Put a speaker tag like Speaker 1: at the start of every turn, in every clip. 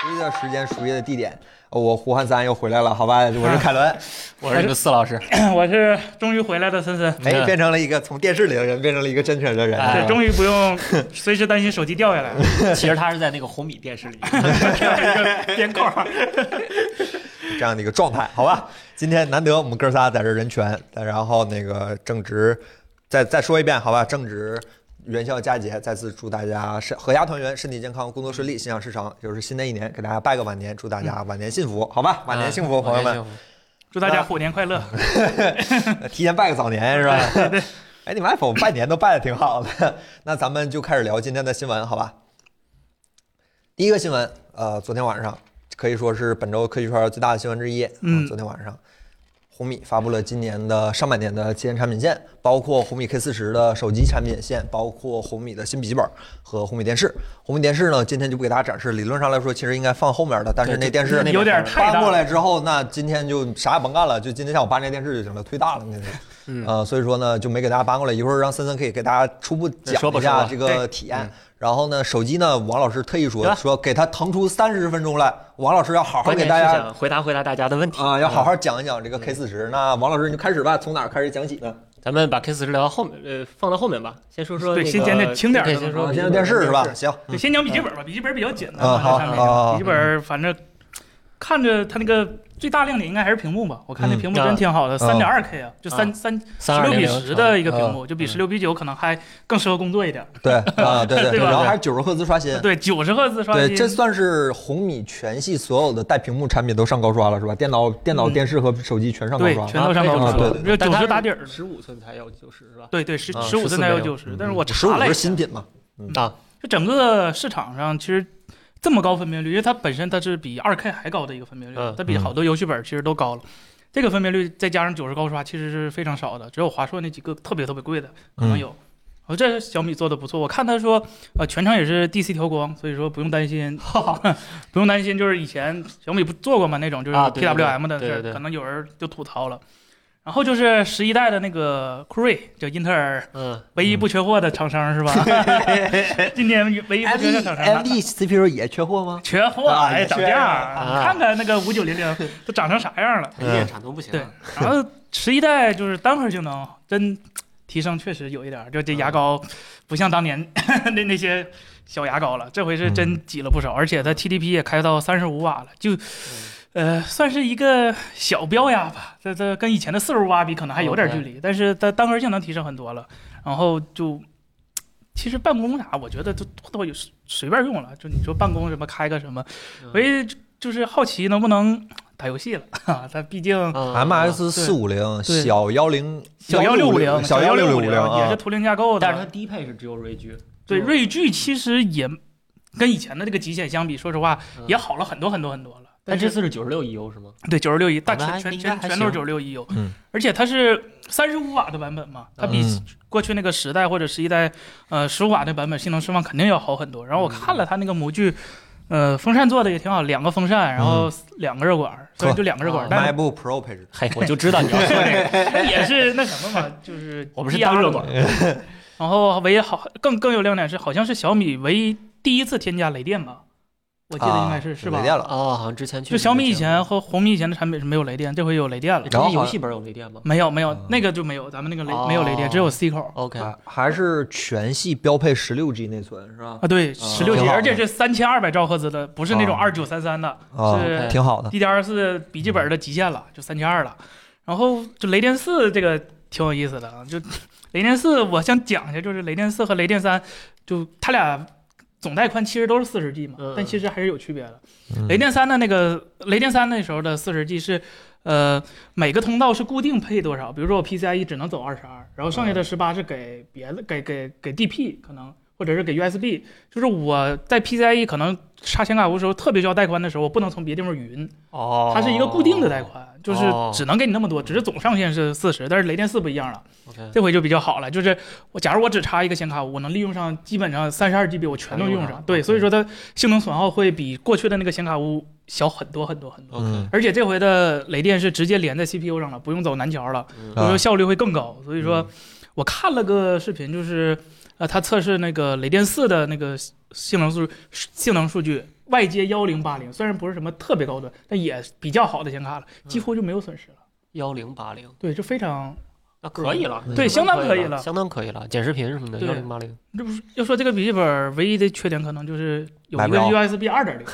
Speaker 1: 熟悉的时间，熟悉的地点，哦我胡汉三又回来了，好吧，我是凯伦，
Speaker 2: 我是你们四老 师，
Speaker 3: 我是终于回来的森森，
Speaker 1: 哎，变成了一个从电视里的人变成了一个真实的人，
Speaker 2: 哎
Speaker 3: 对，终于不用随时担心手机掉下 来了。
Speaker 2: 其实他是在那个红米电视里。
Speaker 1: 啊
Speaker 3: 边框，
Speaker 1: 这样的一个状态，好吧。今天难得我们哥仨在这儿人全，然后那个正值，再再说一遍，好吧，正值元宵佳节，再次祝大家身阖家团圆，身体健康，工作顺利，心想事成，就是新的一年，给大家拜个晚年，祝大家晚年幸福，好吧，晚年幸福，
Speaker 2: 嗯
Speaker 1: 朋友们，，
Speaker 3: 祝大家虎年快乐！
Speaker 1: 提前拜个早年是吧？
Speaker 3: 对对，
Speaker 1: 哎，你们 iPhone 拜年都拜的挺好的，那咱们就开始聊今天的新闻，好吧？第一个新闻，呃，昨天晚上可以说是本周科技圈最大的新闻之一。啊
Speaker 3: 嗯
Speaker 1: 昨天晚上，红米发布了今年的上半年的旗舰产品线，包括红米 K 四十的手机产品线，包括红米的新笔记本和红米电视。红米电视呢，今天就不给大家展示，理论上来说其实应该放后面的，但是
Speaker 2: 对
Speaker 1: 那
Speaker 2: 对
Speaker 1: 电视
Speaker 2: 那
Speaker 3: 有点太
Speaker 1: 搬
Speaker 3: 大
Speaker 1: 过
Speaker 3: 了。
Speaker 1: 来之后，那今天就啥也甭干了，就今天下午搬这电视就行了，忒大了那个。
Speaker 2: 嗯
Speaker 1: 呃，所以说呢，就没给大家搬过来。一会儿让森森可以给大家初步
Speaker 2: 说
Speaker 1: 讲
Speaker 2: 吧说
Speaker 1: 一下
Speaker 2: 吧
Speaker 1: 这个体验。然后呢，手机呢，王老师特意说
Speaker 2: 得
Speaker 1: 说给他腾出三十分钟来，王老师要好好
Speaker 2: 关
Speaker 1: 给
Speaker 2: 键是
Speaker 1: 大家
Speaker 2: 想回答回答大家的问题
Speaker 1: 啊、要好好讲一讲这个 K 四十。那王老师你就开始吧，从哪儿开始讲起呢？
Speaker 4: 咱们把 K 四十聊到后面，呃，放到后面吧。先说说
Speaker 3: 对
Speaker 4: 那个
Speaker 3: 先先得轻点儿
Speaker 4: 对
Speaker 3: 的
Speaker 4: 先
Speaker 3: 嘛
Speaker 4: 说
Speaker 1: 啊，先有电视是吧？行，
Speaker 3: 对，先讲笔记本吧，笔记本比较简单
Speaker 1: 嗯啊
Speaker 3: 嘛，
Speaker 1: 好
Speaker 3: 这上面
Speaker 1: 啊
Speaker 3: 笔记本反正看着它那个最大亮点应该还是屏幕吧，我看那
Speaker 1: 嗯
Speaker 3: 屏幕真挺好的，三点二 K 啊，就三三
Speaker 4: 三
Speaker 3: 十
Speaker 4: 二零嗯
Speaker 3: 六比
Speaker 4: 零
Speaker 3: 十的一
Speaker 1: 嗯
Speaker 3: 个屏幕，就比十六比九可能还更适合工作一点。
Speaker 1: 对啊，对对
Speaker 3: 对吧
Speaker 1: 然后还是九十赫兹刷新。
Speaker 3: 对，九十赫兹刷
Speaker 1: 嗯对，
Speaker 3: 新，
Speaker 1: 这算是红米全系所有的带屏幕产品都上高刷了，是吧？电脑、电脑、
Speaker 3: 嗯
Speaker 1: 电视和手机全上高
Speaker 3: 对
Speaker 1: 刷了。
Speaker 3: 全都上高
Speaker 1: 啊
Speaker 3: 刷，
Speaker 1: 对
Speaker 3: 了
Speaker 1: 对，
Speaker 3: 因为九十打底儿。
Speaker 4: 十五寸才要九十是吧？
Speaker 3: 对对，十
Speaker 1: 啊
Speaker 3: 十五寸
Speaker 4: 14
Speaker 3: 才有
Speaker 4: 没有
Speaker 3: 九十，但是我
Speaker 1: 嗯十五
Speaker 3: 查了一
Speaker 1: 是
Speaker 3: 下，
Speaker 1: 新品嘛？
Speaker 3: 就整个市场上其实这么高分辨率，因为它本身它是比二 K 还高的一个分辨率，
Speaker 4: 嗯
Speaker 3: 它比好多游戏本其实都高了。这个分辨率再加上九十高刷，其实是非常少的，只有华硕那几个特别特别贵的可
Speaker 4: 嗯
Speaker 3: 能有。我、这小米做的不错，我看他说，呃，全程也是 DC 调光，所以说不用担心， 不用担心，就是以前小米不做过嘛那种，就是
Speaker 4: 啊对对对
Speaker 3: PWM 的事儿，
Speaker 4: 对对对
Speaker 3: 可能有人就吐槽了。然后就是十一代的那个酷睿，叫英特尔
Speaker 4: 嗯，
Speaker 3: 唯一不缺货的厂商是吧？今年唯一不缺货的厂商。
Speaker 1: AMD CPU 也缺货吗？
Speaker 3: 缺货，
Speaker 1: 啊
Speaker 3: 哎，
Speaker 1: 也缺
Speaker 3: 涨价
Speaker 4: 啊
Speaker 3: 儿，你看看那个五九零零都涨成啥
Speaker 1: 嗯
Speaker 3: 样了。
Speaker 4: 一夜嗯哎产能不行啊
Speaker 3: 对，然后十一代就是单核性能真提升，确实有一点儿，就这牙膏不像当年 那那些小牙膏了，这回是真挤了不少，而且它 TDP 也开到三十五瓦了，就呃算是一个小标压吧，这这跟以前的四十五瓦比可能还有点距离，但是它单核性能提升很多了，然后就。其实办公啥，我觉得都都有随便用了。就你说办公什么开个什么，
Speaker 4: 嗯
Speaker 3: 唯一就就是好奇能不能打游戏了。 啊，它毕竟
Speaker 4: 嗯
Speaker 1: MS 四五零小幺零
Speaker 3: 小幺六五零，
Speaker 1: 小
Speaker 3: 幺
Speaker 1: 幺
Speaker 3: 六
Speaker 1: 六五零
Speaker 3: 也是
Speaker 1: 啊，
Speaker 3: 图灵架构的。
Speaker 4: 但是它低配是只有锐炬，
Speaker 3: 对
Speaker 4: 嗯
Speaker 3: 锐炬其实也跟以前的这个极限相比，说实话
Speaker 4: 嗯
Speaker 3: 也好了很多很多很多了。
Speaker 4: 但
Speaker 3: 但
Speaker 4: 这
Speaker 3: 是
Speaker 4: 次是九十六 EU 是吗？
Speaker 3: 对九十六一，但
Speaker 4: 那还
Speaker 3: 全全
Speaker 4: 应该
Speaker 3: 全
Speaker 4: 还
Speaker 3: 全都是
Speaker 4: 行
Speaker 3: 九十六一有
Speaker 1: 嗯，
Speaker 3: 而且它是三十五瓦的版本嘛，它比
Speaker 1: 嗯
Speaker 3: 过去那个十代或者十一代，呃十五瓦的版本性能释放肯定要好很多。然
Speaker 4: 嗯
Speaker 3: 后我看了它那个模具。呃，风扇做的也挺好，两个风扇，然后两个热管儿，虽然就两个热管儿
Speaker 4: 啊，
Speaker 3: 但是
Speaker 1: MacBook Pro 配置。
Speaker 4: 嘿，我就知道你要说 这个，
Speaker 3: 那也是那什么嘛，就是
Speaker 4: 我们是
Speaker 3: 低压
Speaker 4: 当热
Speaker 3: 的
Speaker 4: 管。
Speaker 3: 然后唯一好更更有亮点是，好像是小米唯一第一次添加雷电吧，我记得应该是、
Speaker 1: 啊
Speaker 3: 是吧
Speaker 1: 没？电了，
Speaker 4: 哦，好像之前确
Speaker 3: 就
Speaker 4: 实
Speaker 3: 小米
Speaker 4: 是
Speaker 3: 以
Speaker 4: 这样
Speaker 3: 前和红米以前的产品是没有雷电，这回有雷电了
Speaker 4: 的，。
Speaker 1: 然后
Speaker 4: 这游戏本有雷电吗
Speaker 3: 没有没有
Speaker 1: 嗯，
Speaker 3: 那个就没有，咱们那个雷、
Speaker 4: 哦
Speaker 1: 啊
Speaker 3: 没有雷电，只有 C 口
Speaker 4: ？OK，
Speaker 1: 还还是全系标配十六 G 内存是吧？
Speaker 3: 啊，对，十六
Speaker 1: 挺
Speaker 3: G，
Speaker 1: 好的
Speaker 3: 而且是三千二百兆赫兹的，不是那种
Speaker 1: 哦
Speaker 3: 二九三三的，
Speaker 1: 啊
Speaker 3: 是，
Speaker 1: 挺好的。
Speaker 3: DDR 四笔记本的极限了，就三千二了。然后就雷电四这个挺有意思的啊，就 雷电四，我想讲一下，就是雷电四和雷电三，就它俩总带宽其实都是四十 G 嘛
Speaker 4: 嗯，
Speaker 3: 但其实还是有区别的。
Speaker 1: 嗯
Speaker 3: 雷电三的哎那个雷电三那时候的四十 G 是，呃，每个通道是固定配多少，比如说我 PCIe E 只能走二十二，然后剩下的十八是给别的给给给 DP 可能。或者是给 USB，就是我在 PCIe E 可能插显卡坞的时候特别需要带宽的时候，我不能从别地方云，
Speaker 4: 哦
Speaker 3: 它是一个固定的带宽，就是
Speaker 4: 哦
Speaker 3: 只能给你那么多，只是总上限是四十，但是雷电四不一样了，
Speaker 4: ，OK，
Speaker 3: 这回就比较好了，就是我假如我只插一个显卡，我能利用上基本上三十二 GB 我全都用
Speaker 4: 全用
Speaker 3: 上
Speaker 4: 上，
Speaker 3: 对，所以说它性能损耗会比过去的那个显卡坞小很多很多很多。
Speaker 1: 嗯
Speaker 3: 而且这回的雷电是直接连在 CPU 上了，不用走南桥了，
Speaker 1: 嗯
Speaker 3: 所
Speaker 1: 啊
Speaker 3: 以说效率会更高。所以说，我看了个视频，就是呃，他测试那个雷电四的那个性能数性能数据，外接幺零八零，虽然不是什么特别高端，但也比较好的显卡了，
Speaker 1: 嗯
Speaker 3: 几乎就没有损失了。
Speaker 4: 幺零八零，
Speaker 3: 对，就非常
Speaker 4: 那可以
Speaker 1: 嗯
Speaker 4: 了，
Speaker 3: 对相当可以了
Speaker 4: 相当可以了，剪视频什么的，
Speaker 3: 对
Speaker 4: 幺零八零，
Speaker 3: 这不是要说这个笔记本唯一的缺点，可能就是有
Speaker 1: 买
Speaker 3: 一
Speaker 1: 不
Speaker 3: 个
Speaker 1: 着
Speaker 3: USB 二点零。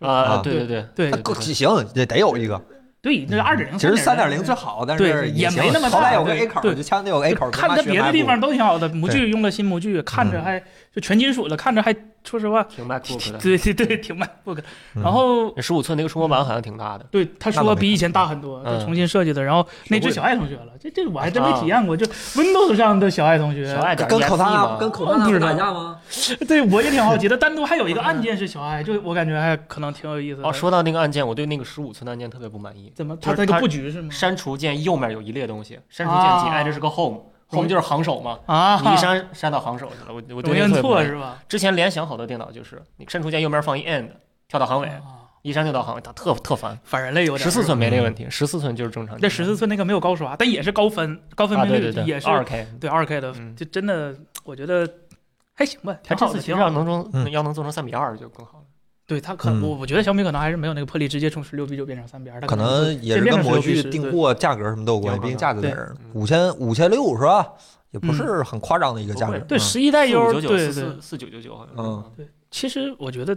Speaker 3: 嗯
Speaker 4: 啊，
Speaker 1: 啊
Speaker 4: 对对对，
Speaker 3: 对
Speaker 1: 那够行，也得有一个。
Speaker 3: 对，那二点零
Speaker 1: 嗯其实三点零最好，但是
Speaker 3: 对也
Speaker 1: 行
Speaker 3: 没那么大
Speaker 1: 好歹有个
Speaker 3: 对
Speaker 1: A 口，
Speaker 3: 对
Speaker 1: 就千万得有个 A 口。
Speaker 3: 看它
Speaker 1: 着
Speaker 3: 别的地方都挺好的，模具用了新模具，看着
Speaker 1: 嗯
Speaker 3: 还就全金属的，看着还说实话，
Speaker 4: 挺 MacBook 的。
Speaker 3: 对对对，挺 MacBook 的。
Speaker 1: 嗯
Speaker 3: 然后
Speaker 4: 十五寸那个触摸板好像挺大的，
Speaker 3: 对他
Speaker 1: 那倒
Speaker 3: 说
Speaker 1: 没
Speaker 3: 比以前大很多，
Speaker 4: 嗯啊
Speaker 3: 就重新设计的。然后那
Speaker 1: 学会
Speaker 3: 只
Speaker 1: 了
Speaker 3: 小爱同学了，这这我还真没体验过，就 Windows 上的小爱同学
Speaker 4: 小。爱点
Speaker 1: 跟
Speaker 4: 烟
Speaker 1: 口
Speaker 4: 蒂
Speaker 1: 擦
Speaker 4: 嘛
Speaker 1: 跟口
Speaker 3: 哦
Speaker 1: 擦
Speaker 3: 不知道
Speaker 1: 打架吗？
Speaker 3: 对，我也挺好 奇的。单独还有一个按键是小爱，就我感觉还可能挺有意思的。
Speaker 4: 哦，说到那个按键，我对那个十五寸的按键特别不满意。
Speaker 3: 怎么
Speaker 4: 就
Speaker 3: 它
Speaker 4: 是
Speaker 3: 那个
Speaker 4: 它
Speaker 3: 布局是吗？
Speaker 4: 删除键右面有一列东西，删除键紧挨着是个 home，home 就是行手嘛，
Speaker 3: 嗯啊，
Speaker 4: 你一删删到行手去了，我我
Speaker 3: 容
Speaker 4: 对
Speaker 3: 易
Speaker 4: 那个特
Speaker 3: 摁
Speaker 4: 别不
Speaker 3: 错
Speaker 4: 满意
Speaker 3: 是吧？
Speaker 4: 之前联想好多电脑就是，你删除键右面放一 end，跳到行尾，
Speaker 3: 啊
Speaker 4: 一删就到行尾，它特特烦。
Speaker 3: 反人类有点
Speaker 4: 十四寸没这个问题，十四寸就是正常。
Speaker 3: 这十四寸那个没有高啊刷，但也是高分，高分
Speaker 4: 啊，
Speaker 3: 辨
Speaker 4: 对
Speaker 3: 率
Speaker 4: 对对，
Speaker 3: 也是
Speaker 4: 二 K。
Speaker 3: 对二 K 的
Speaker 4: 嗯，
Speaker 3: 就真的我觉得还行吧，
Speaker 4: 它
Speaker 3: 挺
Speaker 4: 这
Speaker 3: 好
Speaker 4: 次
Speaker 3: 的。
Speaker 4: 其实
Speaker 3: 挺好
Speaker 4: 要
Speaker 3: 的
Speaker 4: 能中
Speaker 1: 嗯
Speaker 4: 要能做成三比二就更好了。
Speaker 3: 对它可
Speaker 1: 嗯
Speaker 3: 我我觉得小米可能还是没有那个魄力，直接从十六比九变成三比二，
Speaker 4: 嗯
Speaker 3: 它
Speaker 1: 可能也是跟模具定货价格什么都有关系，
Speaker 4: 对
Speaker 1: 毕竟价格在这儿
Speaker 4: 对，
Speaker 1: 五千五千六是吧？也不是很夸张的一个价格
Speaker 4: 嗯。
Speaker 1: 嗯
Speaker 3: 对十一代
Speaker 4: 四五
Speaker 3: U
Speaker 4: 九
Speaker 3: 对
Speaker 4: 九
Speaker 3: 对
Speaker 4: 四，四四九九九好像是。
Speaker 1: 嗯
Speaker 3: 其实我觉得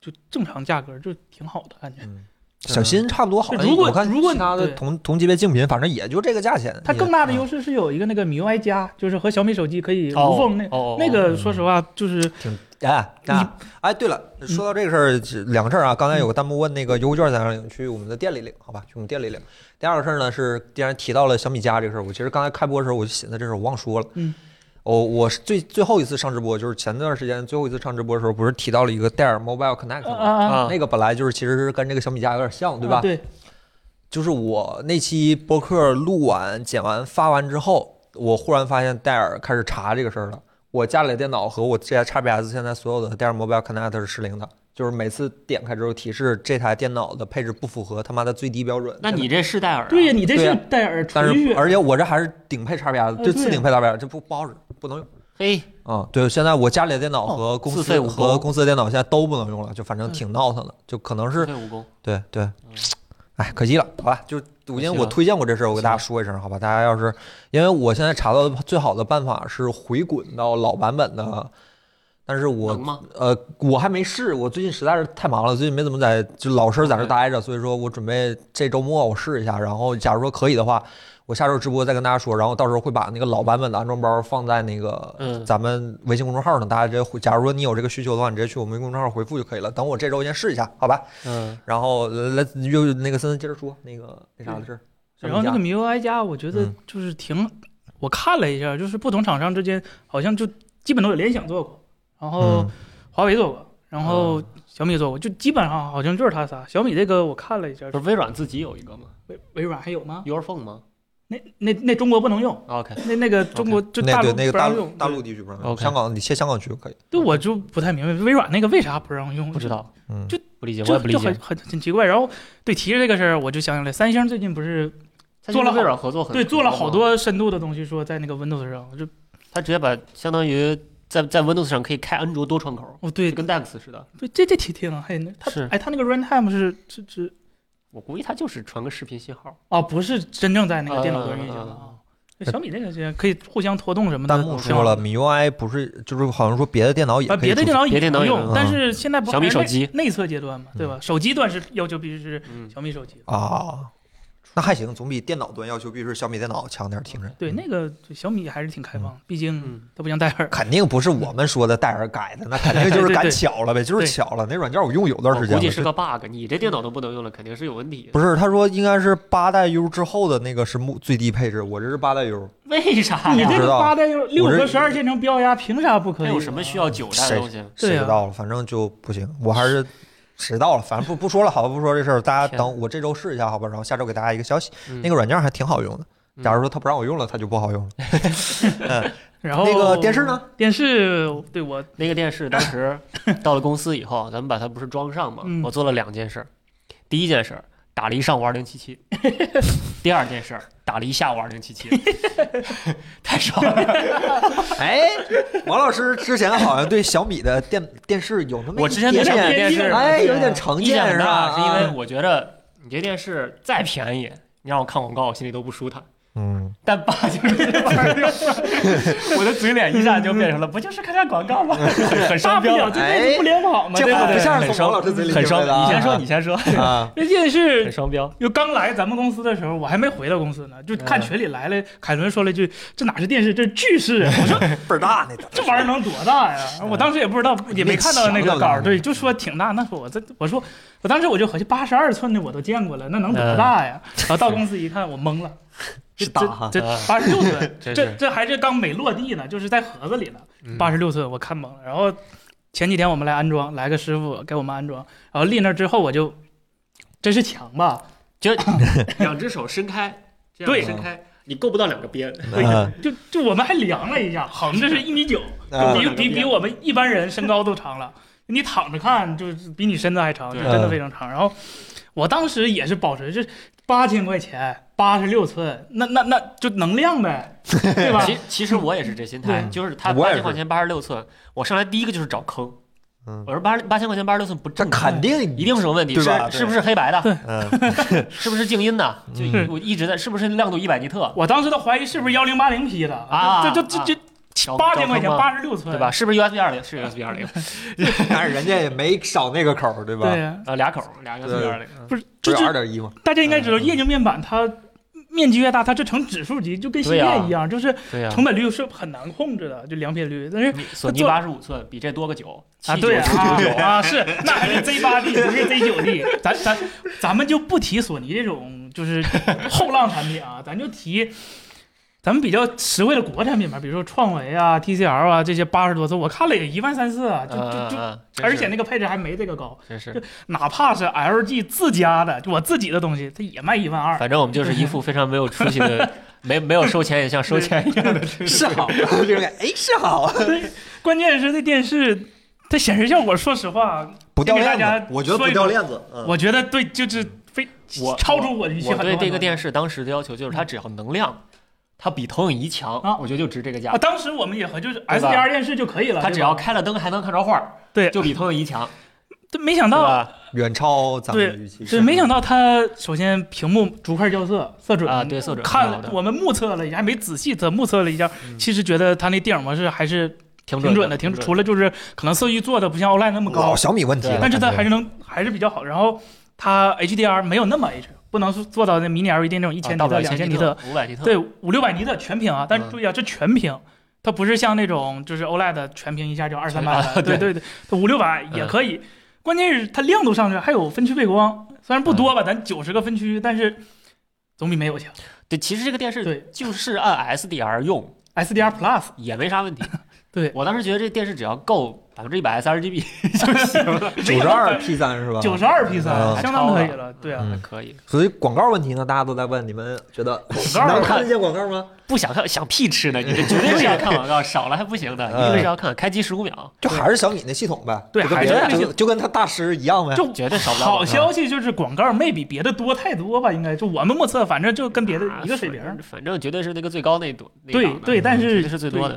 Speaker 3: 就正常价格就挺好的感觉。
Speaker 1: 嗯小新差不多好像，
Speaker 3: 就如果
Speaker 1: 我看
Speaker 3: 如果
Speaker 1: 其他的
Speaker 3: 对
Speaker 1: 同同级别竞品，反正也就这个价钱。
Speaker 3: 它更大的
Speaker 1: 也
Speaker 3: 优势是有一个那个 MIUI 加，就是和小米手机可以
Speaker 4: 哦
Speaker 3: 无缝那
Speaker 4: 哦
Speaker 3: 那
Speaker 1: 嗯
Speaker 3: 个，说实话就是
Speaker 1: 哎，那哎，对了，说到这个事儿，两个事儿啊。刚才
Speaker 3: 嗯
Speaker 1: 有个弹幕问那个优惠券在哪领，去我们的店里领，好吧，去我们店里领。第二个事儿呢是，既然提到了小米家这个事儿，我其实刚才开播的时候我就寻思这事儿我忘说了。
Speaker 3: 嗯，
Speaker 1: 我、我是最最后一次上直播，就是前段时间最后一次上直播的时候，不是提到了一个戴尔 Mobile Connect
Speaker 3: 啊
Speaker 1: 吗？
Speaker 3: 啊啊
Speaker 4: 啊
Speaker 1: 那个本来就是其实是跟这个小米家有点像，嗯对吧？
Speaker 3: 啊对，
Speaker 1: 就是我那期播客录完、剪完、发完之后，我忽然发现戴尔开始查这个事儿了。我家里的电脑和我这台 XPS 现在所有的戴尔 Mobile Connect 是失灵的，就是每次点开之后提示这台电脑的配置不符合他妈的最低标准。
Speaker 4: 那你这是戴尔啊？
Speaker 3: 对呀，你这
Speaker 1: 对
Speaker 3: 是
Speaker 1: 呀
Speaker 3: 戴尔
Speaker 1: 但
Speaker 3: 纯
Speaker 1: 是
Speaker 3: 域，
Speaker 1: 而且我这还是顶配 XPS，
Speaker 3: 呃
Speaker 1: 这
Speaker 3: 对
Speaker 1: 次顶配 XPS 这不不好使，不能用。
Speaker 4: 嘿，
Speaker 1: 啊、对，现在我家里的电脑和
Speaker 4: 哦
Speaker 1: 公
Speaker 4: 自
Speaker 1: 司、
Speaker 4: 废武
Speaker 1: 和
Speaker 4: 功
Speaker 1: 公司的电脑现在都不能用了，就
Speaker 3: 嗯
Speaker 1: 反正挺闹腾的，就可能是
Speaker 4: 对武功，
Speaker 1: 对对，哎，可惜了，好吧，就我因为
Speaker 4: 嗯可惜
Speaker 1: 我
Speaker 4: 了
Speaker 1: 推荐过这事儿，我给大家说一声，好吧，大家要是因为我现在查到的最好的办法是回滚到老版本的，但是
Speaker 4: 能
Speaker 1: 我
Speaker 4: 吗？
Speaker 1: 呃我还没试，我最近实在是太忙了，最近没怎么在就老实
Speaker 4: 嗯
Speaker 1: 在这待着，所以说我准备这周末我试一下，然后假如说可以的话，我下周直播再跟大家说，然后到时候会把那个老版本的安装包放在那个
Speaker 4: 嗯
Speaker 1: 咱们微信公众号上，大家直接回，假如说你有这个需求的话，你直接去我们公众号回复就可以了。等我这周先试一下，好吧？
Speaker 4: 嗯，
Speaker 1: 然后来来又那个森森接着说那个那啥的事儿，
Speaker 3: 然后那个 MIUI 加，我觉得
Speaker 1: 嗯
Speaker 3: 就是挺，我看了一下，就是不同厂商之间好像就基本都有联想做过，然后
Speaker 1: 嗯
Speaker 3: 华为做过，然后小米做过，就基本上好像就是它仨。小米这个我看了一下
Speaker 4: 不，是微软自己有一个吗
Speaker 3: 微微软还有吗？
Speaker 4: ？Your Phone 吗哦
Speaker 3: 那那那中国不能用，
Speaker 4: ？OK，
Speaker 3: 那那个中国就
Speaker 1: 那
Speaker 3: 大
Speaker 1: 对
Speaker 3: 陆
Speaker 1: 那个
Speaker 3: 不
Speaker 1: 大
Speaker 3: 让
Speaker 1: 陆
Speaker 3: 用，
Speaker 1: 大陆地区不让用，
Speaker 4: OK
Speaker 1: 香港你切香港区就可以。
Speaker 3: 对，我就不太明白微软那个为啥不让用，
Speaker 4: 不知。道，
Speaker 1: 嗯
Speaker 3: 就
Speaker 4: 不理解，我
Speaker 3: 就
Speaker 4: 也不理
Speaker 3: 就
Speaker 4: 解
Speaker 3: 很。很很奇怪，然后对提着这个事儿，我就想起来，三星最近不是
Speaker 4: 它就
Speaker 3: 做了
Speaker 4: 跟
Speaker 3: 好
Speaker 4: 微软合作很
Speaker 3: 对做了好
Speaker 4: 多吗，
Speaker 3: 多深度的东西，说在那个 Windows 上，就
Speaker 4: 它直接把相当于在在 Windows 上可以开安卓多窗口，
Speaker 3: 哦对
Speaker 4: 就跟 Dex 似的。
Speaker 3: 对，这这挺挺嘿，那他
Speaker 4: 是
Speaker 3: 哎，他那个 runtime 是是是
Speaker 4: 我估计它就是传个视频信号。
Speaker 3: 哦，不是真正在那个电脑端运行
Speaker 4: 嗯嗯
Speaker 3: 的
Speaker 4: 嗯
Speaker 3: 啊。对小米这个是可以互相拖动什么的。
Speaker 1: 弹幕
Speaker 3: 挺
Speaker 1: 说
Speaker 3: 好
Speaker 1: 了，MIUI 不是就是好像说别的电脑也
Speaker 3: 啊，
Speaker 1: 可以
Speaker 3: 嗯别的
Speaker 1: 注册
Speaker 3: 电脑也
Speaker 4: 别的电脑
Speaker 3: 能
Speaker 4: 也
Speaker 3: 用
Speaker 4: 能，
Speaker 1: 用
Speaker 3: 但是现在不
Speaker 4: 小米
Speaker 3: 还是
Speaker 4: 手
Speaker 3: 内
Speaker 4: 机
Speaker 3: 内测阶段嘛，对吧？手机端是要求必须是
Speaker 4: 嗯，
Speaker 3: 小米手机。
Speaker 1: 啊，那还行，总比电脑端要求必须是小米电脑强点儿，嗯听着。
Speaker 3: 对，那个小米还是挺开放，毕竟
Speaker 4: 嗯
Speaker 3: 它不像戴尔。
Speaker 1: 肯定不是我们说的戴尔改的，那肯 定就是赶
Speaker 3: 对对对
Speaker 1: 巧了呗，就是
Speaker 3: 对
Speaker 1: 巧了。那软件我用有段
Speaker 4: 我
Speaker 1: 时间
Speaker 4: 估
Speaker 1: 了
Speaker 4: 计，是个 bug，你这电脑都不能用了，肯定是有问题。
Speaker 1: 不是他说应该是八代 U 之后的那个是目最低配置，我这是八代 U，
Speaker 4: 为啥
Speaker 3: 你
Speaker 4: 呀？
Speaker 3: 这个八代有六
Speaker 1: 我
Speaker 3: 核
Speaker 1: 这
Speaker 3: 十二线程标压，凭啥不可
Speaker 4: 它
Speaker 3: 以？
Speaker 4: 有什么需？要九代的东西？
Speaker 1: 谁
Speaker 3: 对啊
Speaker 1: 知道了，反正就不行，我还是迟到了。反正不不说了，好吧，不说这事儿，大家
Speaker 4: 天
Speaker 1: 等我这周试一下，好吧，然后下周给大家一个消息。
Speaker 4: 嗯
Speaker 1: 那个软件还挺好用的，
Speaker 4: 嗯
Speaker 1: 假如说它不让我用了，它就不好用了。
Speaker 3: 然后
Speaker 1: 那个电视 呢？
Speaker 3: 电视对我
Speaker 4: 那个电视当时到了公司以后，咱们把它不是装上嘛？
Speaker 3: 嗯
Speaker 4: 我做了两件事儿。第一件事儿打了一上午二零七七，第二件事儿打了一下午二零七七，太少了。
Speaker 1: 哎， 王老师之前好像对小米的电电视有那么
Speaker 4: 我之前对
Speaker 1: 一
Speaker 4: 小
Speaker 1: 点
Speaker 4: 米
Speaker 1: 点
Speaker 4: 电视
Speaker 1: 哎有点成
Speaker 4: 意见
Speaker 1: 见
Speaker 4: 很
Speaker 1: 是
Speaker 4: 大，
Speaker 1: 吧？啊
Speaker 4: 是因为我觉得你这电视再便宜，你让我看广告，我心里都不舒坦。
Speaker 1: 嗯，
Speaker 4: 但爸就是这玩意儿， 我的嘴脸一下就变成了，不就是看看广告吗？很很
Speaker 3: 大
Speaker 4: 双
Speaker 3: 不
Speaker 4: 标
Speaker 3: 了，就那哎次不联网嘛，
Speaker 1: 这
Speaker 3: 对吧
Speaker 1: 话不像是
Speaker 4: 很
Speaker 1: 从王老
Speaker 4: 双
Speaker 1: 师嘴里
Speaker 4: 很
Speaker 1: 听出
Speaker 4: 双
Speaker 1: 来的
Speaker 4: 标。
Speaker 1: 啊
Speaker 4: 你先说，你先说，
Speaker 1: 啊，
Speaker 3: 那件
Speaker 4: 很
Speaker 3: 事
Speaker 4: 双标。
Speaker 3: 就刚来咱们公司的时候，我还没回到公司呢，就
Speaker 4: 嗯
Speaker 3: 看群里来了，凯伦说了一句：“这哪是电视，这是巨视啊！”我说
Speaker 1: 倍儿大那个：“
Speaker 3: 这玩意儿能多大呀？”我当时也不知道，也没看到那个稿儿，对，就说挺大。那说我这，我说我当时我就合计，八十二寸的我都见过了，那能多大呀？然后到公司一看，我懵了。这
Speaker 1: 是大哈
Speaker 3: 这
Speaker 4: 啊
Speaker 3: 八十六寸，
Speaker 4: 真
Speaker 3: 这
Speaker 4: 是
Speaker 3: 这还是刚没落地呢，就是在盒子里呢。
Speaker 4: 嗯
Speaker 3: 八十六寸，我看懵了。然后前几天我们来安装，来个师傅给我们安装，然后立那之后我就，真是强吧？
Speaker 4: 两只手伸开，这样
Speaker 3: 对
Speaker 4: 伸开，你够不到两个边。
Speaker 1: 嗯
Speaker 3: 就就我们还量了一下，横着是一米九，
Speaker 1: 啊
Speaker 3: 比比比我们一般人身高都长了。你躺着看，就是比你身子还长，就
Speaker 4: 对
Speaker 3: 真的非常长。然后我当时也是保持这八千块钱，八十六寸，那那那就能量 呗，对吧？
Speaker 4: 其其实我也是这心态，
Speaker 3: 嗯
Speaker 4: 就是他
Speaker 1: 我
Speaker 4: 八
Speaker 1: 也是
Speaker 4: 千块钱八十六寸，我上来第一个就是找坑。
Speaker 1: 嗯
Speaker 4: 我说八八千块钱八十六寸不
Speaker 1: 这
Speaker 4: 正常，
Speaker 1: 肯定
Speaker 4: 一定是有问题，
Speaker 1: 对吧
Speaker 4: 是是不是黑白的？
Speaker 1: 嗯
Speaker 4: 是不是静音的？就
Speaker 3: 嗯
Speaker 4: 我一直在，是不是亮度一百尼特？
Speaker 3: 我当时都怀疑是不是幺零八零 P 的
Speaker 4: 啊
Speaker 3: 这这这
Speaker 4: 找
Speaker 3: 这八千块钱
Speaker 4: 找坑吗
Speaker 3: 八十六寸，
Speaker 4: 对吧？？是不是 USB 二零？是 USB 二零，
Speaker 1: 但是人家也没少那个口儿，对吧？
Speaker 3: 对呀，
Speaker 4: 呃，俩口，俩 USB 二零。
Speaker 3: 不是，
Speaker 1: 嗯不
Speaker 3: 这
Speaker 1: 是
Speaker 3: 这
Speaker 1: 二点一吗？
Speaker 3: 大家应该知
Speaker 4: 嗯
Speaker 3: 道，液晶面板它面积越大，它这成指数级，就跟芯
Speaker 4: 对呀
Speaker 3: 片一样，就是
Speaker 4: 对啊呀
Speaker 3: 成本率是很难控制的，就良品率。但是
Speaker 4: 你索尼
Speaker 3: 做
Speaker 4: 八十五寸比这多个九
Speaker 3: 啊，对
Speaker 4: 七九
Speaker 3: 啊啊，是那还是 Z 八 D 不是 Z 九 D，咱咱咱们就不提索尼这种就是后浪产品啊，咱就提。咱们比较实惠的国产品牌，比如说创维啊、TCL 啊这些八十多寸，我看了也一万三四啊，就就就，
Speaker 4: 嗯嗯
Speaker 3: 而且那个配置还没这个高，
Speaker 4: 真是
Speaker 3: 就，哪怕是 LG 自家的，就我自己的东西，它也卖一万二，
Speaker 4: 反正我们就是一副非常没有出息的， 没没有收钱也像收钱一样的。
Speaker 1: 是
Speaker 4: 啊
Speaker 1: 好，这种感觉，哎，是好，
Speaker 3: 啊关键是这电视，它显示效果，说实话，
Speaker 4: 嗯
Speaker 1: 不掉
Speaker 3: 先给大
Speaker 1: 链
Speaker 3: 家
Speaker 1: 子，我觉得不掉链子。嗯
Speaker 3: 我觉得对，就是非
Speaker 4: 我
Speaker 3: 超出我的预期
Speaker 4: 我
Speaker 3: 很多。
Speaker 4: 对这个
Speaker 3: 视
Speaker 4: 电视当时的要求就是，它只要能量，它比投影仪强
Speaker 3: 嗯啊，
Speaker 4: 我觉得就值这个价
Speaker 3: 啊，。当时我们也和就是
Speaker 4: 吧
Speaker 3: SDR 电视就可以了，
Speaker 4: 它
Speaker 3: 对
Speaker 4: 只
Speaker 3: 吧
Speaker 4: 要开了灯还能看着画儿，
Speaker 3: 对
Speaker 4: 就比投影仪 强，
Speaker 3: 对，没想
Speaker 4: 对
Speaker 3: 到，
Speaker 4: 吧？
Speaker 1: 远超咱们的预期。
Speaker 3: 对，没想到它首先屏幕逐块校色，色准
Speaker 4: 啊，对，色准
Speaker 3: 嗯看
Speaker 4: 挺高
Speaker 3: 了
Speaker 4: 的
Speaker 3: 我们目测了一下，还没仔细的目测了一下，
Speaker 4: 嗯
Speaker 3: 其实觉得它那电影模式还是
Speaker 4: 挺
Speaker 3: 挺准
Speaker 4: 准
Speaker 3: 的，挺
Speaker 4: 准
Speaker 3: 除了就是可能色域做的不像 OLED 那么高
Speaker 1: 老，小米问题了，
Speaker 4: 对
Speaker 3: 但是它还
Speaker 1: 是
Speaker 3: 是能还是比较好。然后它 HDR 没有那么 H，不能做到那迷你 LED 那种一
Speaker 4: 啊
Speaker 3: 千尼
Speaker 4: 到不
Speaker 3: 特、
Speaker 4: 了
Speaker 3: 两千
Speaker 4: 1000
Speaker 3: 尼
Speaker 4: 尼
Speaker 3: 特，
Speaker 4: 特、五百尼特。
Speaker 3: 对，五六百尼的全屏啊，但是
Speaker 4: 嗯
Speaker 3: 注意啊，这全屏，它不是像那种就是 OLED 全屏一下就二三百
Speaker 4: 啊
Speaker 3: 的，对对对，它五六百也可以。关键是它亮度上去，还有分区背光，虽然不多吧，咱九十个分区，但是总比没有强。
Speaker 4: 对，其实这个电
Speaker 3: 对
Speaker 4: 视就是按 SDR 用
Speaker 3: SDR Plus
Speaker 4: 也没啥问题。
Speaker 3: 对
Speaker 4: 我当时觉得这电视只要够百分之一百 sRGB 就行了，
Speaker 1: 九十二 P 三是吧？
Speaker 3: 九十二 P
Speaker 1: 嗯
Speaker 3: 三，相当可以了，对啊。
Speaker 1: 嗯
Speaker 4: 还可以。
Speaker 1: 所以广告问题呢，大家都在问，你们觉得
Speaker 4: 告
Speaker 1: 能看得见广告吗？
Speaker 4: 不想看，想屁 吃呢？你这绝对是要看广告，少了还不行的，
Speaker 1: 嗯
Speaker 4: 一定是要看。开机十五秒，
Speaker 1: 就还是小米那系统呗，
Speaker 3: 对
Speaker 1: 就跟
Speaker 3: 还
Speaker 1: 别
Speaker 3: 是
Speaker 1: 人
Speaker 3: 那系
Speaker 1: 就就跟他大师一样呗。
Speaker 3: 就
Speaker 4: 绝对少不了广告。
Speaker 3: 好消息就是广告没比别的多太多吧，应该就我们目测，反正就跟别的
Speaker 4: 啊
Speaker 3: 一个水平。
Speaker 4: 反反正绝对是那个最高那一档那一
Speaker 3: 对
Speaker 4: 档的嗯
Speaker 3: 对，但
Speaker 4: 绝
Speaker 3: 是嗯
Speaker 4: 对是最多的。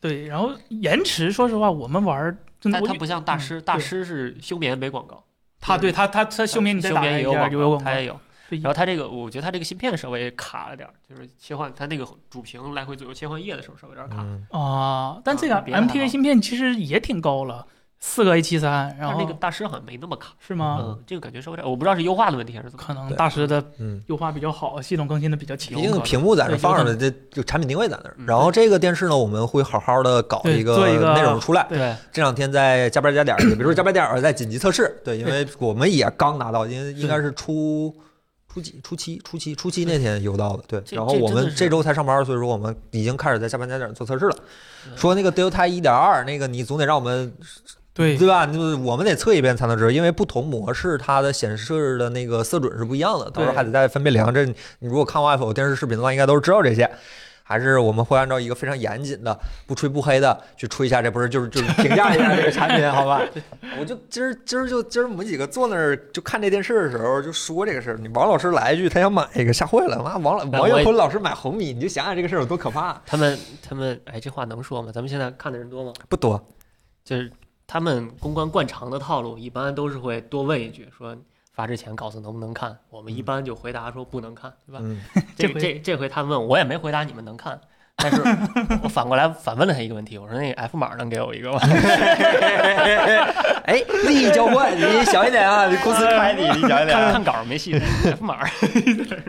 Speaker 3: 对，然后延迟，说实话，我们玩儿真的
Speaker 4: 但
Speaker 3: 我
Speaker 4: 它
Speaker 3: 就
Speaker 4: 不像大师，大师是休眠没广告，
Speaker 3: 他对他他他休眠你再
Speaker 4: 休
Speaker 3: 打
Speaker 4: 眠呃也
Speaker 3: 开一
Speaker 4: 有
Speaker 3: 下
Speaker 4: 广
Speaker 3: 就有
Speaker 4: 告，
Speaker 3: 广告
Speaker 4: 它，也有。
Speaker 3: 对
Speaker 4: 然后它这个，我觉得它这个芯片稍微卡了点儿，就是切换它那个主屏来回左右切换页的时候稍微有点卡。
Speaker 1: 嗯，
Speaker 3: 啊，但这
Speaker 4: 啊
Speaker 3: 个
Speaker 4: 别的还
Speaker 3: MTA
Speaker 4: 好
Speaker 3: 芯片其实也挺高了，四个 A 7 3然
Speaker 4: 但是
Speaker 3: 后
Speaker 4: 那个大师好像没那么卡，
Speaker 3: 是吗？
Speaker 4: 嗯，这个感觉稍微有点，我不知道是优化的问题还是 怎么。
Speaker 3: 可能
Speaker 1: 对
Speaker 3: 大师的
Speaker 1: 嗯
Speaker 3: 优化比较好，系统更新的比较
Speaker 1: 毕
Speaker 3: 勤。
Speaker 1: 竟屏幕在那放着呢，这就产品定位在那儿。
Speaker 4: 嗯
Speaker 1: 然后这个电视呢，我们会好好的搞
Speaker 3: 对做一个
Speaker 1: 内容出来。
Speaker 3: 对
Speaker 4: 对，
Speaker 1: 这两天在加班加点儿，也比如说加班加点儿在紧急测试，对，因为我们也刚拿到，因为应该是初初几、初七、初七、初七那天邮到的，对。
Speaker 4: 这
Speaker 1: 然后
Speaker 4: 这
Speaker 1: 我
Speaker 4: 真
Speaker 1: 们
Speaker 4: 的是
Speaker 1: 这周才上班，所以说我们已经开始在加班加点儿做测试了。
Speaker 4: 嗯
Speaker 1: 说那个 Delta 一点二，那个你总得让我们
Speaker 3: 对
Speaker 1: 对吧？就是我们得测一遍才能知道，因为不同模式它的显示的那个色准是不一样的，到时候
Speaker 3: 对
Speaker 1: 还得再分辨量。这你如果看过 Apple 电视视频的话，应该都是知道这些。还是我们会按照一个非常严谨的、不吹不黑的去吹一下这，不是就是就是评价一下这个产品，好吧？我就今儿今儿就今儿我们几个坐那儿就看这电视的时候就说这个事儿，你王老师来一句他想买一个，吓坏了，妈王老
Speaker 4: 哎
Speaker 1: 王
Speaker 4: 我
Speaker 1: 岳
Speaker 4: 也
Speaker 1: 坤老师买红米，你就想想这个事儿有多可怕，
Speaker 4: 他们他们哎，这话能说吗？咱们现在看的人多吗？
Speaker 1: 不多。
Speaker 4: 就是他们公关惯常的套路，一般都是会多问一句，说发之前告诉能不能看。我们一般就回答说不能看，对吧？
Speaker 1: 嗯，
Speaker 4: 这
Speaker 3: 嗯这回
Speaker 4: 这这回他问我也没回答你们能看，但是我反过来反问了他一个问题，我说那 F 码能给我一个吗？
Speaker 1: 哎，利益交换，你小一点啊，你公司开你，你小一点啊、
Speaker 4: 看 看稿儿没戏，F 码儿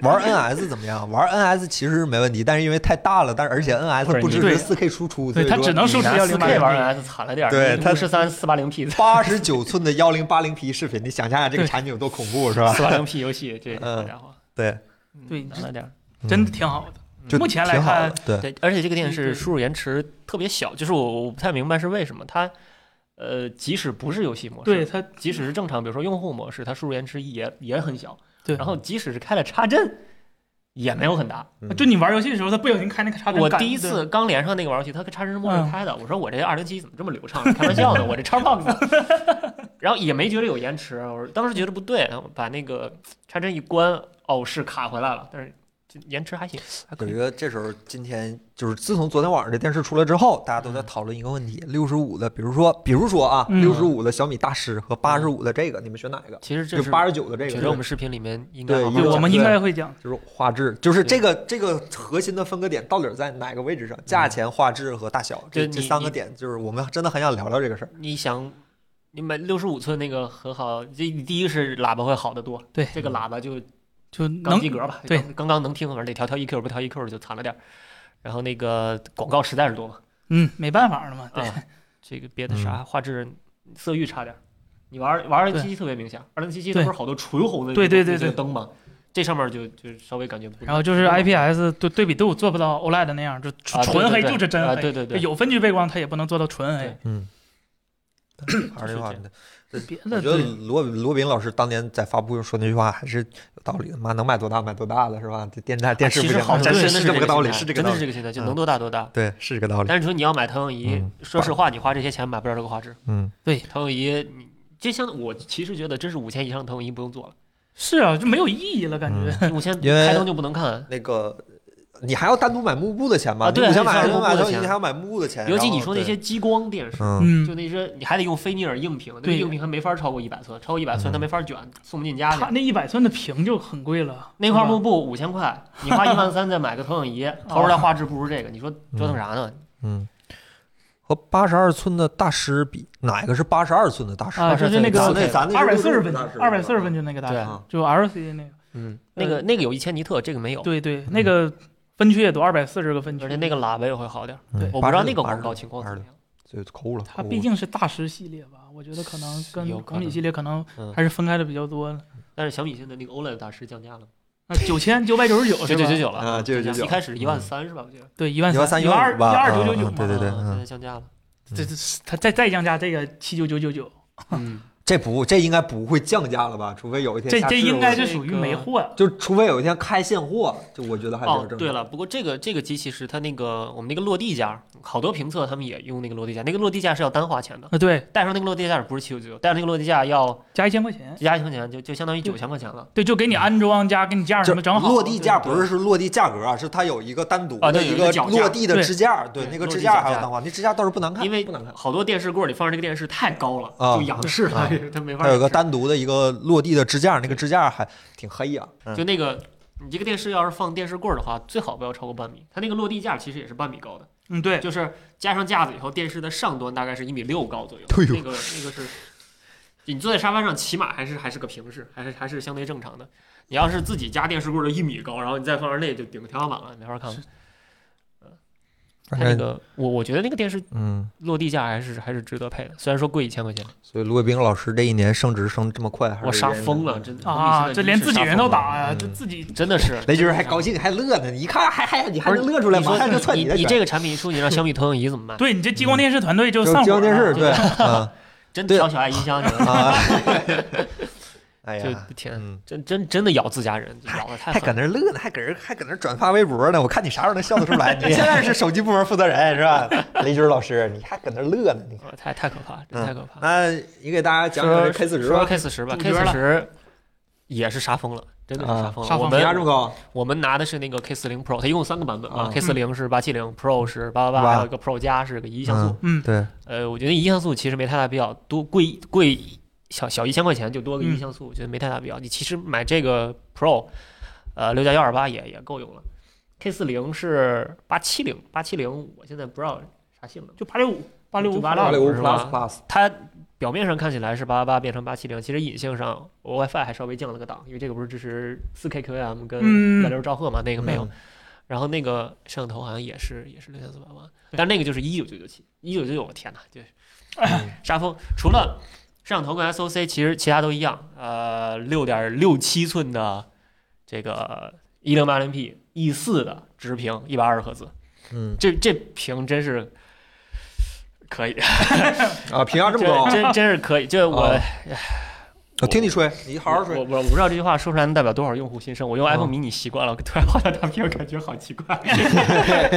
Speaker 1: 玩 NS 怎么样？玩 NS 其实没问题，但是因为太大了，但是而且 NS 不支持
Speaker 3: 对
Speaker 1: 4K 输出，
Speaker 3: 对它只能输出
Speaker 4: 拿四 K
Speaker 3: 1080p
Speaker 4: 玩 NS 惨了点儿，
Speaker 1: 对他
Speaker 4: 十三四八零 P 四
Speaker 1: 八十九寸的幺零八零 P 视频，你想象一下这个
Speaker 3: 对
Speaker 1: 场景有多恐怖，是吧？
Speaker 4: 八零 P 游戏，这
Speaker 1: 嗯
Speaker 4: 好家伙，
Speaker 1: 对，
Speaker 4: 嗯
Speaker 3: 对
Speaker 4: 难了点儿。
Speaker 3: 真的挺好的。
Speaker 1: 就
Speaker 3: 目前来
Speaker 1: 挺好
Speaker 3: 看
Speaker 1: 的，对，
Speaker 4: 对，而且这个电
Speaker 3: 对
Speaker 4: 视输入延迟特别小，就是我我不太明白是为什么它，呃，即使不是游戏模式，
Speaker 3: 对，它，
Speaker 4: 即使是正常，比如说用户模式，它输入延迟也也很小。
Speaker 3: 对
Speaker 4: 然后即使是开了插针，也没有很大。
Speaker 1: 嗯
Speaker 3: 就你玩游戏的时候，它不小心开那个插针
Speaker 4: 我
Speaker 3: 杆
Speaker 4: 第一
Speaker 3: 子
Speaker 4: 次刚连上那个玩游戏，它跟插针是默认
Speaker 3: 嗯
Speaker 4: 开的。我说我这二零七怎么这么流畅？啊开玩笑呢，我这叉 box，然 后也没觉得有延迟。啊我说当时觉得不对，然后把那个插针一关，哦，是卡回来了，但是这延迟还行，还
Speaker 1: 我
Speaker 4: 可
Speaker 1: 觉
Speaker 4: 以。
Speaker 1: 得这时候今天就是自从昨天晚上这电视出来之后，大家都在讨论一个问题：六十五的，比如说，比如说啊，
Speaker 3: 嗯
Speaker 1: 六十五的小米大师和八十五的这个，你们选哪个？
Speaker 4: 其实这
Speaker 1: 就是八十九的这
Speaker 4: 觉
Speaker 1: 个，
Speaker 4: 得我们视频里面应该
Speaker 1: 对
Speaker 4: 好好
Speaker 1: 一
Speaker 3: 对，
Speaker 1: 个
Speaker 3: 我
Speaker 4: 讲
Speaker 3: 们应该会讲。
Speaker 1: 就是画质，就是
Speaker 4: 嗯
Speaker 1: 这个这个核心的分割点到底在哪个位置上？价钱、画质和大小这
Speaker 4: 嗯就
Speaker 1: 这
Speaker 4: 你
Speaker 1: 三个
Speaker 4: 你
Speaker 1: 点，就是我们真的很想聊聊这个事 儿。
Speaker 4: 你想，你买六十五寸那个很好，这你第一是喇叭会好得多，
Speaker 3: 对
Speaker 4: 这个喇叭就
Speaker 3: 就
Speaker 4: 刚
Speaker 3: 能
Speaker 4: 及格吧，
Speaker 3: 对
Speaker 4: 刚，刚刚能听，反正得调调 EQ 不调 EQ 就惨了点儿。然后那个广告实在是多嘛，
Speaker 3: 嗯，没办法了嘛， 对，
Speaker 4: 啊，这个别的啥画质色域差点儿，你玩玩二零七七特别明显，二零七七它
Speaker 3: 对
Speaker 4: 不是好多纯红的
Speaker 3: 对对对
Speaker 4: 那个
Speaker 3: 对
Speaker 4: 灯嘛，这上面就就稍微感觉不一样。
Speaker 3: 然后就是 IPS 对对比度做不到 OLED 那样，就
Speaker 4: 啊对对
Speaker 3: 纯黑
Speaker 4: 对
Speaker 3: 就是真
Speaker 4: 啊
Speaker 3: 黑，哎
Speaker 4: 对对对
Speaker 3: 就有分区背光它也不能做到纯黑
Speaker 4: 对。
Speaker 1: 嗯，还是那句话，
Speaker 3: 别
Speaker 1: 我
Speaker 3: 的
Speaker 1: 觉得
Speaker 3: 对
Speaker 1: 罗罗宾老师当年在发布会上说那句话还是有道理的，妈能买多大买多大的是吧？这电视台电视
Speaker 4: 啊其
Speaker 1: 不
Speaker 4: 实
Speaker 1: 行，
Speaker 4: 好多
Speaker 1: 真
Speaker 4: 人
Speaker 1: 是
Speaker 4: 这
Speaker 1: 这么个道理，
Speaker 4: 心
Speaker 1: 是这个
Speaker 4: 态真
Speaker 1: 道
Speaker 4: 的
Speaker 1: 理，
Speaker 4: 是这个心态，就
Speaker 1: 嗯
Speaker 4: 能多大多大。
Speaker 1: 对，是这个道理。
Speaker 4: 但是说你要买投影仪
Speaker 1: 嗯，
Speaker 4: 说实话，你花这些钱买不了这个画质。
Speaker 1: 嗯，
Speaker 4: 投影仪，你这像我其实觉得，真是五千以上的投影仪不用做了，
Speaker 3: 是啊，就没有意义了，感觉。
Speaker 4: 五千
Speaker 1: 因为
Speaker 4: 开灯就不能看。
Speaker 1: 那个你还要单独买幕布的钱吗？
Speaker 4: 啊对啊
Speaker 1: 你想买
Speaker 4: 还
Speaker 1: 买
Speaker 4: 是幕布的
Speaker 1: 投影
Speaker 4: 钱
Speaker 1: 仪还要买幕布的钱，
Speaker 4: 尤其
Speaker 1: 然后
Speaker 4: 你说那些，激光电视
Speaker 1: 对，嗯，
Speaker 3: 嗯
Speaker 4: 就，那些你还得用菲涅尔硬屏，那个
Speaker 3: 对
Speaker 4: 硬屏还没法超过一百寸，超过一百寸
Speaker 1: 嗯
Speaker 4: 它没法卷，送不进家
Speaker 3: 它
Speaker 4: 去。
Speaker 3: 那一百寸的屏就很贵了，
Speaker 4: 那块
Speaker 3: 是吧哦
Speaker 4: 幕布五千块，你花一万三再买个投影 仪，投出来画质不如这个，你说折腾啥呢？
Speaker 1: 嗯，和八十二寸的大师比，哪个是八十二寸的大师？
Speaker 3: 啊，就是那
Speaker 1: 咱
Speaker 3: 个
Speaker 1: 那咱那
Speaker 3: 二百四十分钟，二百四十分
Speaker 1: 钟。
Speaker 3: 钟那个大
Speaker 4: 对
Speaker 3: 屏
Speaker 1: 啊，
Speaker 3: 就 LCD 那个，
Speaker 4: 嗯，那个那个有一千尼特，这个没有，
Speaker 3: 对对，那个分区也多，二百四十个分区
Speaker 4: 而且。那个喇叭也会好点儿。
Speaker 3: 对
Speaker 4: 嗯我不知道那个广告情况怎么样。
Speaker 1: 就抠了。
Speaker 3: 它毕竟是大师系列吧，我觉得可能
Speaker 4: 有
Speaker 3: 跟
Speaker 4: 可
Speaker 3: 红米
Speaker 4: 能
Speaker 3: 系列可能
Speaker 1: 嗯
Speaker 3: 还是分开的比较多了。
Speaker 4: 但是小米现在那个 OLED 大师降价了吗，
Speaker 3: 那九千九百九十九
Speaker 4: 九
Speaker 3: 是吧
Speaker 4: 九？九九了
Speaker 1: 啊九九九九
Speaker 4: 一开始一万三是吧？我觉得
Speaker 3: 对，一万
Speaker 1: 13,999
Speaker 3: 一二一
Speaker 1: 吧
Speaker 3: 二九九
Speaker 1: 嗯
Speaker 3: 九
Speaker 1: 嗯对对对
Speaker 4: 啊
Speaker 1: 嗯
Speaker 4: 现在降价了。
Speaker 3: 这这它再再降价，这个七九九九九，
Speaker 4: 嗯，
Speaker 1: 这不，这应该不会降价了吧？除非有一天
Speaker 3: 这
Speaker 1: 下
Speaker 3: 这
Speaker 1: 市
Speaker 3: 应该
Speaker 1: 了
Speaker 3: 是属于没货。
Speaker 1: 就除非有一天开现货，就我觉得还比较
Speaker 4: 哦，
Speaker 1: 正常。
Speaker 4: 对了，不过这个这个机器是它那个我们那个落地架，好多评测他们也用那个落地架，那个落地架是要单花钱的，
Speaker 3: 啊，对，
Speaker 4: 带上那个落地架不是七九九，带上那个落地架要
Speaker 3: 加一千块钱，
Speaker 4: 加一千块钱，就就相当于九千块钱了。
Speaker 3: 对，就给你安装加给你架
Speaker 1: 就
Speaker 3: 什么整好。
Speaker 1: 落地架
Speaker 4: 对对
Speaker 1: 不是是落地价格啊，是它有一个单独
Speaker 4: 啊
Speaker 1: 的
Speaker 4: 对有
Speaker 1: 一
Speaker 4: 一个
Speaker 1: 个
Speaker 4: 脚架
Speaker 1: 落地的
Speaker 3: 对
Speaker 1: 支架，对
Speaker 4: 对
Speaker 1: 那个
Speaker 4: 落
Speaker 1: 支
Speaker 4: 地
Speaker 1: 架
Speaker 4: 脚
Speaker 1: 还有
Speaker 4: 架
Speaker 1: 单花，那支架倒是不难看，
Speaker 4: 因为
Speaker 1: 嗯不难看。
Speaker 4: 好多电视柜里放着这个电视太高了，
Speaker 1: 啊
Speaker 4: 就仰视它
Speaker 1: 啊，
Speaker 4: 它没法
Speaker 1: 它有个
Speaker 4: 仰视
Speaker 1: 单独的一个落地的支架，那个支架还挺黑呀、嗯
Speaker 4: 就那个你这个电视要是放电视柜的话，最好不要超过半米，它那个落地架其实也是半米高的。
Speaker 3: 嗯，对，
Speaker 4: 就是加上架子以后，电视的上端大概是一米六高左右。
Speaker 1: 哎呦
Speaker 4: 那个那个是，你坐在沙发上，起码还是还是个平视，还是还是相对正常的。你要是自己加电视柜儿就一米高，然后你再放上那就顶天花板了，没法看了。它
Speaker 1: 哎
Speaker 4: 那个我我觉得那个电视
Speaker 1: 嗯，
Speaker 4: 落地架还是还是值得配的，虽然说贵一千块钱，
Speaker 1: 所以罗伟冰老师这一年升职升这么快，还是
Speaker 4: 我杀
Speaker 1: 原因
Speaker 4: 疯
Speaker 1: 的
Speaker 4: 了，。真的
Speaker 3: 啊，这连自己人都打呀，
Speaker 1: 嗯
Speaker 3: 这自己
Speaker 4: 真的是。
Speaker 1: 雷军还高兴还乐呢，你一看还还你还能乐出来，
Speaker 4: 你
Speaker 1: 马上就
Speaker 4: 说
Speaker 1: 踹
Speaker 4: 你
Speaker 1: 的
Speaker 4: 你
Speaker 1: 脚
Speaker 4: 这个产品一出，你让小米投影仪怎么办？
Speaker 3: 对你这激光电视团队就
Speaker 1: 就
Speaker 5: 啊
Speaker 3: 上火
Speaker 1: 交
Speaker 3: 了
Speaker 1: 电视对，嗯
Speaker 4: 真
Speaker 1: 对
Speaker 4: 调小爱音箱去了。
Speaker 1: 啊，
Speaker 5: 哎
Speaker 4: 就
Speaker 5: 呀，
Speaker 4: 天，
Speaker 5: 嗯，
Speaker 4: 真真真的咬自家人，就咬的太
Speaker 5: 还搁
Speaker 4: 狠了。
Speaker 5: 那儿乐呢，还搁那儿还搁那儿转发微博呢，我看你啥时候能笑得出 来？你现在是手机部门负责人是吧？雷军老师，你还搁那儿乐呢？你
Speaker 4: 啊太太可怕，真
Speaker 5: 嗯
Speaker 4: 太可怕。
Speaker 5: 那你给大家讲讲这 K 四十
Speaker 4: 说说
Speaker 5: 吧，
Speaker 4: K 四十吧
Speaker 3: 主
Speaker 4: ，K
Speaker 3: 角
Speaker 4: 四
Speaker 3: 了
Speaker 4: 十也是杀疯了，真的是杀疯了。
Speaker 3: 啊杀疯
Speaker 4: 我
Speaker 3: 了
Speaker 5: 评价这
Speaker 4: 们
Speaker 5: 么高，
Speaker 4: 我们拿的是那个 K 四零 Pro，它一共三个版本
Speaker 5: 啊
Speaker 4: 嘛，K 四零是八七零，Pro 是八八
Speaker 5: 哇
Speaker 4: 八，还有一个 Pro 加是个一亿像素。
Speaker 3: 嗯，
Speaker 5: 对，
Speaker 4: 呃，我觉得一亿像素其实没太大必要，多贵贵小小一千块钱就多个一亿像素，我觉得没太大必要。你其实买这个 Pro，呃，六加幺二八也也够用了。K 四零是八七零，八七零我现在不知道啥性能，
Speaker 3: 就八六五，八六五，
Speaker 4: 八
Speaker 5: 八六五
Speaker 4: 是
Speaker 5: Plus
Speaker 4: 吧
Speaker 5: Plus，
Speaker 4: 它表面上看起来是八八八变成八七零，其实隐性上 WiFi 还稍微降了个档，因为这个不是支持四 K QAM 跟
Speaker 3: 嗯
Speaker 4: 两流照赫嘛，那个没有。
Speaker 5: 嗯
Speaker 4: 然后那个摄像头好像也是也是六千四百万，
Speaker 3: 对
Speaker 4: 但那个就是一九九九七，一九九九，我天哪，就是
Speaker 5: 嗯
Speaker 4: 杀疯。除了摄像头跟 SOC，其实其他都一样。呃，六点六七寸的这个一零八零 P E 四的直屏，一百二十赫兹，
Speaker 5: 嗯
Speaker 4: 这这屏真是可以，
Speaker 5: 啊，评价这么高
Speaker 4: 这，真真是可以。这我、
Speaker 5: 啊我听你吹，你好好
Speaker 4: 我
Speaker 5: 吹。
Speaker 4: 我我不知道这句话说出来能代表多少用户心声。我用
Speaker 5: 嗯
Speaker 4: iPhone mini 习惯了，我突然换到大屏，感觉好奇怪。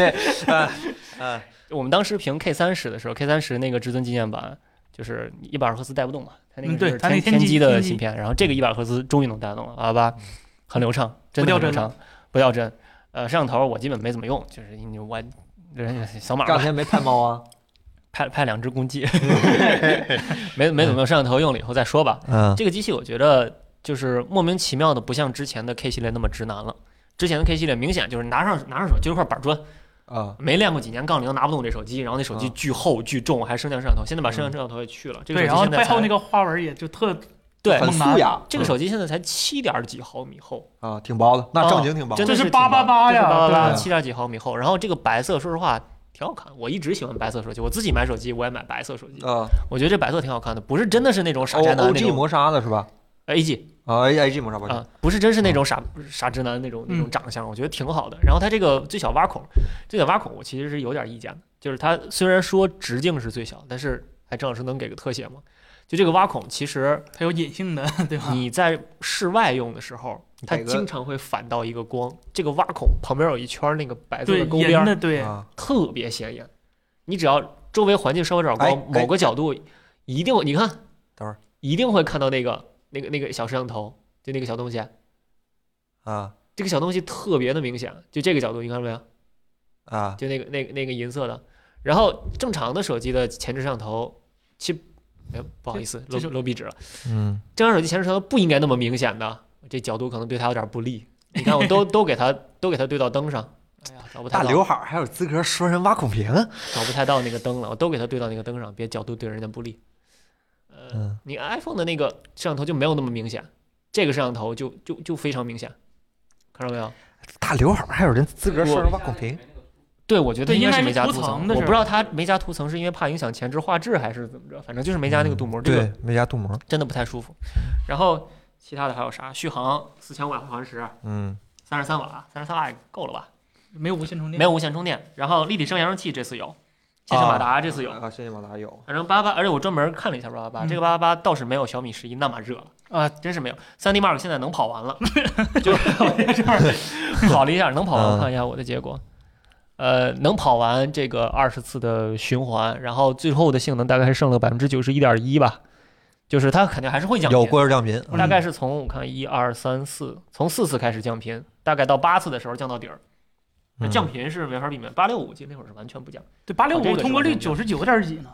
Speaker 5: 啊啊
Speaker 4: 我们当时评 K 三十的时候，K 三十那个至尊纪念版就是一百赫兹带不动嘛，它那个
Speaker 3: 嗯对
Speaker 4: 是
Speaker 3: 它那
Speaker 4: 天
Speaker 3: 天玑
Speaker 4: 玑的
Speaker 3: 天玑嗯
Speaker 4: 芯片，然后这个一百赫兹终于能带动了，好吧，很流畅，真的
Speaker 3: 不掉
Speaker 4: 很流
Speaker 3: 帧
Speaker 4: 畅，不掉帧。呃，摄像头我基本没怎么用，就是你我人扫码
Speaker 5: 这两
Speaker 4: 吧，
Speaker 5: 天没拍猫啊？
Speaker 4: 拍拍两只公 鸡， 没没怎么用摄像头，用了以后再说吧。
Speaker 1: 啊
Speaker 5: 嗯
Speaker 4: 这个机器我觉得就是莫名其妙的不像之前的 K 系列那么直男了。之前的 K 系列明显就是拿上拿上手就一块板砖，
Speaker 5: 啊，
Speaker 4: 没练过几年杠铃拿不动这手机，然后那手机
Speaker 5: 啊
Speaker 4: 巨厚巨重，还升降摄像头。现在把升降摄像头也去了，这个
Speaker 3: 对，
Speaker 4: 手机
Speaker 3: 然后
Speaker 4: 现在
Speaker 3: 背后那
Speaker 4: 才
Speaker 3: 个花纹也就特
Speaker 4: 对
Speaker 5: 很
Speaker 3: 猛
Speaker 5: 素
Speaker 3: 男
Speaker 5: 雅，
Speaker 1: 嗯
Speaker 4: 这个手机现在才七点几毫米厚，
Speaker 5: 嗯啊挺薄的，那正经挺薄
Speaker 4: 真
Speaker 5: 的。
Speaker 4: 的
Speaker 3: 这
Speaker 4: 是
Speaker 3: 是
Speaker 4: 挺薄的
Speaker 3: 888
Speaker 4: 这是
Speaker 3: 呀
Speaker 4: 八八八
Speaker 5: 对
Speaker 4: 七点几毫米厚。然后这个白色，说实话挺好看，我一直喜欢白色手机，我自己买手机我也买白色手机，
Speaker 5: 啊
Speaker 4: 我觉得这白色挺好看的，不是真的是那种
Speaker 1: 哦
Speaker 4: 傻
Speaker 5: ，O
Speaker 4: 宅男
Speaker 5: O
Speaker 4: 那
Speaker 5: G
Speaker 4: 种
Speaker 5: 磨砂的是吧？
Speaker 4: A G
Speaker 5: 啊，A I G 磨砂不是
Speaker 4: 啊，不是真是那
Speaker 5: 嗯
Speaker 4: 种傻傻直男那种那种
Speaker 3: 嗯
Speaker 4: 长相，我觉得挺好的。然后它这个最小挖孔，最小挖孔我其实是有点意见的，就是它虽然说直径是最小，但是哎，郑老师能给个特写吗？就这个挖孔，其实
Speaker 3: 它有隐性的，对吧？
Speaker 4: 你在室外用的时候，它
Speaker 5: 啊给个
Speaker 4: 经常会反到一个光，这个挖孔旁边有一圈那个白色
Speaker 3: 对
Speaker 4: 的勾边
Speaker 3: 银
Speaker 4: 儿，
Speaker 3: 的，对，
Speaker 5: 啊，
Speaker 4: 特别显眼。你只要周围环境稍微找光
Speaker 5: 哎，哎
Speaker 4: 某个角度一定你看，
Speaker 5: 等会儿
Speaker 4: 一定会看到那个那个那个小摄像头，就那个小东西。
Speaker 5: 啊
Speaker 4: 这个小东西特别的明显，就这个角度，你看到没有？
Speaker 5: 啊，
Speaker 4: 就那个、那个、那个银色的。然后正常的手机的前置摄像头，其实，哎，不好意思，
Speaker 3: 这
Speaker 4: 露
Speaker 3: 这是
Speaker 4: 露壁纸了。
Speaker 5: 嗯，
Speaker 4: 正常手机前置摄像头不应该那么明显的，这角度可能对它有点不利。你看，我都都给它都给它对到灯上，哎呀，找不
Speaker 5: 大
Speaker 4: 太到，
Speaker 5: 刘海儿还有资格说人挖孔屏？
Speaker 4: 找不太到那个灯了，我都给它对到那个灯上，别角度对人家不利。呃，
Speaker 5: 嗯，
Speaker 4: 你 iPhone 的那个摄像头就没有那么明显，这个摄像头就就就非常明显，看到没有？
Speaker 5: 大刘海儿还有人资格说人挖孔屏？
Speaker 4: 对，我觉得
Speaker 3: 对
Speaker 4: 应该是
Speaker 3: 应该是
Speaker 4: 没加
Speaker 3: 涂
Speaker 4: 涂
Speaker 3: 层
Speaker 4: 层，
Speaker 3: 的
Speaker 4: 我
Speaker 3: 是
Speaker 4: 不知道它没加涂层是因为怕影响前置画质还是怎么着，反正就是没加那个镀膜，这个
Speaker 5: 嗯对，没加镀膜。
Speaker 4: 真的不太舒服。然后其他的还有啥？续航四千五百毫安时，
Speaker 5: 嗯，
Speaker 4: 三十三瓦，三十三瓦也够了吧？
Speaker 3: 没有无线充电，
Speaker 4: 没有无线充电，然后立体声扬声器这次有，线性马达这次有，
Speaker 5: 啊，谢谢马达有。
Speaker 4: 反正八八八，而且我专门看了一下八八八，
Speaker 3: 嗯
Speaker 4: 这个八八八倒是没有小米十一那么热了。
Speaker 3: 啊，
Speaker 4: 真是没有，三 D Mark 现在能跑 完了，就我在这儿跑了一下，能跑完，
Speaker 5: 嗯
Speaker 4: 我看一下我的结果，呃，能跑完这个二十次的循环，然后最后的性能大概还剩了百分之九十一点一吧，就是它肯定还是会降
Speaker 5: 有
Speaker 4: 频，
Speaker 5: 过热嗯降频，
Speaker 4: 大概是从我看一二三四，从四次开始降频，大概到八次的时候降到底儿，那
Speaker 5: 嗯
Speaker 4: 降频是没法避免，八六五 G 那会儿是完全不降。
Speaker 3: 对，八六
Speaker 4: 啊这个
Speaker 3: 五
Speaker 4: 是
Speaker 3: 通过率
Speaker 4: 无线
Speaker 3: 九十九点几呢，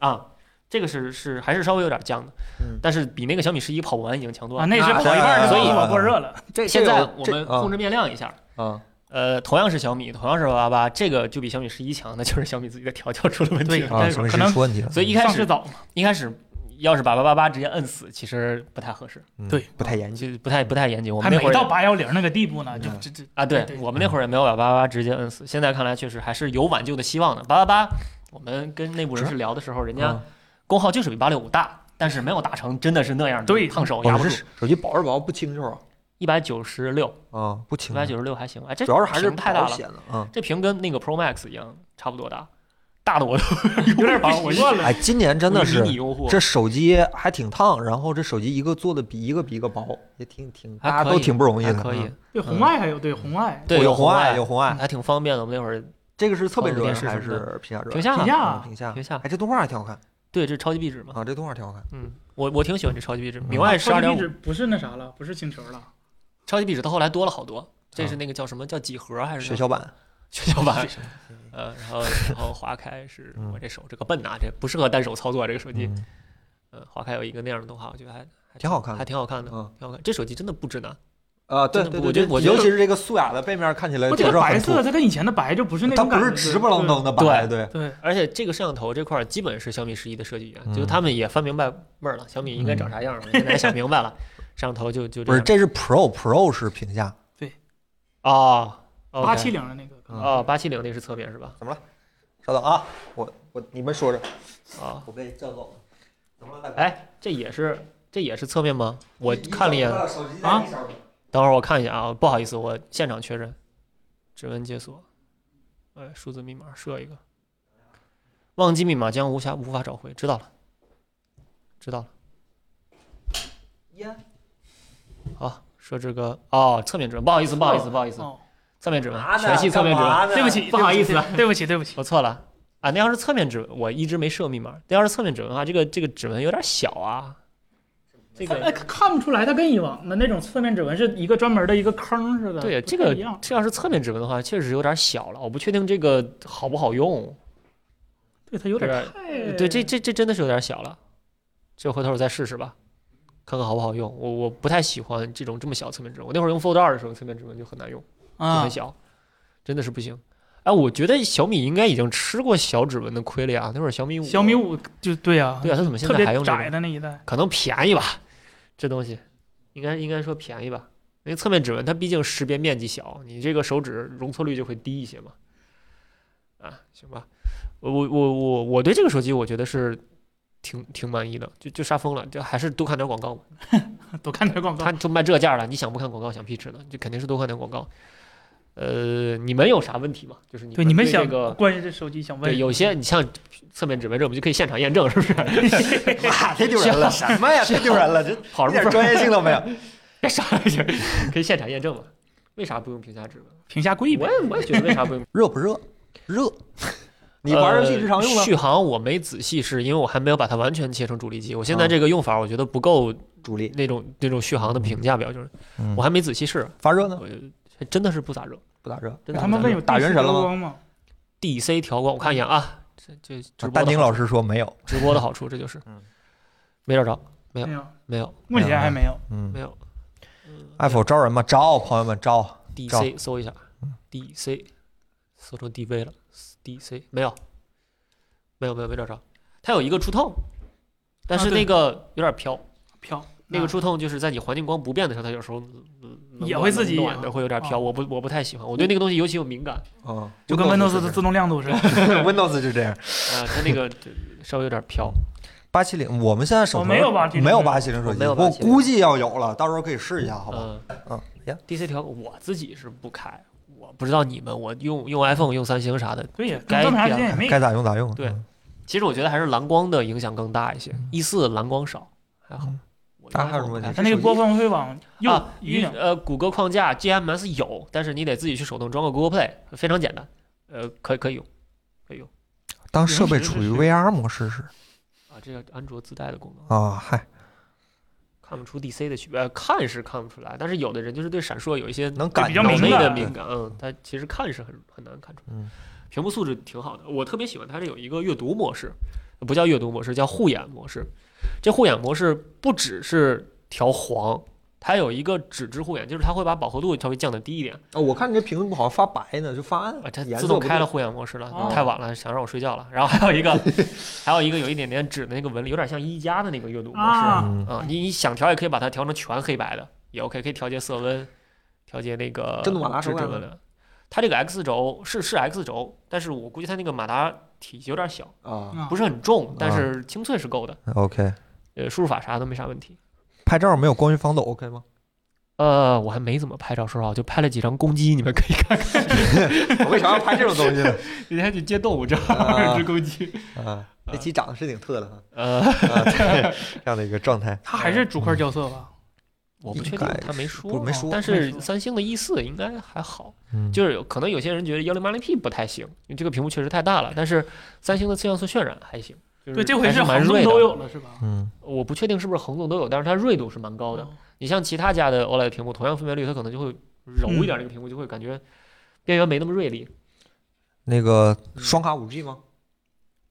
Speaker 4: 啊，这个是是还是稍微有点降的，
Speaker 5: 嗯
Speaker 4: 但是比那个小米十一跑不完已经强多了。
Speaker 3: 啊，那是跑一半
Speaker 4: 那
Speaker 3: 就
Speaker 4: 所以
Speaker 3: 自我过热了，
Speaker 5: 这
Speaker 4: 现在我
Speaker 5: 这
Speaker 4: 们
Speaker 5: 啊
Speaker 4: 控制面量一下，
Speaker 5: 啊，
Speaker 4: 呃，同样是小米，同样是八八八，这个就比小米十一强，那就是小米自己的调教出了问题
Speaker 3: 对
Speaker 4: 了。
Speaker 5: 啊，
Speaker 3: 但
Speaker 5: 什
Speaker 3: 是
Speaker 5: 么
Speaker 3: 可能
Speaker 5: 出问题了？
Speaker 4: 所以一开
Speaker 3: 上
Speaker 4: 始
Speaker 3: 市早嘛，
Speaker 4: 一开始要是把八八八直接摁死，其实不太合适，
Speaker 5: 嗯
Speaker 3: 对
Speaker 5: 不太严谨。
Speaker 4: 就不太不太严谨。我
Speaker 3: 还
Speaker 4: 们那
Speaker 3: 没
Speaker 4: 会
Speaker 3: 到
Speaker 4: 儿
Speaker 3: 八幺零那个地步呢，就
Speaker 5: 嗯
Speaker 3: 这这
Speaker 4: 啊，对
Speaker 3: 对对
Speaker 4: 我们那会儿也没有把八八八直接摁死，现在看来确实还是有挽救的希望的。八八八，我们跟内部人士聊的时候，人家
Speaker 5: 啊
Speaker 4: 功耗就是比八六五大，但是没有大成，真的是那样的
Speaker 3: 对
Speaker 4: 烫手压
Speaker 5: 我
Speaker 4: 不住
Speaker 5: 是，手机薄是薄，不清楚啊
Speaker 4: 一百九十六，
Speaker 5: 啊，不
Speaker 4: 一
Speaker 5: 清楚
Speaker 4: 百。九十六还行，哎，这
Speaker 5: 主要是还是
Speaker 4: 屏太大
Speaker 5: 保
Speaker 4: 了，
Speaker 5: 险了啊。
Speaker 4: 这屏跟那个 Pro Max 一样差不多大，大的我都有点
Speaker 5: 不
Speaker 4: 忙，我
Speaker 5: 习惯了。
Speaker 1: 哎，今年真的是
Speaker 5: 迷你用户，
Speaker 1: 这手机还挺烫，然后这手机一个做的比一个比一个薄，也挺挺
Speaker 4: 还
Speaker 1: 大家
Speaker 4: 可
Speaker 1: 都
Speaker 4: 以
Speaker 1: 挺不容易
Speaker 4: 还
Speaker 1: 的。
Speaker 4: 可以
Speaker 1: 嗯，，
Speaker 3: 对红外还有对红外，
Speaker 4: 对，
Speaker 1: 有红
Speaker 4: 外
Speaker 1: 有红外，
Speaker 4: 还挺方便的。我们那会儿
Speaker 1: 这个是侧背折
Speaker 4: 电视
Speaker 1: 还
Speaker 4: 什么
Speaker 1: 是屏下折？
Speaker 4: 屏下
Speaker 3: 评价
Speaker 1: 嗯屏下
Speaker 4: 屏下
Speaker 1: 哎，这动画还挺好看
Speaker 4: 对，这超级壁纸嘛，
Speaker 1: 啊，这动画挺好看。
Speaker 4: 嗯，我我挺喜欢这超级壁纸，
Speaker 1: 嗯
Speaker 4: 明爱十二
Speaker 3: 超级
Speaker 4: 点
Speaker 3: 壁
Speaker 4: 五
Speaker 3: 纸不是那啥了，不是星球了，
Speaker 4: 超级壁纸到后来多了好多，这是那个叫什么叫几何还是
Speaker 1: 血啊小板，
Speaker 4: 血小板？呃，然后然后划开是
Speaker 1: 嗯
Speaker 4: 我这手这个笨呐、这不适合单手操作这个手机。
Speaker 1: 嗯，
Speaker 4: 嗯，划开有一个那样的动画，我觉得还还
Speaker 1: 挺好看
Speaker 4: 还
Speaker 1: 的。
Speaker 4: 挺好看的，
Speaker 1: 嗯
Speaker 4: 挺好看。这手机真的不值拿，
Speaker 1: 啊，对
Speaker 4: 真的
Speaker 1: 对对
Speaker 4: 不我觉得
Speaker 1: 对
Speaker 4: 我觉
Speaker 1: 尤
Speaker 4: 得
Speaker 1: 其是这个素雅的背面看起
Speaker 4: 呃
Speaker 1: 来
Speaker 3: 不，
Speaker 1: 确
Speaker 3: 这
Speaker 1: 实
Speaker 3: 个白
Speaker 1: 很土
Speaker 3: 色，它跟以前的白就不是那
Speaker 1: 它不
Speaker 3: 种感觉，
Speaker 1: 是直不愣登的
Speaker 4: 对
Speaker 1: 白，对，
Speaker 3: 对。对，
Speaker 4: 而且这个摄像头这块儿基本是小米十一的设计语言，就是
Speaker 1: 嗯
Speaker 4: 他们也翻明白味儿了，小米应该长啥样了，现在也想明白了，摄像头就就
Speaker 1: 不
Speaker 4: 这
Speaker 1: 是，
Speaker 4: 样
Speaker 1: 这是 Pro，Pro 是屏下，
Speaker 4: 啊，哦
Speaker 3: 八七零的那个，
Speaker 1: 嗯
Speaker 4: 哦，八七零那是侧面是吧？
Speaker 1: 稍等啊，我我你们说着，
Speaker 4: 啊，
Speaker 1: 我被叫走了。怎么了，大哥？
Speaker 4: 哎，这也是这也是侧面吗？我看了一眼，
Speaker 3: 啊
Speaker 4: 等会儿我看一下啊，不好意思，我现场确认，指纹解锁，呃，数字密码设一个，忘记密码将无暇无法找回，知道了，知道了。
Speaker 1: 耶
Speaker 4: 好，设置个哦，侧面指纹，不好意思，不好意思，不好意思，
Speaker 3: 哦，
Speaker 4: 侧面指纹，全系侧面指纹，
Speaker 3: 对不起，
Speaker 4: 不好意思
Speaker 3: 对不起，对不起，对不起，
Speaker 4: 我错了啊。那要是侧面指纹，我一直没设密码。那要是侧面指纹的话，这个这个指纹有点小啊，这
Speaker 3: 它哎，
Speaker 4: 个。
Speaker 3: 看不出来，它跟以往的那种侧面指纹是一个专门的一个坑似的。
Speaker 4: 对，
Speaker 3: 不
Speaker 4: 这
Speaker 3: 太
Speaker 4: 个
Speaker 3: 一样。
Speaker 4: 这要是侧面指纹的话，确实有点小了。我不确定这个好不好用。
Speaker 3: 对它有点太
Speaker 4: 对，这这这真的是有点小了，这回头我再试试吧，看看好不好用。我我不太喜欢这种这么小侧面指纹，我那会儿用 Fold 二的时候，侧面指纹就很难用，就
Speaker 3: 啊
Speaker 4: 很，小，真的是不行。哎，我觉得小米应该已经吃过小指纹的亏了呀。那会儿小米五，
Speaker 3: 小米，五就对啊，
Speaker 4: 对啊，它怎么现
Speaker 3: 特
Speaker 4: 在
Speaker 3: 别
Speaker 4: 还用这
Speaker 3: 窄
Speaker 4: 个？
Speaker 3: 的那一代，
Speaker 4: 可能便宜吧，这东西应该应该说便宜吧，因为侧面指纹它毕竟识别面积小，你这个手指容错率就会低一些嘛。啊，行吧，我我我我我对这个手机我觉得是挺挺满意的，就就杀疯了，就还是多看点广告吧。
Speaker 3: 多看点广告
Speaker 4: 它。就卖这价了，你想不看广告想屁吃呢？就肯定是多看点广告。呃，你们有啥问题吗？就是你
Speaker 3: 对，你
Speaker 4: 们
Speaker 3: 们
Speaker 4: 对
Speaker 3: 想
Speaker 4: 这个。
Speaker 3: 关于这手机想问
Speaker 4: 对，有些你像侧面指纹这，我们就可以现场验证，是不是？
Speaker 1: 啊，太丢人了，什么呀？太丢人了，这
Speaker 4: 跑
Speaker 1: 一
Speaker 4: 什
Speaker 1: 点
Speaker 4: 么
Speaker 1: 专业性都 没有。
Speaker 4: 别傻了，就可以现场验证嘛？为啥不用评价指纹？
Speaker 3: 评价贵呗
Speaker 4: 我。也我也觉得为啥不用？
Speaker 1: 热不热？热。 你玩游戏日常用啊
Speaker 4: 呃
Speaker 1: 吗？
Speaker 4: 续航我没仔细试，因为我还没有把它完全切成主力机。我现在
Speaker 1: 啊
Speaker 4: 这个用法，我觉得不够
Speaker 1: 主力
Speaker 4: 那种那种续航的评价表，就是
Speaker 1: 嗯
Speaker 4: 我还没仔细试，
Speaker 1: 发热呢？
Speaker 4: 我还真的是不咋热，
Speaker 1: 不咋热。
Speaker 4: 真的
Speaker 3: 他们问有
Speaker 1: 打原神了吗
Speaker 3: 吗？
Speaker 4: DC 调光，我看一眼啊，这这直播
Speaker 1: 丹
Speaker 4: 的
Speaker 1: 宁
Speaker 4: 好
Speaker 1: 老师说没有。
Speaker 4: 直播的好处，这就是
Speaker 1: 嗯
Speaker 4: 没找着，没有
Speaker 3: 没有，
Speaker 4: 没有
Speaker 3: 目前还没有。
Speaker 1: 嗯
Speaker 4: 没有
Speaker 1: ，Apple 招人吗？招，朋友们招。
Speaker 4: ，DC 搜一下，DC 搜成 DV 了，DC 没有没有没有没找着，它有一个触痛，但
Speaker 3: 啊
Speaker 4: 是
Speaker 3: 对
Speaker 4: 那个有点飘。
Speaker 1: 啊
Speaker 3: 飘
Speaker 4: 那个触痛就是在你环境光不变的时候，它有时候嗯冷
Speaker 3: 也
Speaker 4: 暖
Speaker 3: 会自己
Speaker 4: 冷暖
Speaker 1: 啊
Speaker 4: 的会有点飘。我不我不太喜欢，我对那个东西尤其有敏感。
Speaker 1: 嗯，
Speaker 3: 就跟 Windows 的自动亮度似的。
Speaker 1: Windows 就这样。
Speaker 4: 呃，它 那个稍微有点飘。
Speaker 1: 八七零，我们现在手头
Speaker 3: 我没有吧
Speaker 1: 没有八七零手机，
Speaker 4: 没有
Speaker 1: 不过
Speaker 4: 870
Speaker 1: 估计要有了，到时候可以试一下，好吧？
Speaker 4: 嗯
Speaker 1: 嗯，行，
Speaker 4: ，DC 调我自己是不开，我不知道你们，我用用 iPhone 用三星啥的。
Speaker 3: 对呀，
Speaker 4: 该
Speaker 3: 这么长时间也没
Speaker 1: 该咋用咋用。
Speaker 4: 对
Speaker 1: 嗯
Speaker 4: 其实我觉得还是蓝光的影响更大一些
Speaker 1: 嗯。
Speaker 4: E 四蓝光少，还好
Speaker 1: 嗯。
Speaker 4: 我
Speaker 1: 那
Speaker 4: 用
Speaker 1: 还有什么
Speaker 4: iPhone
Speaker 1: 问题
Speaker 3: 它那个播放会往右
Speaker 4: 啊，
Speaker 3: 移
Speaker 4: 与
Speaker 3: 两
Speaker 4: 呃谷歌框架 GMS 有，但是你得自己去手动装个 Google Play，非常简单。呃，可以可以用
Speaker 1: 当设备处于
Speaker 3: 原始是
Speaker 1: VR 模式时
Speaker 4: 啊，这个安卓自带的功能。
Speaker 1: 啊，嗨，
Speaker 4: 看不出 DC 的区别，呃看是看不出来，但是有的人就是对闪烁有一些
Speaker 1: 能感
Speaker 3: 比
Speaker 1: 觉
Speaker 3: 较
Speaker 4: 脑
Speaker 1: 到
Speaker 4: 内
Speaker 3: 敏感
Speaker 4: 的敏感，嗯，他其实看是很很难看出来。
Speaker 1: 嗯
Speaker 4: 屏幕素质挺好的，我特别喜欢它这有一个阅读模式，不叫阅读模式，叫护眼模式。这护眼模式不只是调黄，它有一个纸质护眼，就是它会把饱和度稍微降的低一点。
Speaker 1: 啊，我看你这屏幕好像发白呢，就发暗
Speaker 4: 啊，它
Speaker 1: 颜
Speaker 4: 自
Speaker 1: 色
Speaker 4: 动
Speaker 1: 不
Speaker 4: 开
Speaker 1: 对
Speaker 4: 了护眼模式了，
Speaker 3: 哦
Speaker 4: 太晚了，想让我睡觉了。然后还有一个，还有一个有一点点纸的那个纹理，有点像一加的那个阅读模式。
Speaker 3: 啊
Speaker 1: 嗯，
Speaker 4: 啊、你你想调也可以把它调成全黑白的，也 OK，可以调节色温，调节那个
Speaker 1: 真的马达手
Speaker 4: 制止
Speaker 1: 感
Speaker 4: 温
Speaker 1: 吗
Speaker 4: 的。它这个 X 轴是是 X 轴，但是我估计它那个马达体积有点小，
Speaker 1: 啊
Speaker 3: 啊
Speaker 4: 不是很重，但
Speaker 1: 啊
Speaker 4: 是清脆是够的，
Speaker 1: ，OK，
Speaker 4: 呃，输入法啥都没啥问题。
Speaker 1: 拍照没有光学防抖 OK 吗？
Speaker 4: 呃，我还没怎么拍照，说实话，我就拍了几张公鸡，你们可以看看。
Speaker 1: 我为啥要拍这种东 西呢？
Speaker 6: 人家去接动物照，
Speaker 1: 啊
Speaker 6: 只公鸡。
Speaker 1: 啊，那鸡长得是挺特的哈，
Speaker 4: 呃，
Speaker 1: 啊对这样的一个状态。
Speaker 3: 他还是主客交色吧？
Speaker 4: 我不确
Speaker 1: 应
Speaker 4: 定
Speaker 1: 该，
Speaker 4: 他没说
Speaker 1: 不
Speaker 4: 啊，
Speaker 1: 是没说
Speaker 4: 但
Speaker 3: 没
Speaker 4: 是
Speaker 3: 说
Speaker 4: 三星的 E 四应该还好，
Speaker 1: 嗯
Speaker 4: 就是有可能有些人觉得幺零八零 P 不太行，因为这个屏幕确实太大了，但是三星的次像素渲染还行。就是
Speaker 3: 对，这回
Speaker 4: 还
Speaker 3: 是
Speaker 4: 是蛮
Speaker 3: 横纵
Speaker 4: 锐
Speaker 3: 都
Speaker 4: 的，
Speaker 3: 有了是吧？
Speaker 1: 嗯
Speaker 4: 我不确定是不是横纵都有，但是它锐度是蛮高的。
Speaker 3: 嗯
Speaker 4: 你像其他家的 OLED 屏幕，同样分辨率，它可能就会柔一点，
Speaker 3: 嗯
Speaker 4: 这个屏幕就会感觉边缘没那么锐利。
Speaker 1: 那个嗯双卡五 G 吗？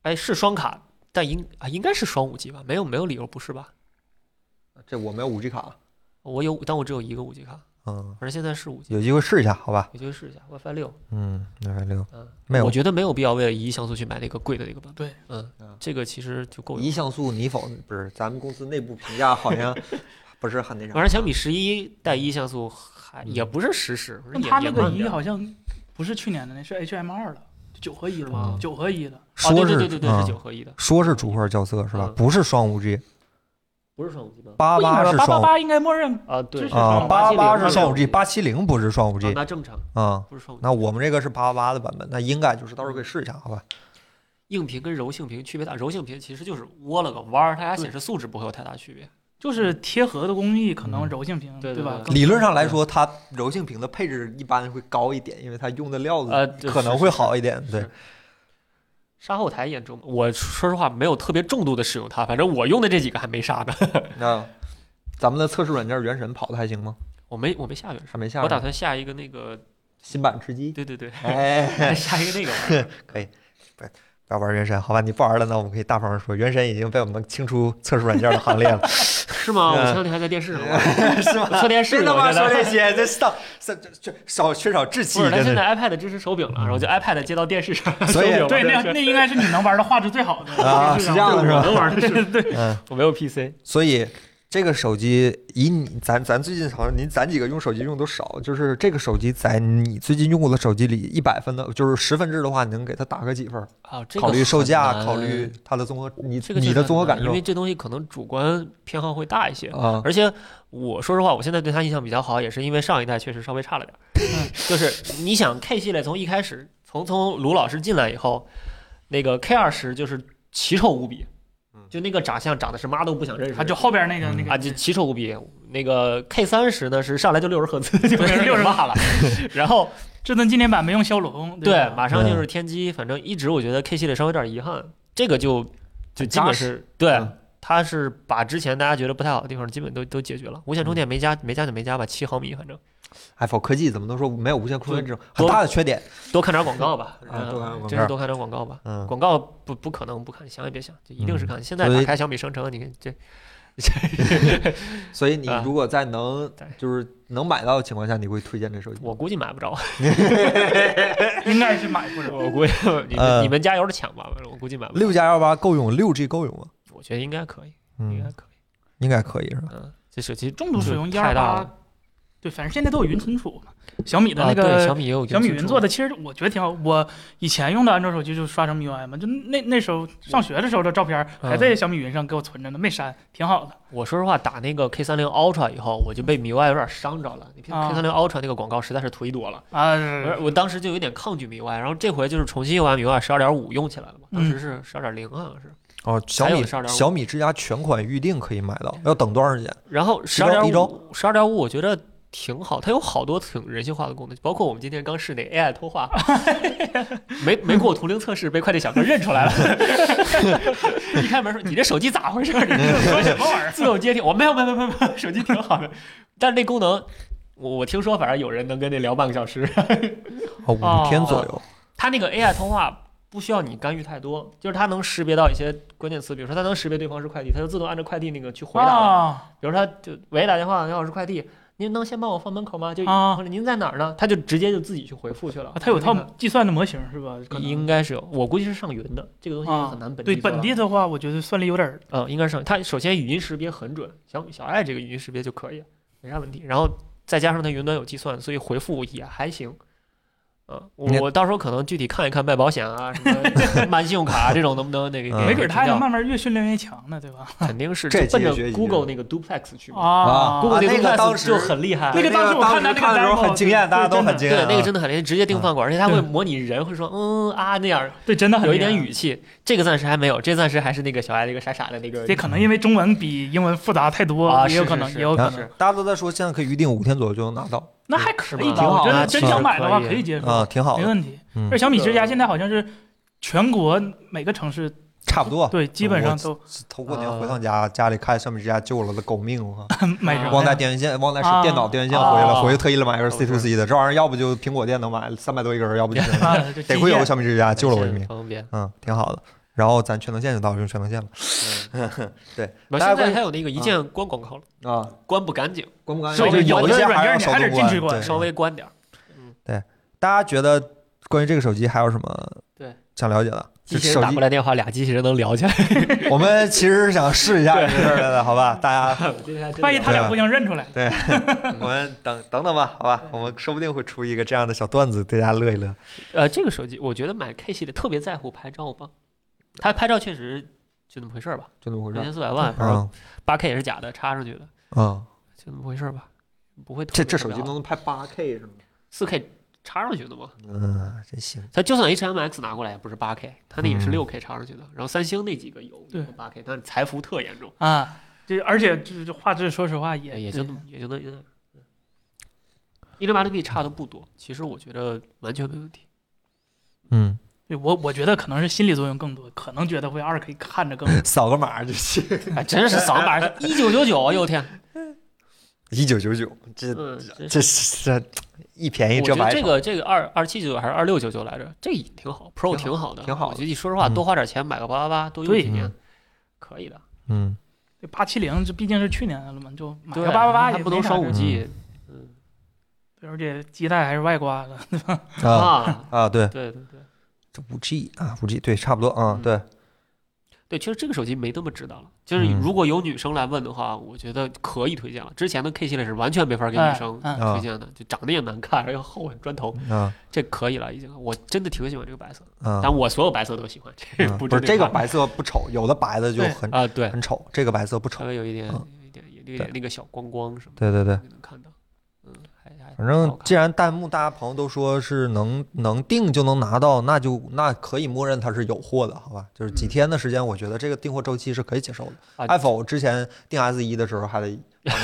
Speaker 4: 哎，是双卡，但应啊应该是双五 G 吧？没有没有理由不是吧？
Speaker 1: 这我没有五 G 卡，
Speaker 4: 我有，但我只有一个五 G 卡，
Speaker 1: 嗯，
Speaker 4: 反正现在是五 G，
Speaker 1: 有机会试一下，好吧？
Speaker 4: 我去试一下 WiFi 六。
Speaker 1: 嗯，两百六
Speaker 4: 嗯，
Speaker 1: 没
Speaker 4: 我
Speaker 1: 有
Speaker 4: 觉得没有必要为了一亿像素去买那个贵的那个版本。
Speaker 3: 对，
Speaker 4: 嗯
Speaker 1: 啊，
Speaker 4: 这个其实就够
Speaker 1: 一
Speaker 4: 用。
Speaker 1: 像素，你否不是咱们公司内部评价好 像不是很那
Speaker 4: 反
Speaker 1: 啥。
Speaker 4: 正相比十一带一像素还也不
Speaker 1: 嗯
Speaker 4: 是实时，
Speaker 3: 那
Speaker 4: 也
Speaker 3: 他
Speaker 4: 也
Speaker 3: 那
Speaker 4: 不
Speaker 3: 个
Speaker 4: 一
Speaker 3: 一
Speaker 4: 样
Speaker 3: 好像不是去年的，那是 HM 二了，九合一了
Speaker 1: 是吗
Speaker 3: 吧？九合一了，
Speaker 4: 哦，对
Speaker 1: 说
Speaker 4: 对
Speaker 1: 是
Speaker 4: 对对对，
Speaker 1: 嗯
Speaker 4: 是九合一的，
Speaker 1: 说是主块校色是吧？
Speaker 4: 嗯
Speaker 1: 不是双五 G，
Speaker 4: 不是双五 G 吧？
Speaker 1: 八八是
Speaker 3: 八八
Speaker 1: 双
Speaker 3: 八应该默认
Speaker 4: 啊，对
Speaker 3: 这是
Speaker 1: 啊，
Speaker 3: 双
Speaker 1: 八八
Speaker 4: 八
Speaker 1: 是双五 G，八七零不是双五 G
Speaker 4: 那正常，
Speaker 1: 啊。
Speaker 4: 不是双五 G。
Speaker 1: 那我们这个是八八八的版本，那应该就是到时候可以试一下，好吧？
Speaker 4: 硬屏跟柔性屏区别大，柔性屏其实就是窝了个弯儿，它俩显示素质不会有太大区别。
Speaker 3: 就是贴合的工艺，可能
Speaker 1: 嗯
Speaker 3: 柔性屏
Speaker 4: 对对
Speaker 3: 吧？
Speaker 4: 对
Speaker 3: 更
Speaker 1: 理论上来说，它柔性屏的配置一般会高一点，因为它用的料
Speaker 4: 呃
Speaker 1: 子
Speaker 4: 对
Speaker 1: 嗯可能会好一点。对
Speaker 4: 是，杀后台眼中，我说实话没有特别重度的使用它，反正我用的这几个还没杀呢。
Speaker 1: 那咱们的测试软件《原神》跑的还行吗？
Speaker 4: 我没我没下原神，
Speaker 1: 还没下呢。
Speaker 4: 我打算下一个那个，
Speaker 1: 新版吃鸡。
Speaker 4: 对对 对，
Speaker 1: 哎，
Speaker 4: 下一个那个玩意儿。
Speaker 1: 不 要玩原神，好吧？你不玩了，那我们可以大方地说，原神已经被我们清出测试软件的行 列了，
Speaker 4: 是吗？我
Speaker 1: 嗯
Speaker 4: 前两天还在电视上玩，
Speaker 1: 是
Speaker 4: 我
Speaker 1: 吧？
Speaker 4: 测电视
Speaker 1: 别他
Speaker 4: 呢，
Speaker 1: 妈
Speaker 4: 我
Speaker 1: 说
Speaker 4: 现
Speaker 1: 这
Speaker 4: 在。
Speaker 1: 些， 这少这这这少缺少志气，
Speaker 4: 不是，它
Speaker 1: 真
Speaker 4: 现
Speaker 1: 的。
Speaker 4: 在 iPad 支持手柄了，然后就 iPad 接到电视上，
Speaker 1: 所以
Speaker 4: 手柄
Speaker 3: 对，
Speaker 4: 玩电
Speaker 3: 那
Speaker 4: 视
Speaker 3: 那应该是你能玩的画质最好的
Speaker 1: 啊是这样的是吧
Speaker 6: 我能 玩的是吧
Speaker 1: 嗯，
Speaker 4: 我没有 PC，
Speaker 1: 所以这个手机以你咱咱最近好像您咱几个用手机用都少，就是这个手机在你最近用过的手机里，一百分的，就是十分制的话，你能给它打个几分？
Speaker 4: 啊，这个
Speaker 1: 考虑售价，
Speaker 4: 很难
Speaker 1: 考虑它的综合，你
Speaker 4: 这个
Speaker 1: 你
Speaker 4: 确实
Speaker 1: 的
Speaker 4: 很
Speaker 1: 综合感
Speaker 4: 难
Speaker 1: 受
Speaker 4: 因为这东西可能主观偏好会大一些。
Speaker 1: 啊，
Speaker 4: 而且我说实话，我现在对它印象比较好，也是因为上一代确实稍微差了点儿。就是你想 K 系列从一开始，从从卢老师进来以后，那个 K 二十就是奇丑无比
Speaker 1: 嗯，
Speaker 4: 就那个长相长得是妈都不想认识的。
Speaker 3: 啊，就后边那个
Speaker 1: 嗯
Speaker 3: 那个
Speaker 4: 啊，就奇丑无比。那个 K 三十呢是上来就六十赫兹，就
Speaker 3: 对
Speaker 4: 六
Speaker 3: 60
Speaker 4: 十骂了， 然后
Speaker 3: 至尊纪念版没用骁龙，
Speaker 1: 啊
Speaker 4: 对，
Speaker 3: 吧？
Speaker 4: 马上
Speaker 1: 嗯
Speaker 4: 就是天玑，反正一直我觉得 K 系列稍微有点遗憾，这个就就基
Speaker 1: 扎
Speaker 4: 本
Speaker 1: 实
Speaker 4: 是对
Speaker 1: 嗯，
Speaker 4: 它是把之前大家觉得不太好的地方基本都都解决了，无线充电没加没加就没加吧，七毫米反正
Speaker 1: 哎，否科技怎么能说没有无线空间这种很
Speaker 4: 多
Speaker 1: 大的缺点？
Speaker 4: 多看点广告吧，
Speaker 1: 啊多看
Speaker 4: 嗯
Speaker 1: 点广告
Speaker 4: 真是多看点广告吧，
Speaker 1: 嗯，
Speaker 4: 广告不不可能不看，想也别想，就一定是看。现在
Speaker 1: 所以
Speaker 4: 打开小米商城，你看这
Speaker 1: 所以你
Speaker 4: 啊
Speaker 1: 如果在能
Speaker 4: 对
Speaker 1: 就是能买到的情况下，你会推荐这手机？
Speaker 4: 我估计买不着，
Speaker 3: 应该是买不着。
Speaker 4: 我估计你
Speaker 1: 呃嗯
Speaker 4: 们你们加油的抢吧，反正我估计买不着，
Speaker 1: 六加幺八够用，六 G 够用吗？
Speaker 4: 我觉得应该可以，应
Speaker 1: 嗯
Speaker 4: 该，可以，
Speaker 1: 应该可以是吧？
Speaker 4: 嗯，这手机
Speaker 3: 重度使用一
Speaker 4: 太
Speaker 3: 二
Speaker 4: 大
Speaker 3: 八
Speaker 4: 了，，
Speaker 3: 对，反正现在都有云存储嘛。小米的那
Speaker 4: 啊对小
Speaker 3: 个
Speaker 4: 米也有
Speaker 3: 小米云做
Speaker 4: 的，
Speaker 3: 的，其实我觉得挺好。我以前用的安卓手机就刷成 MIUI 嘛，就那那时候上学的时候的照片
Speaker 4: 嗯
Speaker 3: 还在小米云上给我存着呢，没删，挺好的。
Speaker 4: 我说实话，打那个 K 三零 Ultra 以后，我就被 MIUI 有点伤着了。你看
Speaker 3: 啊
Speaker 4: K 三零 Ultra 那个广告实在是忒多了，
Speaker 3: 啊，
Speaker 4: 我我当时就有点抗拒 MIUI，然后这回就是重新用完 MIUI 十二点五用起来了嘛，当
Speaker 3: 嗯
Speaker 4: 时是十二点零好像是，
Speaker 1: 哦，小
Speaker 4: 还有
Speaker 1: 米
Speaker 4: 12.5
Speaker 1: 小米之家全款预定可以买到，要等多长时间？
Speaker 4: 然后
Speaker 1: 一
Speaker 4: 十
Speaker 1: 周
Speaker 4: 二点
Speaker 1: 一周
Speaker 4: 五十二点五我觉得挺好，它有好多挺人性化的功能，包括我们今天刚试那 AI 通话，没没过图灵测试被快递小哥认出来了， 一开门说你这手机咋回事儿？
Speaker 3: 说什么玩 意儿？
Speaker 4: 自动接听，我没有没有没有没有，手机挺好的，但那功能。我我听说，反正有人能跟那聊半个小时。
Speaker 1: 哦，五天左
Speaker 3: 哦
Speaker 1: 右。
Speaker 4: 它那个 AI 通话不需要你干预太多，就是它能识别到一些关键词，比如说它能识别对方是快递，它就自动按照快递那个去回答了。
Speaker 3: 啊
Speaker 4: 比如说它就喂打电话，你好是快递，您能先帮我放门口吗？就、
Speaker 3: 啊
Speaker 4: 或者您在哪儿呢？它就直接就自己去回复去了
Speaker 3: 啊，。它有套
Speaker 4: 那个
Speaker 3: 计算的模型是吧？可能
Speaker 4: 应该是有，我估计是上云的，这个东西
Speaker 3: 啊
Speaker 4: 很难本地
Speaker 3: 对
Speaker 4: 做
Speaker 3: 本
Speaker 4: 到
Speaker 3: 地的话，我觉得算力有点儿
Speaker 4: 嗯，应该是上它首先语音识别很准，小小爱这个语音识别就可以，没啥问题。然后再加上它云端有计算，所以回复也还行。嗯，我
Speaker 5: 你
Speaker 4: 我到时候可能具体看一看卖保险啊，什么办信用卡啊这种能不能那个
Speaker 5: 嗯
Speaker 4: 给
Speaker 3: 没准儿
Speaker 4: 停
Speaker 3: 他就
Speaker 4: 掉
Speaker 3: 慢慢越训练越强呢，对吧？
Speaker 4: 肯定是
Speaker 5: 这
Speaker 4: 就奔
Speaker 5: 其实学
Speaker 4: 着
Speaker 5: 习
Speaker 4: Google 那个 Duplex 去嘛。
Speaker 5: 啊
Speaker 3: 啊，
Speaker 4: Google
Speaker 5: 那个
Speaker 4: Duplex
Speaker 5: 当时
Speaker 4: 就很厉害，
Speaker 3: 那个当时我看他那个
Speaker 5: 看的时候
Speaker 3: demo，
Speaker 5: 很惊艳，
Speaker 3: 对
Speaker 5: 大家都很惊
Speaker 4: 对
Speaker 5: 艳。，
Speaker 4: 那个真
Speaker 5: 嗯
Speaker 4: 的很厉害，直接定饭馆，而且他会模拟人会说啊嗯啊那样，
Speaker 3: 对，真的很
Speaker 4: 有一
Speaker 3: 厉害
Speaker 4: 点语气。这个暂时还没有，这暂时还是那个小爱那个傻傻的那个
Speaker 3: 也可能因为中文比英文复杂太多，
Speaker 4: 嗯啊
Speaker 3: 也有
Speaker 4: 是
Speaker 3: 可
Speaker 4: 是
Speaker 3: 能，
Speaker 4: 是
Speaker 3: 也有可能。
Speaker 4: 是
Speaker 5: 大家都在说，现在可以预定五天左右就能拿到
Speaker 3: 那还可以
Speaker 4: 是吧
Speaker 3: 吧，
Speaker 4: 挺好
Speaker 3: 我觉得
Speaker 4: 的
Speaker 3: 真
Speaker 4: 其实
Speaker 3: 想买的话
Speaker 4: 可以
Speaker 3: 可以接受，
Speaker 5: 啊，挺好
Speaker 3: 没
Speaker 5: 的，
Speaker 3: 问题。
Speaker 5: 嗯
Speaker 3: 而，小米之家现在好像是全国每个城市，
Speaker 5: 差不多。
Speaker 3: 对，基本上都
Speaker 5: 头过年回趟家，家里看《上面之家》救了的狗命啊！
Speaker 3: 买 什么
Speaker 5: 忘带
Speaker 3: 呀？
Speaker 5: 电源线，忘带是
Speaker 3: 啊
Speaker 5: 电脑电源线回来了，
Speaker 4: 啊
Speaker 5: 回去特意买一根 C to C 的，这玩意儿要不就苹果电脑买三百多一根儿，要不就
Speaker 3: 啊，就
Speaker 5: 得
Speaker 3: 基
Speaker 5: 亏
Speaker 3: 建
Speaker 5: 有个小米之家救了我一命，
Speaker 4: 方便。
Speaker 5: 嗯，挺好的。然后咱全能线就到用全能线了
Speaker 4: 不
Speaker 5: 大
Speaker 4: 现在
Speaker 5: 家关
Speaker 4: 还有那个一键关嗯广告了，
Speaker 5: 啊，
Speaker 4: 关不干净，
Speaker 5: 关不干
Speaker 3: 是
Speaker 5: 净？
Speaker 3: 就
Speaker 5: 有
Speaker 3: 有
Speaker 5: 一
Speaker 3: 的
Speaker 5: 些
Speaker 3: 软
Speaker 5: 还
Speaker 3: 件
Speaker 5: 是
Speaker 3: 你
Speaker 5: 手
Speaker 3: 还
Speaker 5: 动
Speaker 3: 得进去关
Speaker 5: 对
Speaker 4: 稍微关点儿。
Speaker 5: 大家觉得关于这个手机还有什么
Speaker 4: 对
Speaker 5: 想了解的？
Speaker 4: 机
Speaker 5: 就
Speaker 4: 器人
Speaker 5: 手
Speaker 4: 打
Speaker 5: 机
Speaker 4: 过，来电话，俩机器人能聊起 来。
Speaker 5: 我们其实是想试一下这个事儿来的，好吧？大家
Speaker 3: 万一他
Speaker 5: 对啊
Speaker 3: 俩互相认出来，
Speaker 5: 我们等等等吧，好吧，我们说不定会出一个这样的小段子，大家乐一乐。
Speaker 4: 呃，这个手机我觉得买 K 系列特别在乎拍照吧，它拍照确实就那么回事儿吧，
Speaker 5: 就那么回
Speaker 4: 两千四百万，然后
Speaker 5: 嗯
Speaker 4: 八 K 也是假的，插上去的，
Speaker 5: 嗯，
Speaker 4: 就那么回事儿吧，不会特
Speaker 5: 这
Speaker 4: 别
Speaker 5: 这
Speaker 4: 特
Speaker 5: 手
Speaker 4: 别
Speaker 5: 机
Speaker 4: 好
Speaker 5: 都能拍八 K 是吗？
Speaker 4: 四 K 插上去的嘛？
Speaker 5: 嗯，真行。
Speaker 4: 它就算 HMX 拿过来也不是八 K，它那也是
Speaker 5: 嗯
Speaker 4: 六 K 插上去的。然后三星那几个有
Speaker 3: 对
Speaker 4: 八 K，但是裁幅特严重，
Speaker 3: 啊，这而且这这画质，说实话也
Speaker 4: 也就那么也就那样。一零八零 P 差的不多，其实我觉得完全没问题。
Speaker 5: 嗯，
Speaker 3: 对我我觉得可能是心理作用更多，可能觉得会二 K 看着更
Speaker 5: 扫个码就行。
Speaker 4: 哎，真是扫码 一九九九，哎呦 天，
Speaker 5: 一九九九，这
Speaker 4: 嗯，真是
Speaker 5: 这是这一便宜
Speaker 4: 我
Speaker 5: 遮
Speaker 4: 觉
Speaker 5: 百
Speaker 4: 得
Speaker 5: 丑
Speaker 4: 这个这个二二七九九还是二六九九来着，这也挺好，Pro
Speaker 5: 挺
Speaker 4: 挺好的，
Speaker 5: 挺好
Speaker 4: 我
Speaker 5: 的
Speaker 4: 觉得你说实话，
Speaker 5: 嗯
Speaker 4: 多花点钱买个八八八，多用
Speaker 3: 对
Speaker 4: 几年
Speaker 5: 嗯，
Speaker 4: 可以的。
Speaker 5: 嗯，
Speaker 3: 八七零，这毕竟是去年的了嘛，就买
Speaker 4: 对，
Speaker 3: 个八八八
Speaker 4: 还
Speaker 3: 也
Speaker 4: 不能双五
Speaker 5: 事
Speaker 4: G，嗯
Speaker 3: 对而且基带还是外挂 的，
Speaker 5: 啊
Speaker 4: 啊，
Speaker 5: 啊，对，
Speaker 4: 对对对。
Speaker 5: 这五 G 啊，五 G 对，差不多啊，
Speaker 4: 嗯
Speaker 5: 对，
Speaker 4: 对，其实这个手机没那么值当了。就是
Speaker 5: 嗯
Speaker 4: 如果有女生来问的话，我觉得可以推荐了。之前的 K 系列是完全没法给女生
Speaker 3: 哎
Speaker 5: 嗯
Speaker 4: 推荐的，就长得也难看，然后又厚很砖头，
Speaker 5: 啊
Speaker 4: 这可以了已经。我真的挺喜欢这个白色的，
Speaker 5: 啊，
Speaker 4: 但我所有白色都喜欢，这
Speaker 5: 嗯
Speaker 4: 不
Speaker 5: 不是这
Speaker 4: 这
Speaker 5: 个白色不丑，有的白的就
Speaker 3: 对
Speaker 5: 很
Speaker 4: 啊，对，呃
Speaker 5: 很丑，这个白色不
Speaker 4: 稍
Speaker 5: 丑。
Speaker 4: 微有一点、
Speaker 5: 嗯
Speaker 4: 有一点、有一点那个小光光什么的，
Speaker 5: 对对对，
Speaker 4: 能看到。嗯，还还
Speaker 5: 反
Speaker 4: 挺
Speaker 5: 正
Speaker 4: 好看
Speaker 5: 既然弹幕大家朋友都说是能能定就能拿到，那就那可以默认它是有货的，好吧？就是几
Speaker 4: 嗯
Speaker 5: 天的时间，我觉得这个订货周期是可以接受的。
Speaker 4: 啊
Speaker 5: iPhone 之前定 S 一的时候还得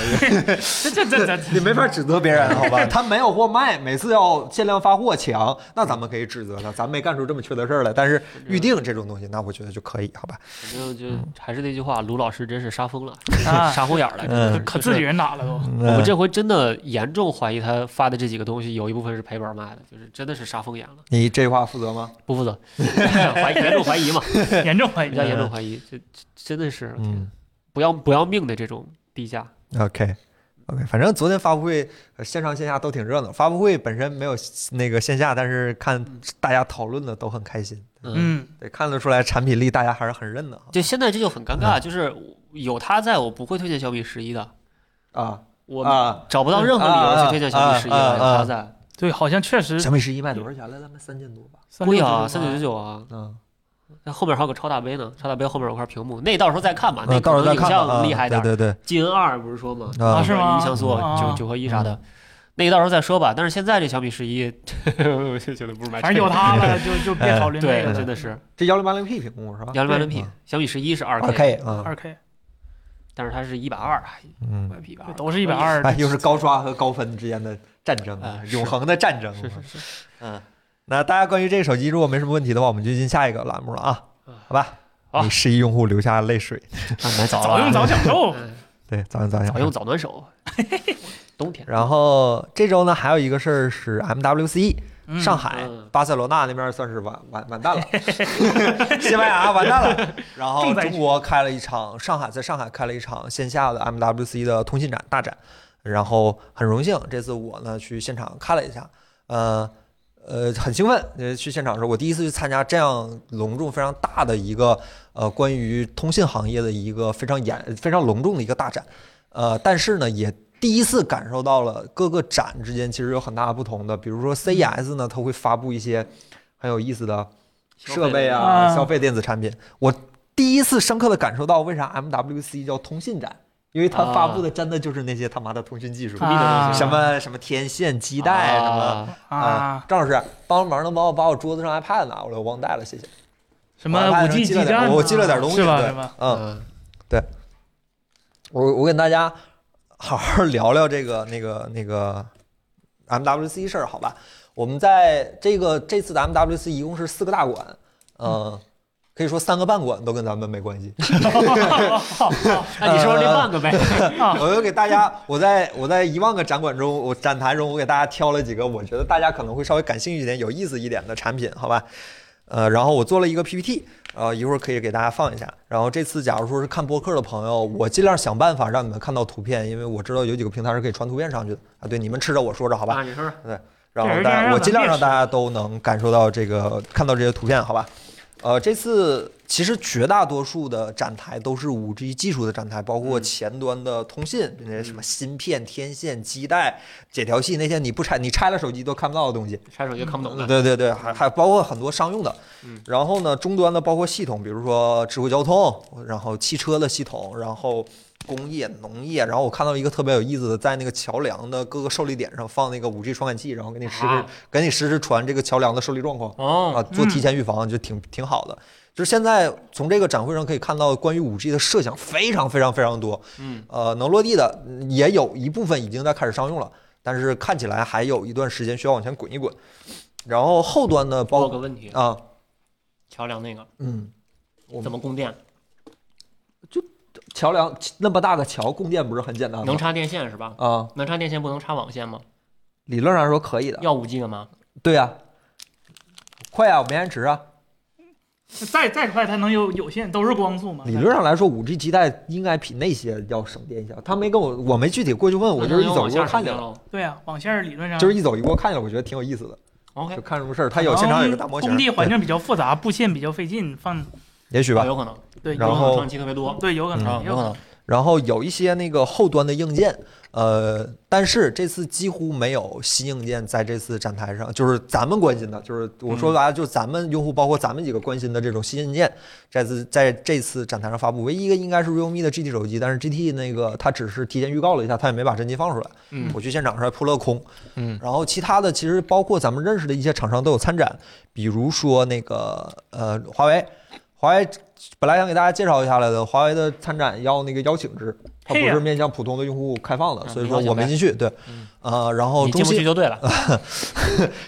Speaker 3: 这这这这
Speaker 5: 你没法指责别 人，好吧？他没有货卖，每次要限量发货抢，那咱们可以指责他，咱没干出这么缺德事儿来。但是预定这种东西，那我觉得就可以，好吧？
Speaker 4: 反正就还是那句话，卢老师真是杀疯了，
Speaker 3: 啊
Speaker 4: 傻乎眼儿了，真的
Speaker 5: 嗯
Speaker 4: 是
Speaker 3: 可
Speaker 4: 就是
Speaker 3: 自己人打了 都。
Speaker 4: 我们
Speaker 5: 嗯，
Speaker 4: 这回真的严重怀疑他发的这几个东西有一部分是赔本卖的，就是真的是杀疯眼了，
Speaker 5: 你这话负责吗？
Speaker 4: 不 负责，怀疑严重怀疑嘛，
Speaker 3: 严重怀疑
Speaker 4: 人。家严重怀疑，这这真的是
Speaker 5: 嗯
Speaker 4: 不要不要命的这种低价。
Speaker 5: ，OK。OK，反正昨天发布会呃线上线下都挺热闹。发布会本身没有那个线下，但是看大家讨论的都很开心，
Speaker 4: 嗯，
Speaker 3: 嗯，
Speaker 5: 对，看得出来产品力大家还是很认的
Speaker 4: 就现在这就很尴
Speaker 5: 嗯
Speaker 4: 尬，就是有他在，我不会推荐小米十一的，
Speaker 5: 啊
Speaker 4: 我
Speaker 5: 啊！
Speaker 4: 找不到任何理由去推荐小米十一
Speaker 5: 啊啊
Speaker 4: 的，有
Speaker 5: 啊啊
Speaker 4: 他在，
Speaker 3: 对，好像确实
Speaker 5: 小米十一卖多少钱来着？卖三千多吧？
Speaker 4: 贵啊，
Speaker 3: 啊，
Speaker 4: 三九九九啊，
Speaker 5: 嗯，
Speaker 4: 那后面还有个超大杯呢，超大杯后面有块屏幕，那到时候再看吧，那
Speaker 5: 嗯，
Speaker 4: 可
Speaker 5: 到时候
Speaker 4: 能影
Speaker 5: 再看吧。啊
Speaker 4: 像厉害点儿。
Speaker 5: 对对
Speaker 4: G N 二不是说吗？
Speaker 5: 对，啊
Speaker 3: 啊是吗
Speaker 4: 一像素
Speaker 3: 啊
Speaker 4: 九九和一啥的，那个到时候再说吧。但是现在这小米十一， 我就觉得不如买这个。
Speaker 3: 反正有它了，就就别考虑那
Speaker 4: 哎对
Speaker 3: 个，了。
Speaker 4: 真的是
Speaker 5: 这幺零八零 P 屏幕是吧？
Speaker 4: 幺零八零 P，
Speaker 5: 嗯
Speaker 4: 小米十一是二
Speaker 5: 2K 啊，
Speaker 3: 二 K
Speaker 4: 但是它是一百二啊，
Speaker 5: 嗯，
Speaker 4: 外 P 吧，
Speaker 3: 都是一百。二，
Speaker 5: 哎，又是高刷和高分之间的战争啊，
Speaker 4: 哎是
Speaker 5: 永恒的战争。
Speaker 4: 是是是，
Speaker 5: 嗯，那大家关于这个手机如果没什么问题的话，我们就进下一个栏目了啊，好吧？
Speaker 4: 好
Speaker 5: 给十一用户留下泪水，
Speaker 4: 买早
Speaker 3: 早用早享受。
Speaker 4: 嗯
Speaker 5: 对，早点早点
Speaker 4: 早用。早暖 手，冬天。
Speaker 5: 然后这周呢，还有一个事儿是 MWC，、
Speaker 3: 嗯
Speaker 5: 上海、
Speaker 4: 嗯
Speaker 5: 巴塞罗那那边算是完完完蛋了，西班牙完蛋了。然后
Speaker 3: 重灾区
Speaker 5: 中国开了一场，上海在上海开了一场线下的 MWC 的通信展大展。然后很荣幸，这次我呢去现场看了一下，呃呃，很兴奋。呃，去现场的时候，我第一次去参加这样隆重、非常大的一个呃关于通信行业的一个非常严、非常隆重的一个大展。呃，但是呢，也第一次感受到了各个展之间其实有很大的不同的。比
Speaker 3: 嗯
Speaker 5: 如说 CES 呢，它会发布一些很有意思的设备啊、
Speaker 3: 啊
Speaker 5: 消费电子产品。我第一次深刻的感受到为啥 MWC 叫通信展，因为它发布的真的就是那些他妈的通讯技术，
Speaker 3: 啊
Speaker 5: 什么什么天线、基带什么。
Speaker 2: 啊
Speaker 3: 啊，
Speaker 5: 张老师，帮忙能帮我把我桌子上 iPad 拿过来，我忘带了，谢谢。
Speaker 3: 什么
Speaker 5: 我 iPad
Speaker 3: 五
Speaker 5: 上
Speaker 3: G 基
Speaker 5: 记了点
Speaker 3: 站啊，
Speaker 5: 我记了点东西，
Speaker 3: 是吧？
Speaker 5: 对
Speaker 3: 是吧？
Speaker 5: 嗯，我我跟大家好好聊聊这个那个那个 MWC 事儿，好吧？我们在这个这次的 MWC 一共是四个大馆，嗯，可以说三个半馆都跟咱们没关系。
Speaker 4: 那你说说这半个呗？
Speaker 5: 呃我就给大家，我在我在一万个展馆中，我展台中，我给大家挑了几个我觉得大家可能会稍微感兴趣一点、有意思一点的产品，好吧？呃，然后我做了一个 PPT，呃，一会儿可以给大家放一下。然后这次假如说是看播客的朋友，我尽量想办法让你们看到图片，因为我知道有几个平台是可以传图片上去的啊。对，你们吃着我说着，好吧？
Speaker 4: 啊，你说说，
Speaker 3: 这
Speaker 5: 然后
Speaker 3: 人
Speaker 5: 大
Speaker 3: 让
Speaker 5: 家
Speaker 3: 人
Speaker 5: 我尽量让
Speaker 3: 别吃
Speaker 5: 大家都能感受到这个看到这些图片，好吧？呃，这次其实绝大多数的展台都是 5G 技术的展台，包括
Speaker 4: 嗯
Speaker 5: 前端的通信，那些什么
Speaker 4: 嗯
Speaker 5: 芯片、天线、基带、解调器那些，你不拆你拆了手机都看不到的东西。
Speaker 4: 拆手就看不懂
Speaker 5: 嗯
Speaker 4: 了。
Speaker 5: 对对对，还还包括很多商用的
Speaker 4: 嗯，
Speaker 5: 然后呢，终端的包括系统，比如说智慧交通，然后汽车的系统，然后工业、农业，然后我看到一个特别有意思的，在那个桥梁的各个受力点上放那个 5G 传感器，然后给你实时、
Speaker 4: 啊
Speaker 5: 给你实时传这个桥梁的受力状况
Speaker 4: 哦，
Speaker 5: 啊，做
Speaker 3: 嗯
Speaker 5: 提前预防就挺挺好的。就是现在从这个展会上可以看到，关于 5G 的设想非常非常非常多，
Speaker 4: 嗯，
Speaker 5: 呃，能落地的嗯也有一部分已经在开始商用了，但是看起来还有一段时间需要往前滚一滚。然后后端呢，
Speaker 4: 我
Speaker 5: 包
Speaker 4: 有
Speaker 5: 括
Speaker 4: 个问题，
Speaker 5: 啊，
Speaker 4: 桥梁那个
Speaker 5: 嗯，我
Speaker 4: 怎
Speaker 5: 们
Speaker 4: 么供电？
Speaker 5: 桥梁那么大个桥，供电不是很简单吗？
Speaker 4: 能插电线是吧？
Speaker 5: 啊，
Speaker 4: 能插电线不能插网线吗？
Speaker 5: 理论上说可以的。
Speaker 4: 要五 G 干嘛？
Speaker 5: 对呀、快啊，没延迟啊。
Speaker 3: 再再快，它能有有线，都是光速嘛。
Speaker 5: 理论上来说，五 G 基带应该比那些要省电一些。他没跟我，我没具体过去问，我就是一走
Speaker 4: 往
Speaker 5: 一
Speaker 4: 下
Speaker 5: 过看见了，
Speaker 4: 了。
Speaker 3: 对啊，网线儿理论上
Speaker 5: 就是一走一过看见了，我觉得挺有意思的。
Speaker 4: OK，
Speaker 5: 就看什么事儿，他有现场有个大模型，
Speaker 3: 工地环
Speaker 5: 对
Speaker 3: 境比较复杂，布线比较费劲，放
Speaker 5: 也许吧。
Speaker 4: 有可能，
Speaker 3: 对，
Speaker 5: 然
Speaker 3: 有
Speaker 5: 后
Speaker 4: 有可能传奇特别多，
Speaker 3: 对有可
Speaker 5: 嗯
Speaker 3: 能，
Speaker 4: 有可能。
Speaker 5: 然后有一些那个后端的硬件，呃，但是这次几乎没有新硬件在这次展台上，就是咱们关心的，就是我说白了，就咱们用户包括咱们几个关心的这种新硬件，这次在这次展台上发布，唯一一个应该是 realme 的 GT 手机，但是 GT 那个它只是提前预告了一下，它也没把真机放出来。
Speaker 4: 嗯
Speaker 5: 我去现场时候还扑了空。
Speaker 4: 嗯，
Speaker 5: 然后其他的其实包括咱们认识的一些厂商都有参展，比如说那个呃华为，华为本来想给大家介绍一下来的，华为的参展要那个邀请制，它不
Speaker 3: 嘿呀
Speaker 5: 是面向普通的用户开放的，
Speaker 4: 嗯
Speaker 5: 啊所以说我没进去。对
Speaker 4: 嗯，
Speaker 5: 呃，然后
Speaker 4: 你
Speaker 5: 中
Speaker 4: 进不去
Speaker 5: 兴
Speaker 4: 就对了。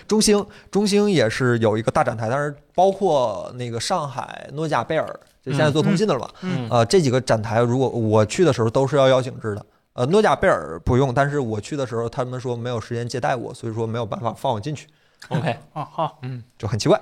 Speaker 5: 中兴中兴也是有一个大展台，但是包括那个上海诺基亚贝尔，就现在做通信的了嘛，
Speaker 4: 嗯
Speaker 5: 呃，这几个展台如果我去的时候都是要邀请制的。呃，诺基亚贝尔不用，但是我去的时候他们说没有时间接待我，所以说没有办法放我进去。
Speaker 4: ，OK，
Speaker 3: 哦好，
Speaker 5: 就很奇怪。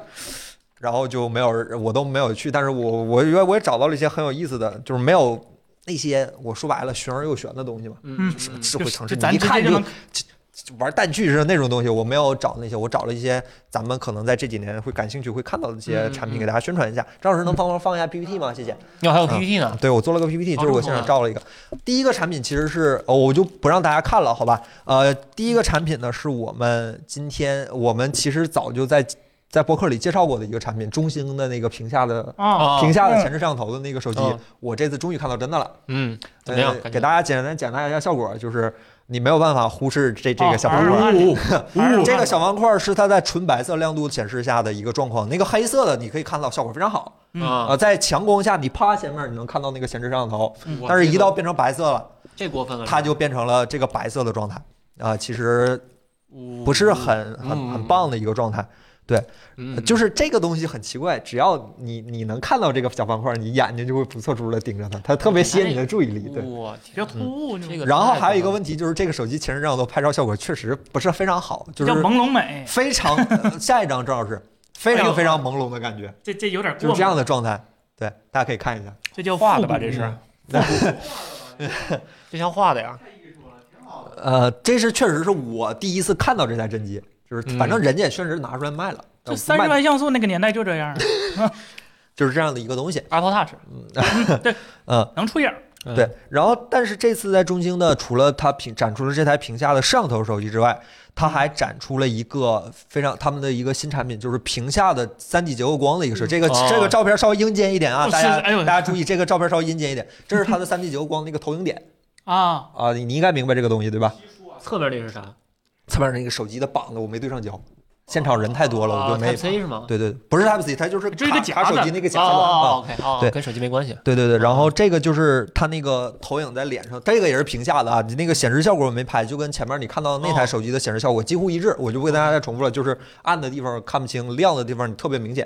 Speaker 5: 然后就没有人，我都没有去，但是我我我我也找到了一些很有意思的，就是没有那些我说白了玄而又玄的东西嘛，
Speaker 4: 嗯
Speaker 5: 什么
Speaker 4: 嗯
Speaker 5: 智慧城市，
Speaker 3: 就咱
Speaker 5: 你一
Speaker 3: 直接
Speaker 5: 看
Speaker 3: 就
Speaker 5: 就
Speaker 3: 能
Speaker 5: 就玩蛋剧似的那种东西，我没有找那些，我找了一些咱们可能在这几年会感兴趣会看到的一些产品给大家宣传一下。张老师能帮忙放一下 PPT 吗？谢谢。
Speaker 4: 要还有 PPT 呢。
Speaker 5: 嗯对，我做了个 PPT，
Speaker 4: 哦
Speaker 5: 就是我
Speaker 4: 这
Speaker 5: 现
Speaker 4: 么好啊
Speaker 5: 场照了一个。第一个产品其实是，哦，我就不让大家看了，好吧？呃，第一个产品呢是我们今天我们其实早就在在博客里介绍过的一个产品，中兴的那个屏下的
Speaker 3: 啊，
Speaker 4: 啊
Speaker 5: 屏哦下的
Speaker 3: 嗯
Speaker 5: 前置摄像头的那个手机
Speaker 4: 嗯，
Speaker 5: 我这次终于看到真的了。
Speaker 4: 嗯，怎么样
Speaker 5: 呃？
Speaker 4: 感觉
Speaker 5: 给大家简单简单一下效果，就是你没有办法忽视这这个小方
Speaker 3: 哦
Speaker 5: 块。
Speaker 3: 还
Speaker 4: 哦
Speaker 3: 还是有
Speaker 5: 这
Speaker 3: 看
Speaker 5: 个
Speaker 3: 头
Speaker 5: 小方块是它在纯白色亮度显示下的一个状况，那个黑色的你可以看到效果非常好。
Speaker 3: 嗯
Speaker 4: 啊
Speaker 5: 呃，，在强光下你趴前面你能看到那个前置摄像头，
Speaker 4: 我嗯
Speaker 5: 但是，一
Speaker 4: 这
Speaker 5: 到
Speaker 4: 个
Speaker 5: 变成白色了，
Speaker 4: 这过分了，
Speaker 5: 它就变成了这个白色的状态啊、其实不是很很很棒的一个状态。
Speaker 4: 嗯，
Speaker 5: 呃
Speaker 4: 嗯，
Speaker 5: 就是这个东西很奇怪，只要你你能看到这个小方块，你眼睛就会不自主的盯着它，它特
Speaker 4: 嗯
Speaker 5: 别吸引你的注意力。对。
Speaker 4: 我
Speaker 3: 比
Speaker 4: 天
Speaker 3: 较突兀，就
Speaker 4: 这个
Speaker 5: 然后还有一嗯个
Speaker 4: 题，
Speaker 5: 问题就是，这个手机前置摄像头拍照效果确实不是非常好，就
Speaker 3: 叫
Speaker 5: 是
Speaker 3: 朦胧美，
Speaker 5: 非常、 呃下一张郑老师非
Speaker 3: 哎
Speaker 5: 常
Speaker 3: 呦
Speaker 5: 非常朦胧的感觉，
Speaker 3: 这这有点
Speaker 5: 就是
Speaker 3: 过
Speaker 5: 这样
Speaker 3: 了，
Speaker 5: 的状态。对，大家可以看一下。
Speaker 3: 这叫
Speaker 4: 画的
Speaker 3: 复
Speaker 4: 吧
Speaker 3: 古
Speaker 4: 这是
Speaker 3: 嗯
Speaker 4: 这像画的呀。
Speaker 5: 呃，这是确实是我第一次看到这台真机，就是反正人家也确实拿出来卖了，
Speaker 3: 这
Speaker 5: 呃
Speaker 3: 嗯三
Speaker 5: 卖
Speaker 3: 十万像素那个年代就这样，
Speaker 5: 就是这样的一个东西。
Speaker 4: Apple Touch，
Speaker 3: 对，
Speaker 5: 嗯
Speaker 3: 能出影儿，
Speaker 2: 嗯
Speaker 5: 对，，然后但是这次在中兴的，除了它屏展出了这台屏下的摄像头手机之外，它还展出了一个非常他们的一个新产品，就是屏下的三 D 结构光的一个设计。这个、
Speaker 2: 哦
Speaker 5: 这个照片稍微阴间一点啊，
Speaker 3: 嗯哦
Speaker 5: 大
Speaker 3: 是
Speaker 5: 家
Speaker 3: 是哎呦
Speaker 5: 大家注意，这个照片稍微阴间一点，这是它的三 D 结构光的一个投影点
Speaker 3: 啊，
Speaker 5: 啊，你你应该明白这个东西对吧？
Speaker 4: 侧面那是啥？
Speaker 5: 侧面那个手机的膀子我没对上焦，现场人太多了，我就
Speaker 4: 啊
Speaker 5: 没。
Speaker 4: Type C 是吗？
Speaker 5: 对对，对不是 Type C，它就是
Speaker 3: 这是一个
Speaker 5: 卡
Speaker 3: 假
Speaker 5: 卡
Speaker 3: 的
Speaker 5: 手机那个夹
Speaker 4: 哦
Speaker 5: 子啊
Speaker 4: 哦，OK，哦
Speaker 5: 对，
Speaker 4: 跟手机没关系。
Speaker 5: 对对对，然后这个就是它那个投影在脸上，这个也是屏下的啊，你那个显示效果我没拍，就跟前面你看到的那
Speaker 3: 哦
Speaker 5: 台手机的显示效果几乎一致，我就不给大家再重复了，就是暗的地方看不清，亮的地方你特别明显。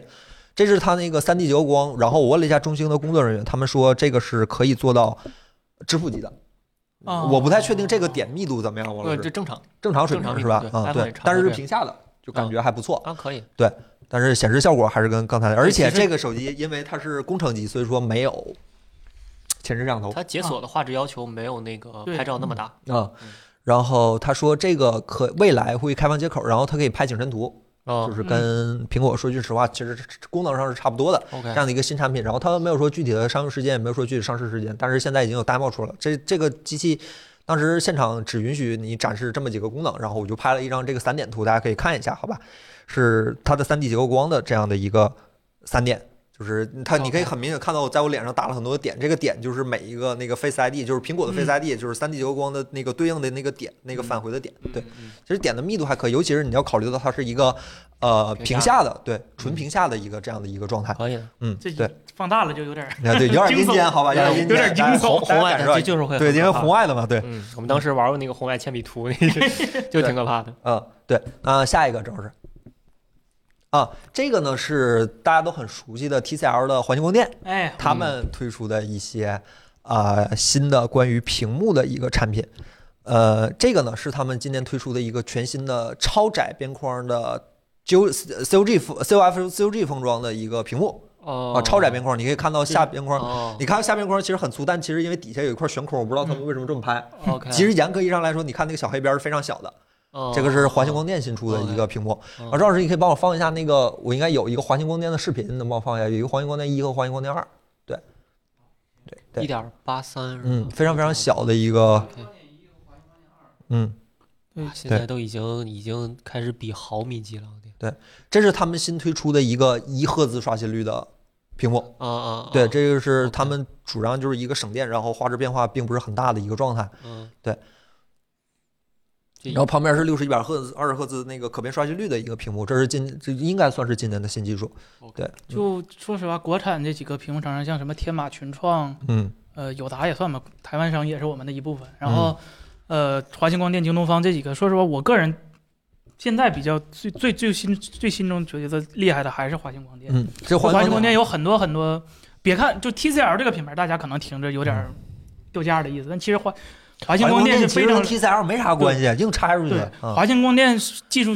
Speaker 5: 这是它那个3 D 结构光，然后我问了一下中兴的工作人员，他们说这个是可以做到支付级的，
Speaker 3: 啊
Speaker 5: 我不太确定这个点密度怎么样，我
Speaker 4: 呃，
Speaker 5: 老
Speaker 4: 这
Speaker 5: 师
Speaker 4: 正常
Speaker 5: 正常水
Speaker 4: 正
Speaker 5: 平
Speaker 4: 常
Speaker 5: 是吧
Speaker 4: 密？度对
Speaker 5: 啊，
Speaker 4: iPhone
Speaker 5: 对
Speaker 4: 也差，不多
Speaker 5: 但是
Speaker 4: 这
Speaker 5: 是
Speaker 4: 样嗯
Speaker 5: 屏下的，就感觉还不错。
Speaker 4: 啊，可以。
Speaker 5: 但是显示效果还是跟刚才的，而且
Speaker 4: 其实
Speaker 5: 这个手机因为它是工程机，所以说没有前置摄像头
Speaker 4: 它解锁的画质要求没有那个
Speaker 3: 对
Speaker 4: 拍照那么大。
Speaker 5: 啊。然后他说这个可未来会开放接口，然后它可以拍景深图，就
Speaker 4: 哦
Speaker 5: 是跟苹果说句实话，其实功能上是差不多的这
Speaker 4: ，OK，
Speaker 5: 样的一个新产品。然后他没有说具体的商用时间，也没有说具体上市时间，但是现在已经有 demo 出了。这这个机器当时现场只允许你展示这么几个功能，然后我就拍了一张这个散点图，大家可以看一下，好吧？是它的三 D 结构光的这样的一个散点。就是它，你可以
Speaker 4: OK
Speaker 5: 很明显看到我在我脸上打了很多点，这个点就是每一个那个 Face ID，就是苹果的 Face ID，就是三 D 结构光的那个对应的那个点，那个返回的点。对，
Speaker 4: 嗯嗯，
Speaker 5: 其实点的密度还可以，尤其是你要考虑到它是一个呃
Speaker 4: 屏下嗯
Speaker 5: 屏下的，对，纯屏下的一个这样的一个状态。
Speaker 4: 可以的。
Speaker 5: 嗯，
Speaker 3: 这
Speaker 5: 对，
Speaker 3: 放大了就有点儿
Speaker 5: 啊对，有点阴间，好吧，有点阴间，
Speaker 3: 有点
Speaker 5: 大家
Speaker 3: 惊悚
Speaker 5: 红
Speaker 4: 红
Speaker 5: 红
Speaker 4: 外
Speaker 5: 外感受
Speaker 4: 这
Speaker 5: 到，
Speaker 4: 就是会
Speaker 5: 对，因为
Speaker 4: 很可怕
Speaker 5: 红外的嘛， 对，
Speaker 4: 嗯，我们当时玩过那个红外铅笔图， 那个就挺可怕的。
Speaker 5: 嗯，对，那下一个正是。啊，这个呢是大家都很熟悉的 TCL 的环球光电，
Speaker 3: 哎，
Speaker 5: 他们推出的一些呃新的关于屏幕的一个产品。呃，这个呢是他们今年推出的一个全新的超窄边框的 Q COG 封 COF COG 封装的一个屏幕
Speaker 4: 哦
Speaker 5: 啊，超窄边框，你可以看到下边框，
Speaker 4: 哦
Speaker 5: 你看到下边框其实很粗，但其实因为底下有一块悬空，我不知道他们为什么这么拍。
Speaker 4: ，OK，
Speaker 5: 其实严格意义上来说，你看那个小黑边是非常小的，
Speaker 4: 嗯哦
Speaker 5: 这个是华星光电新出的一个屏幕。啊，赵老师，你可以帮我放一下那个，我应该有一个华星光电的视频，能帮我放一下？有一个华星光电一和华星光电二，对，对
Speaker 4: 一
Speaker 5: 对，
Speaker 4: 点八三，
Speaker 5: 嗯，非常非常小的一个，
Speaker 4: OK。
Speaker 5: 嗯，
Speaker 4: 啊现在都已经已经开始比毫米级了，我天
Speaker 5: 这是他们新推出的一个一赫兹刷新率的屏幕。
Speaker 4: 啊啊！啊
Speaker 5: 哦对，，这个是
Speaker 4: OK
Speaker 5: 他们主张就是一个省电，然后画质变化并不是很大的一个状态。
Speaker 4: 嗯，
Speaker 5: 对
Speaker 4: 这。嗯
Speaker 5: 然后旁边是六十一百赫兹、二十赫兹那个可变刷新率的一个屏幕，这是今这应该算是今年的新技术。
Speaker 4: OK
Speaker 5: 对，嗯
Speaker 3: 就说实话，国产这几个屏幕厂商，像什么天马、群创，
Speaker 5: 嗯
Speaker 3: 呃，友达也算吧，台湾商也是我们的一部分。然后，呃，华星光电、京东方这几个，说实话，我个人现在比较最最最新最心中觉得厉害的还是华星光电。
Speaker 5: 嗯，这
Speaker 3: 华
Speaker 5: 环
Speaker 3: 星光电
Speaker 5: 有
Speaker 3: 有很多很多，别看就 TCL 这个品牌，大家可能听着有点儿掉价的意思，但其实华嗯华星光电是嗯非常
Speaker 5: 跟 TCL 没啥关系，硬插入去
Speaker 3: 对，
Speaker 5: 啊。
Speaker 3: 华星光电技术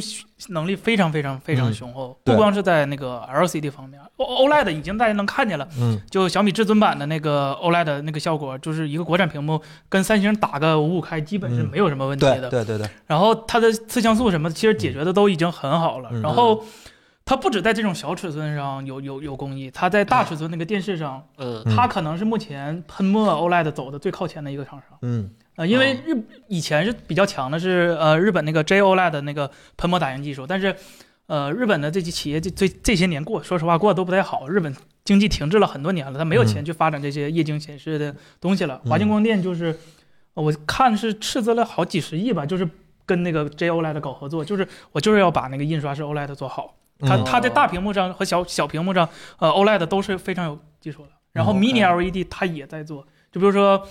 Speaker 3: 能力非常非常非常
Speaker 5: 嗯
Speaker 3: 雄厚，
Speaker 5: 对
Speaker 3: 不光是在那个 LCD 方面，O-，OLED 已经大家能看见了。
Speaker 5: 嗯，
Speaker 3: 就小米至尊版的那个 OLED 的那个效果，就是一个国产屏幕跟三星打个五五开，基本是
Speaker 5: 嗯
Speaker 3: 没有什么问题
Speaker 5: 对
Speaker 3: 的。
Speaker 5: 对对对，
Speaker 3: 然后它的次像素什么的，其实解决的都已经很好了。
Speaker 5: 嗯
Speaker 3: 然后它不止在这种小尺寸上有有有工艺，它在大尺寸那个电视上，
Speaker 4: 嗯
Speaker 5: 嗯
Speaker 3: 它可能是目前喷墨 OLED 走的最靠前的一个厂商。
Speaker 5: 嗯
Speaker 3: 呃，因为日以前是比较强的是呃日本那个 JOLED 的那个喷墨打印技术，但是呃日本的这些企业这这这些年过，说实话过得都不太好，日本经济停滞了很多年了，它没有钱去发展这些液晶显示的东西了。
Speaker 5: 嗯
Speaker 3: 华星光电就是呃我看是斥资了好几十亿吧，就是跟那个 JOLED 搞合作，就是我就是要把那个印刷式 OLED 做好。它
Speaker 5: 嗯
Speaker 3: 它在大屏幕上和小小屏幕上，呃，OLED 都是非常有技术的。然后
Speaker 5: 嗯
Speaker 3: Mini LED E 它也在做，就比如说，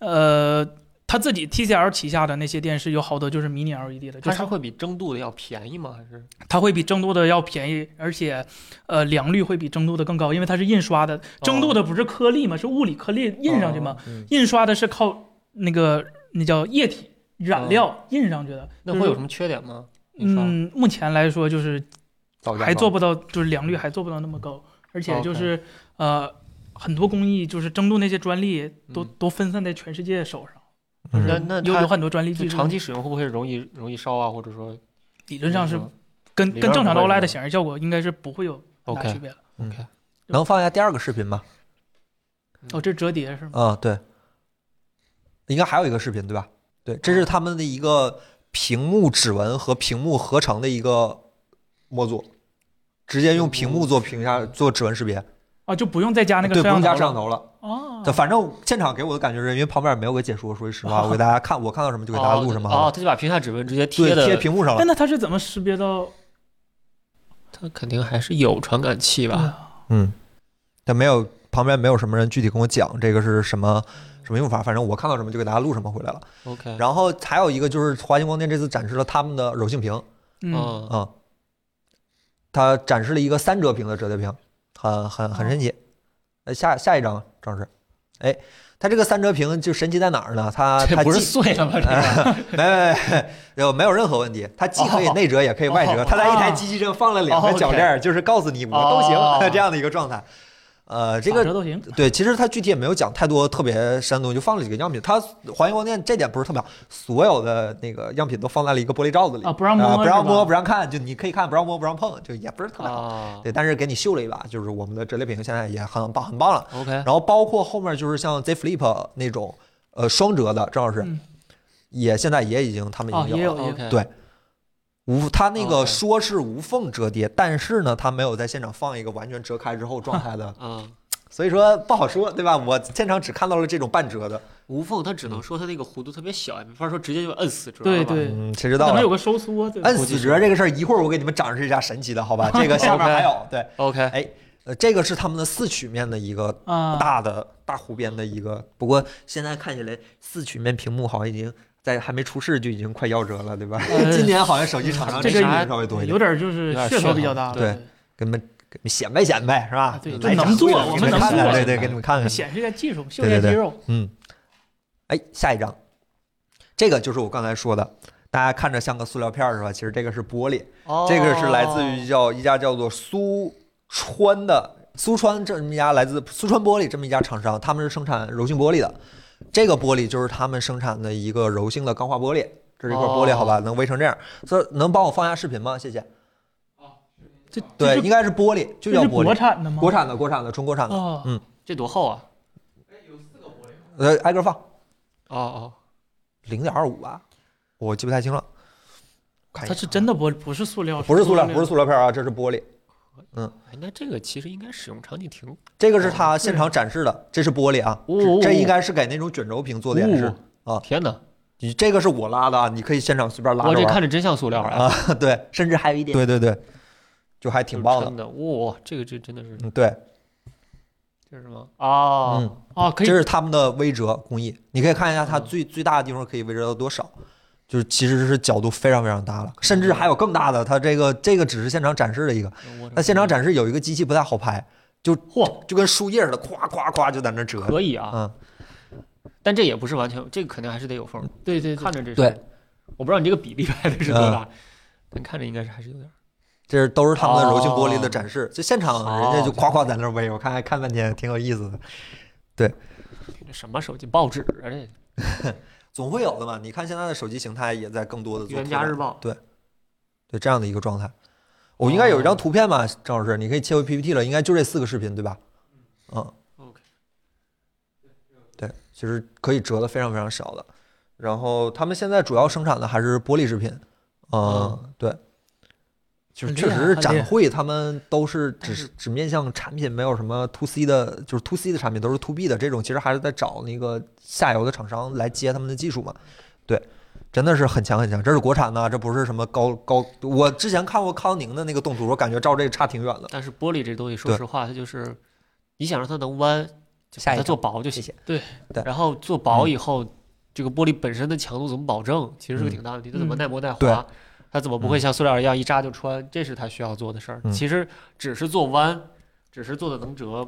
Speaker 3: 呃，它自己 TCL 旗下的那些电视有好多就是 Mini LED E 的，就
Speaker 4: 它
Speaker 3: 是
Speaker 4: 是
Speaker 3: 它
Speaker 4: 会比争度的要便宜吗？还是
Speaker 3: 它会比争度的要便宜，而且，呃，良率会比争度的更高，因为它是印刷
Speaker 4: 哦
Speaker 3: 的。争度的不是颗粒嘛，是物理颗粒印上去嘛，
Speaker 5: 嗯
Speaker 3: 印刷的是靠那个那叫液体染料印上去的。
Speaker 4: 哦那会有什
Speaker 3: 么？
Speaker 4: 么缺点吗？你说
Speaker 3: 嗯，目前来说就是
Speaker 5: 造价
Speaker 3: 还做
Speaker 5: 高
Speaker 3: 不到，就是良率还做不到那么高，而
Speaker 4: 哦
Speaker 3: 且就是呃很多工艺就是争度那些专利都、
Speaker 4: 嗯
Speaker 3: 都分散在全世界手上，
Speaker 5: 嗯
Speaker 4: 那那
Speaker 3: 有有
Speaker 4: 它
Speaker 3: 很多专利技
Speaker 4: 就
Speaker 3: 术，
Speaker 4: 长期使用会不会容易容易烧啊？或者说
Speaker 3: 理论上是
Speaker 4: 嗯
Speaker 3: 跟
Speaker 4: 里边
Speaker 3: 跟正常的
Speaker 4: 不会有
Speaker 3: OLED 显示效果应该是不会有很大
Speaker 4: OK
Speaker 3: 区别了。
Speaker 5: 能放一下第二个视频吗？
Speaker 3: 哦，这折叠是吗？
Speaker 5: 啊，对，应该还有一个视频对吧？对，这是他们的一个屏幕指纹和屏幕合成的一个模组，直接用屏幕做屏下做指纹识别，
Speaker 3: 啊，就不用再加那个摄
Speaker 5: 对，不用
Speaker 3: 像
Speaker 5: 加摄像
Speaker 3: 头了。
Speaker 5: 头嗯了。
Speaker 3: 哦
Speaker 5: 对，反正现场给我的感觉是因为旁边也没有个解说，说句实话，我给大家看我看到什么就给大家录什么好
Speaker 4: 哦，
Speaker 5: 了，
Speaker 4: 他就把屏下指纹直接
Speaker 5: 对
Speaker 4: 贴，的，
Speaker 5: 啊贴屏幕上
Speaker 3: 哎，
Speaker 5: 了。
Speaker 3: 那他是怎么识别到？
Speaker 4: 他肯定还是有传感器
Speaker 3: 哎
Speaker 4: 吧？
Speaker 5: 嗯，但没有旁边没有什么人具体跟我讲这个是什么什么用法，反正我看到什么就给大家录什么回来了。
Speaker 4: OK，
Speaker 5: 然后还有一个就是华星光电这次展示了他们的柔性屏，
Speaker 3: 嗯，
Speaker 4: 嗯，
Speaker 5: 嗯，它展示了一个三折屏的折叠屏，很很很神奇。呃，下下一张正是，哎，它这个三折屏就神奇在哪儿呢？它
Speaker 4: 这
Speaker 5: 它
Speaker 4: 不是
Speaker 5: 既
Speaker 4: 碎了吗？这
Speaker 3: 哎
Speaker 4: 个
Speaker 5: 没没没，有没有任何问题，它既可以内折也可以外折，
Speaker 4: 哦
Speaker 5: 它在一台机器上放了两个铰链儿，就是告诉你我都行、
Speaker 4: 哦
Speaker 5: 这样的一个状态。呃，这
Speaker 3: 打
Speaker 5: 个
Speaker 3: 折都行。
Speaker 5: 对，其实它具体也没有讲太多特别深的东西，就放了几个样品。它还原光电这点不是特别好，所有的那个样品都放在了一个玻璃罩子里
Speaker 3: 啊不让摸
Speaker 5: 啊不让
Speaker 3: 是吧
Speaker 5: 摸，不让看，就你可以看，不让摸，不让碰，就也不是特别好。
Speaker 4: 啊
Speaker 5: 对，但是给你秀了一把，就是我们的折叠屏现在也很棒，很棒了。
Speaker 4: ，OK，
Speaker 5: 然后包括后面就是像 Z Flip 那种，呃，双折的，正好是、
Speaker 3: 嗯
Speaker 5: 也现在也已经他们已
Speaker 3: 哦，
Speaker 5: 经
Speaker 3: 也哦
Speaker 5: 有了
Speaker 3: 有也有。
Speaker 4: OK
Speaker 5: 对无，它那个
Speaker 4: OK，
Speaker 5: 说是无缝折叠，但是呢，它没有在现场放一个完全折开之后状态的
Speaker 4: 啊，
Speaker 5: 所以说不好说，对吧？我现场只看到了这种半折的，
Speaker 4: 无缝，它只能说它那个弧度特别小，也没法说直接就摁死，知道
Speaker 3: 对
Speaker 4: 吧？
Speaker 3: 对，
Speaker 5: 嗯，谁
Speaker 3: 可
Speaker 5: 知道哎
Speaker 3: 能有
Speaker 5: 呢？
Speaker 3: 个收缩。对吧
Speaker 5: 摁死折这个事儿，一会儿我给你们展示一下神奇 的，好吧？这个下面
Speaker 4: OK
Speaker 5: 还有，对，
Speaker 4: ，OK，
Speaker 5: 呃，这个是他们的四曲面的一个
Speaker 3: 啊，
Speaker 5: 大的大湖边的一个，不过现在看起来四曲面屏幕好像已经在还没出世就已经快夭折了，对吧？
Speaker 3: 呃
Speaker 5: 今年好像手机厂商
Speaker 3: 这
Speaker 5: 个
Speaker 3: 个
Speaker 5: 意识稍微多一
Speaker 3: 有点
Speaker 5: 点，
Speaker 3: 儿就是
Speaker 4: 有点
Speaker 3: 噱
Speaker 4: 噱
Speaker 3: 头
Speaker 4: 头
Speaker 3: 比较大。
Speaker 5: 对给你们给你们显摆显摆是吧
Speaker 3: 啊？对
Speaker 5: 来
Speaker 3: 这
Speaker 5: 展
Speaker 3: 能
Speaker 5: 会
Speaker 3: 做
Speaker 5: 了
Speaker 3: 我
Speaker 5: 给
Speaker 3: 们
Speaker 5: 你
Speaker 3: 能
Speaker 5: 看看，
Speaker 3: 做
Speaker 5: 对
Speaker 3: 现
Speaker 5: 对，
Speaker 4: 在
Speaker 5: 给你们看看，
Speaker 3: 显示一下技术，秀一
Speaker 5: 对
Speaker 3: 下
Speaker 5: 对
Speaker 3: 肌
Speaker 5: 对
Speaker 3: 肉。
Speaker 5: 嗯，哎，下一张，这个就是我刚才说的。大家看着像个塑料片儿是吧？其实这个是玻璃，
Speaker 4: 哦
Speaker 5: 这个是来自于叫一家叫做苏川的苏川这么一家来自苏川玻璃这么一家厂商，他们是生产柔性玻璃的。这个玻璃就是他们生产的一个柔性的钢化玻璃，这是一块玻璃，
Speaker 4: 哦
Speaker 5: 好吧？能围成这样，这能帮我放下视频吗？谢谢。
Speaker 3: 这
Speaker 5: 对，
Speaker 3: 这
Speaker 5: 应该是玻璃，就
Speaker 3: 这
Speaker 5: 叫
Speaker 3: 是
Speaker 5: 玻
Speaker 3: 国
Speaker 5: 璃，
Speaker 3: 产的吗？
Speaker 5: 国产的，国产的，中国产的。嗯
Speaker 3: 哦，
Speaker 4: 这多厚啊？
Speaker 5: 呃，挨个放，
Speaker 4: 哦哦，
Speaker 5: 零点二五吧，我记不太清了。看一
Speaker 3: 它
Speaker 5: 下
Speaker 3: 是真的玻璃，不是塑料，
Speaker 5: 不是塑料，不是塑料片儿啊，这是玻璃。
Speaker 4: 哎那这个其实应该使用场景挺，
Speaker 5: 这个是他现场展示的，这是玻璃啊，
Speaker 4: 哦
Speaker 5: 这这应该是给那种卷轴屏做的演示。啊
Speaker 4: 天哪，
Speaker 5: 你这个是我拉的啊，你可以现场随便拉着
Speaker 4: 我这
Speaker 5: 玩
Speaker 4: 看着真像塑料啊，
Speaker 5: 啊， 对，甚至还有一点，对对对，就还挺棒的，
Speaker 4: 的，哇，这个这真的是
Speaker 5: 嗯，对，
Speaker 4: 这是什么？哦，
Speaker 5: 嗯，
Speaker 3: 哦，可
Speaker 5: 这
Speaker 3: 以
Speaker 5: 是他们的微折工艺，你可以看一下它最最大的地方可以微折到多少，就是其实是角度非常非常大了，甚至还有更大的，它这个这个只是现场展示的一个，
Speaker 4: 我这
Speaker 5: 它现场展示有一个机器不太好拍，就
Speaker 4: 嚯
Speaker 5: 就跟树叶似的，咵咵咵就在那折，
Speaker 4: 可以啊，
Speaker 5: 嗯，
Speaker 4: 但这也不是完全，这个肯定还是得有缝儿。
Speaker 3: 对对对
Speaker 4: 看着这是
Speaker 5: 对，嗯
Speaker 4: 我不知道你这个比例拍的是多大，但看着应该是还是有点儿。
Speaker 5: 这是都是他们的柔性玻璃的
Speaker 4: 哦
Speaker 5: 展示，就现场人家就夸夸在那儿微，我看还看半天，挺有意思的。
Speaker 4: 这什么手机？报纸啊，这
Speaker 5: 总会有的嘛。你看现在的手机形态也在更多的做
Speaker 4: 元
Speaker 5: 推
Speaker 4: 家
Speaker 5: 广
Speaker 4: 日报
Speaker 5: 对对这样的一个状态。我应该有一
Speaker 3: 哦
Speaker 5: 张图片吧，张老师，你可以切回 PPT 了，应该就这四个视频对吧？嗯
Speaker 4: OK
Speaker 5: 对，其实可以折的非常非常少的。然后他们现在主要生产的还是玻璃制品，嗯，对，就
Speaker 3: 很
Speaker 5: 是
Speaker 3: 厉
Speaker 5: 确
Speaker 3: 害
Speaker 5: 实是
Speaker 3: 很厉
Speaker 5: 展
Speaker 3: 害
Speaker 5: 会他们都是只
Speaker 4: 但
Speaker 5: 是
Speaker 4: 是
Speaker 5: 只面向产品，没有什么 to C 的，就是 to C 的产品都是 to B 的这种，其实还是在找那个下游的厂商来接他们的技术嘛。对，真的是很强很强，这是国产的啊，这不是什么高高。我之前看过康宁的那个动图，我感觉照这个差挺远的。
Speaker 4: 但是玻璃这东西，说
Speaker 5: 对
Speaker 4: 实话，它就是你想让它能弯，就
Speaker 5: 下
Speaker 4: 把
Speaker 5: 一
Speaker 4: 它
Speaker 5: 张
Speaker 4: 做薄就行。
Speaker 3: 对
Speaker 5: 对嗯
Speaker 4: 然后做薄以后，这个玻璃本身的强度怎么保证，其实是个挺大的问题。它怎么
Speaker 3: 嗯
Speaker 4: 耐磨耐
Speaker 5: 对
Speaker 4: 滑？它怎么不会像塑料一样一扎就穿？这是它需要做的事儿
Speaker 5: 嗯。
Speaker 4: 其实只是做弯，只是做的能折，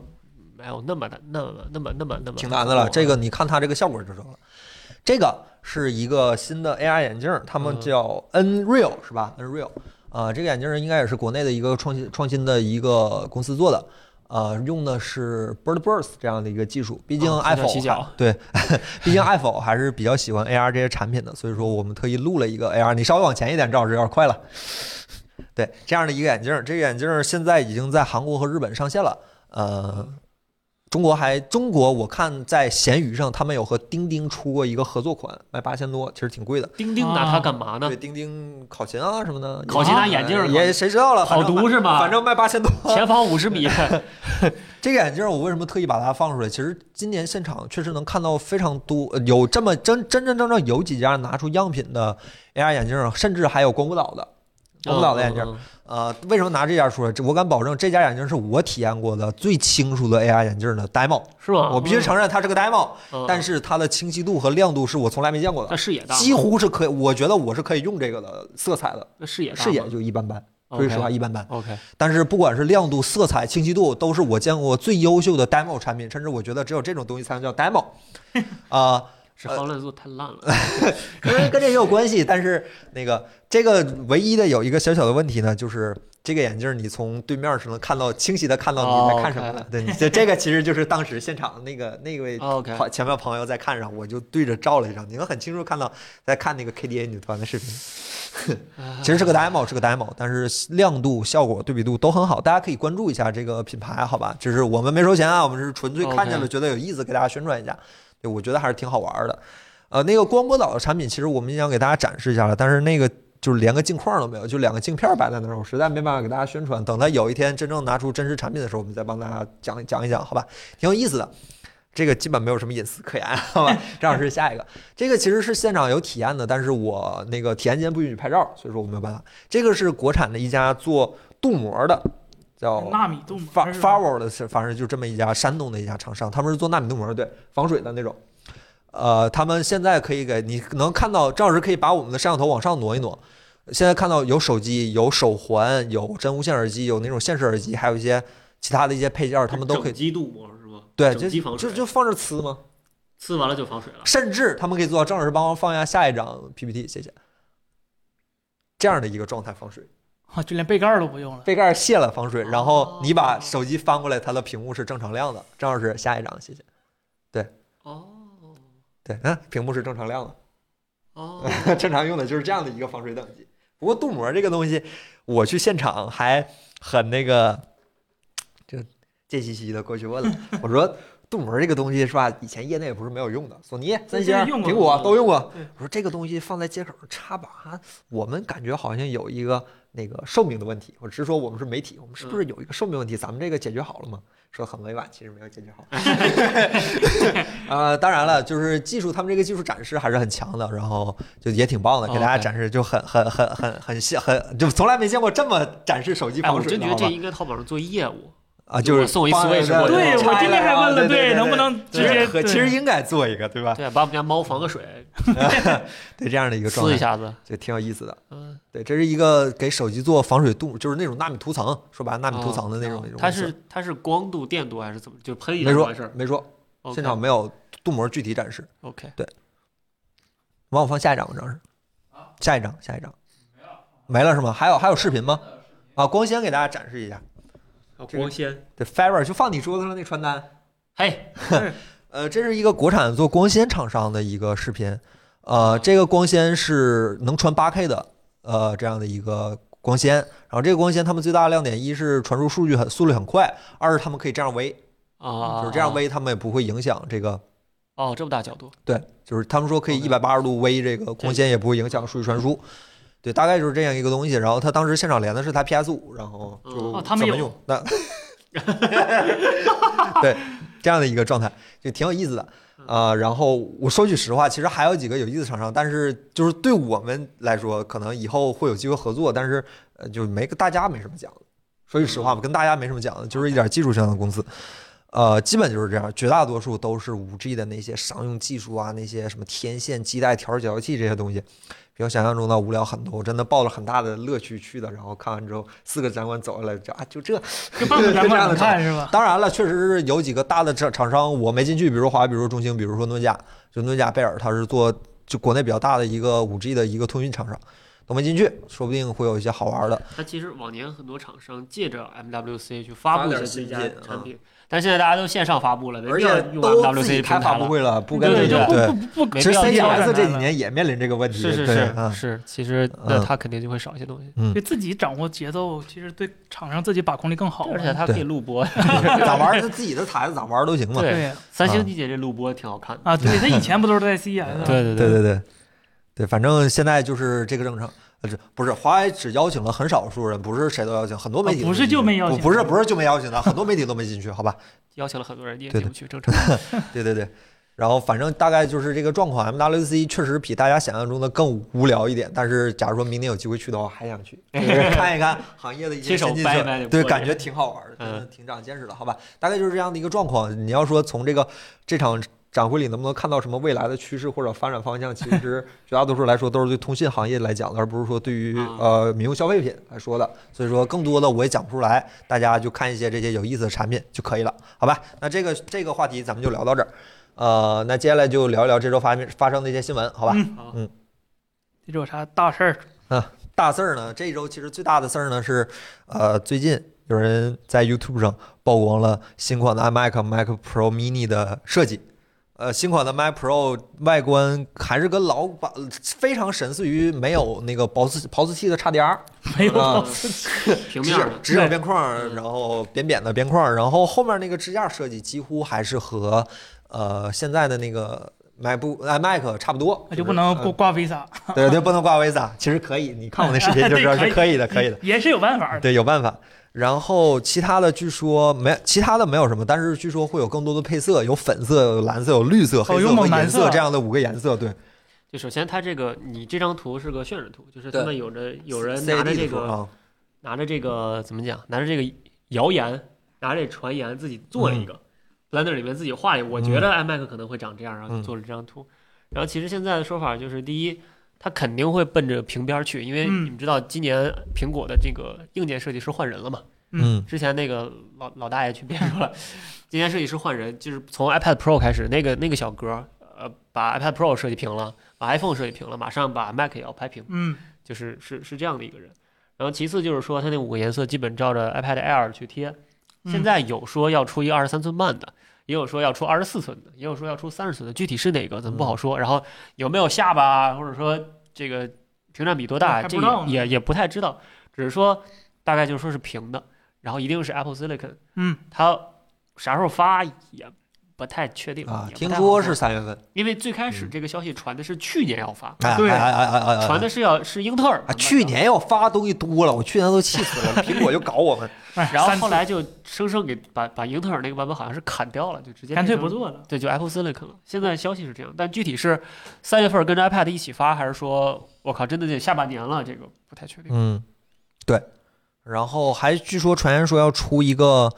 Speaker 4: 没有那么的那么那么那么那么
Speaker 5: 挺难的了。这个你看它这个效果就成了。这个是一个新的 AR 眼镜，他们
Speaker 4: 嗯
Speaker 5: 叫 Nreal 是吧？Nreal 啊、这个眼镜应该也是国内的一个创新创新的一个公司做的。呃，用的是 BirdBurst 这样的一个技术，毕竟
Speaker 4: 啊自
Speaker 5: Apple
Speaker 4: 动洗脚
Speaker 5: 还对， 毕竟 Apple 还是比较喜欢 AR 这些产品的，所以说我们特意录了一个 AR。你稍微往前一点，赵老师有点快了。 对，这样的一个眼镜，这个眼镜现在已经在韩国和日本上线了。呃，中国还中国，我看在闲鱼上他们有和钉钉出过一个合作款，卖八千多，其实挺贵的。
Speaker 4: 钉钉拿它干嘛呢
Speaker 5: 对？钉钉考勤啊什么的，
Speaker 4: 考勤拿眼镜儿
Speaker 5: 呃也谁知道了，
Speaker 4: 好
Speaker 5: 反正卖
Speaker 4: 毒是吧
Speaker 5: 反正卖八 千多。
Speaker 4: 前方五十 米，
Speaker 5: 这个眼镜儿我为什么特意把它放出来？其实今年现场确实能看到非常多，呃有这么真真真正正有几家拿出样品的 AR 眼镜儿，甚至还有关谷岛的关谷岛的眼镜儿。
Speaker 4: 嗯，嗯嗯
Speaker 5: 呃，为什么拿这家说？这我敢保证，这家眼镜儿是我体验过的最清楚的 AR 眼镜儿的 demo。
Speaker 4: 嗯是吗？
Speaker 5: 我必须承认它是个 demo，
Speaker 4: 啊嗯，
Speaker 5: 但
Speaker 4: 是
Speaker 5: 是它的清晰度和亮度是我从来没见过
Speaker 4: 那
Speaker 5: 的，
Speaker 4: 视野大吗，
Speaker 5: 几乎是可以，我觉得我是可以用这个的色彩的，
Speaker 4: 那视野大吗
Speaker 5: 视野就一般般，说句实话一般般。
Speaker 4: ，OK，
Speaker 5: 但是不管是亮度、色彩、清晰度，都是我见过最优秀的 demo 产品，甚至我觉得只有这种东西才能叫 demo。啊、
Speaker 4: 是方乐做太烂了，
Speaker 5: 因为跟这也有关系，但是那个这个唯一的有一个小小的问题呢，就是这个眼镜儿你从对面是能看到清晰的看到你在看
Speaker 4: 哦
Speaker 5: 什么的。对，你这这个其实就是当时现场那个那位
Speaker 4: OK
Speaker 5: 朋前面朋友在看上，我就对着照了一张，你能很清楚看到在看那个 KDA 女团的视频。其实是个
Speaker 4: 啊
Speaker 5: demo，是个 demo，但是亮度、效果、对比度都很好，大家可以关注一下这个品牌，好吧？就是我们没收钱啊，我们是纯粹看见了
Speaker 4: OK
Speaker 5: 觉得有意思，给大家宣传一下。对，我觉得还是挺好玩儿的。呃，那个光波岛的产品，其实我们已经给大家展示一下了，但是那个就是连个镜框都没有，就两个镜片摆在那儿，我实在没办法给大家宣传。等它有一天真正拿出真实产品的时候，我们再帮大家讲讲一讲，好吧？挺有意思的。这个基本没有什么隐私可言，好吧？张老师，下一个，这个其实是现场有体验的，但是我那个体验间不允许拍照，所以说我没有办法。这个是国产的一家做镀膜的，叫
Speaker 4: 哎
Speaker 3: 纳米镀膜
Speaker 5: 哦发
Speaker 3: 是吧
Speaker 5: Farward 是，反正就这么一家山东的一家厂商，他们是做纳米镀膜，对，防水的那种。呃，他们现在可以给你能看到，赵老师可以把我们的摄像头往上挪一挪。现在看到有手机、有手环、有真无线耳机、有那种线式耳机，还有一些其他的一些配件儿，他们都可以
Speaker 4: 整机镀膜是吗？
Speaker 5: 对，
Speaker 4: 整
Speaker 5: 就
Speaker 4: 机防水
Speaker 5: 就就放这呲吗？
Speaker 4: 呲完了就防水了。
Speaker 5: 甚至他们可以做到，郑老师帮我放下下一张 PPT，谢谢。这样的一个状态防水，
Speaker 3: 啊，就连被盖儿都不用了。
Speaker 5: 杯盖卸了防水，然后
Speaker 4: 哦
Speaker 5: 你把手机翻过来，它的屏幕是正常亮的。郑老师，下一张，谢谢。
Speaker 4: 哦
Speaker 5: 对，嗯，屏幕是正常亮的。嗯
Speaker 4: 哦，
Speaker 5: 正常用的就是这样的一个防水等级。不过镀膜这个东西，我去现场还很那个，就贱兮兮的过去问了，我说镀膜这个东西是吧？以前业内不是没有用的，索尼、三星、啊
Speaker 3: 用过
Speaker 5: 苹果都用过
Speaker 3: 对。
Speaker 5: 我说这个东西放在接口上插拔，我们感觉好像有一个那个寿命的问题。我只是说我们是媒体，我们是
Speaker 3: 嗯
Speaker 5: 不是有一个寿命问题？咱们这个解决好了吗？说得很委婉，其实没有 解决好。 呃，当然了，就是技术，他们这个技术展示还是很强的，然后就也挺棒的，给大家
Speaker 4: 哦 OK
Speaker 5: 展示就很很很很很像很，就从来没见过这么展示手机
Speaker 4: 哎，我
Speaker 5: 防水
Speaker 4: 真
Speaker 5: 的，
Speaker 4: 觉得这
Speaker 5: 好吧
Speaker 4: 应该淘宝上做业务，
Speaker 5: 啊，就是
Speaker 4: 我送一
Speaker 5: 帮
Speaker 4: Switch，
Speaker 5: 人
Speaker 4: 我
Speaker 3: 对，
Speaker 5: 拆
Speaker 3: 我今天
Speaker 5: 了啊
Speaker 3: 还
Speaker 4: 啊
Speaker 3: 问了，
Speaker 5: 对对，
Speaker 3: 能不能直
Speaker 5: 对
Speaker 3: 接
Speaker 5: 对可其实应该做一个，对吧？
Speaker 4: 对，把我们家猫防个水，
Speaker 5: 对这样的一个状
Speaker 4: 呲一
Speaker 5: 态，
Speaker 4: 下子，
Speaker 5: 就挺有意思的。
Speaker 4: 嗯，
Speaker 5: 对，这是一个给手机做防水镀，就是那种纳米涂层，说白了纳米涂层的那种
Speaker 4: 哦
Speaker 5: 那种。
Speaker 4: 它是它是光度、电镀还是怎么？就喷一下
Speaker 5: 没
Speaker 4: 就
Speaker 5: 说
Speaker 4: 完事儿。
Speaker 5: 没说，现场没有镀膜具体展示。
Speaker 4: OK，
Speaker 5: 帮我放下一张吧，张老师。下一张，下一张。没了是吗？还有还有视频吗？啊，光纤给大家展示一下。这个
Speaker 4: 光纤，
Speaker 5: 对 f i b e r 就放你桌子上那传单。
Speaker 4: 嘿，
Speaker 5: 呃，这是一个国产做光纤厂商的一个视频，呃，这个光纤是能传八 K 的，呃，这样的一个光纤。然后这个光纤他们最大的亮点，一是传输数据很速率很快，二是他们可以这样围，
Speaker 4: 啊，
Speaker 5: 嗯就是这样围，他们也不会影响这个。
Speaker 4: 哦，这么大角度，
Speaker 5: 对，就是他们说可以一
Speaker 4: OK
Speaker 5: 百八十度微这个空间，也不会影响数据传输。对，大概就是这样一个东西。然后他当时现场连的是他 PS 五，然后就
Speaker 4: 哦
Speaker 3: 他们
Speaker 5: 怎么
Speaker 3: 有
Speaker 5: 用那，对，这样的一个状态就挺有意思的。
Speaker 3: 嗯
Speaker 5: 啊、然后我说句实话，其实还有几个有意思的厂商，但是就是对我们来说，可能以后会有机会合作，但是呃，就没大家没什么讲的。说句实话吧，跟大家没什么讲的，就是一点技术上的公司，呃，基本就是这样，绝大多数都是5 G 的那些商用技术啊，那些什么天线、基带、调试解调器这些东西，比我想象中的无聊很多。我真的抱着很大的乐趣去的，然后看完之后，四个展馆走下来，就啊，就这，
Speaker 3: 就半个
Speaker 5: 就
Speaker 3: 展
Speaker 5: 这样
Speaker 3: 馆
Speaker 5: 的
Speaker 3: 能看是 吧？
Speaker 5: 当然了，确实是有几个大的厂厂商我没进去，比如华为，比如中兴，比如说诺基亚，就诺基亚、贝尔，它是做就国内比较大的一个5 G 的一个通讯厂商。都没进去，说不定会有一些好玩的。
Speaker 4: 它其实往年很多厂商借着 MWC 去发布一些
Speaker 5: 发点
Speaker 4: 自己
Speaker 5: 新
Speaker 4: 家
Speaker 5: 品
Speaker 4: 产
Speaker 5: 啊
Speaker 4: 品，但现在大家都线上发布了，没
Speaker 5: 而
Speaker 4: 必要
Speaker 5: 且
Speaker 4: 用
Speaker 5: 都自
Speaker 4: MWC
Speaker 5: 己
Speaker 4: 平
Speaker 5: 开
Speaker 4: 台
Speaker 5: 发布
Speaker 4: 了。
Speaker 5: 会了，不跟
Speaker 4: 对
Speaker 5: 人
Speaker 4: 就
Speaker 5: 家
Speaker 4: 不
Speaker 5: 对。
Speaker 3: 不不
Speaker 4: 没
Speaker 5: 其实
Speaker 4: 必要去
Speaker 5: CES
Speaker 3: 干
Speaker 5: 这
Speaker 3: 嘛
Speaker 5: 几
Speaker 3: 呢
Speaker 5: 年也面临这个问题，
Speaker 4: 是是
Speaker 5: 对嗯
Speaker 4: 是
Speaker 5: 啊，
Speaker 4: 是，其实那它肯定就会少一些东西，
Speaker 3: 对自己掌握节奏，其实对厂商自己把控力更好
Speaker 4: 而且
Speaker 3: 了。
Speaker 4: 它可以录 播。
Speaker 5: 咋玩儿就自己的台子咋玩儿都行嘛。
Speaker 4: 对
Speaker 3: 对
Speaker 4: 三
Speaker 5: 嗯
Speaker 4: 星姐这录播挺好看的。
Speaker 3: 啊，对他以前不都是在 CES 吗？
Speaker 4: 对对
Speaker 5: 对对对，对，反正现在就是这个正常。呃，这不是华为只邀请了很少数人，不是谁都邀请，很多媒体
Speaker 4: 哦
Speaker 3: 啊不是
Speaker 5: 进去
Speaker 3: 就没邀
Speaker 5: 不
Speaker 3: 请
Speaker 5: 不是不是就没邀请的，很多媒体都没进去，好吧？
Speaker 4: 邀请了很多人，你也进
Speaker 5: 对的
Speaker 4: 不去，正常。
Speaker 5: 对对对，然后反正大概就是这个状况。MWC 确实比大家想象中的更无聊一点，但是假如说明年有机会去的话，还想 去就是看一看行业的一些
Speaker 4: 亲手
Speaker 5: 先进
Speaker 4: 掰一
Speaker 5: 事
Speaker 4: 掰就
Speaker 5: 对，
Speaker 4: 过
Speaker 5: 感
Speaker 4: 去
Speaker 5: 觉挺好玩的，真的
Speaker 4: 嗯
Speaker 5: 挺长见识的，好吧？大概就是这样的一个状况。你要说从这个这场。展会里能不能看到什么未来的趋势或者发展方向？其实绝大多数来说都是对通信行业来讲的，而不是说对于
Speaker 4: 啊
Speaker 5: 呃民用消费品来说的。所以说，更多的我也讲不出来，大家就看一些这些有意思的产品就可以了，好吧？那这个这个话题咱们就聊到这儿。呃，那接下来就聊一聊这周发面发生的一些新闻，好吧？
Speaker 3: 嗯
Speaker 4: 好
Speaker 3: 这有啥大事儿？
Speaker 5: 大事儿呢，这一周其实最大的事儿呢是，呃，最近有人在 YouTube 上曝光了新款的 iMac Mac Pro Mini 的设计。呃，新款的 Mac Pro 外观还是跟老版非常神似于没有那个保子保子器的 XDR，
Speaker 3: 没有
Speaker 5: 啊
Speaker 3: 啊，
Speaker 4: 平
Speaker 5: 直
Speaker 4: 面
Speaker 5: 角
Speaker 4: 的，
Speaker 5: 直角
Speaker 3: 对
Speaker 5: 边框，然后扁扁的边框，然后后面那个支架设计几乎还是和呃现在的那个 MacBook iMac 差不多，
Speaker 3: 就不
Speaker 5: 是
Speaker 3: 能挂
Speaker 5: 呃
Speaker 3: 挂 Visa，
Speaker 5: 对对，不能挂 Visa，其实可以，你看我那视 频就知道
Speaker 3: 对
Speaker 5: 是可以的，可以的。
Speaker 3: 也是有办法的。
Speaker 5: 对，有办法。然后其他的据说没，其他的没有什么，但是据说会有更多的配色，有粉色、有蓝色、有绿色、黑
Speaker 3: 有
Speaker 5: 色和
Speaker 3: 猛男
Speaker 5: 银色
Speaker 3: 色
Speaker 5: 这样的五个颜色。对，
Speaker 4: 就首先它这个，你这张图是个渲染图，就是他
Speaker 5: 对
Speaker 4: 们有着有人
Speaker 5: C-
Speaker 4: 拿着
Speaker 5: CAD
Speaker 4: 这
Speaker 5: 图
Speaker 4: 个
Speaker 5: 啊，
Speaker 4: 拿着这个怎么讲，拿着这个谣言，拿着这传言自己做了
Speaker 5: 嗯
Speaker 4: 一个 Blender 里面自己画了一个。我觉得 iMac 可能会长这样，然
Speaker 5: 嗯
Speaker 4: 后就做了这张图。然后其实现在的说法就是，第一，它肯定会奔着平边儿去，因为
Speaker 3: 嗯
Speaker 4: 你们知道今年苹果的这个硬件设计师换人了嘛。
Speaker 5: 嗯
Speaker 4: 之前那个老老大爷去变说了， 今天设计师换人，就是从 iPad Pro 开始，那个那个小哥儿，呃，把 iPad Pro 设计平了，把 iPhone 设计平了，马上把 Mac 也要拍平，
Speaker 3: 嗯，
Speaker 4: 就是是是这样的一个人。然后其次就是说，他那五个颜色基本照着 iPad Air 去贴。
Speaker 3: 嗯
Speaker 4: 现在有说要出一二十三寸半的，也有说要出二十四寸的，也有说要出三十寸的，具体是哪个咱们不
Speaker 3: 嗯
Speaker 4: 好说。然后有没有下巴啊，或者说这个屏占比多大，
Speaker 3: 还不
Speaker 4: 这
Speaker 3: 知道
Speaker 4: 个
Speaker 3: 呢
Speaker 4: 也也不太知道，只是说大概就是说是平的，然后一定是 Apple Silicon，
Speaker 3: 嗯，
Speaker 4: 它啥时候发也不太确定
Speaker 5: 啊，
Speaker 4: 也不
Speaker 5: 听
Speaker 4: 太好
Speaker 5: 说是三月份，
Speaker 4: 因为最开
Speaker 3: 嗯
Speaker 4: 始这个消息传的是去年要发，
Speaker 5: 哎
Speaker 3: 对
Speaker 5: 哎哎哎
Speaker 3: 呃
Speaker 5: 哎哎，
Speaker 4: 传的是要是英特尔
Speaker 5: 啊，去，年要发东西多了，我去年都气死了，苹果就搞我们。
Speaker 3: 哎
Speaker 4: 然后
Speaker 3: 三
Speaker 4: 后来就生生给把把英特尔那个版本好像是砍掉了，就直接
Speaker 3: 干脆
Speaker 4: 变成
Speaker 3: 不做了。
Speaker 4: 对，就 Apple Silicon 了。现在消息是这样，但具体是三月份跟着 iPad 一起发，还是说我靠，真的得下半年了？这个不太确定。
Speaker 5: 嗯，对。然后还据说传言说要出一个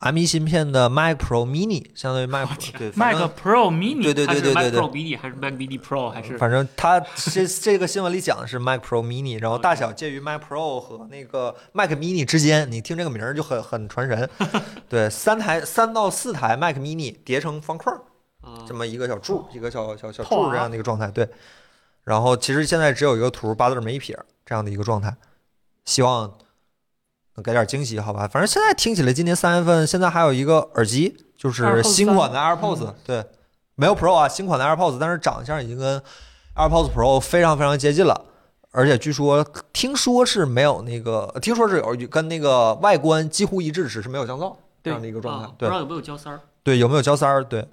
Speaker 5: M1 芯片的 Mac Pro Mini，相当于 Mac Pro 对
Speaker 3: Mac
Speaker 5: 反正
Speaker 3: Pro
Speaker 5: 对
Speaker 3: Mini，
Speaker 5: 对对对
Speaker 4: 它
Speaker 5: 对
Speaker 4: 是 Mac
Speaker 5: 对
Speaker 4: Pro。Mini 还是 Mac Mini Pro 还是？
Speaker 5: 反正它这这个新闻里讲的是 Mac Pro Mini，然后大小介于 Mac Pro 和那个 Mac Mini 之间，你听这个名儿就很很传神。对，三台三到四台 Mac Mini 叠成方块儿，
Speaker 4: 啊
Speaker 5: 这么一个小柱，一个小小小
Speaker 3: 套
Speaker 5: 柱
Speaker 3: 娃
Speaker 5: 这样的一个状态。对，然后其实现在只有一个图，八字儿没一撇儿这样的一个状态，希望能给点惊喜，好吧？反正现在听起来，今年三月份现在还有一个耳机，就
Speaker 3: AirPods
Speaker 5: 是新款的 AirPods，、
Speaker 3: 嗯
Speaker 5: 对，没有 Pro 啊，新款的 AirPods，但是长相已经跟 AirPods Pro 非常非常接近了。而且据说，听说是没有那个，听说是有跟那个外观几乎一致，只是没有降噪这样的一个状态。
Speaker 4: 啊不
Speaker 5: 对
Speaker 4: 知，道有没有胶塞儿？
Speaker 5: 对，有没有胶塞儿？对。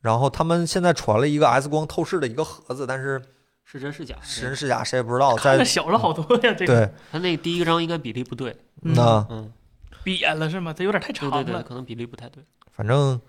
Speaker 5: 然后他们现在传了一个 S 光透视的一个盒子，但是
Speaker 4: 是真是假？
Speaker 5: 是真是假谁也不知道。
Speaker 3: 看着
Speaker 5: 在嗯
Speaker 3: 小了好多呀，这个
Speaker 5: 对，
Speaker 4: 它那第一张应该比例不对，
Speaker 3: 嗯
Speaker 5: 那
Speaker 4: 嗯，
Speaker 3: 瘪了是吗？它有点太
Speaker 4: 对
Speaker 3: 长
Speaker 4: 对对，
Speaker 3: 了。
Speaker 4: 可能比例不太对。
Speaker 5: 反正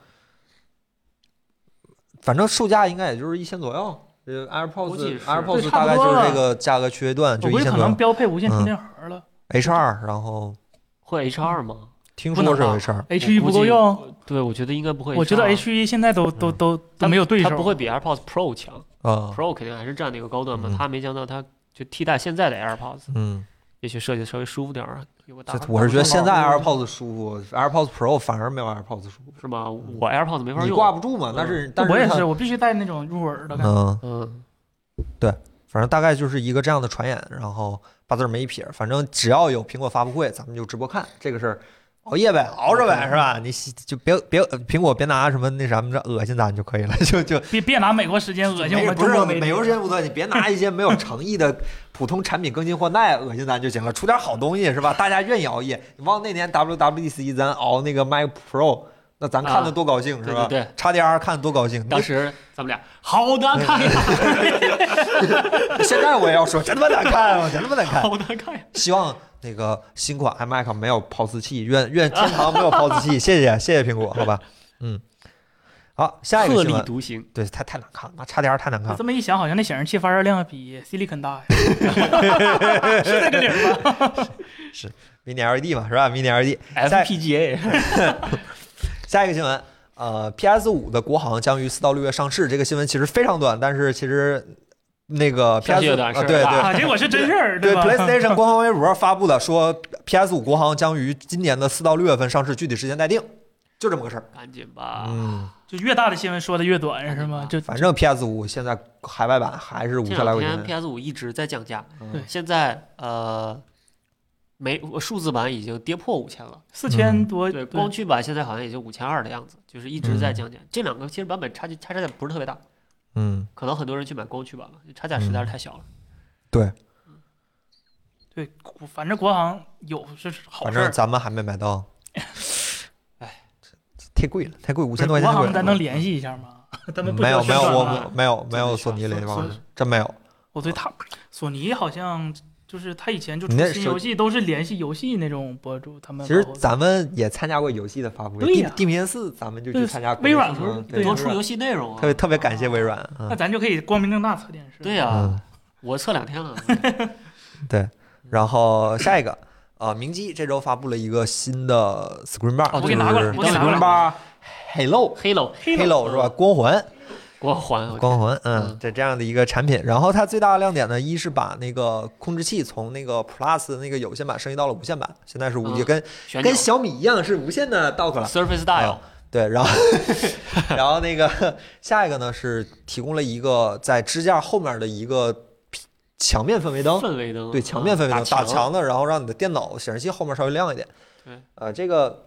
Speaker 5: 反正售价应该也就是一千左右。呃
Speaker 4: 估计
Speaker 5: ，AirPods
Speaker 4: 是
Speaker 5: AirPods
Speaker 3: 对
Speaker 5: 大
Speaker 3: 差不
Speaker 5: 概就
Speaker 3: 多
Speaker 5: 是这
Speaker 3: 了
Speaker 5: 个价格区间段，
Speaker 3: 我
Speaker 5: 就
Speaker 3: 估
Speaker 5: 一
Speaker 3: 计
Speaker 5: 千
Speaker 3: 可
Speaker 5: 左
Speaker 3: 能
Speaker 5: 右。
Speaker 3: 标配无线充电盒了。
Speaker 5: H 二，然后
Speaker 4: 会 H 二吗？
Speaker 5: 听
Speaker 3: 不
Speaker 5: 说
Speaker 3: 能
Speaker 5: 是
Speaker 3: 吧
Speaker 5: H 二，啊
Speaker 3: H 一
Speaker 4: 我
Speaker 3: 不
Speaker 4: 估计
Speaker 3: 够用，
Speaker 4: 对，我觉得应该不会 H2。
Speaker 3: 我觉得 H E 一现在都都都都
Speaker 4: 它
Speaker 3: 没有对
Speaker 4: 嗯
Speaker 3: 手，
Speaker 4: 它不会比 AirPods Pro 强
Speaker 5: 啊，
Speaker 4: ，Pro 肯定还是占那个高端嘛
Speaker 5: 嗯。
Speaker 4: 它没想到它就替代现在的 AirPods，
Speaker 5: 嗯，
Speaker 4: 也许设计得稍微舒服点儿，有个大
Speaker 5: 这
Speaker 4: 块儿。
Speaker 5: 我是觉得现在
Speaker 3: 大
Speaker 5: AirPods 舒服，AirPods Pro 反而没有 AirPods 舒服。
Speaker 4: 是吗？我 AirPods 没法
Speaker 5: 你
Speaker 4: 用，
Speaker 5: 挂不住嘛？但是但是
Speaker 3: 我也
Speaker 5: 它
Speaker 3: 是，我必须带那种入耳的感觉。
Speaker 5: 嗯，
Speaker 4: 嗯，
Speaker 5: 反正大概就是一个这样的传言，然后八字儿没一撇儿。反正只要有苹果发布会，咱们就直播看这个事儿，熬夜呗，熬着呗，是吧？你洗就别别苹果别拿什么那什么着恶心咱就可以了， 就就
Speaker 3: 别别拿美国时间恶心我
Speaker 5: 没
Speaker 3: 们
Speaker 5: 不
Speaker 3: 中
Speaker 5: 是
Speaker 3: 国媒体。
Speaker 5: 美国时间不算，你别拿一些没有诚意的普通产品更新换代恶心咱就行了，出点好东西是吧？大家愿意熬夜。你忘那年 WWDC 一咱熬那个 Mac Pro，那咱看的多高兴、是吧？
Speaker 4: 对对
Speaker 5: ，XDR 看的多高兴。
Speaker 4: 当时咱们俩好难看呀，
Speaker 5: 那现在我也要说，真他妈难看，我真他妈难看。
Speaker 4: 好难看呀，
Speaker 5: 希望那个新款 iMac 没有抛瓷器，愿愿天堂没有 抛瓷器。谢谢谢谢苹果，好吧，嗯。好，下一个
Speaker 4: 特
Speaker 5: 新
Speaker 4: 立
Speaker 5: 闻，
Speaker 4: 独行。
Speaker 5: 对，太太难看了，那 XDR 太难看
Speaker 3: 我
Speaker 5: 了。
Speaker 3: 这么一想，好像那显示器发热量比 Silicon 大呀，是这个理儿吧？
Speaker 5: Mini LED 嘛，是吧？Mini LED。下
Speaker 4: FPGA
Speaker 5: 下一个新闻，呃，PS 五的国行将于四到六月上市。这个新闻其实非常短，但是其实那个
Speaker 4: 消
Speaker 5: PS
Speaker 4: 息有
Speaker 5: 啊
Speaker 4: 点事儿
Speaker 5: 对
Speaker 4: 吧
Speaker 5: 对
Speaker 3: 啊，这我是真事 儿，
Speaker 5: 对
Speaker 3: 吧？
Speaker 5: ，PlayStation 官方微博发布的说，PS 五国行将于今年的四到六月份上市，具体时间待定，就这么个事儿。
Speaker 4: 赶紧吧，
Speaker 5: 嗯，
Speaker 3: 就越大的新闻说的越
Speaker 4: 哎
Speaker 3: 短，是吗？就
Speaker 5: 反正 PS 五现在海外版还是五
Speaker 4: 这
Speaker 5: 十来
Speaker 4: 两
Speaker 5: 块
Speaker 4: 天
Speaker 5: 钱。
Speaker 4: PS 五一直在降价，
Speaker 5: 嗯
Speaker 4: 现在呃。没数字版已经跌破五千了，
Speaker 3: 四千多，
Speaker 4: 对，光驱版现在好像也就五千二的样子，就是一直在降价。这两个其实版本差距差价不是特别大，
Speaker 5: 嗯，
Speaker 4: 可能很多人去买光驱版了，差价实在是太小了。
Speaker 3: 对，反正国行有这是好
Speaker 5: 反
Speaker 3: 事
Speaker 5: 正
Speaker 3: 儿。
Speaker 5: 咱们还没买到。
Speaker 4: 哎，
Speaker 5: 太贵了，太贵，五
Speaker 3: 不
Speaker 5: 千
Speaker 3: 是
Speaker 5: 多
Speaker 3: 国
Speaker 5: 块钱太
Speaker 3: 行
Speaker 5: 贵了。
Speaker 3: 咱能联系一下吗？ 他们不
Speaker 5: 没有
Speaker 3: 需
Speaker 5: 没
Speaker 3: 要
Speaker 5: 有
Speaker 3: 宣传
Speaker 5: 我
Speaker 3: 吗
Speaker 5: 没没有没有索尼联系
Speaker 4: 索
Speaker 5: 方
Speaker 4: 索
Speaker 5: 式，真没有。
Speaker 3: 我对他，索尼好像就是他以前就
Speaker 5: 你
Speaker 3: 出
Speaker 5: 那
Speaker 3: 新
Speaker 5: 手
Speaker 3: 游戏都是联系游戏那种博主，他们
Speaker 5: 其实
Speaker 3: 搞活动
Speaker 5: 咱们也参加过游戏的发布
Speaker 3: 嗯
Speaker 5: 会，
Speaker 3: 对
Speaker 5: 地
Speaker 3: 呀
Speaker 5: 地平四咱们就去
Speaker 3: 对
Speaker 5: 参加过。
Speaker 3: 微软
Speaker 5: 不
Speaker 3: 不
Speaker 5: 是
Speaker 3: 是
Speaker 5: 对
Speaker 3: 对
Speaker 4: 多
Speaker 5: 微
Speaker 4: 出
Speaker 5: 软
Speaker 4: 游戏内容
Speaker 5: 特别
Speaker 4: 啊！
Speaker 5: 特别感谢微软啊
Speaker 3: 那。咱就可以光明正大测电视。
Speaker 4: 对呀、
Speaker 5: 嗯，
Speaker 4: 我测两 天了，
Speaker 5: 然后下一个啊，明基这周发布了一个新的 Screen Bar，
Speaker 4: 哦
Speaker 3: 我给拿过来
Speaker 5: 就是
Speaker 3: 我给拿过
Speaker 5: Screen
Speaker 3: 来
Speaker 5: Bar Hello
Speaker 4: 黑了
Speaker 5: Hello 是吧？光环
Speaker 4: 光环，我
Speaker 5: 光环，嗯
Speaker 4: 嗯，
Speaker 5: 这这样的一个产品。然后它最大的亮点呢，一是把那个控制器从那个 Plus 的那个有线版升级到了无线版，现在是无
Speaker 4: 嗯
Speaker 5: 也跟
Speaker 4: 旋钮
Speaker 5: 跟小米一样是无线的 dock 了。
Speaker 4: Surface Dial，、
Speaker 5: 啊对，然后然后那个下一个呢是提供了一个在支架后面的一个墙面氛围灯，
Speaker 4: 氛嗯围灯，啊
Speaker 5: 对，墙面氛围灯
Speaker 4: 打
Speaker 5: 打墙的，然后让你的电脑显示器后面稍微亮一点。
Speaker 4: 对，
Speaker 5: 呃，这个。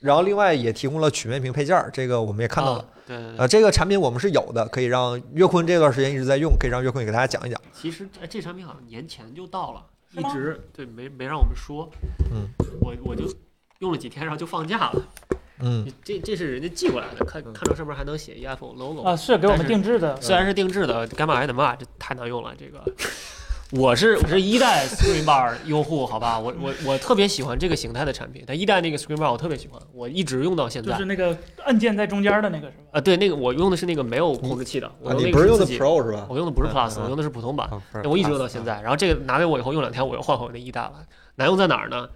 Speaker 5: 然后另外也提供了曲面屏配件儿，这个我们也看到了。
Speaker 4: 啊对对对，
Speaker 5: 呃，这个产品我们是有的，可以让岳坤这段时间一直在用，可以让岳坤给大家讲一讲。
Speaker 4: 其实这这产品好像年前就到了，
Speaker 3: 是
Speaker 4: 一
Speaker 3: 吗
Speaker 4: 直对没没让我们说。
Speaker 5: 嗯，
Speaker 4: 我我就用了几天，然后就放假了。
Speaker 5: 嗯，
Speaker 4: 这这是人家寄过来的，看
Speaker 5: 嗯
Speaker 4: 看到上面还能写一 iPhone logo，、
Speaker 3: 啊，是给我们
Speaker 4: 但是
Speaker 3: 定制的，
Speaker 4: 虽然是定制的，该买还得买，这太难用了。这个， 我是我是一代 Screen Bar 用户，好吧，我我我特别喜欢这个形态的产品，但一代那个 Screen Bar 我特别喜欢，我一直用到现
Speaker 3: 就
Speaker 4: 在。
Speaker 3: 是那个按键在中间的那个是吧？
Speaker 4: 啊，对，那个我用的是那个没有控制器的，我
Speaker 5: 啊，你
Speaker 4: 那
Speaker 5: 不
Speaker 4: 个
Speaker 5: 用的
Speaker 4: 自己
Speaker 5: Pro 是吧？
Speaker 4: 我用的不是
Speaker 5: 嗯
Speaker 4: Plus，
Speaker 5: 嗯
Speaker 4: 我用的是普通版，
Speaker 5: 啊不是
Speaker 4: 我一直用到现在。然后这个拿给我以后用两天，我又换回我那一代了。难用在哪儿呢？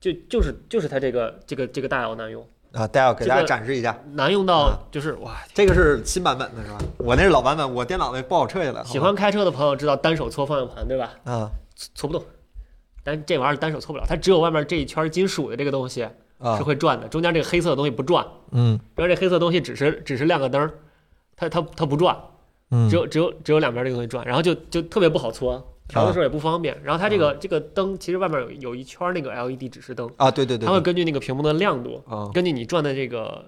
Speaker 4: 就就是就是它这个这个这个大 L 难用，
Speaker 5: 啊，大家给大家
Speaker 4: 这个
Speaker 5: 展示一下，
Speaker 4: 难用
Speaker 5: 嗯
Speaker 4: 到就是哇，
Speaker 5: 这个是新版本的是吧？我那是老版本，我电脑那不好撤下来。好吧
Speaker 4: 喜欢开车的朋友知道单手搓方向盘对吧？
Speaker 5: 啊
Speaker 4: 搓搓不动，但这玩意儿单手搓不了，它只有外面这一圈金属的这个东西
Speaker 5: 啊
Speaker 4: 是，会转的，中间这个黑色的东西不转，
Speaker 5: 嗯
Speaker 4: 然后这黑色的东西只是只是亮个灯儿，它它它不转，
Speaker 5: 嗯
Speaker 4: 只有只有只有两边这个东西转，然后就就特别不好搓，调
Speaker 5: 啊
Speaker 4: 的时候也不方便。然后它这个这个灯其实外面有有一圈那个 LED 指示灯，
Speaker 5: 啊，对对对，
Speaker 4: 它会
Speaker 5: 对
Speaker 4: 根据那个屏幕的亮度，
Speaker 5: 啊
Speaker 4: 根据你转的这个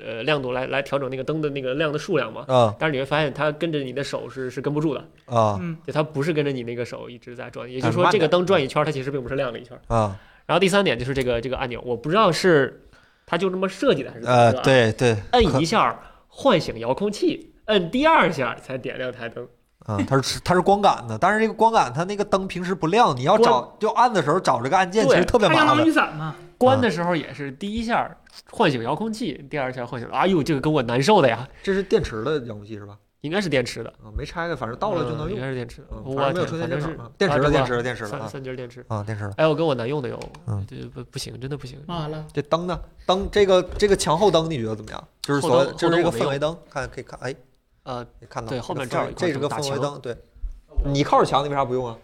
Speaker 4: 呃亮度来来调整那个灯的那个亮的数量嘛。
Speaker 5: 啊
Speaker 4: 但是你会发现它跟着你的手是是跟不住的，
Speaker 5: 啊
Speaker 3: 嗯，
Speaker 4: 就它不是跟着你那个手一直在转，也就
Speaker 5: 但
Speaker 4: 是
Speaker 5: 是
Speaker 4: 说
Speaker 5: 慢
Speaker 4: 这个
Speaker 5: 点嗯
Speaker 4: 灯转一圈，它其实并不是亮了一圈。
Speaker 5: 啊
Speaker 4: 然后第三点就是这个这个按钮，我不知道是它就这么设计的还是怎么
Speaker 5: 呃
Speaker 4: 着啊，
Speaker 5: 对对
Speaker 4: 摁一下唤醒遥控器，摁第二下才点亮台灯。
Speaker 5: 啊，它是它是光感的，但是这个光感它那个灯平时不亮，你要找就按的时候找这个按键，其
Speaker 4: 对
Speaker 5: 实特别
Speaker 3: 太阳
Speaker 5: 麻
Speaker 3: 能雨
Speaker 5: 烦。
Speaker 3: 伞嘛，
Speaker 4: 关的时候也是第一下唤醒遥控器，第二下唤醒，哎呦，这个给我难受的呀！
Speaker 5: 这是电池的遥控器是吧？
Speaker 4: 应该是电池的，
Speaker 5: 啊，没拆开，反正到了就能
Speaker 4: 嗯应
Speaker 5: 用。
Speaker 4: 该是电池的。
Speaker 5: 嗯
Speaker 4: 我
Speaker 5: 反正没
Speaker 4: 天，
Speaker 5: 有充电
Speaker 4: 反
Speaker 5: 电
Speaker 4: 正
Speaker 5: 池
Speaker 4: 是
Speaker 5: 嘛，电池
Speaker 4: 啊
Speaker 5: 的
Speaker 4: 这
Speaker 5: 电
Speaker 4: 个
Speaker 5: 池的电池的
Speaker 4: 三
Speaker 5: 啊
Speaker 4: 三节电池。
Speaker 5: 啊，电池的。
Speaker 4: 哎，我跟我难用的有，
Speaker 5: 嗯
Speaker 4: 对，不不行，真的不行。
Speaker 3: 完了，
Speaker 5: 这灯呢？灯这个这个墙后灯你觉得怎么样？就是所谓的
Speaker 4: 后灯
Speaker 5: 就是这个
Speaker 4: 后灯
Speaker 5: 氛
Speaker 4: 我没
Speaker 5: 围灯，看可以看，哎，
Speaker 4: 呃，
Speaker 5: 可以看到
Speaker 4: 对
Speaker 5: 这个
Speaker 4: 后面
Speaker 5: 氛
Speaker 4: 这儿有
Speaker 5: 围
Speaker 4: 一块
Speaker 5: 这是个
Speaker 4: 打
Speaker 5: 氛围
Speaker 4: 墙
Speaker 5: 灯，对。你靠着墙，你为啥不用啊？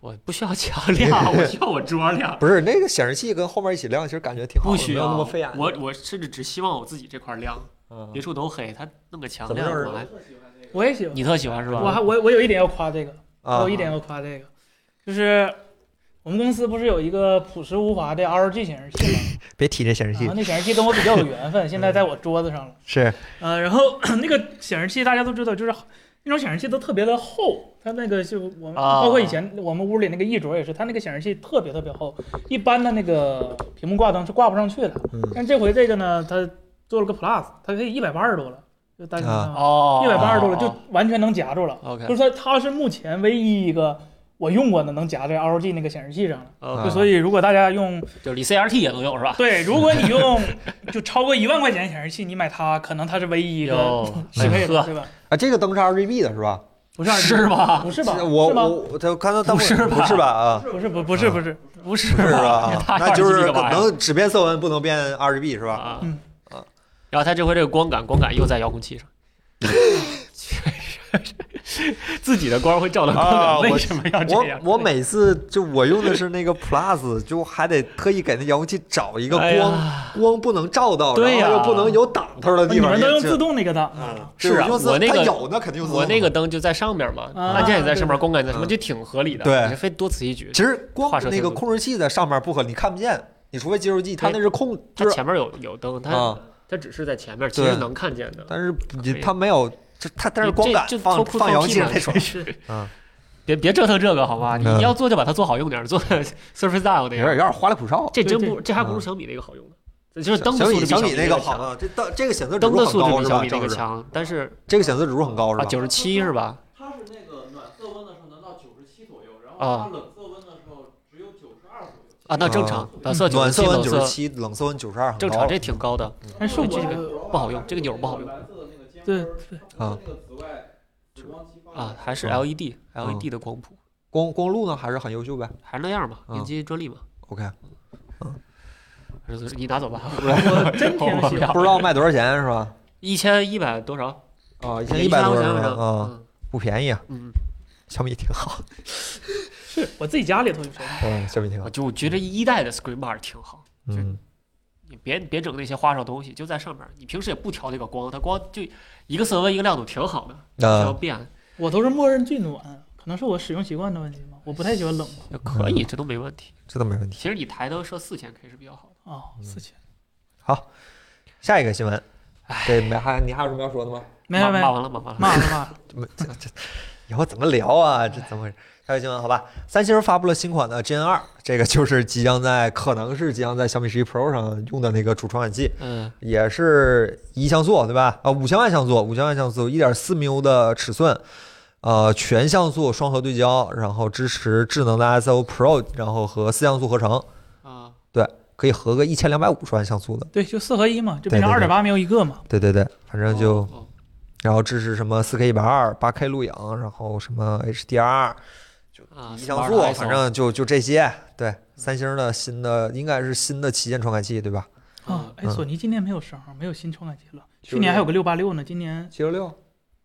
Speaker 4: 我不需要强亮， 我需要我桌亮。
Speaker 5: 不是那个显示器跟后面一起亮，其实感觉挺好的，
Speaker 4: 不需
Speaker 5: 哦没
Speaker 4: 要
Speaker 5: 有那么费啊眼睛。
Speaker 4: 我我甚至只希望我自己这块亮，
Speaker 5: 嗯
Speaker 4: 别处都黑，它弄个墙
Speaker 5: 怎么
Speaker 4: 亮
Speaker 5: 着是
Speaker 4: 我还
Speaker 3: 我也喜欢。
Speaker 4: 你特喜欢是吧？
Speaker 3: 我还我我有一点要夸这个，
Speaker 5: 啊，
Speaker 3: 我一点要夸这个，就是我们公司不是有一个朴实无华的 ROG 显示器吗？
Speaker 5: 别提这显示器嗯
Speaker 3: 啊，，那显示器跟我比较有缘分，现在在我桌子上了。
Speaker 5: 是
Speaker 3: 呃，然后 那个显示器大家都知道，就是那种显示器都特别的厚，它那个就我们、
Speaker 2: 啊
Speaker 3: 包括以前我们屋里那个一卓也是，它那个显示器特别特别厚，一般的那个屏幕挂灯是挂不上去的。
Speaker 5: 嗯
Speaker 3: 但这回这个呢，它做了个 Plus，它可以一百八十多了，就单屏
Speaker 5: 啊
Speaker 3: 上
Speaker 2: 哦，
Speaker 3: 一百八十多了，就
Speaker 2: 哦
Speaker 3: 完全能夹住了。
Speaker 4: 哦
Speaker 2: OK
Speaker 3: 就是说它是目前唯一一个我用过的能夹在 LG 那个显示器上的。
Speaker 5: 啊
Speaker 3: 就所以如果大家用
Speaker 4: 哦就离 CRT 也能用是 吧？
Speaker 3: 对，如果你用 就超过一万块钱显示器，你买它可能它是唯一一个
Speaker 5: 哎
Speaker 2: 有
Speaker 3: 适配
Speaker 4: 呵
Speaker 3: 的，对吧？
Speaker 5: 啊，这个灯是 RGB 的是吧？
Speaker 3: 不是 RGB
Speaker 4: 是吗？
Speaker 3: 不是吧？
Speaker 5: 这啊我
Speaker 3: 是吗
Speaker 5: 我我他看到弹幕
Speaker 4: 不是吧
Speaker 5: 不是吧 啊？
Speaker 3: 不是不不是不是，
Speaker 4: 不是
Speaker 5: 不是吧？ 啊
Speaker 4: 吧？
Speaker 5: 那就是
Speaker 4: 可
Speaker 5: 能只变色温不能变 RGB 是 吧？
Speaker 4: 啊
Speaker 3: 嗯
Speaker 5: 啊
Speaker 4: 然后它这回这个光感，光感又在遥控器 上。自己的光会照到光
Speaker 5: 啊
Speaker 4: 感，
Speaker 5: 我
Speaker 4: 为什么要这样？
Speaker 5: 我我每次就我用的是那个 Plus，就 还得特意给那遥控器找一个
Speaker 4: 哎
Speaker 5: 光、
Speaker 4: 呀
Speaker 5: 光不能照到，
Speaker 4: 对呀
Speaker 5: 然后又不能有挡头的地
Speaker 3: 你
Speaker 5: 方。
Speaker 3: 们都用
Speaker 5: 这
Speaker 3: 自动那个档
Speaker 5: 嗯，
Speaker 4: 是
Speaker 5: 对
Speaker 4: 啊
Speaker 5: 用自
Speaker 4: 我那个
Speaker 5: 它有那肯定用自动
Speaker 4: 我那个灯就在上面嘛，
Speaker 3: 啊
Speaker 4: 按键也在上面，
Speaker 3: 对
Speaker 4: 光感也在上面，
Speaker 5: 嗯
Speaker 4: 就挺合理的。
Speaker 5: 对
Speaker 4: 你非多此一举。
Speaker 5: 其实光
Speaker 4: 画蛇
Speaker 5: 那
Speaker 4: 添
Speaker 5: 个
Speaker 4: 足
Speaker 5: 控制器在上面不合理，你看不见，你除非计数器，它那是控
Speaker 4: 它
Speaker 5: 制，
Speaker 4: 前面有有灯，它
Speaker 5: 啊
Speaker 4: 它只是在前面，其
Speaker 5: 对
Speaker 4: 实能看见的。
Speaker 5: 但是你
Speaker 4: 可以
Speaker 5: 它没有，这它但是光感
Speaker 4: 就
Speaker 5: 放放遥控器上太
Speaker 4: 那
Speaker 5: 爽
Speaker 4: 种，，是
Speaker 5: 嗯
Speaker 4: 别别折腾这个好吧？你
Speaker 5: 嗯
Speaker 4: 要做就把它做好用点儿，做 Surface Dial 那
Speaker 5: 有点有
Speaker 4: 样，
Speaker 5: 点花里胡哨。
Speaker 4: 这真
Speaker 3: 对
Speaker 4: 不这还不如
Speaker 5: 嗯
Speaker 4: 小米那个好用呢。就是 灯的
Speaker 5: 小
Speaker 4: 素质
Speaker 5: 米
Speaker 4: 比
Speaker 5: 小米
Speaker 4: 米
Speaker 5: 那
Speaker 4: 个
Speaker 5: 个好
Speaker 4: 强，
Speaker 5: 啊，这到这个显色指
Speaker 4: 灯
Speaker 5: 数
Speaker 4: 的素
Speaker 5: 很
Speaker 4: 质比
Speaker 5: 高是
Speaker 4: 小
Speaker 5: 吧？
Speaker 4: 米那个
Speaker 5: 赵老师
Speaker 4: 强，但是
Speaker 5: 这个显色指数很高是
Speaker 4: 啊
Speaker 5: 吧？
Speaker 4: 九十七是吧？
Speaker 7: 它是那个暖色温的时候能到九十七左右，然后
Speaker 4: 啊
Speaker 7: 它冷色温的时候只有九十二左右。
Speaker 4: 啊，那正
Speaker 5: 啊
Speaker 4: 常，暖色
Speaker 5: 暖
Speaker 4: 七，
Speaker 5: 温
Speaker 4: 冷
Speaker 5: 九十七，冷色温九十二，
Speaker 4: 正常，这挺高的。
Speaker 3: 但是
Speaker 7: 这
Speaker 3: 我
Speaker 7: 个
Speaker 4: 不好用这个钮儿不好用
Speaker 7: 蓝色的那个尖
Speaker 3: 对
Speaker 7: 儿
Speaker 3: 对
Speaker 7: 它
Speaker 5: 啊
Speaker 7: 不是那个紫外紫光激发的
Speaker 4: 啊，还是
Speaker 5: 嗯
Speaker 4: LED LED E 的光谱，
Speaker 5: 光光路呢还是很优秀呗。
Speaker 4: 还是那样吧，
Speaker 5: 嗯
Speaker 4: 应激专利嘛。
Speaker 5: OK，
Speaker 4: 啊你拿走吧，
Speaker 3: 我真 挺喜欢。
Speaker 5: 不知道卖多少钱是吧？
Speaker 4: 一千一百多少？
Speaker 5: 啊，一千
Speaker 4: 一
Speaker 5: 一百
Speaker 4: 块
Speaker 5: 多
Speaker 4: 钱
Speaker 5: 是
Speaker 4: 好
Speaker 5: 吧？
Speaker 4: 像。
Speaker 5: 啊，
Speaker 4: 嗯
Speaker 5: 不便宜啊，
Speaker 4: 嗯，
Speaker 5: 小米挺好。
Speaker 3: 是我自己家里头有时候
Speaker 5: 嗯，小米挺好
Speaker 4: 我。就觉得一代的 Screen Bar 挺好，
Speaker 5: 嗯，
Speaker 4: 你别别整那些花哨东西，就在上面。你平时也不调那个光，它光就一个色温一个亮度挺好的，不要
Speaker 5: 那
Speaker 4: 变
Speaker 3: 我都是默认最暖，可能是我使用习惯的问题嘛，我不太喜欢冷嘛
Speaker 4: 也可以，这都没问题。
Speaker 5: 这都没问题。
Speaker 4: 其实你抬头设四千 K 是比较好的。
Speaker 3: 啊，
Speaker 5: 嗯
Speaker 3: 四千
Speaker 5: 下一个新闻，对，没还你还有什么要说的吗？
Speaker 3: 没
Speaker 4: 骂
Speaker 3: 有没
Speaker 4: 骂
Speaker 3: 有，
Speaker 4: 完了，骂完了。
Speaker 3: 骂了骂了，
Speaker 5: 这这以后怎么聊啊？这怎么回事？下一个新闻，好吧，三星发布了新款的 GN 二，这个就是即将在可能是即将在小米十一 Pro 上用的那个主传感器。
Speaker 4: 嗯，
Speaker 5: 也是一像素对吧？啊，五千万像素，五千万像素，一点四米的尺寸，呃，全像素双核对焦，然后支持智能的 ISO Pro，然后和四像素合成，
Speaker 4: 啊，
Speaker 5: 可以合个一千两百五十万像素的。
Speaker 3: 对，就四合一嘛，就
Speaker 5: 对
Speaker 3: 变成
Speaker 5: 对
Speaker 3: 二
Speaker 5: 对
Speaker 3: 点八没有一个嘛，
Speaker 5: 对对对，反正就
Speaker 4: 哦哦
Speaker 5: 然后支持什么四 K 一百二、八 K 录影，然后什么 HDR
Speaker 4: 啊，
Speaker 5: 一像素，
Speaker 4: Smart
Speaker 5: 反
Speaker 4: ISO
Speaker 5: 正就就这些。对，三星的新的应该是新的旗舰传感器对吧？
Speaker 3: 啊，哎，
Speaker 5: 嗯
Speaker 3: 索尼今年没有声儿，没有新传感器了。
Speaker 5: 就是
Speaker 3: 去年还有个六八六呢，今年
Speaker 5: 七六六，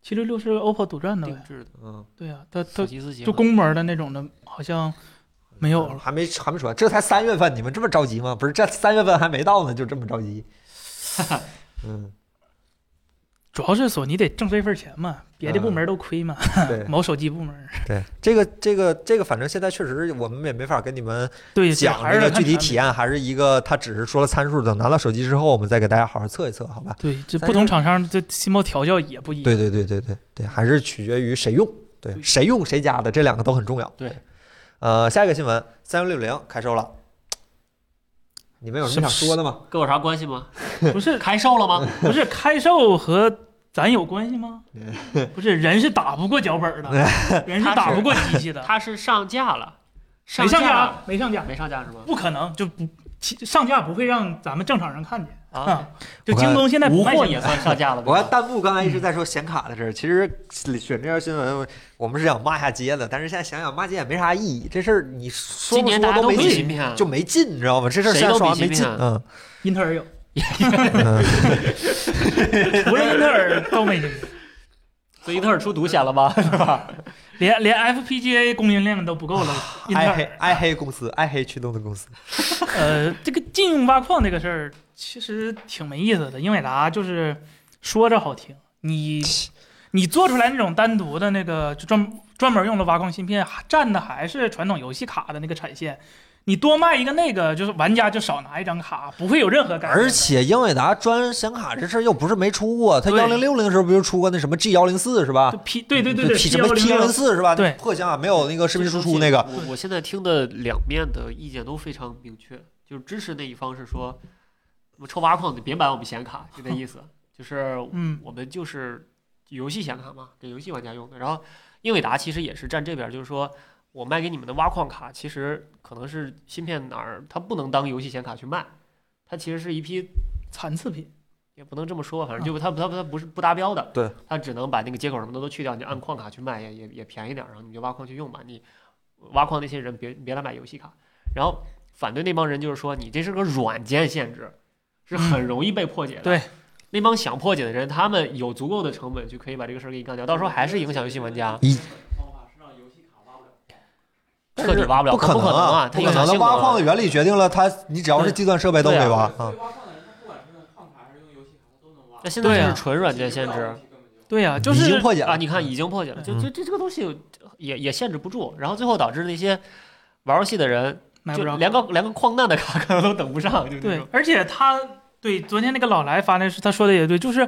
Speaker 3: 七六六是 OPPO 独占的
Speaker 4: 定
Speaker 3: 呗？
Speaker 4: 制的
Speaker 5: 嗯，
Speaker 3: 对啊，它它
Speaker 4: 手机自己
Speaker 3: 就公门的那种的，好像没有了。
Speaker 5: 还没还没出来，这才三月份，你们这么着急吗？不是，这三月份还没到呢，就这么着急。嗯，
Speaker 3: 主要是索尼得挣这份钱嘛，别的部门都亏嘛，
Speaker 5: 嗯 对
Speaker 3: 某手机部门。
Speaker 5: 对，这个这个这个，反正现在确实我们也没法跟你们
Speaker 3: 对，
Speaker 5: 讲
Speaker 3: 还
Speaker 5: 这
Speaker 3: 是
Speaker 5: 个
Speaker 3: 看
Speaker 5: 具体
Speaker 3: 产品
Speaker 5: 体。验，还是一个他只是说了参数，等拿到手机之后，我们再给大家好好测一测，好吧？
Speaker 3: 对，这
Speaker 5: 但是
Speaker 3: 不同厂商这新报调教也不一样。
Speaker 5: 对对对对对对，还是取决于谁用，对
Speaker 3: 对
Speaker 5: 谁用谁家的，这两个都很重要。
Speaker 4: 对，
Speaker 5: 呃，下一个新闻，三六零开售了，你们有什么想说的吗？
Speaker 4: 跟我啥关系吗？
Speaker 3: 不是
Speaker 4: 开售了吗？
Speaker 3: 不是开售和咱有关系 吗？不是，人是打不过脚本的，人是打不过机器的。
Speaker 4: 它是上架了，
Speaker 3: 没上
Speaker 4: 架
Speaker 3: 架
Speaker 4: 了，，
Speaker 3: 没上架，
Speaker 4: 没上架是吗？
Speaker 3: 不可能就不其上架不会让咱们正常人看见。
Speaker 4: 啊，
Speaker 3: 啊，就京东现在不
Speaker 4: 无
Speaker 3: 卖
Speaker 4: 货
Speaker 3: 显
Speaker 4: 也算上架了吧？
Speaker 5: 我看弹幕刚才一直在说显卡的事儿，其实选这条新闻，我们是想骂一下街的，但是现在想想骂街也没啥意义，这事儿你说
Speaker 4: 今
Speaker 5: 不
Speaker 4: 年
Speaker 5: 说
Speaker 4: 大家都
Speaker 5: 都没
Speaker 4: 比芯
Speaker 5: 劲，
Speaker 4: 片啊，
Speaker 5: 就没劲，你知道吗？这事儿现在说完没劲，
Speaker 4: 谁
Speaker 5: 嗯，
Speaker 3: 英特尔 有，
Speaker 5: 嗯
Speaker 3: 除了英特尔都没人，
Speaker 4: 所以英特尔出独显了 吗？是吧？
Speaker 3: 连连 FPGA 供应链都不 够了。英特
Speaker 5: 爱黑
Speaker 3: 尔，
Speaker 5: 爱黑公司，爱黑驱动的公司，
Speaker 3: 呃，这个禁用挖矿这个事儿其实挺没意思的，因为啥？ 就是说着好听，你你做出来那种单独的那个就专专门用了挖矿芯片，还占的还是传统游戏卡的那个产线。你多卖一个那个，就是玩家就少拿一张卡，不会有任何改变的。
Speaker 5: 而且英伟达专显卡这事儿又不是没出过，它
Speaker 3: 对
Speaker 5: 幺零六零时候不就出过那什么 G 幺零四是吧
Speaker 3: 就 P 对对对对，
Speaker 5: ？P 什么 P
Speaker 3: 110
Speaker 5: 零四是吧？
Speaker 3: 对
Speaker 5: 破显卡没有那个视频输出那个，
Speaker 4: 我我现在听的两面的意见都非常明确，就是支持那一方是说，我们臭挖矿你别买我们显卡，就那意思，就是
Speaker 3: 嗯，
Speaker 4: 我们就是游戏显卡嘛，给游戏玩家用的。然后英伟达其实也是站这边儿，就是说我卖给你们的挖矿卡，其实可能是芯片哪儿它不能当游戏显卡去卖，它其实是一批
Speaker 3: 残次品。
Speaker 4: 也不能这么说，反正就它它它不是不达标的，
Speaker 5: 嗯对，
Speaker 4: 它只能把那个接口什么的都去掉，你就按矿卡去卖也也也便宜点儿，然后你就挖矿去用吧，你挖矿那些人别别来买游戏卡。然后反对那帮人就是说你这是个软件限制，是
Speaker 5: 嗯
Speaker 4: 很容易被破解的。
Speaker 3: 对。
Speaker 4: 那帮想破解的人，他们有足够的成本就可以把这个事儿给你干掉，到时候还是影响游戏玩家，
Speaker 5: 一
Speaker 7: 方法是让游戏卡挖不了矿。
Speaker 4: 彻底挖不了，
Speaker 5: 不
Speaker 4: 可
Speaker 5: 能
Speaker 4: 能啊，它
Speaker 5: 不
Speaker 4: 影
Speaker 5: 可
Speaker 4: 响
Speaker 5: 能
Speaker 4: 性
Speaker 5: 的。
Speaker 4: 格
Speaker 5: 挖矿的原理决定了它，你只要是
Speaker 4: 对
Speaker 5: 计算设备都
Speaker 4: 对啊
Speaker 5: 可以挖
Speaker 7: 所
Speaker 5: 啊
Speaker 7: 以。挖矿的人，他不管是用矿卡还是用游戏卡，他都能挖
Speaker 4: 那。现在
Speaker 3: 对
Speaker 4: 就
Speaker 3: 啊
Speaker 4: 是纯软件限制，
Speaker 3: 对呀、就
Speaker 5: 已
Speaker 3: 是
Speaker 5: 经破解
Speaker 4: 啊，
Speaker 5: 了，
Speaker 4: 你看已经破解了，就
Speaker 5: 嗯
Speaker 4: 就这这个东西也也限制不住，然后最后导致那些玩游戏的人
Speaker 3: 买
Speaker 4: 就
Speaker 3: 不着。
Speaker 4: 连个连个矿难的卡可能都等不上，就那
Speaker 3: 对
Speaker 4: 种，
Speaker 3: 而且他对昨天那个老来发的是他说的也对，就是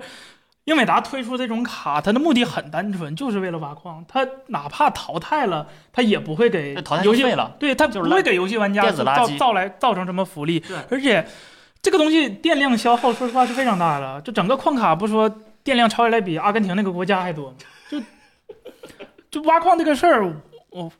Speaker 3: 英伟达推出这种卡，它的目的很单纯，就是为了挖矿。它哪怕淘汰了，它也不会给
Speaker 4: 那淘汰
Speaker 3: 游
Speaker 4: 就
Speaker 3: 戏
Speaker 4: 废了。
Speaker 3: 对，它
Speaker 4: 就
Speaker 3: 不
Speaker 4: 是垃
Speaker 3: 会给游戏玩家
Speaker 4: 电子垃
Speaker 3: 造
Speaker 4: 圾
Speaker 3: 造来造成什么福利
Speaker 4: 对，
Speaker 3: 而且这个东西电量消耗，说实话是非常大的。就整个矿卡不说电量超下来比阿根廷那个国家还多吗？就就挖矿这个事儿，我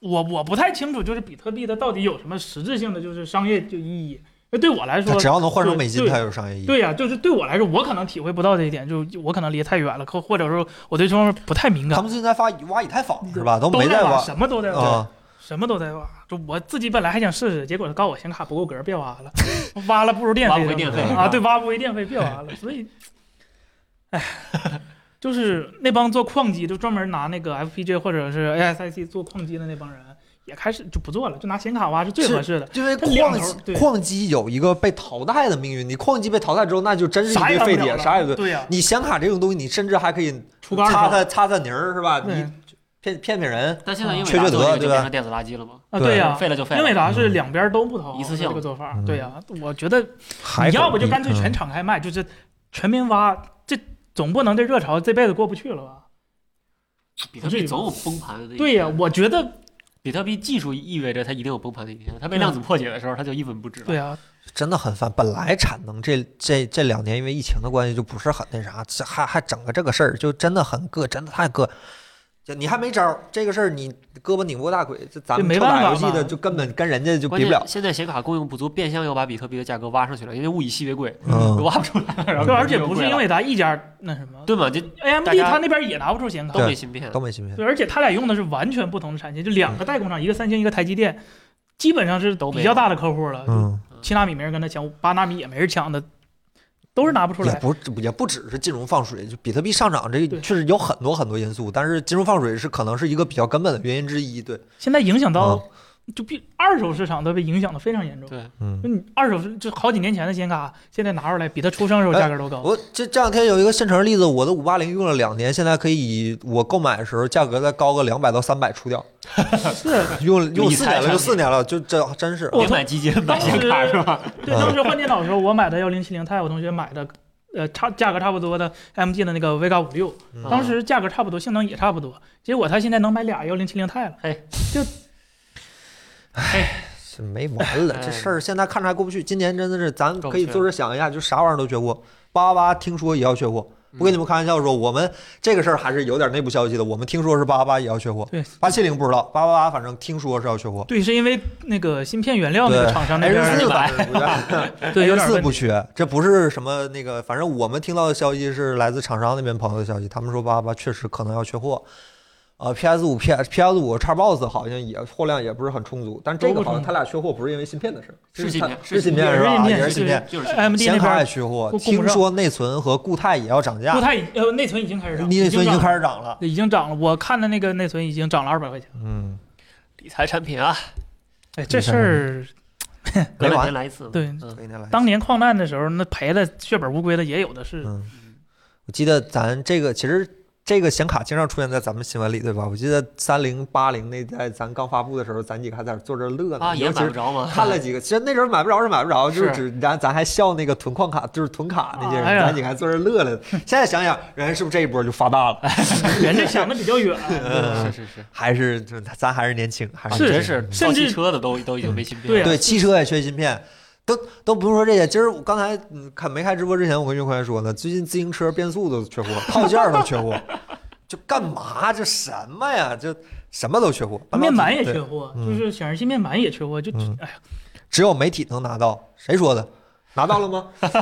Speaker 3: 我我不太清楚，就是比特币它到底有什么实质性的就是商业就意义？那对我来说
Speaker 5: 它，只要能换成美金，
Speaker 3: 对
Speaker 5: 它有商业意义。
Speaker 3: 对呀、就是对我来说，我可能体会不到这一点，就我可能离太远了，或或者说我对这方面不太敏
Speaker 5: 他
Speaker 3: 感。
Speaker 5: 们最近在发挖以太坊是吧？都
Speaker 3: 都
Speaker 5: 没
Speaker 3: 在
Speaker 5: 挖
Speaker 3: 什么都在挖，
Speaker 5: 啊。
Speaker 3: 什么都在挖。就我自己本来还想试试，结果他告我显卡不够格，别挖 了，挖了不如电费
Speaker 4: 挖
Speaker 3: 呢，
Speaker 4: 不回电费
Speaker 3: 啊，对，，挖不回电费，别挖 了。所以，哎，就是那帮做矿机，就专门拿那个 FPGA 或者是 ASIC 做矿机的那帮人，也开始就不做了，就拿显卡挖是最合适的。
Speaker 5: 因为
Speaker 3: 它两
Speaker 5: 矿
Speaker 3: 头
Speaker 5: 机
Speaker 3: 对
Speaker 5: 矿机有一个被淘汰的命运，你矿机被淘汰之后，那就真是一
Speaker 3: 啥也干
Speaker 5: 堆
Speaker 3: 不
Speaker 5: 废
Speaker 3: 了
Speaker 5: 铁，
Speaker 3: 了
Speaker 5: 啥也不。
Speaker 3: 对呀、
Speaker 5: 你显卡这种东西，你甚至还可以
Speaker 3: 出杆儿
Speaker 5: 擦
Speaker 3: 上
Speaker 5: 擦擦擦泥儿是嗯吧？
Speaker 3: 对
Speaker 5: 你骗骗骗人，
Speaker 4: 但现在
Speaker 3: 嗯
Speaker 4: 因为
Speaker 5: 缺缺
Speaker 4: 做这
Speaker 5: 德
Speaker 4: 个就
Speaker 5: 对吧
Speaker 4: 变成电子垃圾了嘛，
Speaker 3: 啊，
Speaker 5: 对
Speaker 3: 对呀、
Speaker 4: 废了就废
Speaker 3: 英伟
Speaker 4: 了。
Speaker 3: 达是两边都不淘，
Speaker 4: 一次性
Speaker 3: 这个做法
Speaker 5: 嗯。
Speaker 3: 对呀、我觉得
Speaker 5: 还
Speaker 3: 你要不就干脆
Speaker 5: 嗯
Speaker 3: 全敞开卖，就是全民挖，这总不能这热潮这辈子过不去了吧？
Speaker 4: 比特币总有崩盘的那一天
Speaker 3: 对呀、我觉得
Speaker 4: 比特币技术意味着它一定有崩盘的一天，它被
Speaker 3: 嗯
Speaker 4: 量子破解的时候，它就一文不值了。
Speaker 3: 对啊呀、
Speaker 5: 真的很烦。本来产能这这这两年因为疫情的关系就不是很那啥，这还还整个这个事儿，就真的很硌，真的太硌。就你还没招儿，这个事儿你胳膊拧不过大腿，这咱
Speaker 3: 就
Speaker 5: 们
Speaker 3: 没
Speaker 5: 这打
Speaker 3: 办法
Speaker 5: 游戏的
Speaker 3: 嘛嗯
Speaker 5: 就根本跟人家就
Speaker 4: 关
Speaker 5: 比不
Speaker 4: 键
Speaker 5: 了。
Speaker 4: 现在显卡供应不足，变相又把比特币的价格挖上去了，因为物以稀为贵，
Speaker 5: 嗯
Speaker 4: 挖不出来。然后
Speaker 3: 对，啊而且
Speaker 4: 比特币又
Speaker 3: 不是
Speaker 4: 贵了
Speaker 3: 英伟达一家那什么
Speaker 4: 对嘛，这
Speaker 3: ，AMD
Speaker 4: 大家
Speaker 3: 他那边也拿不出显卡
Speaker 4: 都，没芯片，
Speaker 5: 都没芯片，
Speaker 3: 对，而且他俩用的是完全不同的产线，就两
Speaker 5: 嗯
Speaker 3: 个代工厂，一个三星，一个台积电，基本上是
Speaker 4: 都没有
Speaker 3: 比较大的客户了。就
Speaker 5: 嗯，
Speaker 3: 七纳米没人跟他抢，八纳米也没人抢的，都是拿不出
Speaker 5: 也
Speaker 3: 来。
Speaker 5: 不也不只是金融放水，就比特币上涨这
Speaker 3: 对
Speaker 5: 确实有很多很多因素，但是金融放水是可能是一个比较根本的原因之一。对，
Speaker 3: 现在影响到，就比二手市场都被影响的非常严重。
Speaker 4: 对，
Speaker 5: 嗯
Speaker 3: 就。你二手是就好几年前的显卡，现在拿出来比它出生
Speaker 5: 哎
Speaker 3: 时候价格都高。
Speaker 5: 我这这两天有一个现成的例子，我的五八零用了两年，现在可以以我购买的时候价格再高个两百到三百出掉，
Speaker 3: 是，
Speaker 5: 用用四
Speaker 4: 理财
Speaker 5: 年了，
Speaker 4: 产品
Speaker 5: 就四年了，就这真是
Speaker 4: 别买基金，买显卡是吧？
Speaker 3: 对，当时
Speaker 5: 嗯
Speaker 3: 换电脑的时候，我买的幺零七零钛，我同学买的，呃，差价格差不多的 MG 的那个 Vega 五六，
Speaker 5: 嗯
Speaker 3: 当时价格差不多，性能也差不多，结果他现在能买俩幺零七零钛了。
Speaker 5: 是没完了，
Speaker 4: 哎
Speaker 5: 这事儿现在看着还过不去。今年真的是咱可以坐这想一下，就啥玩意儿都缺货，八八八听说也要缺货。不跟你们开玩笑说，我们这个事儿还是有点内部消息的。我们听说是八八八也要缺货，
Speaker 3: 对
Speaker 5: 八七零不知道，八八八反正听说是要 缺货。
Speaker 3: 对，是因为那个芯片原料那个
Speaker 5: 对
Speaker 3: 厂商那
Speaker 5: H
Speaker 3: 边
Speaker 5: 四
Speaker 3: 儿，
Speaker 5: 反正 不缺。
Speaker 3: 对，有点
Speaker 5: 四
Speaker 3: 问
Speaker 5: 哎不
Speaker 3: 题。
Speaker 5: 缺，这不是什么那个，反正我们听到的消息是来自厂商那边朋友的消息，他们说八八八确实可能要缺货。呃，PS 五、P PS 五 Xbox 好像也货量也不是很充足，但这个好像它俩缺货不是因为芯片的事儿，
Speaker 4: 是芯片
Speaker 5: 是
Speaker 4: 是
Speaker 5: 芯
Speaker 4: 芯
Speaker 5: 片
Speaker 4: 片
Speaker 5: 是吧？
Speaker 3: 是芯
Speaker 5: 也
Speaker 3: 片
Speaker 5: 是芯片。
Speaker 4: 嗯就是
Speaker 3: AMD
Speaker 5: 显
Speaker 3: 那边
Speaker 5: 卡也
Speaker 3: 儿，
Speaker 5: 缺货，
Speaker 3: 供供不
Speaker 5: 听
Speaker 3: 上
Speaker 5: 说内存和固态也要涨价
Speaker 3: 固，态已呃内存已经开始涨，
Speaker 5: 你内存已经
Speaker 3: 涨
Speaker 5: 开
Speaker 3: 了
Speaker 5: 始涨了。
Speaker 3: 对已经涨了，我看的那个内存已经涨了二百块钱。
Speaker 5: 嗯，
Speaker 4: 理财产品啊，
Speaker 3: 哎，这事儿
Speaker 4: 隔
Speaker 5: 没
Speaker 4: 两
Speaker 5: 完
Speaker 4: 年来一次嘛。
Speaker 3: 对
Speaker 4: 嗯，
Speaker 5: 每年来。
Speaker 3: 当年矿难的时候，那赔的血本无归的也有的是。
Speaker 5: 嗯，我记得咱这个其实这个显卡经常出现在咱们新闻里，对吧？我记得三零八零那代咱刚发布的时候，咱几个还在那儿坐这儿乐呢，
Speaker 4: 啊，也
Speaker 5: 嗯尤其
Speaker 4: 买
Speaker 5: 是
Speaker 4: 不着 嘛。
Speaker 5: 看了几个，其实那时候买不着是买不着，就是
Speaker 4: 是
Speaker 5: 只咱咱还笑那个囤矿卡，就是囤卡那些人，
Speaker 3: 哎呀
Speaker 5: 咱几个还坐这乐了。现在想想，人家是不是这一波就发大 了？
Speaker 3: 人家想的比较 远，
Speaker 5: 嗯，
Speaker 4: 是是
Speaker 5: 还是就咱还是年轻，还
Speaker 4: 是，
Speaker 5: 是
Speaker 4: 真
Speaker 5: 年轻
Speaker 4: 是造
Speaker 3: 甚至
Speaker 4: 汽车的都都已经没芯片
Speaker 3: 对
Speaker 4: 了。
Speaker 3: 啊
Speaker 5: 对汽车也缺芯片，都都不用说这些。今儿我刚才嗯看没开直播之前，我跟岳坤还说呢，最近自行车变速 都缺货，套件儿都缺货，就干嘛？这什么呀？就什么都缺货，半导体
Speaker 3: 面板也
Speaker 5: 对
Speaker 3: 缺货，
Speaker 5: 嗯
Speaker 3: 就是显示器面板也缺货，就
Speaker 5: 嗯
Speaker 3: 哎呀，
Speaker 5: 只有媒体能拿到，谁说的？拿到了吗？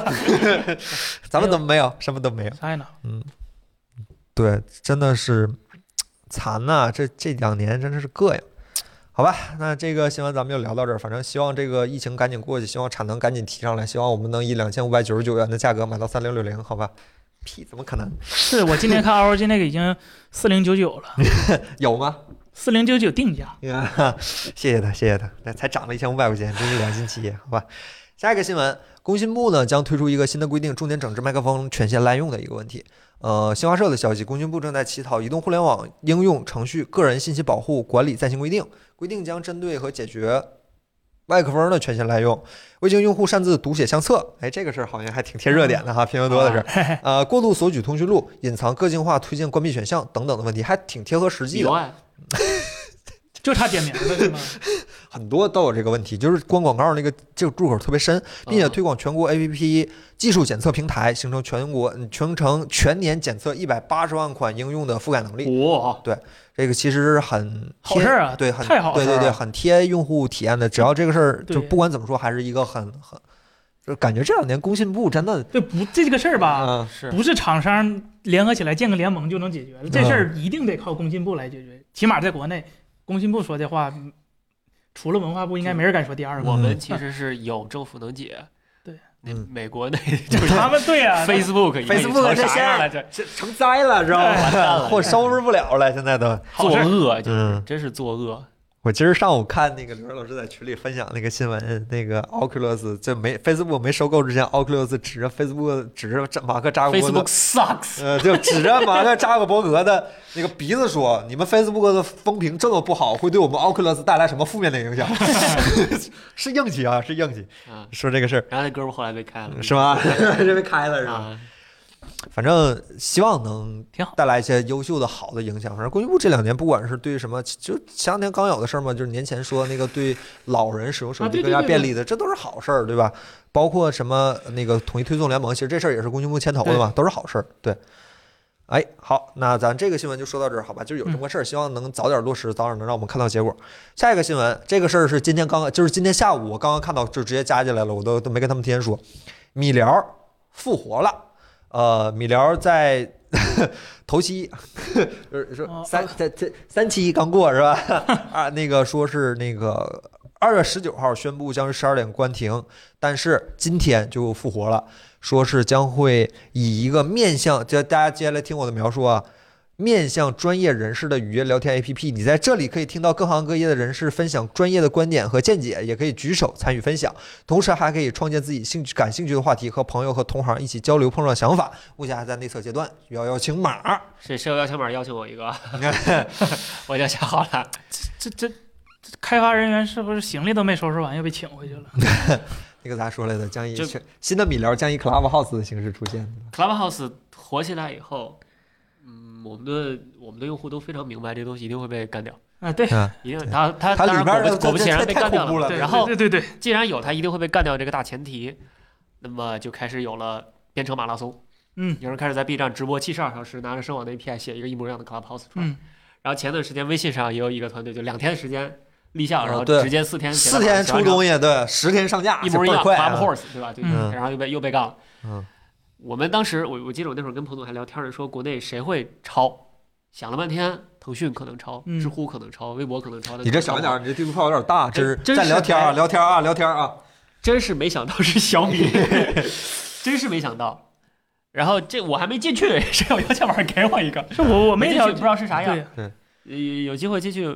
Speaker 5: 咱们怎么没有？什么都没有。
Speaker 3: 啥也拿不
Speaker 5: 对，真的是惨呐、这这两年真的是膈应。好吧，那这个新闻咱们就聊到这儿。反正希望这个疫情赶紧过去，希望产能赶紧提上来，希望我们能以两千五百九十九元的价格买到三零六零，好吧？屁，怎么可能
Speaker 3: 是我今天看 LG 那个已经四零九九了，
Speaker 5: 有吗？
Speaker 3: 四零九九定 价。
Speaker 5: 谢谢他，谢谢他，那才涨了一千五百块钱，真是良心企业，好吧。下一个新闻，工信部呢将推出一个新的规定，重点整治麦克风权限滥用的一个问题。呃，新华社的消息，工信部正在起草移动互联网应用程序个人信息保护管理暂行规定，规定将针对和解决麦克风的权限滥用，未经用户擅自读写相册，哎，这个事儿好像还挺贴热点的哈，拼多多的事儿，呃，过度索取通讯录、隐藏个性化推荐关闭选项等等的问题，还挺贴合实际
Speaker 4: 里
Speaker 5: 的。
Speaker 4: 外
Speaker 3: 就差点名了， 是吗？
Speaker 5: 很多都有这个问题，就是关广告那个这个入口特别深，并且
Speaker 4: 嗯
Speaker 5: 推广全国 APP 技术检测平台，形成全国嗯全程全年检测一百八十万款应用的覆盖能力。
Speaker 4: 哇，
Speaker 5: 这个其实很
Speaker 3: 好
Speaker 5: 贴
Speaker 3: 事儿啊，
Speaker 5: 对，很
Speaker 3: 太好
Speaker 5: 对
Speaker 3: 事
Speaker 5: 对
Speaker 3: 儿
Speaker 5: 对，
Speaker 3: 了。
Speaker 5: 很贴用户体验的。只要这个事儿，
Speaker 3: 对
Speaker 5: 就不管怎么说，还是一个很很，就感觉这两年工信部真的
Speaker 3: 对，不，这个事儿吧，
Speaker 5: 啊，
Speaker 4: 是
Speaker 3: 不是厂商联合起来建个联盟就能解决了，这事儿一定得靠工信部来解决。起码在国内，工信部说这话，嗯除了文化部，应该没人敢说第二
Speaker 4: 我
Speaker 3: 个。
Speaker 4: 们其实是有政府能解。
Speaker 3: 嗯对，
Speaker 4: 那
Speaker 5: 嗯
Speaker 4: 美国那 就是
Speaker 3: 他们对 呀，
Speaker 4: Facebook 已经
Speaker 5: Facebook
Speaker 4: 成
Speaker 5: 这
Speaker 4: 啥
Speaker 5: 些
Speaker 4: 样了？这
Speaker 5: 这成灾了，知 道
Speaker 4: 完
Speaker 5: 吗？
Speaker 4: 蛋了，
Speaker 5: 货收拾不了了，现在都。
Speaker 4: 作
Speaker 3: 好事儿
Speaker 4: 恶就是
Speaker 5: 嗯，
Speaker 4: 真是作恶。
Speaker 5: 我今儿上午看那个刘源老师在群里分享那个新闻，那个 Oculus 这没 Facebook 没收购之前，Oculus 指着 Facebook 指着扎马克扎克伯格
Speaker 4: Facebook，sucks。
Speaker 5: 呃，就指着马克扎克伯格的那个鼻子说：“你们 Facebook 的风评这么不好，会对我们 Oculus 带来什么负面的影响？” 是硬气啊，是硬气，
Speaker 4: 嗯，
Speaker 5: 说这个事儿
Speaker 4: 然后那哥们儿后来被开了，
Speaker 5: 是吧？ 这被开了是吧？
Speaker 4: 啊，
Speaker 5: 反正希望能
Speaker 3: 挺好
Speaker 5: 带来一些优秀的好的影响。反正工信部这两年不管是对什么，就前两天刚有的事儿嘛，就是年前说那个对老人使用手
Speaker 3: 啊
Speaker 5: 机
Speaker 3: 对
Speaker 5: 更
Speaker 3: 对
Speaker 5: 加
Speaker 3: 对
Speaker 5: 便
Speaker 3: 对
Speaker 5: 利的，这都是好事儿，对吧？包括什么那个统一推送联盟，其实这事儿也是工信部牵头的嘛，都是好事儿。对，哎，好，那咱这个新闻就说到这儿，好吧？
Speaker 3: 嗯
Speaker 5: 就是有这么个事儿，希望能早点落实，早点能让我们看到结果。下一个新闻，这个事儿是今天刚刚，就是今天下午我刚刚看到，就直接加进来了，我都都没跟他们提前说，米聊复活了。呃，米聊在 头期，就是说
Speaker 3: 哦
Speaker 5: 三这这三期刚过是吧？ 啊，那个说是那个二月十九号宣布将于十二点关停，但是今天就复活了，说是将会以一个面向，就大家接下来听我的描述啊，面向专业人士的语音聊天 APP，你在这里可以听到各行各业的人士分享专业的观点和见解，也可以举手参与分享，同时还可以创建自己兴趣感兴趣的话题，和朋友和同行一起交流碰撞想法。目前还在内测阶段，需要邀请码。
Speaker 4: 是是有邀请码邀请我一个，我已经想好了。
Speaker 3: 这这这开发人员是不是行李都没收拾完又被请回去了？
Speaker 5: 那个咋说来着？将以
Speaker 4: 这
Speaker 5: 全新的米聊将以 Clubhouse 的形式出现。
Speaker 4: Clubhouse 火起来以后，嗯，我们的我们的用户都非常明白，这东西一定会被干掉，
Speaker 3: 啊，对，
Speaker 4: 一定它它
Speaker 5: 它
Speaker 4: 当然
Speaker 5: 里边儿
Speaker 4: 果
Speaker 5: 的
Speaker 4: 不果不
Speaker 5: 这
Speaker 4: 其然
Speaker 5: 这
Speaker 4: 被
Speaker 5: 太
Speaker 4: 干掉
Speaker 5: 恐怖了
Speaker 4: 了。
Speaker 5: 对
Speaker 4: 对，然
Speaker 3: 然后
Speaker 4: 后
Speaker 3: 对对对，
Speaker 4: 既然有它一定会被干掉这个大前提，那么就开始有了编程马拉松。
Speaker 3: 嗯
Speaker 4: 有人开始在 B 站直播七十二小时，拿着声网的 API 写一个一模一样的 Clubhouse 出来。
Speaker 3: 嗯，
Speaker 4: 然后前段时间微信上也有一个团队，就两天时间立项，
Speaker 5: 啊
Speaker 4: 然后
Speaker 5: 对
Speaker 4: 直接四天写
Speaker 5: 四
Speaker 4: 了
Speaker 5: 天出
Speaker 4: 200
Speaker 5: 东西，对，十天上架，
Speaker 4: 一模一
Speaker 5: 这倍
Speaker 4: 样
Speaker 5: 儿
Speaker 4: ，Club
Speaker 5: 快、啊。
Speaker 4: Horse 对吧？就
Speaker 3: 嗯
Speaker 4: 然后又被又被干了。
Speaker 5: 嗯，
Speaker 4: 我们当时我我记得我那会儿跟彭总还聊天呢，说国内谁会抄？想了半天，腾讯可能抄，
Speaker 3: 嗯
Speaker 4: 知乎可能抄，微博可能抄。但
Speaker 5: 你这小一点儿，你这地图炮有点大，真是
Speaker 4: 真
Speaker 5: 在
Speaker 4: 是
Speaker 5: 聊天
Speaker 4: 还
Speaker 5: 啊，聊天啊，聊天啊。
Speaker 4: 真是没想到是小米， 真是没想到。然后这我还没进去，谁有邀请码给我一个？
Speaker 3: 这我我没
Speaker 4: 进去
Speaker 3: 了
Speaker 4: 不知道是啥样。
Speaker 3: 对
Speaker 4: 有有机会进去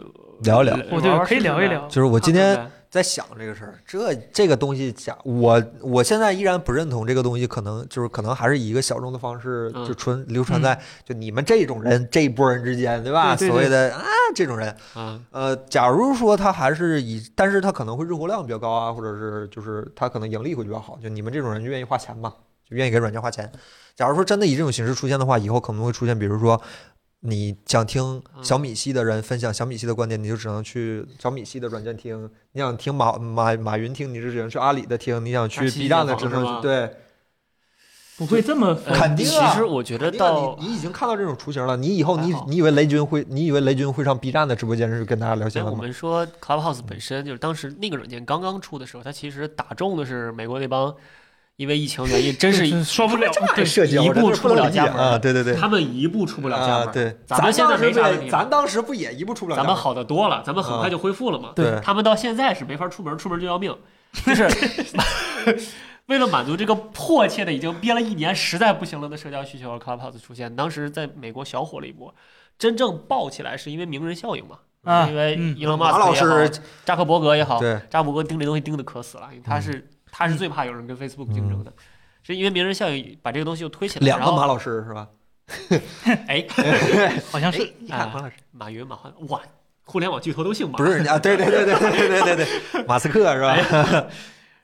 Speaker 5: 聊一聊
Speaker 4: 呃
Speaker 3: 哦我对
Speaker 4: 玩玩
Speaker 3: 可以
Speaker 4: 试试
Speaker 3: 聊一
Speaker 4: 呗啊
Speaker 3: 聊
Speaker 5: 就是我今
Speaker 4: 看
Speaker 5: 天
Speaker 4: 看呗
Speaker 5: 在想这个事儿，这这个东西假，我我现在依然不认同这个东西，可能就是可能还是以一个小众的方式，
Speaker 4: 嗯
Speaker 5: 就纯流传在、就你们这种人这一波人之间，对吧？
Speaker 3: 对对对
Speaker 5: 所谓的啊这种人，
Speaker 4: 啊，
Speaker 5: 呃，假如说他还是以，但是他可能会日活量比较高啊，或者是就是他可能盈利会比较好，就你们这种人愿意花钱嘛，就愿意给软件花钱。假如说真的以这种形式出现的话，以后可能会出现，比如说你想听小米系的人分享小米系的观点，你就只能去小米系的软件听；你想听马马马云听，你就只能去阿里的听；你想去
Speaker 4: 那其实
Speaker 5: B 站的，
Speaker 4: 也
Speaker 5: 只
Speaker 4: 好是
Speaker 5: 能
Speaker 4: 吧
Speaker 5: 去对，
Speaker 3: 不会这么
Speaker 2: 呃
Speaker 5: 肯定啊
Speaker 2: 其实我觉得
Speaker 5: 肯定啊
Speaker 2: 到
Speaker 5: 你你已经看到这种雏形了。你以后你
Speaker 4: 还好
Speaker 5: 你以为雷军会，你以为雷军会上 B 站的直播间是跟大家聊新
Speaker 4: 哎，
Speaker 5: 闻
Speaker 4: 我
Speaker 5: 吗？
Speaker 4: 们说 Clubhouse 本身就是当时那个软件刚刚出的时候，它其实打中的是美国那帮因为疫情原因，真是
Speaker 3: 就是 说不了，对，
Speaker 5: 社交
Speaker 4: 一
Speaker 5: 我真
Speaker 4: 步
Speaker 5: 是
Speaker 4: 出不
Speaker 5: 能
Speaker 4: 了
Speaker 5: 理
Speaker 4: 家
Speaker 5: 解
Speaker 4: 门
Speaker 5: 啊！对对对，
Speaker 4: 他们一步出不了家门。
Speaker 5: 啊、对，
Speaker 4: 咱们现在
Speaker 5: 当时
Speaker 4: 没啥
Speaker 5: 不也
Speaker 4: 问题
Speaker 5: 咱当时不也一步出不了家
Speaker 4: 咱
Speaker 5: 门？
Speaker 4: 们好的多了，咱们很快
Speaker 5: 嗯
Speaker 4: 就恢复了嘛。
Speaker 5: 对
Speaker 4: 他们到现在是没法出门，出门就要命，就是 为了满足这个迫切的已经憋了一年实在不行了的社交需求而，Clubhouse 出现，当时在美国小火了一波，真正爆起来是因为名人效应嘛，
Speaker 3: 啊
Speaker 4: 因为
Speaker 3: 嗯
Speaker 4: 伊隆马
Speaker 5: 马
Speaker 4: 斯
Speaker 5: 老
Speaker 4: 克也
Speaker 5: 师
Speaker 4: 好，扎克伯格也好，
Speaker 5: 对嗯
Speaker 4: 扎克伯格盯这东西盯得可死了，因为他是他是
Speaker 3: 嗯
Speaker 4: 最怕有人跟 Facebook 竞争的，是因为名人效应把这个东西又推起来，
Speaker 5: 两
Speaker 4: 然
Speaker 5: 个
Speaker 4: 后
Speaker 5: 马老师是吧？
Speaker 4: 哎，
Speaker 3: 好像是
Speaker 5: 哎你
Speaker 4: 看马
Speaker 5: 老师
Speaker 4: 马云、马化哇，互联网巨头都姓马，哎
Speaker 5: 不是人家，对对对对对对对对，马斯克是吧？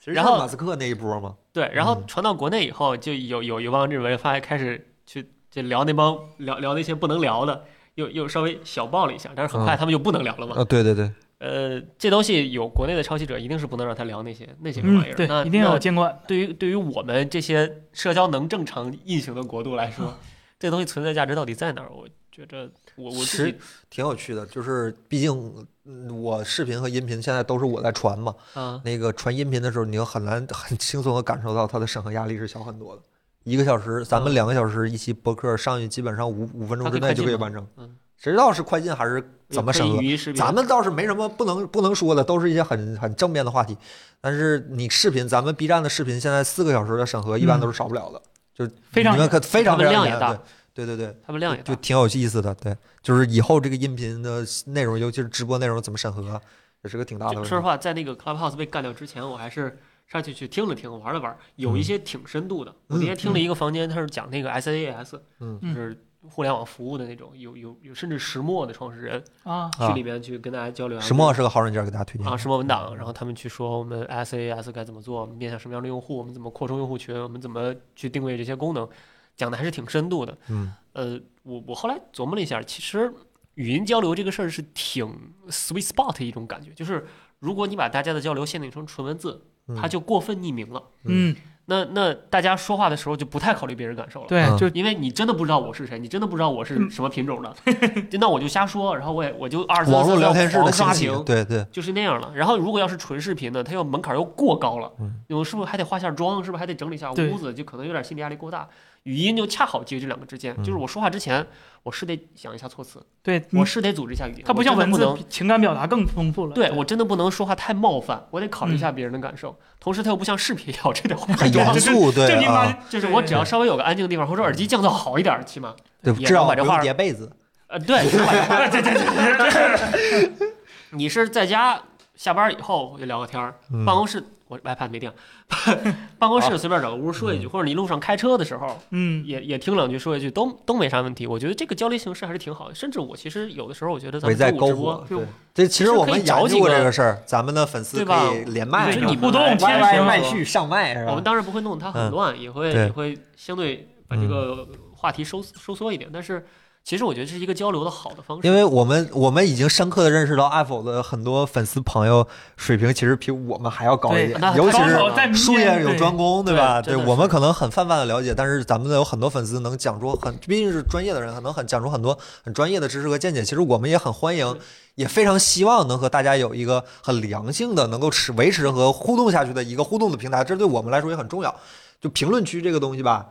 Speaker 5: 其实
Speaker 4: 然后
Speaker 5: 像马斯克那一波嘛，
Speaker 4: 对，然后
Speaker 5: 嗯
Speaker 4: 传到国内以后，就有有一帮日文发现开始去就聊那帮聊聊那些不能聊的，又又稍微小爆了一下，但是很快
Speaker 5: 嗯
Speaker 4: 他们就不能聊了嘛。
Speaker 5: 啊，对对对，
Speaker 4: 呃，这东西有国内的抄袭者，一定是不能让他聊那些那些个
Speaker 3: 嗯
Speaker 4: 玩意儿。，那
Speaker 3: 对，一定要有
Speaker 4: 那
Speaker 3: 监管，
Speaker 4: 对于对于我们这些社交能正常运行的国度来
Speaker 5: 嗯
Speaker 4: 说，这东西存在价值到底在哪儿？我觉着我我自己
Speaker 5: 挺有趣的，就是毕竟嗯我视频和音频现在都是我在传嘛，
Speaker 4: 啊，
Speaker 5: 那个传音频的时候，你就很难很轻松的感受到它的审核压力是小很多的。一个小时，咱们
Speaker 4: 嗯
Speaker 5: 两个小时一期播客上去，基本上五五分钟
Speaker 4: 它可
Speaker 5: 之
Speaker 4: 以
Speaker 5: 内
Speaker 4: 快
Speaker 5: 就
Speaker 4: 进
Speaker 5: 可以
Speaker 4: 吗
Speaker 5: 完成
Speaker 4: 嗯。
Speaker 5: 谁知道是快进还是怎么审核
Speaker 4: 可以？语音识别
Speaker 5: 咱们倒是没什么不能不能说的，都是一些很很正面的话题。但是你视频，咱们 B 站的视频现在四个小时的审核一般都是少不了的，就
Speaker 3: 非常
Speaker 5: 你们可非常
Speaker 4: 他
Speaker 5: 非
Speaker 4: 们量
Speaker 5: 常严
Speaker 4: 也大
Speaker 5: 对对对
Speaker 4: 他们量也
Speaker 5: 对，就
Speaker 4: 大，
Speaker 5: 挺有意思的。对，就是以后这个音频的内容，尤其是直播内容怎么审核，也是个挺大的
Speaker 4: 就
Speaker 5: 问
Speaker 4: 说实
Speaker 5: 题。
Speaker 4: 话，在那个 Clubhouse 被干掉之前，我还是上去去听了听，玩了玩，有一些
Speaker 5: 嗯
Speaker 4: 挺深度的。我那天听了一个房间，他是讲那个 SaaS，
Speaker 5: 嗯
Speaker 3: 嗯
Speaker 4: 就是互联网服务的那种，有有有甚至石墨的创始人
Speaker 3: 啊，
Speaker 4: 去里面去跟大家交流。
Speaker 5: 石墨是个好软件，给大家推荐
Speaker 4: 啊，石墨文档，然后他们去说我们 SaaS 该怎么做，面向什么样的用户，我们怎么扩充用户群，我们怎么去定位这些功能，讲的还是挺深度的。
Speaker 5: 嗯，
Speaker 4: 呃，我我后来琢磨了一下，其实语音交流这个事儿是挺 sweet spot 的一种感觉，就是如果你把大家的交流限定成纯文字，
Speaker 5: 嗯
Speaker 4: 它就过分匿名了。
Speaker 3: 嗯，
Speaker 4: 那那大家说话的时候就不太考虑别人感受了。
Speaker 3: 对
Speaker 5: 嗯，
Speaker 3: 就
Speaker 4: 因为你真的不知道我是谁，你真的不知道我是什么品种的， 那我就瞎说，然后我也我就二次
Speaker 5: 网络聊天室的兴
Speaker 4: 刷
Speaker 5: 起
Speaker 4: 屏，，
Speaker 5: 对对，
Speaker 4: 就是那样了。然后如果要是纯视频呢，它又门槛又过高了
Speaker 5: 嗯，
Speaker 4: 我是不是还得化下妆？是不是还得整理一下
Speaker 3: 对
Speaker 4: 屋子？就可能有点心理压力过大。语音就恰好介于这两个之间，
Speaker 5: 嗯
Speaker 4: 就是我说话之前，我是得想一下措辞，
Speaker 3: 对，
Speaker 4: 我是得组织一下语言。
Speaker 3: 嗯它不像
Speaker 4: 我真
Speaker 3: 文
Speaker 4: 的
Speaker 3: 字
Speaker 4: 能，
Speaker 3: 情感表达更丰富了，
Speaker 4: 对我真的不能说话太冒犯，我得考虑一下
Speaker 3: 嗯
Speaker 4: 别人的感受。同时，它又不像视频 要这种化
Speaker 5: 很严
Speaker 4: 妆，
Speaker 5: 肃，
Speaker 3: 正
Speaker 5: 对
Speaker 3: 经八
Speaker 5: 啊，
Speaker 3: 经，
Speaker 4: 就是我只要稍微有个安静的地方，或者耳机降噪好一点，起码
Speaker 5: 对，
Speaker 4: 也
Speaker 5: 至少
Speaker 4: 能把
Speaker 5: 不
Speaker 4: 这话
Speaker 5: 用叠被子。
Speaker 4: 呃，对，是吧对对对对对， 你是在家下班以后就聊个天儿，
Speaker 5: 嗯
Speaker 4: 办公室我 iPad 没电， 办公室随便找个屋说一句，或者你路上开车的时候
Speaker 3: 嗯，
Speaker 4: 也也听两句说一句，都都没啥问题。我觉得这个交流形式还是挺好的，甚至我其实有的时候我觉得咱
Speaker 5: 围
Speaker 4: 们
Speaker 5: 在
Speaker 4: 中午
Speaker 5: 篝
Speaker 4: 直播
Speaker 5: 火，，对，这其实我们研究过这个事儿，咱们的粉丝
Speaker 4: 对
Speaker 5: 可
Speaker 4: 吧
Speaker 5: 以连麦，
Speaker 4: 就是
Speaker 5: 是吧
Speaker 4: 你
Speaker 3: 互动
Speaker 4: 们来
Speaker 3: 天
Speaker 4: 来
Speaker 3: 天
Speaker 4: 来
Speaker 5: 麦
Speaker 4: 来
Speaker 5: 序上麦是
Speaker 4: 我们
Speaker 5: 吧？
Speaker 4: 当然不会弄得它很
Speaker 5: 嗯
Speaker 4: 乱，也会
Speaker 5: 对嗯
Speaker 4: 也会相对把这个话题收收缩一点，但是。其实我觉得这是一个交流的好的方式，
Speaker 5: 因为我们我们已经深刻的认识到 Apple 的很多粉丝朋友水平其实比我们还要高一
Speaker 3: 对
Speaker 5: 点
Speaker 4: 那，
Speaker 5: 尤其
Speaker 3: 高
Speaker 5: 是
Speaker 3: 手在民
Speaker 5: 术业
Speaker 3: 间
Speaker 5: 有专，攻，
Speaker 4: 对
Speaker 5: 吧？
Speaker 4: 对
Speaker 5: 对
Speaker 4: 真的
Speaker 5: 我
Speaker 4: 是
Speaker 5: 们可能很泛泛的了解，但是咱们有很多粉丝能讲出很，毕竟是专业的人，可能很讲出很多很专业的知识和见解。其实我们也很欢迎
Speaker 4: 对，
Speaker 5: 也非常希望能和大家有一个很良性的、能够持维持和互动下去的一个互动的平台，这对我们来说也很重要。就评论区这个东西吧，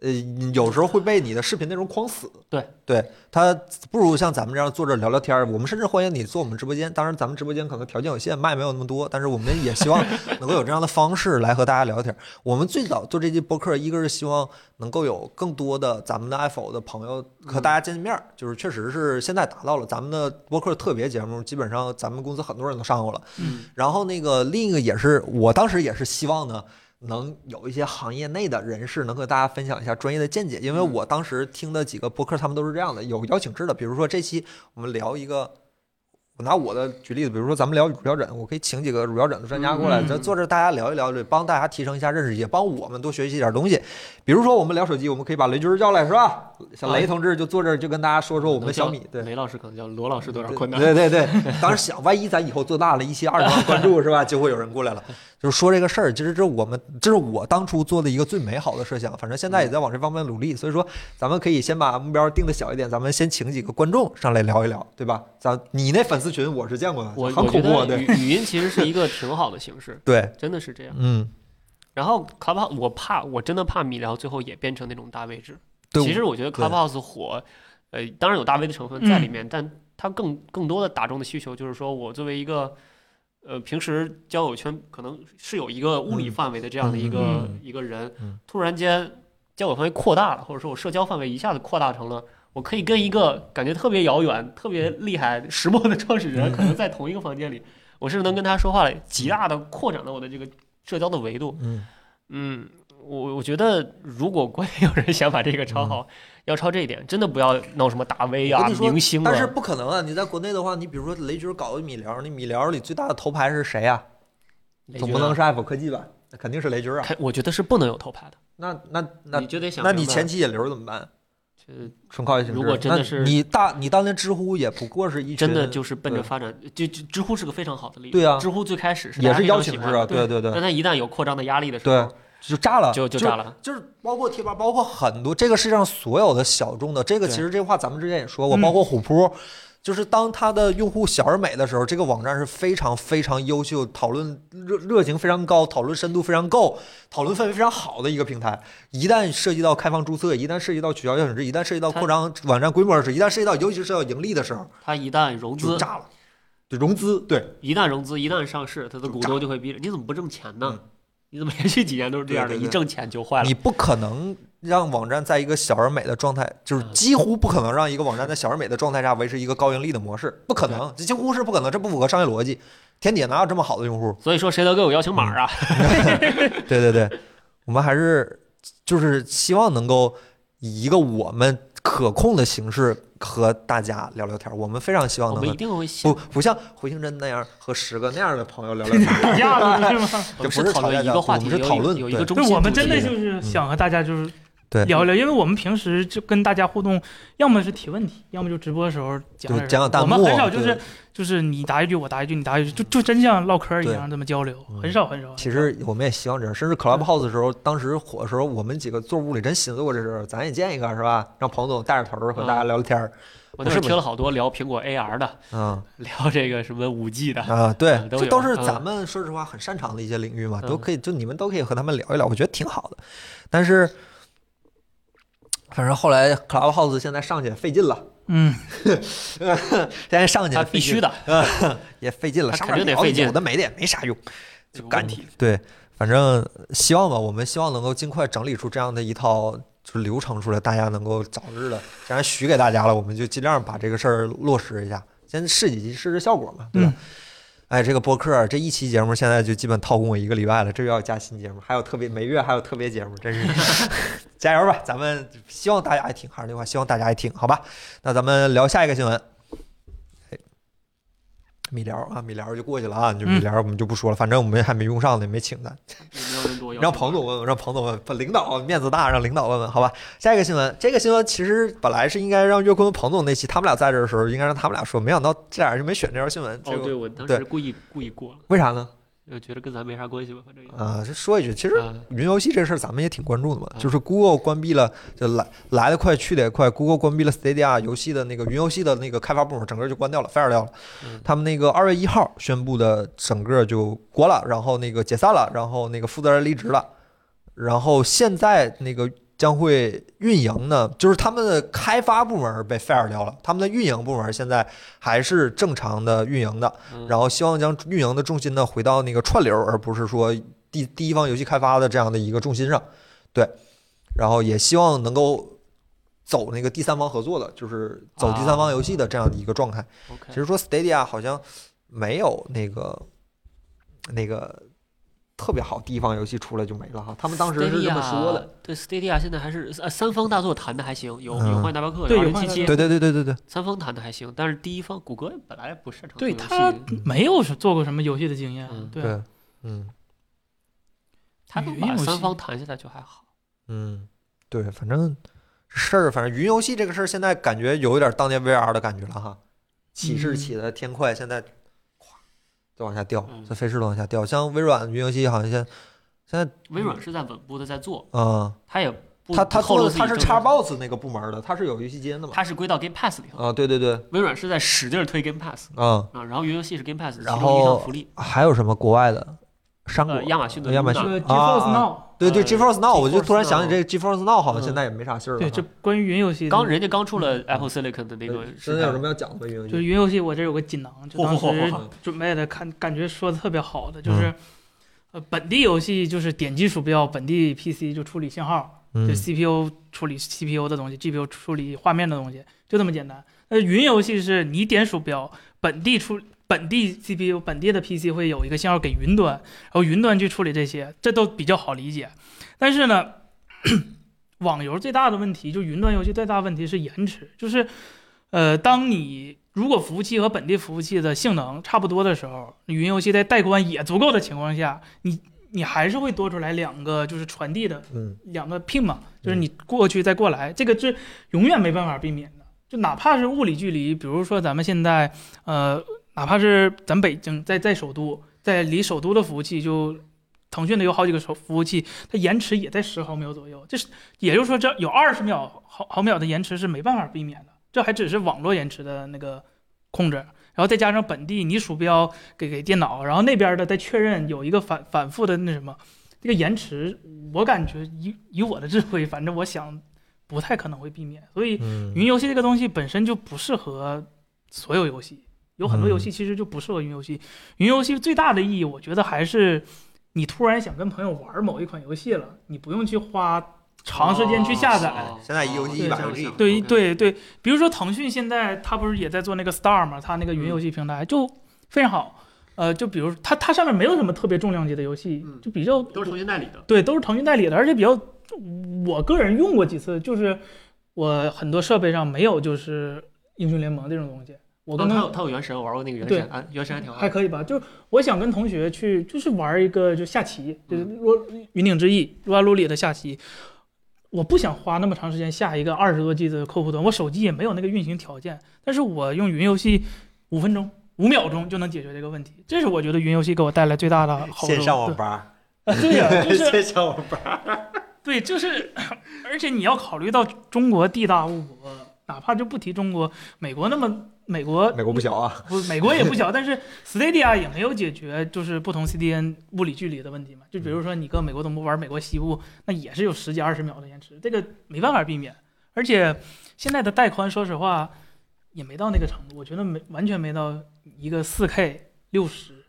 Speaker 5: 呃，有时候会被你的视频内容框死。
Speaker 2: 对，
Speaker 5: 对他不如像咱们这样坐这儿聊聊天儿。我们甚至欢迎你做我们直播间，当然咱们直播间可能条件有限，麦没有那么多，但是我们也希望能够有这样的方式来和大家聊天儿。我们最早做这期播客，一个是希望能够有更多的咱们的 iPhone 的朋友和大家见面儿，就是确实是现在达到了咱们的播客特别节目，基本上咱们公司很多人都上过了。
Speaker 4: 嗯，
Speaker 5: 然后那个另一个也是，我当时也是希望呢，能有一些行业内的人士能和大家分享一下专业的见解，因为
Speaker 4: 嗯
Speaker 5: 我当时听的几个播客，他们都是这样的，有邀请制的。比如说这期我们聊一个，我拿我的举例子，比如说咱们聊乳胶枕，我可以请几个乳胶枕的专家过来，
Speaker 4: 嗯
Speaker 5: 就坐这儿大家聊一聊，帮大家提升一下认识，也帮我们多学习一点东西。比如说我们聊手机，我们可以把雷军儿叫来，是吧？小
Speaker 4: 啊
Speaker 5: 雷同志就坐这儿就跟大家说说我们的小米，对。
Speaker 4: 雷老师可能叫罗老师都有啊点困难。
Speaker 5: 对对对， 当时想，万一咱以后做大了，一期二十万关注是吧，就会有人过来了。就是说这个事儿，其实这是我们，这是我当初做的一个最美好的设想。反正现在也在往这方面努力，所以说咱们可以先把目标定的小一点，咱们先请几个观众上来聊一聊，对吧？咱你那粉丝群我是见过的，
Speaker 4: 我
Speaker 5: 啊很
Speaker 4: 我觉
Speaker 5: 恐怖，
Speaker 4: 得
Speaker 5: 对
Speaker 4: 语语音其实是一个挺好的形式，
Speaker 5: 对，
Speaker 4: 真的是这样。
Speaker 5: 嗯，
Speaker 4: 然后 Clubhouse，我怕我真的怕米聊最后也变成那种大 V 制。
Speaker 5: 对，
Speaker 4: 其实我觉得
Speaker 5: 对
Speaker 4: Clubhouse 火，呃，当然有大 V 的成分在里面，但它更更多的打中的需求就是说我作为一个，呃，平时交友圈可能是有一个物理
Speaker 5: 嗯
Speaker 4: 范围的这样的一个、
Speaker 5: 嗯
Speaker 4: 一个人，
Speaker 5: 嗯
Speaker 4: 突然间交友范围扩大了，或者说我社交范围一下子扩大成了。我可以跟一个感觉特别遥远、特别
Speaker 5: 嗯
Speaker 4: 厉害、石墨的创始人，可能在同一个房间里，我甚至能
Speaker 5: 嗯
Speaker 4: 跟他说话了，极大的扩展了我的这个社交的维度。
Speaker 5: 嗯，
Speaker 4: 嗯，我我觉得如果国内有人想把这个抄好，要抄这一点，真的不要弄什么大 V
Speaker 5: 嗯我
Speaker 4: 啊、
Speaker 5: 跟你说
Speaker 4: 明星啊。
Speaker 5: 但是不可能啊！你在国内的话，你比如说雷军搞个米聊，那米聊里最大的头牌是谁呀、
Speaker 4: 雷
Speaker 5: 总
Speaker 4: 军
Speaker 5: 不
Speaker 4: 啊
Speaker 5: 能是爱否科技吧？那肯定是雷军啊！
Speaker 4: 开，我觉得是不能有偷拍的。
Speaker 5: 那那那
Speaker 4: 你就得想
Speaker 5: 那
Speaker 4: 明白，
Speaker 5: 你前期引流怎么办？
Speaker 4: 呃
Speaker 5: 纯靠一行
Speaker 4: 如果真的是
Speaker 5: 你大，你当年知乎也不过是一群
Speaker 4: 真的就是奔着
Speaker 5: 对
Speaker 4: 发展，就就知乎是个非常好的例子。
Speaker 5: 对啊
Speaker 4: 知乎最开始是
Speaker 5: 也
Speaker 4: 大家
Speaker 5: 是
Speaker 4: 非常
Speaker 5: 邀请
Speaker 4: 喜
Speaker 5: 制
Speaker 4: 欢
Speaker 5: 啊，
Speaker 4: 的
Speaker 5: 对对对
Speaker 4: 但它一旦有扩张的压力的时
Speaker 5: 对
Speaker 4: 候，，
Speaker 5: 就炸了，
Speaker 4: 就就炸了。
Speaker 5: 就是包括贴吧，包括很多这个世界上所有的小众的，这个
Speaker 4: 对
Speaker 5: 其实这话咱们之前也说过，
Speaker 3: 嗯
Speaker 5: 包括虎扑。就是当它的用户小而美的时候，这个网站是非常非常优秀，讨论热热情非常高，讨论深度非常够，讨论氛围非常好的一个平台。一旦涉及到开放注册，一旦涉及到取消邀请制，一旦涉及到
Speaker 4: 它
Speaker 5: 扩张网站规模的时候，一旦涉及到尤其是要盈利的时候，
Speaker 4: 它一旦融
Speaker 5: 就
Speaker 4: 资，
Speaker 5: 炸了。对融资，对
Speaker 4: 一旦融资，一旦上市，它的股东就会逼着你怎么不挣钱呢？你怎么连续几年都是这样的？
Speaker 5: 嗯对对对
Speaker 4: 一挣钱就坏了
Speaker 5: 你。不可能让网站在一个小而美的状态，就是
Speaker 4: 嗯
Speaker 5: 几乎不可能让一个网站在小而美的状态下维持一个高盈利的模式，不可能，这几乎是不可能，这不符合商业逻辑。天底下哪有这么好的用户？
Speaker 4: 所以说，谁能给我邀请码啊？
Speaker 5: 对对对，我们还是就是希望能够以一个我们可控的形式和大家聊聊天儿。我们非常希望
Speaker 4: 我
Speaker 5: 能
Speaker 4: 们一
Speaker 5: 和
Speaker 4: 定会想
Speaker 5: 不不像回形针那样和十个那样的朋友聊聊天儿。
Speaker 3: 打架了 是吗？
Speaker 4: 我
Speaker 5: 这
Speaker 4: 们
Speaker 5: 不是
Speaker 4: 讨
Speaker 5: 吵架
Speaker 4: 论一
Speaker 5: 架
Speaker 4: 个话
Speaker 5: 我
Speaker 4: 题，
Speaker 5: 们
Speaker 4: 有
Speaker 5: 是讨
Speaker 4: 一个
Speaker 5: 论
Speaker 4: 有一个
Speaker 5: 对
Speaker 4: 中
Speaker 3: 对，
Speaker 4: 心
Speaker 3: 我们
Speaker 4: 主题
Speaker 3: 真的
Speaker 5: 是
Speaker 3: 就是想和大家就是
Speaker 5: 对
Speaker 3: 聊一聊，因为我们平时就跟大家互动，要么是提问题，要么就直播的时候讲
Speaker 5: 就是
Speaker 3: 点
Speaker 5: 讲讲弹
Speaker 3: 我们
Speaker 5: 幕
Speaker 3: 很少就是
Speaker 5: 对
Speaker 3: 就是你答一句我答一句你答一句，就就真像唠嗑儿一
Speaker 5: 对
Speaker 3: 样这么交流，
Speaker 5: 嗯
Speaker 3: 很少很少。
Speaker 5: 其实我们也希望这样，
Speaker 4: 嗯
Speaker 5: 甚至 Clubhouse 的时候，当时火的时候，我们几个坐屋里真寻思过这事儿，咱也建一个是吧？让彭总带着头儿和大
Speaker 4: 嗯
Speaker 5: 家聊聊天儿，
Speaker 4: 我那会儿听了好多聊苹果 AR 的，
Speaker 5: 嗯
Speaker 4: 聊这个什么五 G 的，
Speaker 5: 啊，对
Speaker 4: 嗯，都有
Speaker 5: 这都是咱们说实话很擅长的一些领域嘛，
Speaker 4: 嗯
Speaker 5: 都可以，就你们都可以和他们聊一聊，我觉得挺好的。但是，反正后来 Clubhouse 现在上去也费劲了，
Speaker 3: 嗯，
Speaker 5: 现在上去
Speaker 4: 它
Speaker 5: 也
Speaker 4: 必
Speaker 5: 费劲
Speaker 4: 须的，
Speaker 5: 也费劲了，
Speaker 4: 它
Speaker 5: 上
Speaker 4: 肯
Speaker 5: 面
Speaker 4: 定得
Speaker 5: 聊
Speaker 4: 费劲
Speaker 5: 有的没的也没啥用。
Speaker 4: 有个
Speaker 5: 干
Speaker 4: 问题。
Speaker 5: 对，反正希望吧，我们希望能够尽快整理出这样的一套就是流程出来，大家能够早日的，既然许给大家了，我们就尽量把这个事儿落实一下，先试几期试试效果嘛，对吧？哎，这个播客这一期节目现在就基本掏空我一个礼拜了，这又要加新节目，还有特别每月还有特别节目，真是加油吧！咱们希望大家爱听，还是那句话，希望大家爱听，好吧？那咱们聊下一个新闻。哎，米聊啊，米聊就过去了啊，就米聊我们就不说了，反正我们还没用上呢，也没请咱。
Speaker 4: 有没有人多邀请
Speaker 5: 让彭总问问，让彭总问，问领导面子大，让领导问问，好吧？下一个新闻，这个新闻其实本来是应该让岳坤、彭总那期他们俩在这儿的时候，应该让他们俩说，没想到这俩人就没选这条新闻。这
Speaker 4: 哦，
Speaker 5: 个、
Speaker 4: 对，我当
Speaker 5: 对
Speaker 4: 时故意故意过了，
Speaker 5: 为啥呢？
Speaker 4: 我觉得跟咱没啥关系吧，反正也。
Speaker 5: 啊、就说一句，其实
Speaker 4: 啊
Speaker 5: 云游戏这事儿咱们也挺关注的嘛，
Speaker 4: 啊
Speaker 5: 就是 Google 关闭了，就来来得快去得也快，Google 关闭了 Stadia 游戏的那个云游戏的那个开发部门，整个就关掉了，fire 掉了。
Speaker 4: 嗯
Speaker 5: 他们那个二月一号宣布的，整个就关了，然后那个解散了，然后那个负责人离职了，然后现在那个将会运营呢，就是他们的开发部门被 fire 掉了，他们的运营部门现在还是正常的运营的，
Speaker 4: 嗯
Speaker 5: 然后希望将运营的重心呢回到那个串流，而不是说第第一方游戏开发的这样的一个重心上，对，然后也希望能够走那个第三方合作的，就是走第三方游戏的这样的一个状态。
Speaker 4: OK，
Speaker 5: 其实说 Stadia 好像没有那个那个特别好第一方游戏出来就没了哈，他们当时是这么说的。。
Speaker 4: 对，Stadia 现在还是呃三方大作谈的还行，有有
Speaker 5: 嗯
Speaker 4: 《幻大镖客》，
Speaker 3: 对
Speaker 4: 有
Speaker 3: 有
Speaker 4: 《
Speaker 3: 幻
Speaker 4: 零
Speaker 3: 大
Speaker 4: 七
Speaker 3: 镖
Speaker 4: 七
Speaker 3: 客》，
Speaker 5: 对对对对对对，
Speaker 4: 三方谈的还行，但是第一方谷歌本来不擅长
Speaker 3: 对
Speaker 4: 做游
Speaker 3: 他
Speaker 4: 戏
Speaker 3: 没有是做过什么游戏的经验
Speaker 4: 嗯，
Speaker 3: 对啊，
Speaker 5: 对，嗯
Speaker 4: 他能
Speaker 3: 云
Speaker 4: 把
Speaker 3: 游
Speaker 4: 三
Speaker 3: 戏
Speaker 4: 方谈下来就还好。
Speaker 5: 嗯，对，反正事儿，反正云游戏这个事儿，现在感觉有一点当年 VR 的感觉了哈，起势
Speaker 3: 嗯
Speaker 5: 起的天快，现在咵就往下掉
Speaker 4: 嗯，
Speaker 5: 这飞势都往下掉。像微软云游戏好像现在现在
Speaker 4: 微软是在稳步的在做，
Speaker 5: 嗯，
Speaker 4: 他也不
Speaker 5: 他他
Speaker 4: 不透
Speaker 5: 做
Speaker 4: 露
Speaker 5: 的
Speaker 4: 自己
Speaker 5: 他是
Speaker 4: 正式
Speaker 5: Xbox 那个部门的，他是有游戏间的嘛？
Speaker 4: 它是归到 Game Pass 里头。
Speaker 5: 啊，对对对，
Speaker 4: 微软是在使劲儿推 Game Pass
Speaker 5: 嗯，
Speaker 4: 啊，然后云游戏是 Game Pass 其
Speaker 5: 然
Speaker 4: 中
Speaker 5: 后
Speaker 4: 一项福利。
Speaker 5: 还有什么国外的山
Speaker 4: 呃，
Speaker 5: 谷？
Speaker 4: 亚马逊的
Speaker 5: 亚马
Speaker 3: 这
Speaker 5: 逊
Speaker 4: Luna
Speaker 3: 个
Speaker 5: 啊啊
Speaker 3: GeForce
Speaker 5: 啊
Speaker 3: Now，
Speaker 5: 对对
Speaker 4: 呃
Speaker 5: ，GeForce Now，我就
Speaker 4: GeForce
Speaker 5: 突然想起
Speaker 4: Now
Speaker 5: 这个 GeForce Now 好像
Speaker 4: 嗯
Speaker 5: 现在也没啥信儿了哈。
Speaker 3: 对，这关于云游
Speaker 5: 嗯
Speaker 3: 戏的，
Speaker 4: 刚人家刚出了 Apple Silicon 的那个
Speaker 5: 呃
Speaker 4: 时
Speaker 5: 真的有什
Speaker 4: 代，
Speaker 5: 么要讲的原
Speaker 3: 就是
Speaker 5: 因？
Speaker 3: 云游戏，我这有个锦囊，就
Speaker 4: 嚯
Speaker 3: 当
Speaker 4: 嚯嚯
Speaker 3: 时
Speaker 4: 嚯
Speaker 3: 准备的看，感觉说的特别好的，
Speaker 4: 嗯
Speaker 3: 就是，呃，本地游戏就是点击鼠标，本地 PC 就处理信号，
Speaker 5: 嗯
Speaker 3: 就 CPU 处理 CPU 的东西，GPU 处理画面的东西，就这么简单。那云游戏是你点鼠标，本地处本地 CPU 本地的 PC 会有一个信号给云端，然后云端去处理这些，这都比较好理解。但是呢，网游最大的问题，就云端游戏最大的问题是延迟，就是，呃，当你如果服务器和本地服务器的性能差不多的时候，你云游戏在带宽也足够的情况下，你你还是会多出来两个就是传递的
Speaker 5: 嗯
Speaker 3: 两个 pin 嘛，就是你过去再过来，这个是永远没办法避免的。就哪怕是物理距离，比如说咱们现在，呃，哪怕是咱北京在在首都，在离首都的服务器就。腾讯的有好几个手服务器，它延迟也在十毫秒左右，这是也就是说，这有二十秒毫毫秒的延迟是没办法避免的，这还只是网络延迟的那个控制，然后再加上本地你鼠标给给电脑，然后那边的再确认有一个反反复的那什么，这个延迟，我感觉以以我的智慧，反正我想不太可能会避免。所以
Speaker 5: 嗯
Speaker 3: 云游戏这个东西本身就不适合所有游戏，有很多游戏其实就不适合云游戏。云游戏最大的意义，我觉得还是你突然想跟朋友玩某一款游戏了，你不用去花长时间去下载。
Speaker 4: 哦
Speaker 5: 现在一游戏
Speaker 3: 一百
Speaker 5: 个 G
Speaker 3: 对
Speaker 4: OK
Speaker 3: 对对，比如说腾讯现在它不是也在做那个 Star 嘛，它那个云游戏平台就非常好。呃，就比如它它上面没有什么特别重量级的游戏
Speaker 4: 嗯，
Speaker 3: 就比较
Speaker 4: 都是腾讯代理的。
Speaker 3: 对，都是腾讯代理的，而且比较，我个人用过几次，就是我很多设备上没有就是英雄联盟这种东西，我
Speaker 4: 我
Speaker 3: 跟
Speaker 4: 他
Speaker 3: 他、
Speaker 4: 有他有原神，我玩过哦那个原
Speaker 3: 对
Speaker 4: 神，啊，原神还挺好
Speaker 3: 还。可以吧，就是我想跟同学去，就是玩一个就下棋，就是若云顶之弈、撸啊撸里的下棋。我不想花那么长时间下一个二十多 G 的客户端，我手机也没有那个运行条件。但是我用云游戏，五分钟、五秒钟就能解决这个问题，这是我觉得云游戏给我带来最大的好处。
Speaker 5: 线上网吧，
Speaker 3: 对呀、就是
Speaker 5: 线上网吧，
Speaker 3: 对，就是， 而且你要考虑到中国地大物博，哪怕就不提中国，美国那么美国
Speaker 5: 美国不小啊，
Speaker 3: 不，美国也不小，但是 Stadia 也没有解决就是不同 CDN 物理距离的问题嘛。就比如说你跟美国东部玩美国西部，那也是有十几二十秒的延迟，这个没办法避免。而且现在的带宽，说实话也没到那个程度，我觉得没完全没到一个四 K 六十，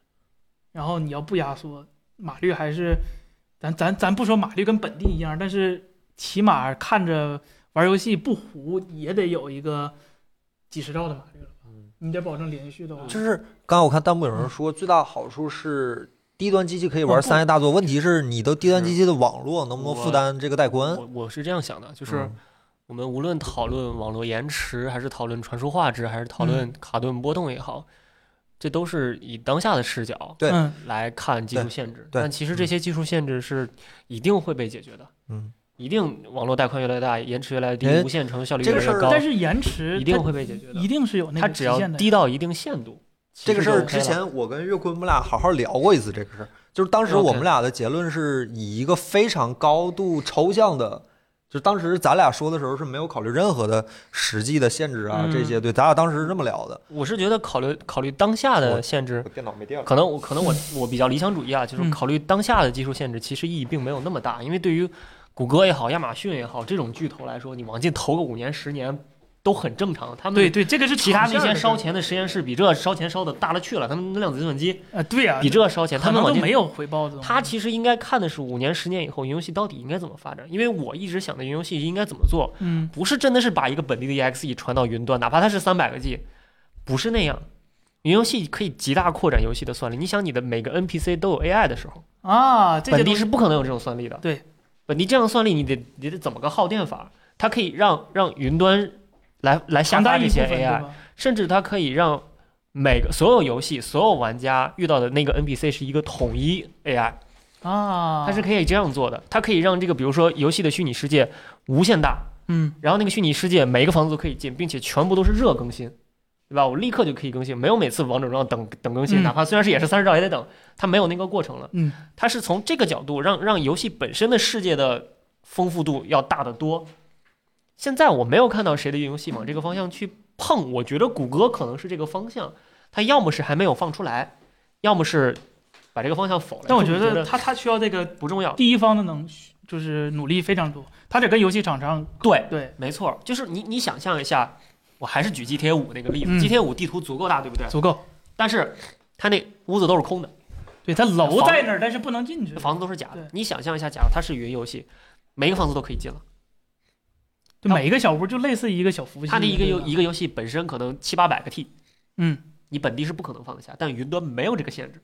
Speaker 3: 然后你要不压缩，码率还是咱咱咱不说码率跟本地一样，但是起码看着玩游戏不糊也得有一个几十兆的码率了吧
Speaker 5: 嗯？
Speaker 3: 你得保证连续的话。
Speaker 5: 就是刚刚我看弹幕有人说，最大好处是低端机器可以玩三 A 大作，问题是你的低端机器的网络能不能负担这个带宽？
Speaker 4: 哦
Speaker 5: 嗯
Speaker 4: 我我是这样想的，就
Speaker 5: 就是
Speaker 3: 嗯
Speaker 4: 我们无论讨论网络延迟，还是讨论传输画质，还是讨
Speaker 5: 嗯
Speaker 4: 论卡顿波动也好，这都是以当下的视角
Speaker 5: 对
Speaker 3: 嗯，
Speaker 4: 来看技术限制。
Speaker 5: 对
Speaker 4: 但其实这些技术限制是一定会被解决的，
Speaker 5: 嗯，
Speaker 4: 一定网络带宽越来越大，延迟越来越低
Speaker 5: 哎，
Speaker 4: 无线程效率
Speaker 5: 这
Speaker 4: 越来
Speaker 5: 个事
Speaker 4: 越
Speaker 5: 儿
Speaker 4: 高，
Speaker 3: 但是延迟
Speaker 4: 哦一定
Speaker 3: 它
Speaker 4: 会被解决的
Speaker 3: 一定是有那
Speaker 4: 它
Speaker 3: 个
Speaker 4: 只
Speaker 3: 极
Speaker 4: 要
Speaker 3: 限的。
Speaker 4: 低到一定限度，
Speaker 5: 这个事儿
Speaker 4: 其实
Speaker 5: 之
Speaker 4: 就 OK 了
Speaker 5: 前我跟岳坤我们俩好好聊过一次这个事儿，就是当时我们俩的结论是以一个非常高度抽象的，就是当时咱俩说的时候是没有考虑任何的实际的限制啊
Speaker 3: 嗯
Speaker 5: 这些，对，咱俩当时是这么聊的。
Speaker 4: 我是觉得考虑考虑当下
Speaker 5: 我
Speaker 4: 的限制，
Speaker 5: 我电脑没电了，
Speaker 4: 可能我可能我我比较理想主义啊，就是
Speaker 3: 嗯
Speaker 4: 考虑当下的技术限制，其实意义并没有那么大，因为对于谷歌也好，亚马逊也好，这种巨头来说，你往进投个五年、十年都很正常。他们
Speaker 3: 对对，这个是
Speaker 4: 其他那
Speaker 3: 厂
Speaker 4: 些
Speaker 3: 线
Speaker 4: 烧
Speaker 3: 的事
Speaker 4: 钱的实验室比这烧钱烧的大了去了，他们那量子计算机
Speaker 3: 儿啊，对呀，
Speaker 4: 比这烧钱，他
Speaker 3: 可
Speaker 4: 们
Speaker 3: 能
Speaker 4: 往
Speaker 3: 都
Speaker 4: 进
Speaker 3: 没有回报的。
Speaker 4: 他其实应该看的是五年、十年以后云游戏到底应该怎么发展，因为我一直想的云游戏应该怎么做，
Speaker 3: 嗯，
Speaker 4: 不是真的是把一个本地的 EXE 传到云端，哪怕它是三百个 G，不是那样。云游戏可以极大扩展游戏的算力。你想，你的每个 NPC 都有 AI 的时候，
Speaker 3: 啊，这些
Speaker 4: 本
Speaker 3: 东
Speaker 4: 地
Speaker 3: 西
Speaker 4: 是不可能有这种算力的。
Speaker 3: 对，
Speaker 4: 本地这样算力，你得你得怎么个耗电法？它可以让让云端来来下
Speaker 3: 庞大
Speaker 4: 发
Speaker 3: 一
Speaker 4: 这
Speaker 3: 部
Speaker 4: 些
Speaker 3: 分，对
Speaker 4: AI，
Speaker 3: 吧？
Speaker 4: 甚至它可以让每个所有游戏所有玩家遇到的那个 NPC 是一个统一 AI。
Speaker 3: 啊，
Speaker 4: 它是可以这样做的，它可以让这个，比如说游戏的虚拟世界无限大，
Speaker 3: 嗯，
Speaker 4: 然后那个虚拟世界每一个房子都可以进，并且全部都是热更新，对吧？我立刻就可以更新，没有每次王者荣耀等等更新，
Speaker 3: 嗯
Speaker 4: 哪怕虽然是也是三十兆也得等，它没有那个过程了。
Speaker 3: 嗯，
Speaker 4: 它是从这个角度让让游戏本身的世界的丰富度要大得多。现在我没有看到谁的云游戏往这个方向去碰，我觉得谷歌可能是这个方向，它要么是还没有放出来，要么是把这个方向否了。
Speaker 3: 但我觉
Speaker 4: 觉
Speaker 3: 得他他需要这个
Speaker 4: 不重要。
Speaker 3: 第一方的能就是努力非常多，他得跟游戏厂商
Speaker 4: 对
Speaker 3: 对
Speaker 4: 没错，就是你你想象一下，我还是举 GTA 五那个例子、
Speaker 3: 嗯
Speaker 4: g t a 五地图足够大，对不对？
Speaker 3: 足够，
Speaker 4: 但是它那屋子都是空的，
Speaker 3: 对他楼
Speaker 4: 房
Speaker 3: 在那儿，但是不能进去，
Speaker 4: 房子都是假
Speaker 3: 对
Speaker 4: 的。你想象一下，假如它是云游戏，每个房子都可以进了。
Speaker 3: 就每一个小屋就类似于一个小服务器，
Speaker 4: 它的一个游
Speaker 3: 对吧
Speaker 4: 一个游戏本身可能七八百个 T，
Speaker 3: 嗯，
Speaker 4: 你本地是不可能放得下，但云端没有这个限制。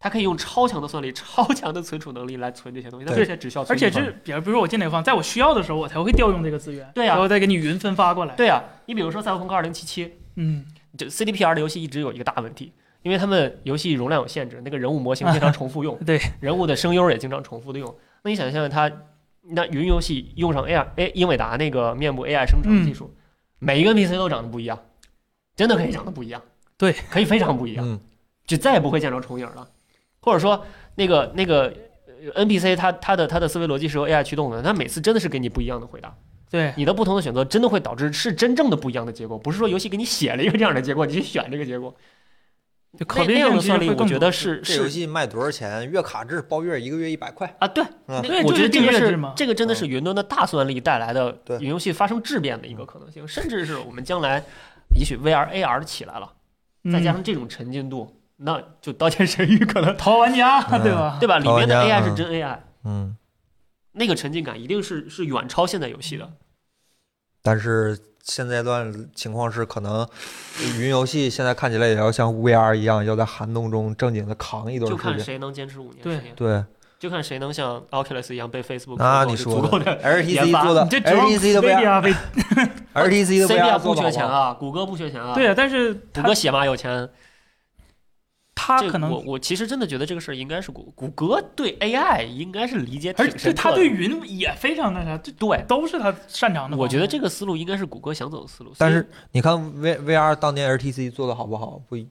Speaker 4: 它可以用超强的算力、超强的存储能力来存这些东西，它
Speaker 5: 对
Speaker 4: 这些只需要
Speaker 3: 而
Speaker 4: 存
Speaker 3: 且
Speaker 4: 一方
Speaker 3: 是，比如比如说我进哪个方，在我需要的时候，我才会调用这个资源，
Speaker 4: 对呀啊
Speaker 3: 然后再给你云分发过来。
Speaker 4: 对啊，你比如说《赛博朋克2077》，
Speaker 3: 嗯，，
Speaker 4: 就 CDPR 的游戏一直有一个大问题，因为他们游戏容量有限制，那个人物模型经常重复用
Speaker 3: 对，
Speaker 4: 人物的声优也经常重复的用。那你想象它，那云游戏用上 AI，哎，英伟达那个面部 AI 生成技
Speaker 3: 嗯
Speaker 4: 术，每一个 NPC 都长得不一样，真的可以长得不一样，
Speaker 3: 对，
Speaker 4: 可以非常不一样，
Speaker 5: 嗯，
Speaker 4: 就再也不会见着重影了。或者说，那个那个呃 NPC 它它的它的思维逻辑是由 AI 驱动的，它每次真的是给你不一样的回答。
Speaker 3: 对，
Speaker 4: 你的不同的选择真的会导致是真正的不一样的结果，不是说游戏给你写了一个这样的结果，你去选这个结果。
Speaker 3: 就
Speaker 4: 那
Speaker 3: 考
Speaker 4: 那
Speaker 3: 虑
Speaker 4: 样的
Speaker 3: 进去
Speaker 4: 算
Speaker 3: 会
Speaker 4: 力，
Speaker 3: 更
Speaker 4: 我觉
Speaker 3: 多
Speaker 4: 得是
Speaker 5: 这游
Speaker 4: 是
Speaker 5: 戏卖多少钱？月卡制包月，一个月一百块。
Speaker 4: 啊，对，
Speaker 5: 嗯
Speaker 4: 那
Speaker 3: 对
Speaker 4: 我
Speaker 3: 就
Speaker 4: 觉得这
Speaker 3: 是订
Speaker 4: 个
Speaker 3: 阅制
Speaker 4: 是
Speaker 3: 嘛
Speaker 4: 这个真的是云端的大算力带来的
Speaker 5: 对
Speaker 4: 云游戏发生质变的一个可能性，甚至是我们将来也许 VR、AR 起来了，再加上这种沉浸度，那就刀剑神域可能
Speaker 3: 嗯淘玩家，
Speaker 5: 嗯
Speaker 3: 对吧？
Speaker 4: 对吧？里
Speaker 5: 好
Speaker 4: 面的
Speaker 5: 玩家
Speaker 4: AI 是
Speaker 5: 嗯
Speaker 4: 真 AI，
Speaker 5: 嗯，
Speaker 4: 那个沉浸感一定是是远超现在游戏的。
Speaker 5: 但是现阶段情况是，可能云游戏现在看起来也要像 VR 一样，要在寒冬中正经的扛一段
Speaker 4: 就
Speaker 5: 时
Speaker 4: 看
Speaker 5: 间。
Speaker 4: 谁能坚持五年
Speaker 3: 对
Speaker 4: 时间，
Speaker 5: 对
Speaker 4: 就看谁能像 Oculus 一样被 Facebook
Speaker 5: 那你
Speaker 4: 收购
Speaker 5: 说
Speaker 4: 足够的研
Speaker 5: ，HTC
Speaker 4: 发
Speaker 5: 做的
Speaker 3: 你这指望
Speaker 5: HTC 的 VR，HTC
Speaker 3: 啊，被
Speaker 5: 的
Speaker 4: CBA
Speaker 5: VR
Speaker 4: 不
Speaker 5: 做
Speaker 4: 缺
Speaker 5: 的
Speaker 4: 钱
Speaker 5: 好吗？
Speaker 4: 啊，谷歌不缺钱啊，
Speaker 3: 对，啊，但是
Speaker 4: 谷
Speaker 3: 他
Speaker 4: 歌写码有钱。
Speaker 3: 他
Speaker 4: 这个
Speaker 3: 可
Speaker 4: 我
Speaker 3: 能，
Speaker 4: 我其实真的觉得这个事儿应该是谷谷歌对 AI 应该是理解挺
Speaker 3: 而
Speaker 4: 深刻
Speaker 3: 且
Speaker 4: 的
Speaker 3: 他对云也非常那啥，这
Speaker 4: 对，
Speaker 3: 都是他擅长的方面。
Speaker 4: 我觉得这个思路应该是谷歌想走的思路。
Speaker 5: 但是你看 V VR 当年 HTC 做的好不好？不一，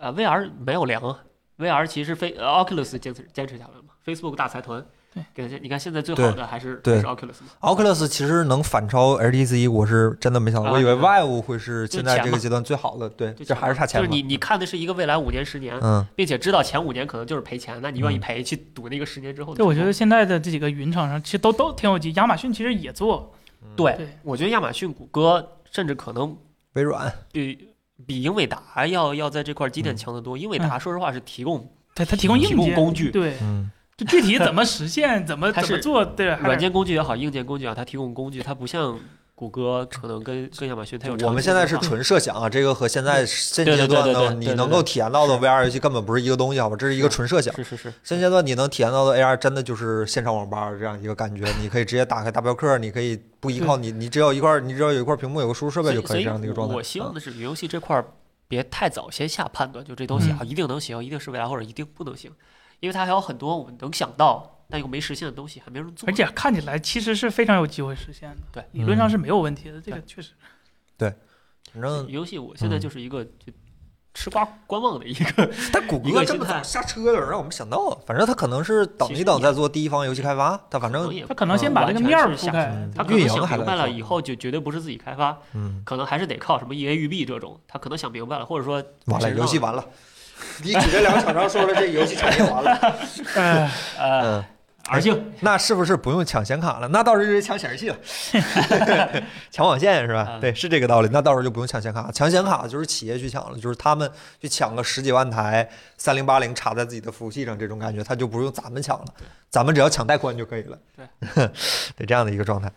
Speaker 4: 啊、v r 没有凉啊，VR 其实非呃 Oculus 坚持坚持下来了嘛，Facebook 大财团
Speaker 3: 对，
Speaker 4: 给你看现在最
Speaker 5: 对
Speaker 4: 好的还是
Speaker 5: 对
Speaker 4: 还是 Oculus 嘛，
Speaker 5: Oculus 其实能反超 HTC，我是真的没想到，
Speaker 4: 啊
Speaker 5: 我以为 Vive 会是
Speaker 4: 就
Speaker 5: 现在
Speaker 4: 钱
Speaker 5: 这个
Speaker 4: 嘛
Speaker 5: 阶段最好的，对，
Speaker 4: 就
Speaker 5: 这还是差钱
Speaker 4: 就
Speaker 5: 嘛
Speaker 4: 是。你你看的是一个未来五年十年，
Speaker 5: 嗯，
Speaker 4: 并且知道前五年可能就是赔钱，那你愿意
Speaker 5: 嗯
Speaker 4: 赔去赌那个十年之后的
Speaker 3: 对，
Speaker 4: 成
Speaker 3: 我
Speaker 4: 功？
Speaker 3: 觉得现在的这几个云厂商其实都都挺有机，亚马逊其实也做，
Speaker 4: 对
Speaker 3: 对
Speaker 4: 我觉得亚马逊、谷歌甚至可能
Speaker 5: 微软，
Speaker 4: 比呃比英伟达要要在这块儿基点强得多。英伟达说实话是提供
Speaker 3: 对，嗯他提供
Speaker 4: 提
Speaker 3: 硬
Speaker 4: 供
Speaker 3: 件，
Speaker 4: 工具，
Speaker 3: 对，
Speaker 5: 嗯，
Speaker 3: 就具体怎么实现，怎 么
Speaker 4: 它
Speaker 3: 怎么
Speaker 4: 是
Speaker 3: 做，对，还
Speaker 4: 软
Speaker 3: 是
Speaker 4: 件工具也好，硬件工具也好，它提供工具，它不像谷歌可能跟跟亚马逊它有。
Speaker 5: 我们现在是。纯设想啊，这个和现在现
Speaker 4: 对
Speaker 5: 阶
Speaker 4: 对
Speaker 5: 段
Speaker 4: 对对
Speaker 5: 呢，
Speaker 4: 对
Speaker 5: 你
Speaker 4: 对
Speaker 5: 能
Speaker 4: 对
Speaker 5: 够体验到的 VR 游戏根本不是一个东西，好啊吧？这是一个纯设想。
Speaker 4: 是是是，
Speaker 5: 现阶段你能体验到的 AR 真的就是现场网吧这样一个感觉，你可以直接打开大镖客，你可以不依靠你，你只要一块，你只要有一块屏幕，有个输入设
Speaker 4: 所
Speaker 5: 备
Speaker 4: 以
Speaker 5: 就可以这样的一个状态。嗯啊
Speaker 4: 所以我希望的是，云游戏这块儿别太早先下判断，就这东西啊，
Speaker 3: 嗯
Speaker 4: 一定能行，一定是未来，或者一定不能行，因为它还有很多我们能想到但又没实现的东西，还没人做。
Speaker 3: 而且看起来其实是非常有机会实现的，
Speaker 4: 对
Speaker 3: 理论上是没有问题的，这个确实。
Speaker 5: 反正
Speaker 4: 游戏，我现在
Speaker 5: 嗯
Speaker 4: 就是一个就吃瓜观望的一个
Speaker 5: 但谷
Speaker 4: 一
Speaker 5: 歌
Speaker 4: 个
Speaker 5: 这么
Speaker 4: 心态
Speaker 5: 早下车有点让我们想到，反正他可能是等
Speaker 4: 其
Speaker 5: 一
Speaker 4: 实
Speaker 5: 等
Speaker 4: 也
Speaker 5: 再做第一方游戏开发，他反正
Speaker 4: 也
Speaker 3: 他可能先
Speaker 4: 嗯
Speaker 3: 把
Speaker 4: 完
Speaker 3: 这个
Speaker 4: 全
Speaker 3: 面儿
Speaker 4: 是
Speaker 3: 铺
Speaker 4: 下
Speaker 3: 开
Speaker 5: 嗯，
Speaker 4: 他可
Speaker 5: 运
Speaker 4: 能
Speaker 5: 营
Speaker 4: 想
Speaker 5: 还
Speaker 4: 明
Speaker 5: 在
Speaker 4: 白了
Speaker 5: 做
Speaker 4: 以后，就绝对不是自己开发，
Speaker 5: 嗯，
Speaker 4: 可能还是得靠什么 EA 育碧这种，他可能想明白了，或者说
Speaker 5: 完了
Speaker 4: 谁知
Speaker 5: 游
Speaker 4: 道
Speaker 5: 戏
Speaker 4: 呢
Speaker 5: 完了，你举这两个厂商说了，这游戏产业完了，
Speaker 3: 呃，
Speaker 4: 呃，
Speaker 5: 嗯，
Speaker 4: 耳镜
Speaker 5: 那是不是不用抢显卡了？那到时候就抢显示器了， 抢网线是吧
Speaker 4: 啊？
Speaker 5: 嗯对，是这个道理。那到时候就不用抢显卡，抢显卡就是企业去抢了，就是他们去抢个十几万台三零八零插在自己的服务器上，这种感觉，他就不用咱们抢了，咱们只要抢带宽就可以了。对，这样的一个状态。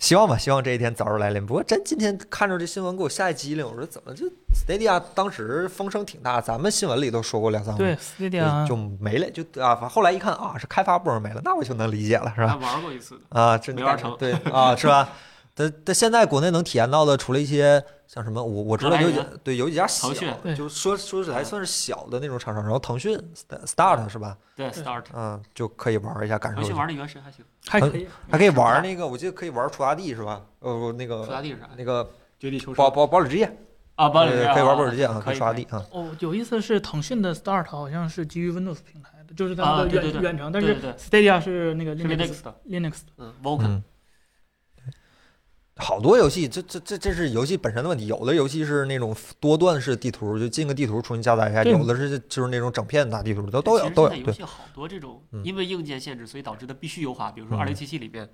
Speaker 5: 希望吧，希望这一天早日来临。不过真今天看着这新闻给我吓一激灵，我说怎么就 Stadia 当时风声挺大，咱们新闻里都说过两三回，
Speaker 3: 对，Stadia
Speaker 5: 就就没了，就啊，反后来一看啊，是开发部门没了，那我就能理解了，是吧？
Speaker 4: 还玩过一次的，
Speaker 5: 啊，这
Speaker 4: 没
Speaker 5: 你
Speaker 4: 玩
Speaker 5: 感觉
Speaker 4: 成
Speaker 5: 对啊，是吧？ 但但现在国内能体验到的，除了一些像什么，我我知道
Speaker 4: 来
Speaker 5: 有
Speaker 4: 源
Speaker 5: 几对有几家小
Speaker 4: 腾讯，
Speaker 3: 对
Speaker 5: 就是说说起来
Speaker 4: 嗯
Speaker 5: 算是小的那种厂商，然后腾讯 Sta- Start 是吧？
Speaker 4: 对 Start，
Speaker 5: 嗯，就可以玩一下，感受
Speaker 4: 腾
Speaker 5: 一
Speaker 4: 讯
Speaker 5: 下，
Speaker 4: 玩的原神啊还行，
Speaker 3: 还可以。
Speaker 5: 还可以玩那个，我记得可以玩《楚大帝》是吧？呃，那
Speaker 4: 说大
Speaker 5: 个
Speaker 4: 地是啥？
Speaker 5: 那个呃
Speaker 4: 绝地求生
Speaker 5: 堡堡堡垒之夜，
Speaker 4: 啊，堡垒之
Speaker 5: 呃
Speaker 4: 夜
Speaker 5: 可以玩堡垒
Speaker 4: 啊
Speaker 5: 之夜啊，
Speaker 4: 可以
Speaker 5: 以刷
Speaker 4: 可
Speaker 5: 地
Speaker 4: 以
Speaker 5: 啊，
Speaker 3: 哦，有意思是腾讯的 Start 好像是基于 Windows 平台的，就是
Speaker 4: 啊
Speaker 3: 它的
Speaker 4: 对对
Speaker 3: 远
Speaker 4: 对
Speaker 3: 远程，但
Speaker 4: 对
Speaker 3: 是
Speaker 4: 对对，
Speaker 3: Stadia 是那个
Speaker 4: 是 Linux 的，
Speaker 3: Linux 的。
Speaker 4: 嗯，Vulkan
Speaker 5: 嗯。好多游戏，这这这这是游戏本身的问题。有的游戏是那种多段式地图，就进个地图重新加载一下；
Speaker 3: 对
Speaker 5: 有的是就是那种整片大地图，都都
Speaker 4: 其
Speaker 5: 有
Speaker 4: 实
Speaker 5: 都
Speaker 4: 现在
Speaker 5: 有。
Speaker 4: 游
Speaker 5: 对，
Speaker 4: 戏好多这种
Speaker 5: 嗯
Speaker 4: 因为硬件限制，所以导致它必须优化。比如说
Speaker 5: 嗯
Speaker 4: 二零七七里边，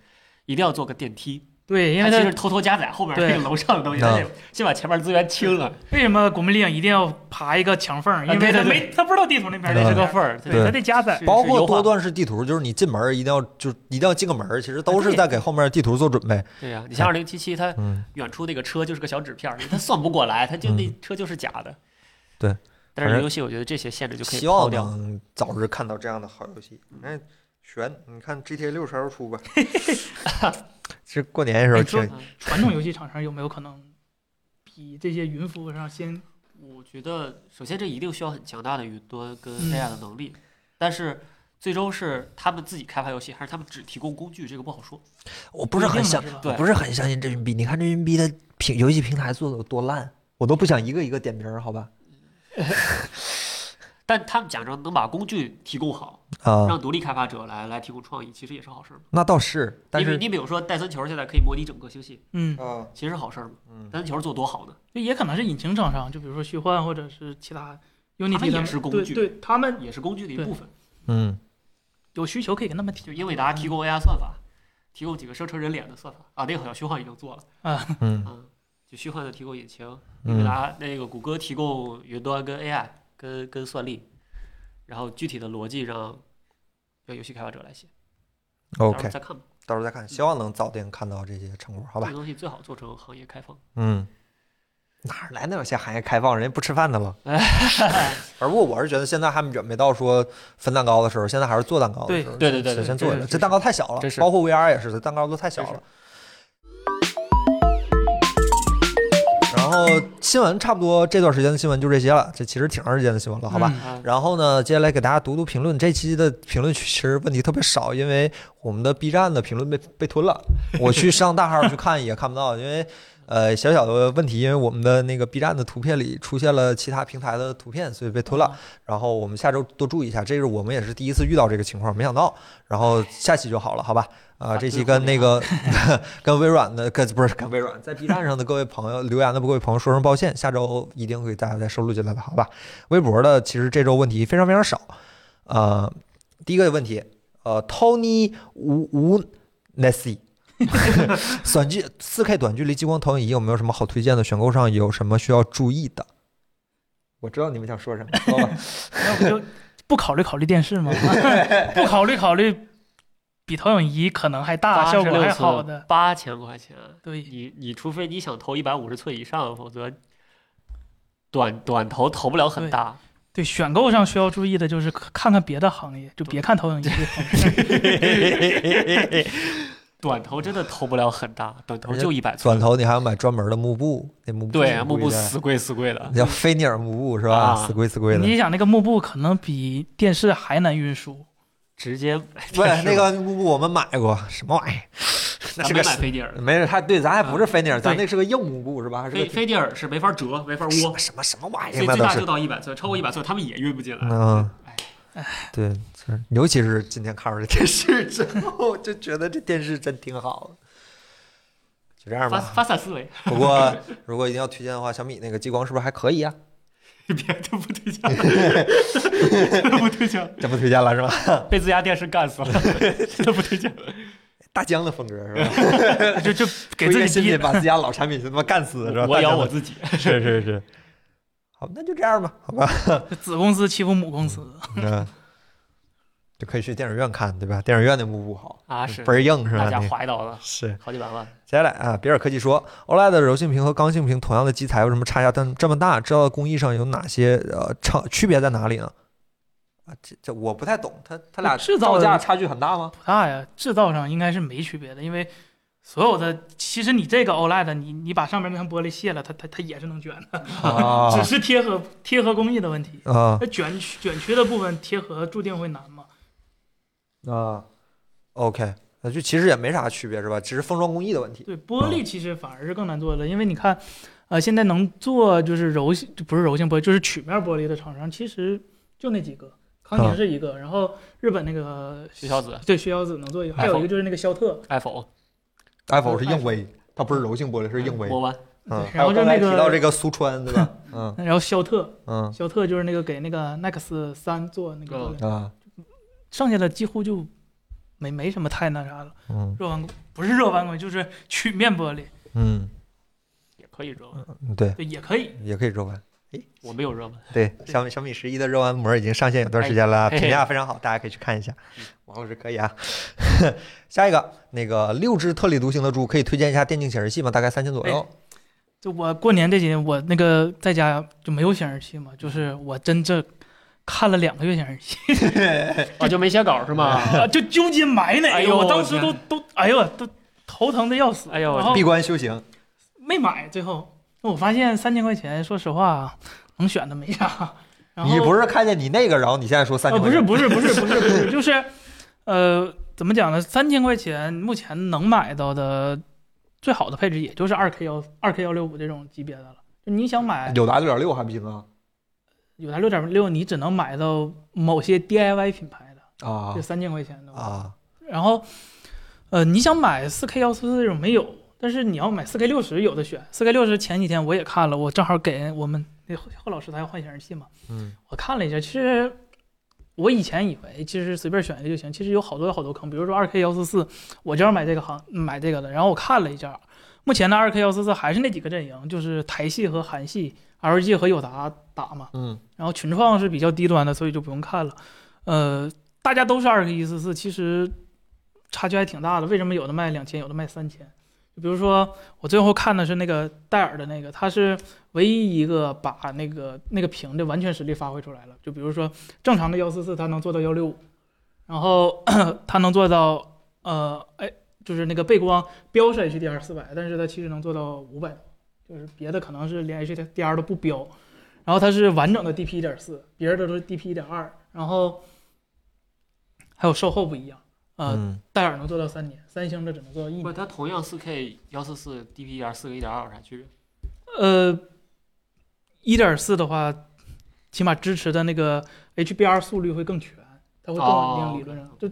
Speaker 4: 一定要做个电梯，
Speaker 3: 对，因
Speaker 4: 它
Speaker 3: 为
Speaker 4: 啊其
Speaker 3: 它
Speaker 4: 实偷偷加载后边
Speaker 3: 对
Speaker 4: 那个楼上的东西，
Speaker 5: 嗯
Speaker 4: 它得先把前面资源清了，
Speaker 3: 为什么《古墓丽影》一定要爬一个墙缝儿？因
Speaker 4: 啊对
Speaker 3: 为
Speaker 4: 对
Speaker 3: 它
Speaker 4: 对
Speaker 3: 没，它不知道地图那边
Speaker 4: 反
Speaker 3: 儿
Speaker 4: 正
Speaker 3: 是
Speaker 4: 是个
Speaker 3: 个
Speaker 4: 缝儿。
Speaker 5: 对
Speaker 3: 对，它得加载。
Speaker 4: 是
Speaker 5: 包括
Speaker 4: 优化
Speaker 5: 多段式地图，就是你进门儿一定要就一定要进个门儿，其实
Speaker 4: 啊
Speaker 5: 都是在给后面地图做准备。
Speaker 4: 对 呀，你像二零七七，它
Speaker 5: 嗯，
Speaker 4: 远处那个车就是个小纸片 儿，它算不过来，它就那车就是假的。
Speaker 5: 对，
Speaker 4: 但
Speaker 5: 反
Speaker 4: 是
Speaker 5: 正
Speaker 4: 游戏我觉得这些限制就可以
Speaker 5: 希
Speaker 4: 抛
Speaker 5: 望
Speaker 4: 掉。
Speaker 5: 能早日看到这样的好游戏。哎，悬，你看 GTA 六啥时候出 吧？其实过年的时候
Speaker 3: 你说
Speaker 5: 挺
Speaker 3: 传统游戏厂商有没有可能比这些云服务上先？
Speaker 4: 我觉得，首先这一定需要很强大的云端跟
Speaker 3: 嗯
Speaker 4: AI 的能力，但是最终是他们自己开发游戏，还是他们只提供工具，这个不好说。
Speaker 5: 我不是很相
Speaker 3: 一定的是吧
Speaker 5: 我不是很相信这云币。你看这云币的平游戏平台做的有多烂，我都不想一个一个点名儿，好吧？
Speaker 4: 但他们假装能把工具提供好，
Speaker 5: 啊、
Speaker 4: 让独立开发者来来提供创意，其实也是好事儿嘛。
Speaker 5: 那倒是，但
Speaker 4: 因为
Speaker 5: 是
Speaker 4: 你比如说戴森球现在可以模拟整个星系，
Speaker 3: 嗯，
Speaker 5: 啊，
Speaker 4: 其实是好事儿嘛。
Speaker 5: 嗯
Speaker 4: 戴森球做多好呢，
Speaker 3: 就也可能是引擎厂商，就比如说虚幻或者是其他 Unity
Speaker 4: 们也
Speaker 3: 们
Speaker 4: 是工具
Speaker 3: 对对，他们
Speaker 4: 也是工具的一
Speaker 3: 对
Speaker 4: 部分。
Speaker 5: 嗯，
Speaker 3: 有需求可以跟他们提。
Speaker 4: 就英伟达提
Speaker 3: 嗯
Speaker 4: 供 AI 算法，提供几个生成人脸的算法啊，那个好像虚幻已经做了。
Speaker 5: 嗯
Speaker 4: 嗯，就虚幻的提供引擎，英伟
Speaker 5: 嗯
Speaker 4: 达那个谷歌提供云端跟 AI 跟跟算力，然后具体的逻辑让让游戏开发者来写。到时
Speaker 5: ，OK，
Speaker 4: 候再看吧，
Speaker 5: 到时候再看，希望能早点看到这些成果，好
Speaker 4: 这
Speaker 5: 吧
Speaker 4: 个？东西最好做成行业开放。
Speaker 5: 嗯，哪儿来那些行业开放，人家不吃饭的 了。而不过我是觉得现在还远没到说分蛋糕的时候，现在还是做蛋糕的时候。
Speaker 4: 对对对对
Speaker 5: 先
Speaker 4: 对
Speaker 5: 先做
Speaker 4: 这
Speaker 5: 一
Speaker 4: 是
Speaker 5: 下，
Speaker 4: 这
Speaker 5: 这蛋糕太小了
Speaker 4: 这，是
Speaker 5: 包括 VR 也是，这蛋糕都太小
Speaker 4: 这是
Speaker 5: 了。然后新闻差不多这段时间的新闻就这些了，这其实挺长时间的新闻了，好吧？
Speaker 3: 嗯
Speaker 4: 啊，
Speaker 5: 然后呢，接下来给大家读读评论。这期的评论区其实问题特别少，因为我们的 B 站的评论被被吞了。我去上大号去看也看不到，因为呃小小的问题，因为我们的那个 B 站的图片里出现了其他平台的图片，所以被吞了。然后我们下周多注意一下，这是我们也是第一次遇到这个情况，没想到。然后下期就好了，好吧？啊、
Speaker 4: 啊
Speaker 5: 这期
Speaker 4: 对
Speaker 5: 跟
Speaker 4: 互
Speaker 5: 那
Speaker 4: 联
Speaker 5: 个 跟微软的跟不是跟微软，在 B 站上的各位朋友留言的各位朋友说声抱歉，下周一定会给大家再收录进来的，好吧？微博的其实这周问题非常非常少，呃，第一个问题，呃，Tony 吴吴 Nessie。短距四 K 短距离激光投影仪有没有什么好推荐的？选购上有什么需要注意的？我知道你们想说什么，说吧。
Speaker 3: 要不就不考虑考虑电视吗？不考虑考虑比投影仪可能还大，效果还好的。
Speaker 4: 八千块钱，
Speaker 3: 对，
Speaker 4: 你你除非你想投一百五十寸以上，否则短短投投不了很大。
Speaker 3: 对，选购上需要注意的就是看看别的行业，就别看投影仪。
Speaker 4: 短投真的投不了很大，短投
Speaker 5: 而且
Speaker 4: 就一百寸
Speaker 5: 转。头你还要买专门的幕布，那幕布
Speaker 4: 对，啊
Speaker 5: 挺
Speaker 4: 幕布
Speaker 5: 贵的
Speaker 4: 死贵死贵的。
Speaker 5: 叫菲涅尔幕布是吧？
Speaker 4: 啊
Speaker 5: 死贵死贵的。
Speaker 3: 你想那个幕布可能比电视还难运输，
Speaker 4: 直 接
Speaker 5: 不，那个幕布我们买过，什么玩意儿？那
Speaker 4: 咱
Speaker 5: 是
Speaker 4: 没
Speaker 5: 个
Speaker 4: 买飞碟儿，
Speaker 5: 没事，它对咱还不是菲涅尔，
Speaker 4: 嗯
Speaker 5: 咱
Speaker 4: 对
Speaker 5: 那是个硬幕布是吧？还是个
Speaker 4: 飞飞碟儿是没法折，没法窝
Speaker 5: 什，什么什么玩意
Speaker 4: 所
Speaker 5: 儿
Speaker 4: 以
Speaker 5: 嘛
Speaker 4: 最
Speaker 5: 都
Speaker 4: 大
Speaker 5: 是
Speaker 4: 就。到一百寸，超过一百寸他们也运不进来。
Speaker 5: 嗯
Speaker 4: 哎，
Speaker 5: 对，就是尤其是今天看着这电视 之后，就觉得这电视真挺好的。就这样
Speaker 4: 发
Speaker 5: 吧。
Speaker 4: 发散思维，
Speaker 5: 不过如果一定要推荐的话，小米那个激光是不是还可以呀、啊
Speaker 4: 别的不推 荐了，真的不推荐了，
Speaker 5: 这不推 荐了是吧？
Speaker 4: 被自家电视干死 了，真的不推荐。
Speaker 5: 大疆的风格是吧？
Speaker 3: 就就给
Speaker 5: 出一
Speaker 3: 自己
Speaker 5: 个新
Speaker 3: 逼
Speaker 5: 品把自家老产品他妈干死是吧？
Speaker 4: 我
Speaker 5: 大
Speaker 4: 养
Speaker 5: 疆
Speaker 4: 我
Speaker 5: 的
Speaker 4: 自己，
Speaker 5: 是是是。好，那就这样吧，好吧，
Speaker 3: 子公司欺负母公司，
Speaker 5: 嗯，就可以去电影院看，对吧？电影院那幕不好
Speaker 4: 啊是
Speaker 5: 倍儿硬是
Speaker 4: 大
Speaker 5: 吧？
Speaker 4: 家
Speaker 5: 那
Speaker 4: 怀到了
Speaker 5: 是。
Speaker 4: 好几百万，
Speaker 5: 接下来啊，比尔科技说，OLED 的柔性屏和刚性屏同样的基材，为什么差价但这么大？知道工艺上有哪些呃差区别在哪里呢？啊，这这我不太懂，它它俩
Speaker 3: 制造
Speaker 5: 造
Speaker 3: 的
Speaker 5: 价差距很 大吗？
Speaker 3: 不大呀，制造上应该是没区别的，因为所有的其实你这个 OLED，你你把上面那层玻璃卸了，它它它也是能卷的，
Speaker 5: 啊
Speaker 3: 只是贴合贴合工艺的问题。
Speaker 5: 啊
Speaker 3: 那卷曲卷曲的部分贴合注定会难嘛？
Speaker 5: 啊，OK，那就其实也没啥区别是吧？只是封装工艺的问题。
Speaker 3: 对，玻
Speaker 5: 嗯
Speaker 3: 璃其实反而是更难做的，因为你看，呃，现在能做就是柔性，就不是柔性玻璃，就是曲面玻璃的厂商其实就那几个，康
Speaker 5: 嗯
Speaker 3: 宁是一个，然后日本那个
Speaker 4: 徐小紫、
Speaker 3: 对薛小子能做一个，还有一个就是那个肖特，
Speaker 4: 爱否、
Speaker 5: iPhone 是硬微，它不是柔性玻璃，是硬微。
Speaker 4: 摩湾，
Speaker 5: 嗯，
Speaker 3: 然后就
Speaker 5: 还有刚
Speaker 3: 那
Speaker 5: 才
Speaker 3: 个
Speaker 5: 提到这个苏川对吧？嗯
Speaker 3: 然后肖特，
Speaker 5: 嗯
Speaker 3: 小特就是那个给那个 Nex 三做那个
Speaker 4: 嗯，
Speaker 5: 啊
Speaker 3: 剩下的几乎就没没什么太那啥了。
Speaker 5: 嗯
Speaker 3: 热弯不是热弯弓，就是曲面玻璃，
Speaker 5: 嗯
Speaker 4: 也可以热门，
Speaker 5: 嗯，对，
Speaker 3: 对，也可以。
Speaker 5: 也可以做完。
Speaker 4: 我没有热门，
Speaker 5: 对，小米小米十一的热弯膜已经上线有段时间了，
Speaker 4: 哎嘿嘿
Speaker 5: 评价非常好，大家可以去看一下。
Speaker 3: 嗯
Speaker 5: 王老师可以啊。 下一个，那个六只特立独行的猪，可以推荐一下电竞显示器吗？大概三千
Speaker 3: 哎
Speaker 5: 左右。
Speaker 3: 就我过年这几天，我那个在家就没有显示器嘛，
Speaker 5: 嗯
Speaker 3: 就是我真这看了两个月显示器，
Speaker 4: 啊就没写稿是吗？
Speaker 3: 啊，就纠结买哪个，
Speaker 4: 哎呦
Speaker 3: 我当时都
Speaker 4: 我
Speaker 3: 都哎呦都头疼的要死，
Speaker 4: 哎呦我
Speaker 3: 然后
Speaker 5: 闭关修行，
Speaker 3: 没买，最后我发现三千块钱，说实话能选的没啥。然后
Speaker 5: 你不是看见你那个，然后你现在说三
Speaker 3: 啊，
Speaker 5: 千、
Speaker 3: 不是，不是不是不是不 是，就是，呃，怎么讲呢？三千块钱目前能买到的最好的配置，也就是二 K 幺二 K 幺六五这种级别的了。就你想买
Speaker 5: 有达六点六还不行啊
Speaker 3: 有台六点六，你只能买到某些 DIY 品牌的，
Speaker 5: 啊
Speaker 3: 就三千块钱的。
Speaker 5: 啊！
Speaker 3: 然后，呃，你想买四 K 幺四四这种没有，但是你要买四 K 六十有的选。四 K 六十前几天我也看了，我正好给我们那贺贺老师他要换显示器嘛，
Speaker 5: 嗯
Speaker 3: 我看了一下，其实我以前以为其实随便选一个就行，其实有好多好多坑，比如说二 K 幺四四，我就要买这个行买这个的。然后我看了一下，目前的二 K 幺四四还是那几个阵营，就是台系和韩系、LG 和友达打嘛。
Speaker 5: 嗯
Speaker 3: 然后群创是比较低端的，所以就不用看了。呃，大家都是二 K 一四四，其实差距还挺大的。为什么有的卖两千，有的卖三千？就比如说我最后看的是那个戴尔的那个，它是唯一一个把那个那个屏的完全实力发挥出来了。就比如说正常的幺四四，它能做到幺六五，然后 它能做到呃，哎，就是那个背光标是 HDR 四百，但是它其实能做到五百，就是别的可能是连 HDR 都不标。然后它是完整的 DP 一点四，别人的都是 DP 一点二，然后还有售后不一样，呃，
Speaker 5: 嗯
Speaker 3: 戴尔能做到三年，三星的只能做到一
Speaker 4: 不，
Speaker 3: 年。
Speaker 4: 它同样四 K 幺四四 DPR 四个一点二有啥区别？
Speaker 3: 呃，一点四的话，起码支持的那个 HBR 速率会更全，它会更稳定。
Speaker 4: 哦
Speaker 3: 理论上就，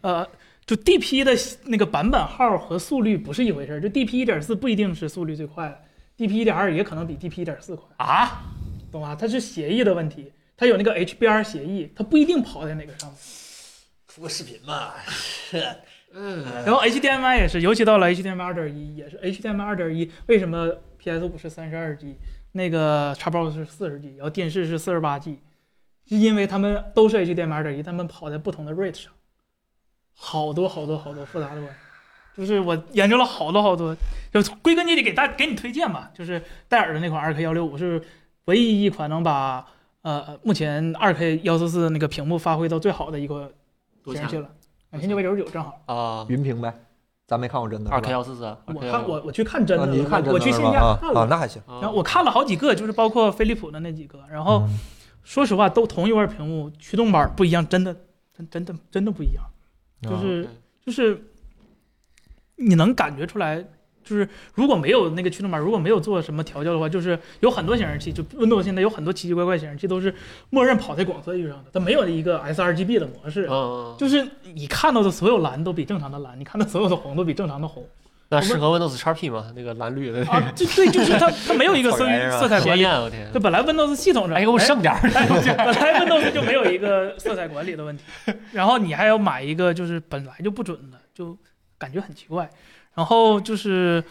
Speaker 3: 呃，就 DP 的那个版本号和速率不是一回事儿，就 DP 一点四不一定是速率最快的，DP 一点二也可能比 DP 一点四快。
Speaker 4: 啊，
Speaker 3: 懂吧？它是协议的问题，它有那个 HBR 协议，它不一定跑在哪个上面。
Speaker 5: 出个视频 嘛，
Speaker 4: 嗯，
Speaker 3: 然后 HDMI 也是，尤其到了 HDMI 二点一，也是 HDMI 二点一。为什么 PS 五是三十二 G，那个 Xbox 是四十 G，然后电视是四十八 G？是因为他们都是 HDMI 二点一，他们跑在不同的 rate 上，好多好多好多复杂的关系。就是我研究了好多好多，就是归根结底给大给你推荐吧，就是戴尔的那款二 K 幺六五是唯一一款能把呃目前二 K 幺四四那个屏幕发挥到最好的一个
Speaker 4: 多
Speaker 3: 显
Speaker 4: 强
Speaker 3: 示器了，两千九百九十九正好。
Speaker 4: 啊！
Speaker 5: 云屏呗，咱没看过真的。
Speaker 4: 二
Speaker 5: 是
Speaker 4: K
Speaker 5: 吧
Speaker 4: 幺四四，
Speaker 3: 我
Speaker 4: 2K
Speaker 3: 看我我去看真
Speaker 5: 啊
Speaker 3: 的了，
Speaker 5: 你看真的
Speaker 3: 我去
Speaker 5: 是
Speaker 3: 线
Speaker 5: 吧
Speaker 3: 下
Speaker 5: 啊
Speaker 3: 看
Speaker 5: 啊，
Speaker 3: 了，
Speaker 5: 那还行。
Speaker 4: 啊
Speaker 3: 然后我看了好几个，就是包括飞利浦的那几个，然后
Speaker 5: 嗯
Speaker 3: 说实话都同一块屏幕，驱动板不一样，真的真真的真的不一样，
Speaker 5: 嗯
Speaker 3: 就是
Speaker 4: 啊
Speaker 3: 就是你能感觉出来。就是如果没有那个驱动板，如果没有做什么调教的话，就是有很多显示器，就 Windows 现在有很多奇奇怪怪显示器都是默认跑在广色域上的，它没有一个 sRGB 的模式。
Speaker 4: 嗯，
Speaker 3: 就是你看到的所有蓝都比正常的蓝，你看到所有的红都比正常的红，
Speaker 2: 那适合 Windows XP 吗？那个蓝绿的那
Speaker 3: 啊，就对，就是它它没有一个色
Speaker 5: 草原是吧
Speaker 3: 色彩
Speaker 2: 个，鲜
Speaker 3: 管理，
Speaker 2: 艳，我天！
Speaker 3: 就本来 Windows 系统上，
Speaker 2: 哎，给我剩点儿。
Speaker 3: 哎本来 Windows 就没有一个色彩管理 的问题，然后你还要买一个就是本来就不准的，就感觉很奇怪。然后就是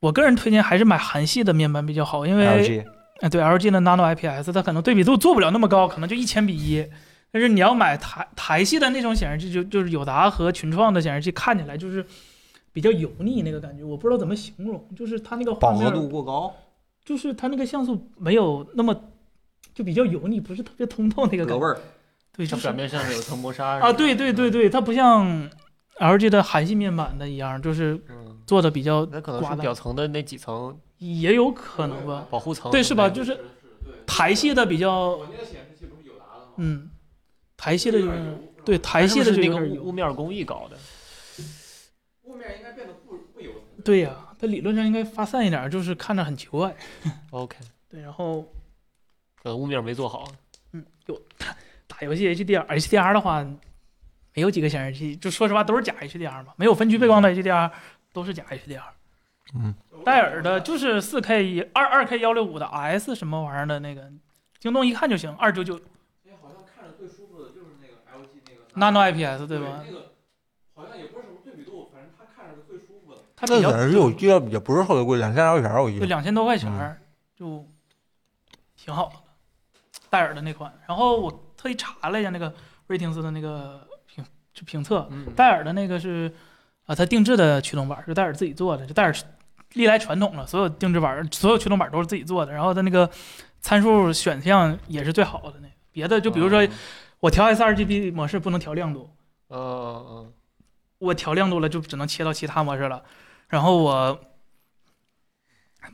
Speaker 3: 我个人推荐还是买韩系的面板比较好，因为
Speaker 5: LG
Speaker 3: 哎对 LG 的 Nano IPS 它可能对比度做不了那么高，可能就一千比一。但是你要买台台系的那种显示器，就就是友达和群创的显示器，看起来就是比较油腻那个感觉，我不知道怎么形容，就是它那个画
Speaker 5: 饱
Speaker 3: 面
Speaker 5: 和度过高，
Speaker 3: 就是它那个像素没有那么就比较油腻，不是特别通透那个
Speaker 5: 得
Speaker 3: 感
Speaker 5: 味
Speaker 3: 觉。
Speaker 5: 儿。
Speaker 3: 对，就
Speaker 4: 这
Speaker 3: 是
Speaker 4: 表面上是有层磨砂
Speaker 3: 啊，对对
Speaker 7: 嗯
Speaker 3: 对，对，它不像 LG 的韩系面板的一样，就是
Speaker 4: 嗯，
Speaker 3: 做的比较
Speaker 2: 那可能是表层的那几层
Speaker 3: 也有可能吧，
Speaker 2: 保护
Speaker 7: 哦
Speaker 2: 层，
Speaker 3: 对是吧？
Speaker 2: 对
Speaker 3: 就是
Speaker 7: 对，
Speaker 3: 台系的比较，
Speaker 7: 我那个显示器不是友达的吗？
Speaker 3: 嗯，台系的
Speaker 7: 有
Speaker 3: 有
Speaker 7: 点油
Speaker 3: 点，
Speaker 7: 是吧
Speaker 3: 对台系的
Speaker 2: 是
Speaker 3: 就
Speaker 2: 那
Speaker 3: 有
Speaker 2: 个
Speaker 3: 点
Speaker 2: 雾雾
Speaker 3: 油，
Speaker 2: 面工艺搞的，
Speaker 7: 雾面应该变得不不油了。
Speaker 3: 对呀、它理论上应该发散一点，就是看着很奇怪。
Speaker 2: OK，
Speaker 3: 对，然后
Speaker 2: 可能雾面没做好。
Speaker 3: 嗯，有打游戏 HDR HDR 的话，没有几个显示器，就说实话都是假 HDR 嘛，没有分区背光的 HDR 都是假 HDR。戴尔的就是四 K 二二 K 幺六五的 S 什么玩意儿的那个，京东一看就行，二九九
Speaker 7: 哎，好像看着最舒服的就是那个 LG 那个
Speaker 3: Nano IPS 对吧？
Speaker 7: 那个好像也不是什么对比度，反正它看着是最舒服的。
Speaker 3: 它比
Speaker 1: 那
Speaker 3: 较
Speaker 1: 反正有要也不是特别贵，两千来块钱儿我记
Speaker 3: 就
Speaker 1: 得。
Speaker 3: 两千多块钱儿，就挺好的，戴尔的那款。然后我特意查了一下那个瑞廷斯的那个评就评测，
Speaker 4: 嗯，
Speaker 3: 戴尔的那个是啊，它定制的驱动板是戴尔自己做的，就戴尔历来传统了，所有定制板儿、所有驱动板儿都是自己做的。然后它那个参数选项也是最好的那个，别的就比如说
Speaker 4: 嗯
Speaker 3: 我调 sRGB 模式不能调亮度，
Speaker 4: 嗯嗯
Speaker 3: 我调亮度了就只能切到其他模式了。然后我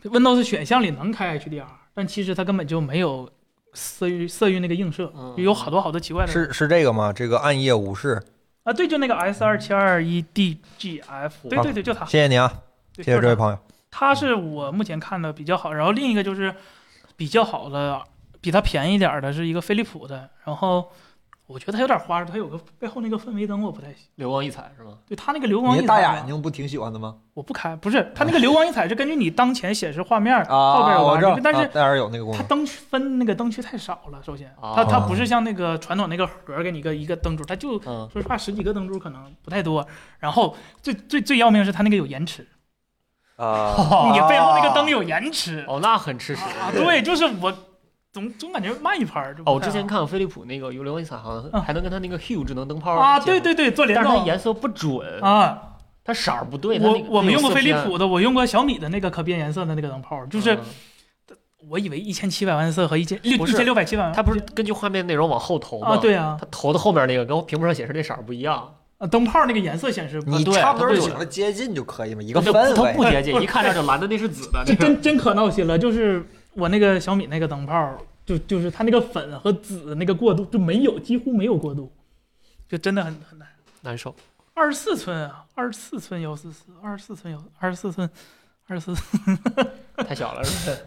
Speaker 3: Windows 选项里能开 HDR，但其实它根本就没有色域色域那个映射，
Speaker 4: 嗯
Speaker 3: 有好多好多奇怪的
Speaker 5: 是是这个吗？这个暗夜武士，
Speaker 3: 啊，对，就那个 S 二七二一 DGF，对对对，就它，
Speaker 5: 谢谢你啊，
Speaker 3: 对
Speaker 5: 谢谢这
Speaker 3: 就
Speaker 5: 位
Speaker 3: 是它
Speaker 5: 朋友。
Speaker 3: 它是我目前看的比较好。然后另一个就是比较好的，比它便宜点儿的是一个飞利浦的，然后。我觉得它有点花，它有个背后那个氛围灯我不太喜，
Speaker 4: 流光溢彩是吗？
Speaker 3: 对它那个流光
Speaker 5: 你
Speaker 3: 溢
Speaker 5: 的
Speaker 3: 彩
Speaker 5: 大
Speaker 3: 吧
Speaker 5: 眼睛不挺喜欢的吗？
Speaker 3: 我不开，不是它那个流光溢彩是根据你当前显示画面儿
Speaker 5: 啊，
Speaker 3: 后边有
Speaker 5: 我
Speaker 3: 拉
Speaker 5: 知道
Speaker 3: 伸，，但
Speaker 5: 啊
Speaker 3: 是
Speaker 5: 戴尔有那个功
Speaker 3: 它
Speaker 5: 能。
Speaker 3: 灯区分那个灯区太少了。首先，
Speaker 4: 啊
Speaker 3: 它它不是像那个传统那个盒儿给你一个一个灯珠，它就
Speaker 4: 嗯，
Speaker 3: 说实话十几个灯珠可能不太多。然后最最最要命是它那个有延迟，
Speaker 5: 啊，
Speaker 3: 你背后那个灯有延迟
Speaker 4: 哦，那很吃屎。
Speaker 3: 啊！对，就是我总总感觉慢一拍儿。就不
Speaker 4: 哦，我之
Speaker 3: 太
Speaker 4: 前
Speaker 3: 好
Speaker 4: 看飞利浦那个有流光溢彩，好像
Speaker 3: 嗯
Speaker 4: 还能跟它那个 Hue 智能灯泡
Speaker 3: 啊，
Speaker 4: 结合
Speaker 3: 对，对对，做联
Speaker 4: 但是它
Speaker 3: 动
Speaker 4: 颜色不准，
Speaker 3: 啊，
Speaker 4: 它色儿不对。它
Speaker 3: 我
Speaker 4: 那个
Speaker 3: 我没用过飞利，
Speaker 4: 它有色
Speaker 3: 浦的，我用过小米的那个可变颜色的那个灯泡儿，
Speaker 4: 偏
Speaker 3: 就是
Speaker 4: 嗯
Speaker 3: 我以为一千七百万色和一千六
Speaker 4: 不
Speaker 3: 一
Speaker 4: 是
Speaker 3: 千六百七百万，
Speaker 4: 它不是根据画面内容往后投吗？
Speaker 3: 啊，，对啊，
Speaker 4: 它投的后面那个跟我屏幕上显示那色儿不一样，
Speaker 3: 啊，灯泡那个颜色显示不
Speaker 5: 你
Speaker 4: 对
Speaker 5: 差不
Speaker 4: 它
Speaker 5: 多
Speaker 4: 会
Speaker 5: 就
Speaker 4: 有
Speaker 5: 行了，接近就可以嘛，一
Speaker 4: 一
Speaker 5: 个氛
Speaker 4: 它不
Speaker 5: 围。
Speaker 4: 接近
Speaker 3: 不，是
Speaker 4: 一看上就蓝的那是紫的，
Speaker 3: 这
Speaker 4: 那个
Speaker 3: 真真可闹心了，就是我那个小米那个灯泡，就就是它那个粉和紫那个过渡就没有，几乎没有过渡，就真的很很难。
Speaker 2: 难受。
Speaker 3: 二十四寸啊，二十四寸幺四四，二十四寸幺二十四寸，二十四
Speaker 4: 太小了，是吧？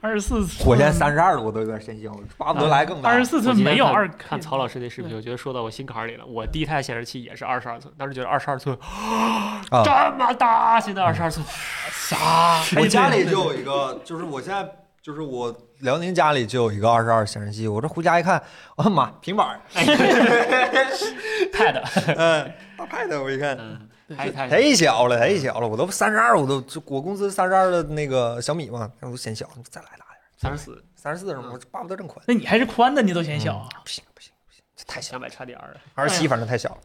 Speaker 3: 二十四寸，
Speaker 5: 火箭三十二度我都有点神经，我巴不得来更大。
Speaker 3: 二十四
Speaker 4: 我
Speaker 3: 寸
Speaker 4: 今天
Speaker 3: 没有
Speaker 4: 看
Speaker 3: 二 K，
Speaker 4: 看曹老师那视频，
Speaker 3: 对
Speaker 4: 我觉得说到我心坎儿里了。我第一台显示器也是二十二寸，当时觉得二十二寸
Speaker 5: 啊
Speaker 4: 这么大，现在二十二
Speaker 3: 嗯
Speaker 4: 寸啥？
Speaker 5: 我家 里就有一个，就是我现在就是我辽宁家里就有一个二十二显示器，我这回家一看，我的妈，平板儿，
Speaker 4: pad，
Speaker 5: 嗯，大 pad，我一看。
Speaker 4: 嗯，
Speaker 3: 对
Speaker 4: 还太
Speaker 5: 太小
Speaker 3: 嗯
Speaker 5: 了，太小了，我都三十二，我都就我公司三十二的那个小米嘛，那我都嫌小，再来大点，
Speaker 4: 三十四，
Speaker 5: 三十四什
Speaker 3: 嗯
Speaker 5: 么，我巴不得这么宽，
Speaker 3: 那你还是宽的，你都嫌小啊？
Speaker 5: 不行不行不行，这太小
Speaker 4: 想
Speaker 5: 了，
Speaker 4: 买叉 D R，
Speaker 5: 二
Speaker 3: 哎
Speaker 5: 十七反正太小了。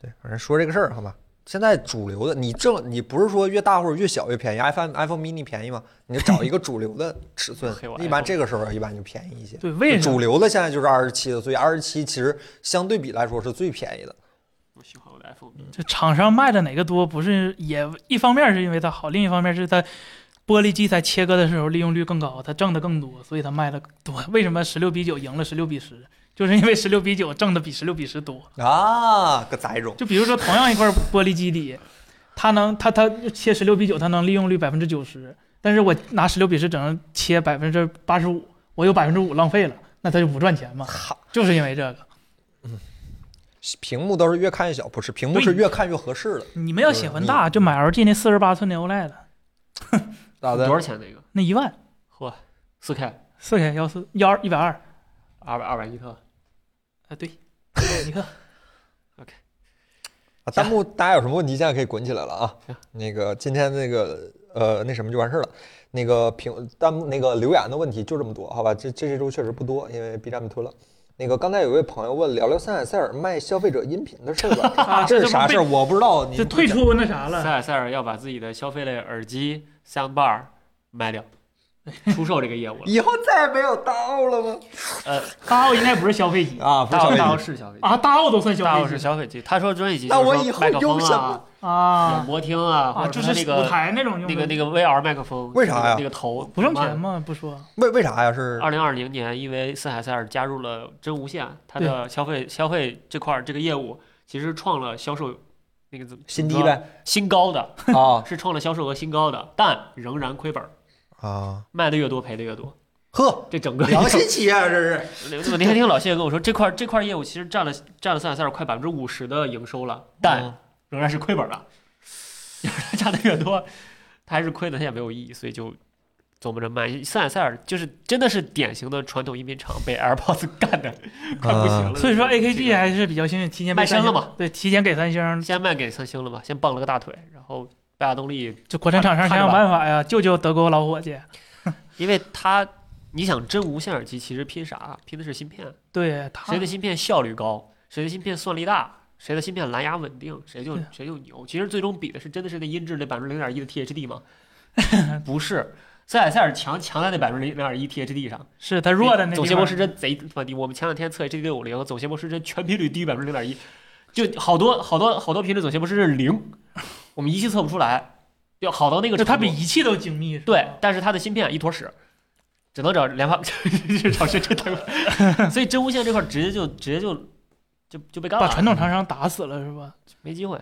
Speaker 5: 对，反正说这个事儿好吧。现在主流的，你正你不是说越大或者越小越便宜，iPhone iPhone mini 便宜吗？你就找一个主流的 尺寸
Speaker 4: 黑我，
Speaker 5: 一般这个时候一般就便宜一些。
Speaker 3: 对，为什么
Speaker 5: 主？流的现在就是二十七的，所以二十七其实相对比来说是最便宜的。
Speaker 4: 我喜欢我的 iPhone，
Speaker 5: 嗯
Speaker 3: 就厂商卖的哪个多，不是也一方面是因为它好，另一方面是它玻璃机在切割的时候利用率更高，它挣的更多，所以它卖的多。为什么十六比九赢了十六比十？就是因为十六比九挣的比十六比十多。
Speaker 5: 啊，个崽种！
Speaker 3: 就比如说同样一块玻璃基底，它能它它切十六比九，它能利用率百分之九十，但是我拿十六比十只能切百分之八十五，我有百分之五浪费了，那它就不赚钱嘛，就是因为这个。
Speaker 5: 屏幕都是越看越小，不是屏幕
Speaker 3: 对
Speaker 5: 是越看越合适的。
Speaker 3: 你们要喜欢大，就买 LG 那四十八寸的 OLED，
Speaker 5: 咋
Speaker 4: 多
Speaker 5: 的？
Speaker 4: 少钱那个？
Speaker 3: 那一万
Speaker 4: 四 K，
Speaker 3: 四 K 幺四幺二一百二
Speaker 4: 二百二百一特。
Speaker 3: 啊，对，
Speaker 4: 你 看，
Speaker 5: 啊弹幕大家有什么问题，现在可以滚起来了啊
Speaker 4: 行！
Speaker 5: 那个今天那个呃那什么就完事儿了。那个评弹幕那个留言的问题就这么多，好吧？这这这周确实不多，因为 B 站被推了。那个刚才有位朋友问聊聊塞尔塞尔卖消费者音频的事儿吧，这是啥事儿？我不知道。你
Speaker 3: 这退出那
Speaker 4: 塞
Speaker 3: 啥了，
Speaker 4: 尔塞尔要把自己的消费类耳机 soundbar 卖 掉，出售这个业务了。
Speaker 5: 以后再也没有大奥了吗？
Speaker 4: 呃，
Speaker 3: 大奥应该不是消费级
Speaker 5: 啊，不
Speaker 4: 大
Speaker 5: 是消
Speaker 4: 奥
Speaker 5: 费
Speaker 4: 大奥
Speaker 5: 者
Speaker 4: 是消费机，
Speaker 3: 啊，大奥都算
Speaker 4: 大
Speaker 3: 消
Speaker 4: 奥
Speaker 3: 费
Speaker 4: 是
Speaker 3: 级
Speaker 4: 消费机。他说专业机，
Speaker 5: 那我以
Speaker 4: 就是
Speaker 5: 后
Speaker 4: 说麦克
Speaker 5: 用
Speaker 4: 风
Speaker 5: 什
Speaker 4: 啊
Speaker 5: 么，
Speaker 4: 演
Speaker 3: 啊
Speaker 4: 播厅啊，或
Speaker 3: 啊，
Speaker 4: 者
Speaker 3: 就
Speaker 4: 说
Speaker 3: 是
Speaker 4: 那
Speaker 3: 舞
Speaker 4: 个
Speaker 3: 台那种用
Speaker 4: 那个那
Speaker 3: 个
Speaker 4: 个 VR 麦克风，
Speaker 5: 为啥呀
Speaker 4: 那个头
Speaker 3: 不挣钱。吗？不说
Speaker 5: 为为啥呀？是
Speaker 4: 二零二零年，因为森海塞尔加入了真无线，它的消费消费这块儿这个业务，其实创了销售那个怎么
Speaker 5: 新低呗？
Speaker 4: 新高的，
Speaker 5: 啊
Speaker 4: 是创了销售额新高的，但仍然亏本儿，
Speaker 5: 啊
Speaker 4: 卖的越多赔的越多。
Speaker 5: 呵，
Speaker 4: 这整个
Speaker 5: 良心企业啊，这是。
Speaker 4: 那天听老谢跟我说，这块这块业务其实占了占了森海塞尔快百分之五十的营收了，
Speaker 5: 嗯
Speaker 4: 但仍然是亏本的，就是占的越多，它还是亏的，它也没有意义，所以就琢磨着卖。森海塞尔就是真的是典型的传统音频厂被 AirPods 干的，快不
Speaker 5: 啊
Speaker 4: 行了。
Speaker 3: 所以说
Speaker 4: 这个
Speaker 3: AKG 还是比较幸运，提前被
Speaker 4: 卖
Speaker 3: 三
Speaker 4: 身
Speaker 3: 星
Speaker 4: 了嘛？
Speaker 3: 对，提前给三星，
Speaker 4: 先卖给三星了嘛，先傍了个大腿，然后拜亚动力
Speaker 3: 就国产厂商想想办法呀，救救德国老伙计。
Speaker 4: 因为它，你想真无线耳机其实拼啥？拼的是芯
Speaker 3: 啊
Speaker 4: 片，
Speaker 3: 对他
Speaker 4: 谁的芯片效率高，谁的芯片算力大，谁的芯片蓝牙稳定，谁就
Speaker 3: 对
Speaker 4: 谁就牛。其实最终比的是真的是那音质那百分之零点一的 THD 吗？不是，塞海塞尔强强在那百分之零点一 THD 上，
Speaker 3: 是他弱的那地
Speaker 4: 总
Speaker 3: 方
Speaker 4: 谐波失真贼他妈低。我们前两天测 HD 六五零，总谐波失真全频率低于百分之零点一，就好多好多好多频率总谐波失真是零，我们仪器测不出来，要好到那个
Speaker 3: 就
Speaker 4: 程度。
Speaker 3: 它比仪器都精密。是吧
Speaker 4: 对，但是它的芯片啊一坨屎，只能找联发， 就是找谁这 台。所以真无线这块儿直接就直接就就就被干
Speaker 3: 把
Speaker 4: 了，
Speaker 3: 传统厂商打死了是吧？
Speaker 4: 没机会，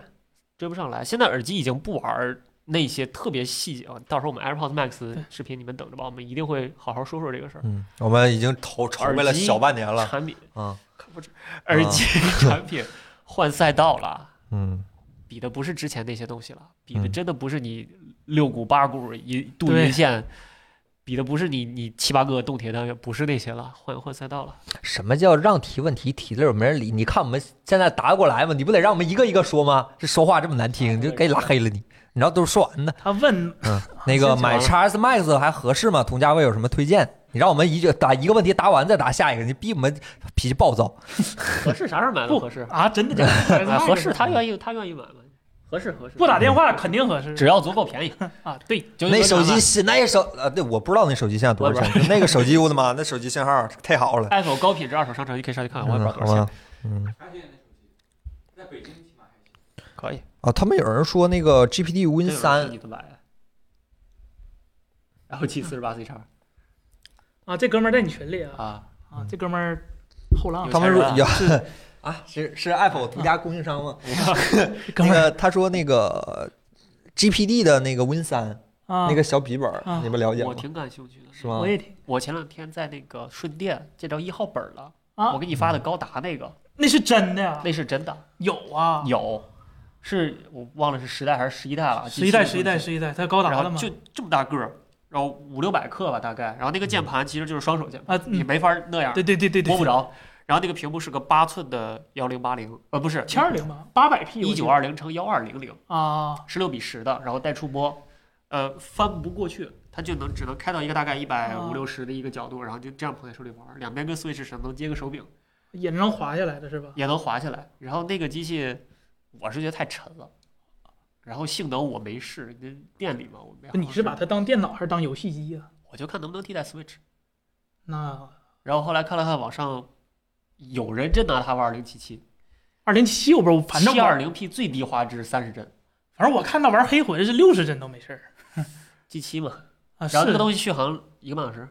Speaker 4: 追不上来。现在耳机已经不玩儿那些特别细节啊，到时候我们 AirPods Max 视频你们等着吧，我们一定会好好说说这个事儿。
Speaker 5: 嗯，我们已经筹筹备了小半年了。
Speaker 4: 产品
Speaker 5: 嗯
Speaker 4: 可不止，耳机产品换赛道了。
Speaker 5: 嗯，
Speaker 4: 比的不是之前那些东西了，比的
Speaker 5: 嗯
Speaker 4: 真的不是你六股八股一度
Speaker 3: 对
Speaker 4: 云线，比的不是你你七八个动铁单元，不是那些了，换换赛道了。
Speaker 5: 什么叫让提问题提溜没人理？你看我们现在答过来吗？你不得让我们一个一个说吗？这说话这么难
Speaker 4: 哎
Speaker 5: 听，就给拉黑了你。你要都说完呢，
Speaker 3: 他问
Speaker 4: 啊
Speaker 5: 那个买 XS Max 还合适吗？佟佳慧有什么推荐？你让我们一个打一个问题答完再答下一个，你逼我们脾气暴躁。
Speaker 4: 合适啥时候买
Speaker 3: 不
Speaker 4: 都合适，
Speaker 3: 啊，真的假 的？
Speaker 4: 哎，合适他愿意他愿意买吗？合适合适，
Speaker 3: 不打电话肯定合适
Speaker 4: 只要足够 便宜。
Speaker 3: 啊。对，
Speaker 4: 九
Speaker 5: 那
Speaker 4: 九九
Speaker 5: 手
Speaker 4: 买
Speaker 5: 机是那手呃，对，我不知道那手机现在多少钱。就那个手机，我的妈，那手机信号太好了。
Speaker 4: ，iPhone 高品质二手商城，你可以上去看啊看，我也不知
Speaker 5: 嗯，
Speaker 4: 道多
Speaker 5: 好
Speaker 4: 少
Speaker 5: 吗
Speaker 4: 钱，？
Speaker 5: 嗯，
Speaker 7: 还是现在那手机，在北京起码还行。
Speaker 4: 可以。
Speaker 5: 啊，他们有人说那个 GPT Win 三
Speaker 4: 你都买 了。然后 G 四十八 C 叉
Speaker 3: 啊，这哥们儿在你群里啊
Speaker 4: 啊，
Speaker 3: 啊，这哥们儿后浪
Speaker 4: 有
Speaker 5: 他们说
Speaker 4: 钱人
Speaker 5: 有 啊，是是 Apple 独家供应商吗？
Speaker 3: 这哥
Speaker 5: 那
Speaker 3: 们儿
Speaker 5: 个他说那个 GPD 的那个 Win 三
Speaker 3: 啊，
Speaker 5: 那个小笔记本儿
Speaker 3: 啊，
Speaker 5: 你们了解吗
Speaker 4: 我？挺感兴趣的。
Speaker 5: 是
Speaker 3: 我
Speaker 5: 吗？
Speaker 3: 也听
Speaker 4: 我前两天在那个顺电见着一号本了，
Speaker 3: 啊
Speaker 4: 我给你发的高达那个，
Speaker 3: 那是真的呀
Speaker 4: 那，是真的，
Speaker 3: 有啊，
Speaker 4: 有，啊是我忘了是十代还是十一代了，
Speaker 3: 十一代十一代
Speaker 4: 17
Speaker 3: 十一代，他高达
Speaker 4: 然
Speaker 3: 了
Speaker 4: 后
Speaker 3: 吗？
Speaker 4: 就这么大个儿，然后五六百克吧大概，然后那个键盘其实就是双手键盘，
Speaker 3: 啊，
Speaker 4: 你
Speaker 3: 嗯，
Speaker 4: 没法那样
Speaker 3: 对对对对对，
Speaker 4: 摸不着，然后那个屏幕是个八寸的幺零八零，呃不是
Speaker 3: 七二零吧，八百 P
Speaker 4: 一九二零乘幺二零零，
Speaker 3: 啊，
Speaker 4: 十六比十的，然后带触摸，呃翻不过去。它就能只能开到一个大概一百
Speaker 3: 哦
Speaker 4: 五六十的一个角度，然后就这样捧在手里玩儿，两边跟 Switch 似的，能接个手柄。
Speaker 3: 也能滑下来的是吧？
Speaker 4: 也能滑下来。然后那个机器，我是觉得太沉了，然后性能我没试，那店里嘛我没好好试。
Speaker 3: 你是把它当电脑还是当游戏机啊？
Speaker 4: 我就看能不能替代 Switch。
Speaker 3: 那
Speaker 4: 然后后来看了看网上，有人真拿它玩二零七七，
Speaker 3: 二零七我不知道，反正
Speaker 4: 七
Speaker 3: 我
Speaker 4: 二零 P 最低画质三十帧
Speaker 3: 反正我看到玩黑魂是六十帧都没事儿
Speaker 4: G 七嘛，
Speaker 3: 啊，
Speaker 4: 然后这个
Speaker 3: 是
Speaker 4: 东西续航一个半小时，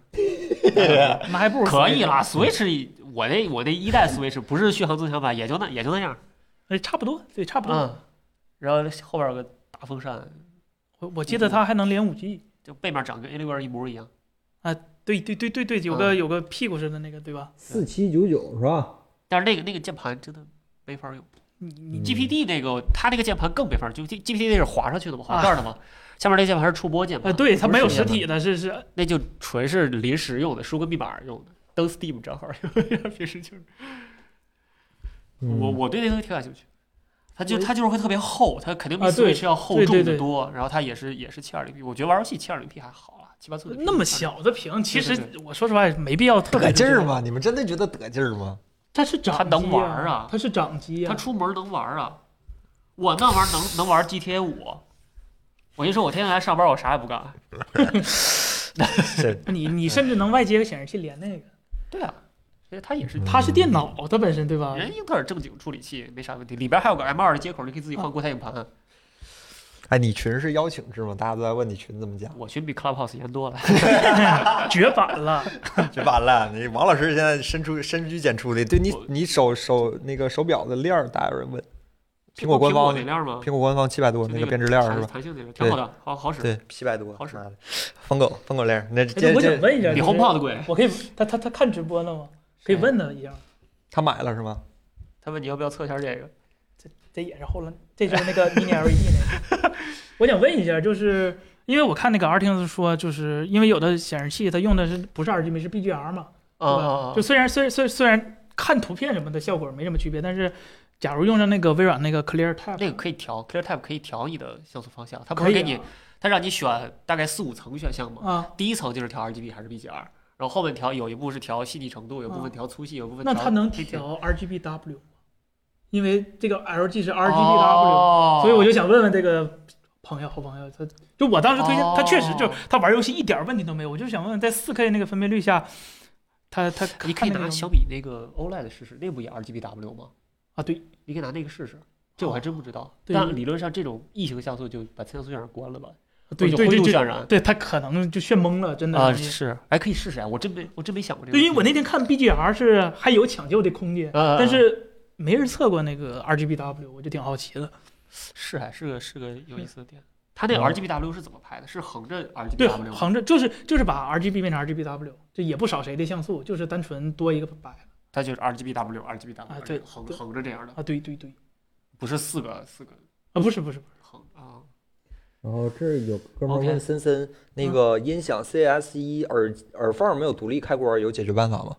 Speaker 3: 那还不如
Speaker 4: 可以啦。Switch 我那我那一代 Switch 不是续航增强版，也就那也就那样，
Speaker 3: 哎，差不多，对，差不多。
Speaker 4: 嗯。然后后边有个大风扇，
Speaker 3: 我我记得它还能连五 G，
Speaker 4: 就背面长跟 Anywhere 一模一样。
Speaker 3: 对对对
Speaker 4: 嗯
Speaker 3: 对对，有个有个屁股似的那个，对吧？
Speaker 5: 四七九九是吧？
Speaker 4: 但是那个那个键盘真的没法用。
Speaker 3: 你你
Speaker 4: GPD 那个它那个键盘更没法用，就 G GPD 那是滑上去的嘛，滑盖儿的嘛，下面那键盘是触摸键
Speaker 3: 啊呃，
Speaker 4: 盘，
Speaker 3: 对，它没有
Speaker 4: 不是
Speaker 3: 实
Speaker 4: 键盘
Speaker 3: 体的，是是，
Speaker 4: 那就纯是临时用的，输个密码用的，登 Steam 账号， 平时就是
Speaker 5: 嗯
Speaker 4: 我我对那东西挺感兴趣。它就
Speaker 3: 我
Speaker 4: 它就是会特别厚，它肯定比
Speaker 3: 啊对
Speaker 4: Switch 要厚
Speaker 3: 对对
Speaker 4: 重
Speaker 3: 对
Speaker 4: 的多。然后它也是也是 720P，我觉得玩游戏 720P 还好啦，七八寸的屏
Speaker 3: 那么小的屏，其实
Speaker 4: 对
Speaker 3: 我说实话没必要特别
Speaker 5: 得劲
Speaker 3: 去
Speaker 5: 儿？吗？你们真的觉得得劲儿吗？
Speaker 3: 它是掌机、
Speaker 4: 它能玩儿啊
Speaker 3: 它是掌机
Speaker 4: 他
Speaker 3: 啊。
Speaker 4: 出门能玩儿啊！我那玩儿能能玩儿 GTA 五，我跟你说，我天天来上班，我啥也不干。
Speaker 5: 这
Speaker 3: 你你甚至能外接个显示器连那个，
Speaker 4: 对啊，所以它也是，
Speaker 3: 它是电脑，它本身对吧？
Speaker 4: 人家英特尔正经处理器没啥问题，里边还有个 M 二的接口，你可以自己换固态硬盘。，
Speaker 5: 哎，你群是邀请制吗？大家都在问你群怎么讲
Speaker 4: 我群比 Clubhouse 严多了，哎
Speaker 3: 绝版了。 哎
Speaker 5: 这完了。你王老师现在身出深居简出的，对你
Speaker 4: 我
Speaker 5: 你手手那个手表的链儿，大家有人问， 苹果
Speaker 4: 果
Speaker 5: 官方
Speaker 4: 那链儿吗？
Speaker 5: 苹果官方七百多
Speaker 4: 就
Speaker 5: 那
Speaker 4: 啊那
Speaker 5: 个
Speaker 4: 个
Speaker 5: 编织链儿是
Speaker 4: 弹
Speaker 5: 吧？
Speaker 4: 弹性那个挺好的，好好使，
Speaker 5: 对，七百多，
Speaker 4: 好使
Speaker 5: 妈的，疯狗疯狗链儿，那
Speaker 3: 哎
Speaker 5: 接
Speaker 3: 我想
Speaker 5: 接
Speaker 3: 问一下，
Speaker 4: 比
Speaker 3: 就是
Speaker 4: 红炮的贵。
Speaker 3: 我可以，他他他看直播了吗？可以问他一下。
Speaker 5: 他买了是吗？
Speaker 4: 他问你要不要测一下这个？
Speaker 3: 这也是后来，这就是那个 mini LED E 那个。 我想问一下，就是因为我看那个 RTX 说，就是因为有的显示器它用的是不是 RGB 是 BGR 嘛？
Speaker 4: 啊
Speaker 3: 吧
Speaker 4: 啊啊
Speaker 3: 就！虽然虽然虽然虽然看图片什么的效果没什么区别，但是假如用上那个微软那个 Clear Tab，
Speaker 4: 那个可以调，ClearType 可以调你的像素方向，它不
Speaker 3: 可
Speaker 4: 是
Speaker 3: 以
Speaker 4: 给
Speaker 3: 啊
Speaker 4: 你，它让你选大概四五层选项吗？
Speaker 3: 啊，
Speaker 4: 第一层就是调 RGB 还是 BGR，然后后面调有一步是调细腻程度，有部
Speaker 3: 啊
Speaker 4: 分调粗细，有部分
Speaker 3: 那它能
Speaker 4: 黑体
Speaker 3: 调 RGBW 吗？因为这个 LG 是 RGBW，
Speaker 4: 哦
Speaker 3: 所以我就想问问这个朋友好朋友，他就我当时推荐他确实就
Speaker 4: 哦
Speaker 3: 他玩游戏一点问题都没有，我就想问问在 4K 那个分辨率下，他他
Speaker 4: 你可以
Speaker 3: 看那
Speaker 4: 拿
Speaker 3: 个
Speaker 4: 小米那个 OLED 试试，那不也 RGBW 吗？
Speaker 3: 啊对，哦
Speaker 4: 你可以拿那个试试。这我还真不知道，
Speaker 3: 对
Speaker 4: 但理论上这种异形像素就把参像素渲染关了吧？
Speaker 3: 对
Speaker 4: 就
Speaker 3: 对
Speaker 4: 灰
Speaker 3: 对
Speaker 4: 度
Speaker 3: 对
Speaker 4: 渲染
Speaker 3: 对，他可能就炫懵了，真的
Speaker 4: 啊，
Speaker 3: 是
Speaker 4: 是，哎，可以试试呀，我真没我真没想过这个问
Speaker 3: 对，
Speaker 4: 题。
Speaker 3: 因为我那天看 BGR 是还有抢救的空间，
Speaker 4: 呃，
Speaker 3: 但是没人测过那个 RGBW，我就挺好奇的。
Speaker 4: 是还是个是个有意思的点。它那
Speaker 5: 嗯
Speaker 4: RGBW 是怎么拍的？是横着 RGBW
Speaker 3: 哦对，
Speaker 4: 吗
Speaker 3: 横着就是就是把 RGB 变成 RGBW，这也不少谁的像素，就是单纯多一个白
Speaker 4: 它就是 RGBW RGBW，
Speaker 3: 啊对
Speaker 4: 横
Speaker 3: 对
Speaker 4: 横着这样的，
Speaker 3: 啊，对对对，
Speaker 4: 不是四个四个
Speaker 3: 啊不是不是，不是
Speaker 4: 横啊。
Speaker 5: 然后这有哥
Speaker 4: 们儿 OK 问
Speaker 5: 森森，
Speaker 3: 那
Speaker 5: 个音响 CS 一耳耳放没有独立开关，有解决办法吗？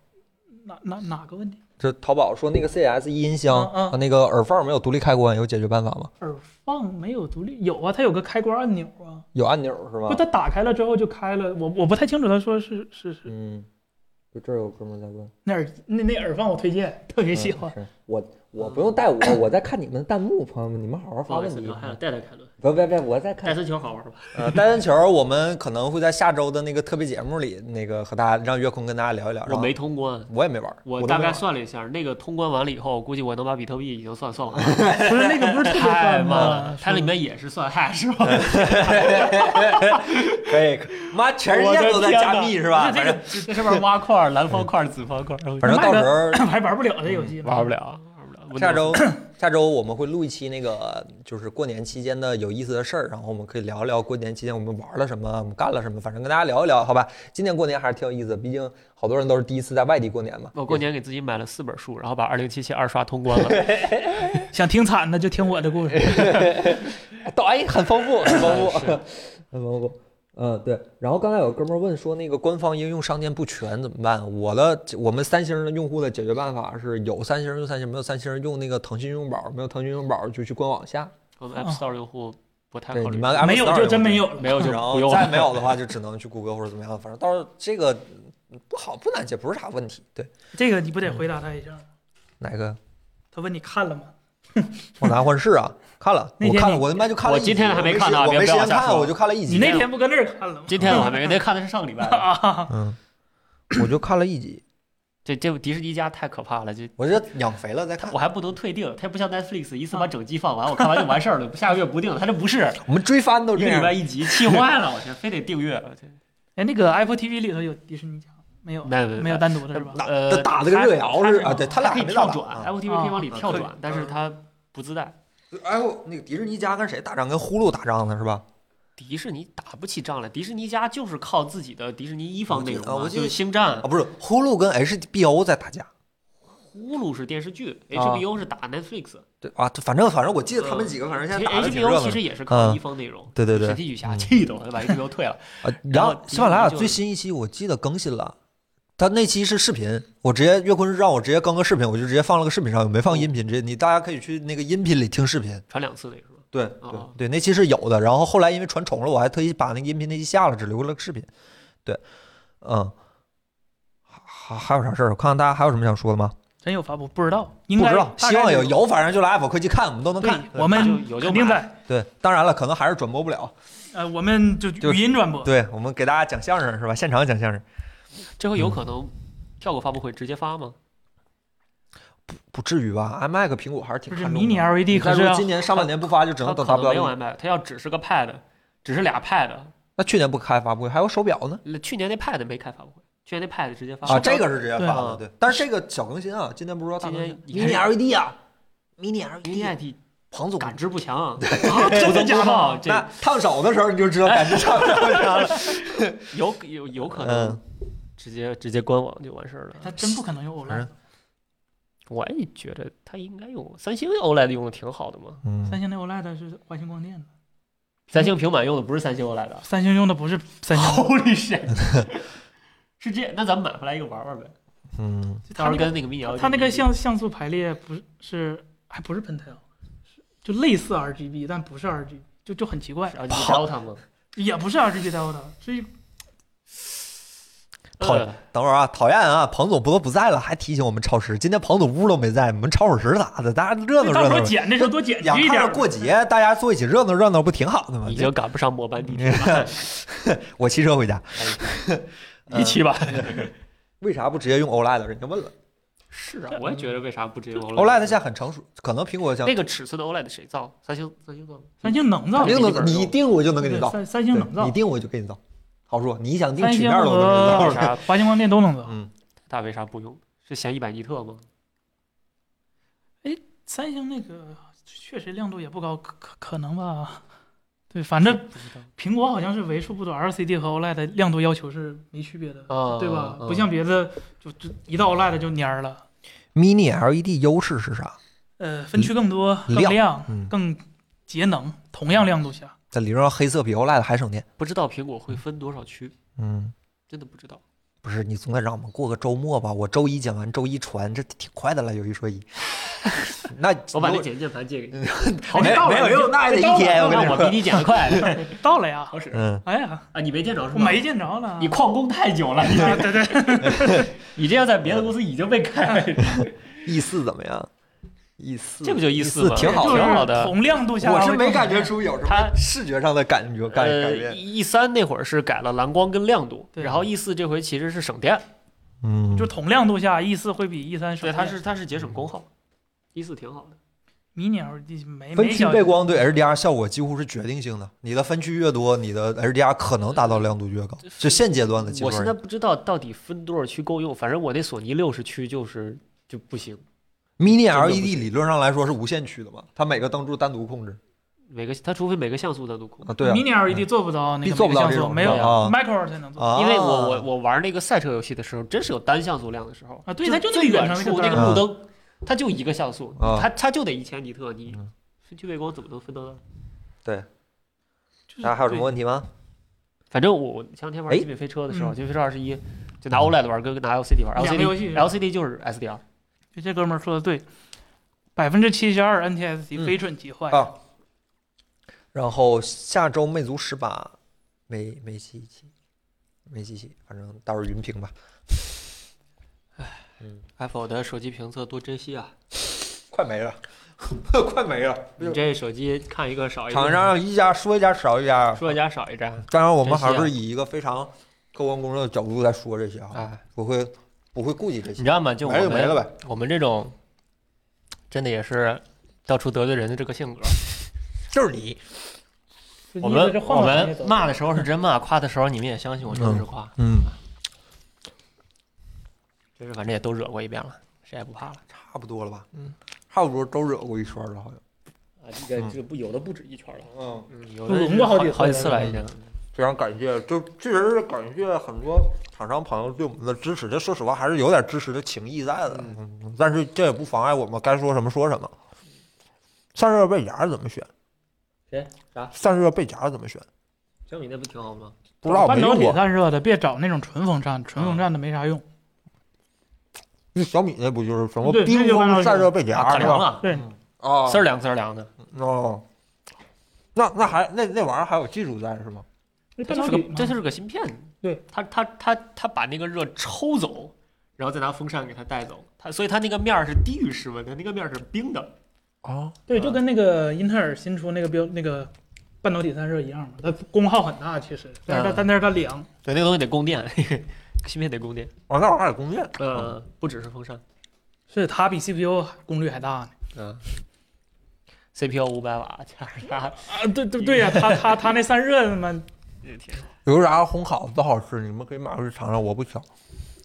Speaker 3: 哪哪哪个问题？
Speaker 5: 这淘宝说那个 CS 一音箱啊
Speaker 3: 嗯嗯
Speaker 5: 和那个耳放没有独立开关，有解决办法吗？
Speaker 3: 耳放没有独立，有啊，它有个开关按钮啊，
Speaker 5: 有按钮是
Speaker 3: 不，
Speaker 5: 吧？
Speaker 3: 它打开了之后就开了，我我不太清楚，他说是是是
Speaker 5: 嗯，就这儿有哥们儿在问，
Speaker 3: 那耳那那耳放我推荐，特别喜欢，
Speaker 5: 是我我不用带我，我在看你们的弹幕，朋友们，你们好好
Speaker 4: 不
Speaker 5: 发
Speaker 4: 好意
Speaker 5: 问
Speaker 4: 思，
Speaker 5: 题
Speaker 4: 你。还有带带凯伦，
Speaker 5: 不不不，我在
Speaker 4: 戴
Speaker 5: 看。
Speaker 4: 森球好玩吗？
Speaker 5: 呃，单人球，我们可能会在下周的那个特别节目里，那个和大家让岳坤跟大家聊一聊。
Speaker 4: 我没，通关，
Speaker 5: 我也没玩儿，
Speaker 4: 我
Speaker 5: 都
Speaker 4: 大
Speaker 5: 没
Speaker 4: 概
Speaker 5: 玩儿
Speaker 4: 算了一下，那个通关完了以后，估计我能把比特币已经算算完 了，
Speaker 3: 不是那个不是特别
Speaker 4: 太
Speaker 3: 烦
Speaker 4: 慢
Speaker 3: 吗
Speaker 4: 了。？它里面也是算 hash 吧？
Speaker 5: 可以，可以妈，全世界都在加密是吧？
Speaker 4: 这
Speaker 5: 反
Speaker 4: 个
Speaker 5: 正
Speaker 4: 这上面挖块、蓝方块、紫方块，
Speaker 5: 反正到时候
Speaker 3: 还玩不了这游戏，
Speaker 4: 玩不。了，玩不了。
Speaker 5: 下周 下周我们会录一期那个就是过年期间的有意思的事儿，然后我们可以聊一聊过年期间我们玩了什么，我们干了什么，反正跟大家聊一聊，好吧？今年过年还是挺有意思的，毕竟好多人都是第一次在外地过年嘛。
Speaker 4: 我过年给自己买了四本书，然后把二零七七二刷通关了。
Speaker 3: 想听惨的就听我的故 事。
Speaker 5: 导哎，很丰富，很丰富，
Speaker 4: 是
Speaker 5: 很丰富。嗯，对。然后刚才有哥们儿问说，那个官方应用商店不全怎么办？我的我们三星的用户的解决办法是有三星用三星，没有三星用那个腾讯用宝，没有腾讯用宝就去官网下。
Speaker 4: 我们 App Store 用户不太
Speaker 5: 对，
Speaker 4: 考
Speaker 5: 你
Speaker 4: 虑，
Speaker 5: 们 App
Speaker 3: 没有
Speaker 5: Store
Speaker 3: 就真
Speaker 5: 用户
Speaker 3: 没有了
Speaker 4: 没有就
Speaker 5: 然
Speaker 4: 不
Speaker 5: 后
Speaker 4: 用
Speaker 5: 再
Speaker 4: 了。
Speaker 5: 没有的话，就只能去谷歌或者怎么样，反正到时候这个嗯不好不难解，不是啥问题。对，
Speaker 3: 这个你不得回答他一下吗？
Speaker 5: 哪个？
Speaker 3: 他问你看了吗？
Speaker 5: 我拿幻视啊，看了，
Speaker 3: 那
Speaker 5: 我
Speaker 3: 天
Speaker 5: 看了，
Speaker 3: 你
Speaker 5: 我他妈就看了
Speaker 4: 我
Speaker 5: 一集，
Speaker 4: 今天还没
Speaker 5: 我
Speaker 4: 看呢
Speaker 5: 时我
Speaker 4: 别
Speaker 5: 没时
Speaker 4: 不要
Speaker 5: 间
Speaker 4: 瞎
Speaker 5: 看，
Speaker 4: 说
Speaker 5: 我就看了一
Speaker 3: 你
Speaker 5: 集。
Speaker 3: 那天不搁那儿看了吗？
Speaker 4: 今天我还 没那看的是上个礼拜的，
Speaker 3: 啊，
Speaker 5: 嗯，我就看了一集，
Speaker 4: 这这迪士尼家太可怕了，这
Speaker 5: 我这养肥了再看
Speaker 4: 我。还不能退订，它不像 Netflix 一次把整季放完，我看完就完事儿了，下个月不订，它这不是
Speaker 5: 我们追番都
Speaker 4: 一
Speaker 5: 这
Speaker 4: 个礼拜
Speaker 5: 样。
Speaker 4: 一集，气坏了，我天，非得订 阅，我天，
Speaker 3: 哎，那个 Apple TV 里头有迪士尼家没有？
Speaker 4: 没有没有
Speaker 3: 没有单独的是吧？
Speaker 5: 那
Speaker 4: 呃
Speaker 5: 那打的跟热窑似的
Speaker 4: 它
Speaker 5: 啊！对他俩
Speaker 4: 它可
Speaker 5: 还
Speaker 4: 以
Speaker 5: 没到
Speaker 4: 跳
Speaker 5: 打
Speaker 4: 转
Speaker 5: 啊。
Speaker 4: ，Apple TV 嗯可以往里
Speaker 5: 啊
Speaker 4: 跳
Speaker 5: 可以
Speaker 4: 转，但是它不自带。
Speaker 5: 哎呦，那个迪士尼家跟谁打仗？跟呼噜打仗呢是吧？
Speaker 4: 迪士尼打不起仗来，迪士尼家就是靠自己的迪士尼一方内容
Speaker 5: 我记得啊我
Speaker 4: 嘛，
Speaker 5: 记得
Speaker 4: 就是星战
Speaker 5: 啊，不是，呼噜跟 HBO 在打架。
Speaker 4: Hulu 是电视剧
Speaker 5: 啊
Speaker 4: ，HBO 是打 Netflix。呃
Speaker 5: 对啊，反正反正我记得他
Speaker 4: 嗯
Speaker 5: 们几个，反正现
Speaker 4: 其
Speaker 5: 在
Speaker 4: 实
Speaker 5: 打的挺热闹
Speaker 4: HBO
Speaker 5: 的
Speaker 4: 其。实也是靠
Speaker 5: 嗯
Speaker 4: 一方内容。
Speaker 5: 对对
Speaker 4: 神
Speaker 5: 对，
Speaker 4: 奇女侠
Speaker 5: 嗯
Speaker 4: 气得我，把 HBO 退了。
Speaker 5: 啊，然
Speaker 4: 然后
Speaker 5: 后喜马拉雅
Speaker 4: 就
Speaker 5: 最新一期我记得更新了，它那期是视频，我直接岳坤让我直接更个视频，我就直接放了个视频上，没放音频，直接你大家可以去那个音频里听视频。
Speaker 4: 传两次那个是吧？
Speaker 5: 对
Speaker 4: 哦
Speaker 5: 对对，那期是有的，然后后来因为传重了，我还特意把那个音频那期下了，只留了个视频。对，嗯，还还有啥事儿？我看看大家还有什么想说的吗？
Speaker 3: 真有发布不知道，应
Speaker 5: 不
Speaker 3: 该
Speaker 5: 知道，
Speaker 3: 大
Speaker 5: 希
Speaker 3: 概
Speaker 5: 望有
Speaker 3: 是，
Speaker 5: 有，反正就来 Apple 科技看，我们都能
Speaker 3: 对
Speaker 5: 看。对
Speaker 3: 我们
Speaker 4: 就有就
Speaker 3: 肯定
Speaker 4: 买
Speaker 3: 在，
Speaker 5: 对，当然了，可能还是转播不了。
Speaker 3: 呃，我们就
Speaker 5: 就
Speaker 3: 语音转播，
Speaker 5: 对，我们给大家讲相声是吧？现场讲相声，
Speaker 4: 这
Speaker 5: 嗯
Speaker 4: 回有可能跳过发布会直接发吗？
Speaker 5: 不至于吧？iMac 苹果还是挺
Speaker 3: 就
Speaker 5: 看
Speaker 3: 是
Speaker 5: 重的。
Speaker 3: 迷你 LED 可
Speaker 5: 但
Speaker 3: 是
Speaker 5: 是
Speaker 3: 要
Speaker 5: 今年上半年不发，就只
Speaker 4: 它
Speaker 5: 能等
Speaker 4: 可
Speaker 5: 发布
Speaker 4: 能没有
Speaker 5: 到。
Speaker 4: iMac，它要只是个 Pad，只是俩 Pad。
Speaker 5: 那去年不开发布会，还有手表呢
Speaker 4: 去年那 Pad 没开发布会，去年那 Pad 直接发布
Speaker 5: 啊，
Speaker 4: 会。
Speaker 5: 这个是直接发的，
Speaker 4: 啊
Speaker 5: 对。但是这个小更新啊，今天不是说大
Speaker 4: 今
Speaker 5: 更
Speaker 4: 年
Speaker 5: 新
Speaker 4: 你看
Speaker 5: LED 啊，mini
Speaker 4: 明
Speaker 5: LED，
Speaker 4: 天 IT
Speaker 5: 庞总
Speaker 4: 感知不强，啊，不增不道，这
Speaker 5: 那烫手的时候你就知道感觉上不上了。
Speaker 4: 有有有可能
Speaker 5: 嗯，
Speaker 4: 直接直接官网就完事儿了。
Speaker 3: 它真不可能有 OLED，
Speaker 4: 我也觉得它应该用三星 OLED 用的挺好的嘛，
Speaker 5: 嗯，
Speaker 3: 三星的 OLED E 是环形光电的，
Speaker 4: 三星平板用的不是三星 OLED 啊。
Speaker 3: 三星用的不是三 星，
Speaker 4: Holy shit！是这样，那咱们买回来一个玩玩呗，
Speaker 5: 嗯，
Speaker 4: 到时候跟那个民谣，
Speaker 3: 它那个像像素排列不是是还不是 Pentel，是就类似 RGB 但不是 RGB，就就很奇怪，
Speaker 4: 然后你教他吗？
Speaker 3: 也不是 RGB Delta，是一
Speaker 5: 讨
Speaker 4: 呃
Speaker 5: 等会儿啊，讨厌啊，庞总不都不在了，还提醒我们超时。今天庞总屋都没在，你们超会儿时咋的？大家热闹
Speaker 3: 到
Speaker 5: 热
Speaker 3: 时候
Speaker 5: 闹。
Speaker 3: 剪这时候多剪辑
Speaker 5: 眼
Speaker 3: 一
Speaker 5: 看
Speaker 3: 点
Speaker 5: 着。过节，大家坐一起热闹热闹，不挺好的吗
Speaker 4: 已？经赶不上末班地铁了，
Speaker 5: 我骑车回家，嗯
Speaker 4: 一期 吧。
Speaker 5: 为啥不直接用 OLED？人家问了
Speaker 4: 是啊，我也觉得为啥不直接用
Speaker 5: ，OLED 现在很成熟，可能苹果想
Speaker 4: 那个尺寸的 OLED 谁造？三星三星造的。
Speaker 3: 三星能造
Speaker 5: 肯
Speaker 3: 这
Speaker 5: 定
Speaker 3: 个
Speaker 5: 能，
Speaker 3: 本儿，
Speaker 5: 你定我就能给你造，
Speaker 3: 三三星能
Speaker 5: 对，
Speaker 3: 造
Speaker 5: 你，定我就给你造。好说，你想定
Speaker 3: 三
Speaker 5: 曲
Speaker 3: 星
Speaker 5: 面都能
Speaker 3: 和
Speaker 5: 给
Speaker 4: 为
Speaker 5: 你造。
Speaker 4: 啥
Speaker 3: 华星光电都能造。
Speaker 5: 嗯，
Speaker 4: 大为啥不用？是嫌一百尼特吗？
Speaker 3: 三星那个确实亮度也不高，可可可能吧？对，反正
Speaker 4: 不知道
Speaker 3: 苹果好像是为数不多 LCD 和 OLED 的亮度要求是没区别的，
Speaker 4: 啊
Speaker 3: 对吧？
Speaker 4: 嗯
Speaker 3: 不像别的就就一到 OLED 就蔫儿了。
Speaker 5: Mini LED 优势是啥？
Speaker 3: 呃，分区更多、更
Speaker 5: 亮
Speaker 3: 亮、
Speaker 5: 嗯
Speaker 3: 更节能，同样亮度下，
Speaker 5: 在理论上黑色比 OLED 还省电。
Speaker 4: 不知道苹果会分多少区，
Speaker 5: 嗯，
Speaker 4: 真的不知道。
Speaker 5: 不是，你总得让我们过个周末吧？我周一讲完，周一传，这挺快的了。有一说一， 那
Speaker 4: 我把那剪键盘借给你，好
Speaker 5: 没
Speaker 4: 使
Speaker 5: 没有用，那也得一天。我跟你
Speaker 4: 让我比
Speaker 5: 说，
Speaker 4: 你剪得快。
Speaker 3: 到了呀！
Speaker 4: 好使
Speaker 5: 嗯，
Speaker 3: 哎呀，
Speaker 4: 啊！你没见着是
Speaker 3: 我
Speaker 4: 吗？
Speaker 3: 没见着了。
Speaker 4: 你旷工太久了，你
Speaker 3: 啊，对对，
Speaker 4: 你这样在别的公司已经被开了。
Speaker 5: E 四怎么样？E 四
Speaker 4: 这不就 E 四吗
Speaker 5: 挺好
Speaker 3: 就
Speaker 5: 的
Speaker 3: 是
Speaker 4: 挺。好的
Speaker 3: 同亮度下，
Speaker 5: 我是没感觉。出有什
Speaker 4: 它
Speaker 5: 么视觉上的感觉感
Speaker 4: 呃
Speaker 5: 改变。
Speaker 4: ，E 三那会儿是改了蓝光跟亮度，
Speaker 3: 对
Speaker 4: 然后 E 四这回其实是省电，
Speaker 5: 嗯
Speaker 3: 就同亮度下，E 四会比 E 三省
Speaker 4: 对，
Speaker 3: 电。
Speaker 4: 它是它是节省功耗，E 四挺好的。
Speaker 3: Mini LED E
Speaker 4: 哎
Speaker 3: 没
Speaker 5: 分
Speaker 3: 没
Speaker 5: 区
Speaker 3: 小
Speaker 5: 背光对 HDR 效果几乎是决定性的，你的分区越多，你的 HDR 可能达到亮度越高。这现阶段的技术
Speaker 4: 我现
Speaker 5: 而
Speaker 4: 在
Speaker 5: 言，
Speaker 4: 不知道到底分多少区够用，反正我那索尼六十区就是就不行，
Speaker 5: Mini
Speaker 4: 真的不行
Speaker 5: LED 理论上来说是无限区的嘛，它每个灯柱单独控制
Speaker 4: 每个它除非每个像素单独控制。
Speaker 5: 啊，对啊，
Speaker 3: Mini LED E 做不到那个
Speaker 5: 做不到
Speaker 3: 每个
Speaker 5: 这
Speaker 3: 像
Speaker 5: 种
Speaker 3: 素，没有
Speaker 5: 是吧啊
Speaker 3: micro E 才能做。
Speaker 5: 啊，
Speaker 4: 因为我我我玩那个赛车游戏的时候，真是有单像素亮的时候
Speaker 3: 啊对
Speaker 4: 就
Speaker 3: 它
Speaker 4: 是
Speaker 3: 就那
Speaker 4: 最
Speaker 3: 个远
Speaker 4: 远
Speaker 3: 程那
Speaker 4: 处
Speaker 3: 个
Speaker 4: 那个路
Speaker 5: 灯
Speaker 4: 灯，它就一个像素，
Speaker 5: 啊
Speaker 4: 它它就得一千尼特，你
Speaker 5: 嗯
Speaker 4: 分区背光怎么能分到呢？
Speaker 3: 就是
Speaker 5: 大家还有什么问题吗？
Speaker 4: 反正我我前两天玩
Speaker 5: 哎
Speaker 4: 《极品飞车》的时候，
Speaker 3: 嗯
Speaker 4: 极品飞车二十一》就拿 OLED 玩，跟拿 LCD 玩
Speaker 3: 两个游戏
Speaker 4: ，LCD LCD 就是 SDR，
Speaker 3: 对？这哥们儿说的对，百分之七十二
Speaker 5: 嗯
Speaker 3: NTSC 非准即坏。
Speaker 5: 啊然后下周魅族十八没没机器，没机器，反正到时候云屏吧。
Speaker 4: ，Apple 的哎手机评测多珍惜啊！
Speaker 5: 快没了， 快没了！
Speaker 4: 你哎这手机看一个少一个，
Speaker 5: 厂商一家说一家少一家，
Speaker 4: 说一家少一家，
Speaker 5: 当然我们还
Speaker 4: 真
Speaker 5: 是
Speaker 4: 是啊
Speaker 5: 以一个非常客观公正的角度来说这些啊，
Speaker 4: 哎，
Speaker 5: 不会不会顾忌这
Speaker 4: 你
Speaker 5: 些，
Speaker 4: 知道吗？就我
Speaker 5: 没就没了
Speaker 4: 们
Speaker 5: 呗。
Speaker 4: 我们这种真的也是到处得罪人的这个 性格，
Speaker 5: 就是你，
Speaker 3: 就
Speaker 4: 我
Speaker 3: 意思
Speaker 4: 们
Speaker 3: 是换
Speaker 4: 我
Speaker 3: 个行业
Speaker 4: 们
Speaker 3: 走
Speaker 4: 骂的时候是真骂，夸的时候你们也相信我真是夸，
Speaker 5: 嗯，
Speaker 4: 就是反正也都惹过一遍了，谁也不怕了。
Speaker 5: 差不多了吧？
Speaker 4: 嗯，
Speaker 5: 差不多都惹过一圈了，好像。
Speaker 4: 啊，这
Speaker 5: 个这
Speaker 4: 个不有的不止一圈了，
Speaker 5: 嗯，
Speaker 4: 嗯，有
Speaker 3: 的
Speaker 4: 的
Speaker 3: 轮过好几
Speaker 4: 好几
Speaker 3: 次
Speaker 4: 次
Speaker 3: 了
Speaker 4: 了已经。
Speaker 1: 非常感谢，就确实是感谢很多厂商朋友对我们的支持。这说实话还是有点支持的情谊在的，嗯但是这也不妨碍我们该说什么说什么。散热背夹怎么选？
Speaker 4: 谁啥
Speaker 1: 散热背夹怎么选？
Speaker 4: 小米那不挺好吗？
Speaker 1: 不知道
Speaker 3: 哦半
Speaker 1: 没
Speaker 3: 导
Speaker 1: 用
Speaker 3: 体
Speaker 1: 过。
Speaker 3: 散热的，别找那种纯风扇，纯
Speaker 5: 嗯
Speaker 3: 风扇的没啥用。
Speaker 1: 那小米那不就是什么
Speaker 3: 对
Speaker 1: 冰
Speaker 3: 那就按照
Speaker 1: 封散热背夹
Speaker 4: 可
Speaker 1: 是
Speaker 4: 凉
Speaker 1: 吧？
Speaker 4: 了，
Speaker 5: 嗯
Speaker 1: 啊
Speaker 4: 丝，儿凉丝儿凉的。
Speaker 1: 哦，那那还那那玩意儿还有技术在是吗？
Speaker 3: 那
Speaker 4: 它
Speaker 3: 半
Speaker 4: 就
Speaker 3: 导
Speaker 4: 是
Speaker 3: 体
Speaker 4: 个，这就是个芯片。
Speaker 1: 对，
Speaker 4: 它它它它把那个热抽走，然后再拿风扇给它带走。它所以它那个面儿是低于室温的，那个面儿是冰的。
Speaker 1: 啊，
Speaker 3: 对，就跟那个英特尔新出那个标那个半导体散热一样嘛，它功耗很大，其实，但是它
Speaker 4: 嗯
Speaker 3: 但但是它凉。
Speaker 4: 对，那个东西得供电， 芯片得供电。
Speaker 1: 哦，那玩意儿有供电。
Speaker 4: 呃，不只是风扇。
Speaker 3: 是它比 CPU 功率还大
Speaker 4: 嗯
Speaker 3: 呢。
Speaker 4: ，CPU 五百瓦，加上它，
Speaker 3: 啊，对对对呀、它它它那散热他
Speaker 5: 嗯
Speaker 3: 妈，
Speaker 1: 油炸烘烤子好吃，你们可以买回去尝尝，我不挑。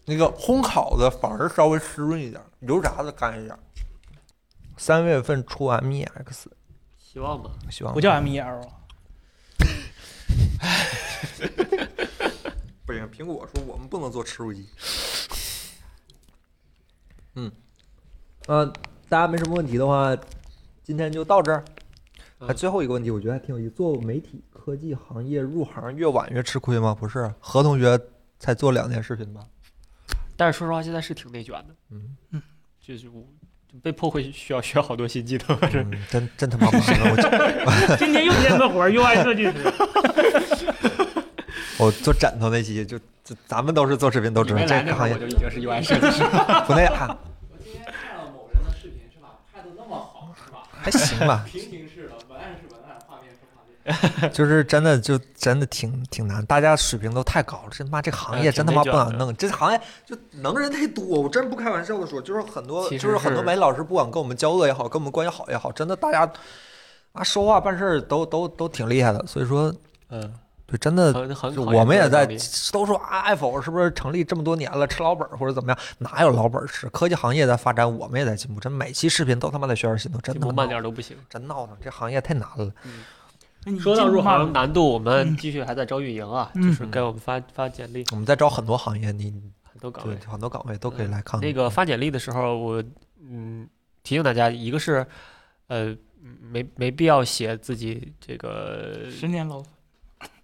Speaker 1: 那个烘烤的反而稍微湿润一点，油炸的干一点。
Speaker 5: 三月份出
Speaker 1: E
Speaker 5: MEX，
Speaker 4: 希望吧。
Speaker 5: 希望
Speaker 3: 不叫 MEL 啊，
Speaker 5: 不行。苹果说我们不能做吃肉机。嗯，呃，大家没什么问题的话，今天就到这儿。啊，
Speaker 4: 嗯
Speaker 5: 最后一个问题，我觉得还挺有意思。做媒体科技行业入行越晚越吃亏吗？不是，何同学才做两年视频吧？
Speaker 4: 但是说实话，现在是挺内卷的。
Speaker 5: 嗯
Speaker 4: 就是我被迫会需要学好多新技 能。
Speaker 5: 嗯，真真他妈忙啊！我 就
Speaker 3: 今天又接个活儿，UI 设计师，
Speaker 5: 我做枕头那期就就咱们都是做视频都
Speaker 4: 你
Speaker 5: 知道
Speaker 4: 没来
Speaker 5: 这
Speaker 4: 那
Speaker 5: 个
Speaker 4: 会儿，
Speaker 5: 行
Speaker 4: 我
Speaker 5: 业
Speaker 4: 就已经是 UI 设计师了。
Speaker 5: 不那样，
Speaker 7: 我今天看了某人的视频，是吧？拍的那么好，是吧？
Speaker 5: 还行吧。
Speaker 7: 平行式的，文案是文案，画面是画面。
Speaker 5: 就是真的，就真的挺挺难，大家水平都太高了。这妈这行业
Speaker 4: 呃
Speaker 5: 真
Speaker 4: 挺
Speaker 5: 他妈
Speaker 4: 内
Speaker 5: 不
Speaker 4: 卷
Speaker 5: 好
Speaker 4: 的
Speaker 5: 弄，这行业就能人太多，我真不开玩笑的说，就是很多，
Speaker 4: 其
Speaker 5: 就
Speaker 4: 实
Speaker 5: 是很多
Speaker 4: 是
Speaker 5: 媒体老师，不管跟我们交恶也好，跟我们关系好也好，真的大家啊说话办事儿都都都挺厉害的。所以说，
Speaker 4: 嗯，
Speaker 5: 对，真的
Speaker 4: 很很
Speaker 5: 就
Speaker 4: 考
Speaker 5: 我
Speaker 4: 验
Speaker 5: 们也
Speaker 4: 个
Speaker 5: 在
Speaker 4: 人能力
Speaker 5: 都说啊，Apple 是不是成立这么多年了，吃老本儿或者怎么样？哪有老本儿吃？科技行业在发展，我们也在进步。真每期视频都他妈在学点新的，真
Speaker 4: 进
Speaker 5: 他
Speaker 4: 步
Speaker 5: 妈
Speaker 4: 慢
Speaker 5: 闹
Speaker 4: 点儿都不行。
Speaker 5: 真闹腾，这行业太难了。
Speaker 7: 嗯
Speaker 3: 那你
Speaker 4: 说到
Speaker 3: 进
Speaker 4: 入
Speaker 3: 化
Speaker 4: 行
Speaker 3: 了
Speaker 4: 难度，我们继续还在招运营啊，
Speaker 3: 嗯
Speaker 4: 就是给我们发发简历，
Speaker 5: 我们在招很多行业，你
Speaker 4: 很多岗
Speaker 5: 对
Speaker 4: 位。
Speaker 5: 很多岗位都可以
Speaker 4: 嗯
Speaker 5: 来看看。
Speaker 4: 那个发简历的时候，我嗯提醒大家，一个是呃没没必要写自己这个
Speaker 3: 十年牢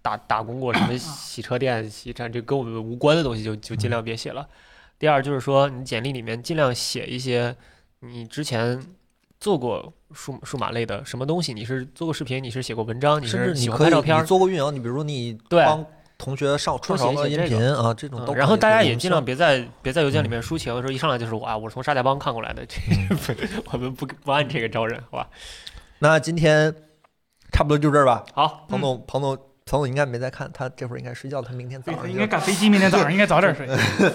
Speaker 4: 打打工过什
Speaker 5: 嗯
Speaker 4: 么洗车店、洗站，这跟我们无关的东西就就尽量别写了。第二就是说，你简历里面尽量写一些你之前做过数数码类的什么东西，你是做过视频，你是写过文章，你
Speaker 5: 甚至
Speaker 4: 是
Speaker 5: 你
Speaker 4: 喜欢
Speaker 5: 可
Speaker 4: 拍
Speaker 5: 以
Speaker 4: 照片
Speaker 5: 你
Speaker 4: 儿，
Speaker 5: 做过运营，你比如说你
Speaker 4: 对
Speaker 5: 帮同学上创
Speaker 4: 多写
Speaker 5: 造
Speaker 4: 一
Speaker 5: 了
Speaker 4: 些这
Speaker 5: 音频啊，这种
Speaker 4: 嗯
Speaker 5: 都可以。
Speaker 4: 然后大家
Speaker 5: 这个
Speaker 4: 也
Speaker 5: 无
Speaker 4: 尽量
Speaker 5: 效
Speaker 4: 别在别在邮
Speaker 5: 嗯
Speaker 4: 件里面抒情，说一上来就是我啊，我是从沙家浜看过来的，这我们 不不按这个招人，好吧？
Speaker 5: 那今天差不多就这儿吧。
Speaker 4: 好，
Speaker 5: 彭总，彭总，彭总应该没在看，他这会儿应该睡觉，他明天早上
Speaker 4: 嗯
Speaker 5: 就
Speaker 3: 应该赶飞机，明天早上应该早 点睡。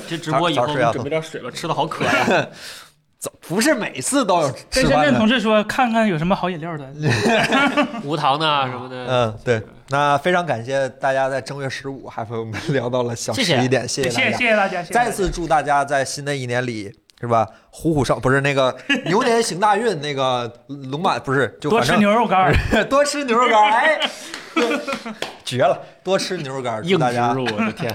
Speaker 4: 这直
Speaker 5: 早
Speaker 4: 播以
Speaker 5: 早
Speaker 4: 后
Speaker 5: 睡
Speaker 4: 我们
Speaker 5: 啊
Speaker 4: 准备点水吧，吃的好渴呀。
Speaker 5: 早不是每次都有
Speaker 3: 跟
Speaker 5: 吃
Speaker 3: 深
Speaker 5: 饭
Speaker 3: 圳
Speaker 5: 的。
Speaker 3: 同事说，看看有什么好饮料的。
Speaker 4: 无糖的啊什么的，
Speaker 5: 嗯，对，那非常感谢大家在正月十五还陪我们 聊到了小
Speaker 4: 谢
Speaker 5: 十
Speaker 4: 谢
Speaker 5: 一点，谢
Speaker 3: 谢
Speaker 5: 大
Speaker 3: 谢
Speaker 5: 家。
Speaker 3: 谢大家，谢谢大家
Speaker 5: 再次祝大家在新的一年里是吧，虎虎生不是那个牛年行大运，那个龙马不是就
Speaker 3: 多
Speaker 5: 反
Speaker 3: 吃
Speaker 5: 正
Speaker 3: 牛肉干儿。
Speaker 5: 多吃牛肉干儿，哎，绝了！多吃牛肉干儿，祝
Speaker 4: 硬
Speaker 5: 大
Speaker 4: 植
Speaker 5: 家
Speaker 4: 入，我的天。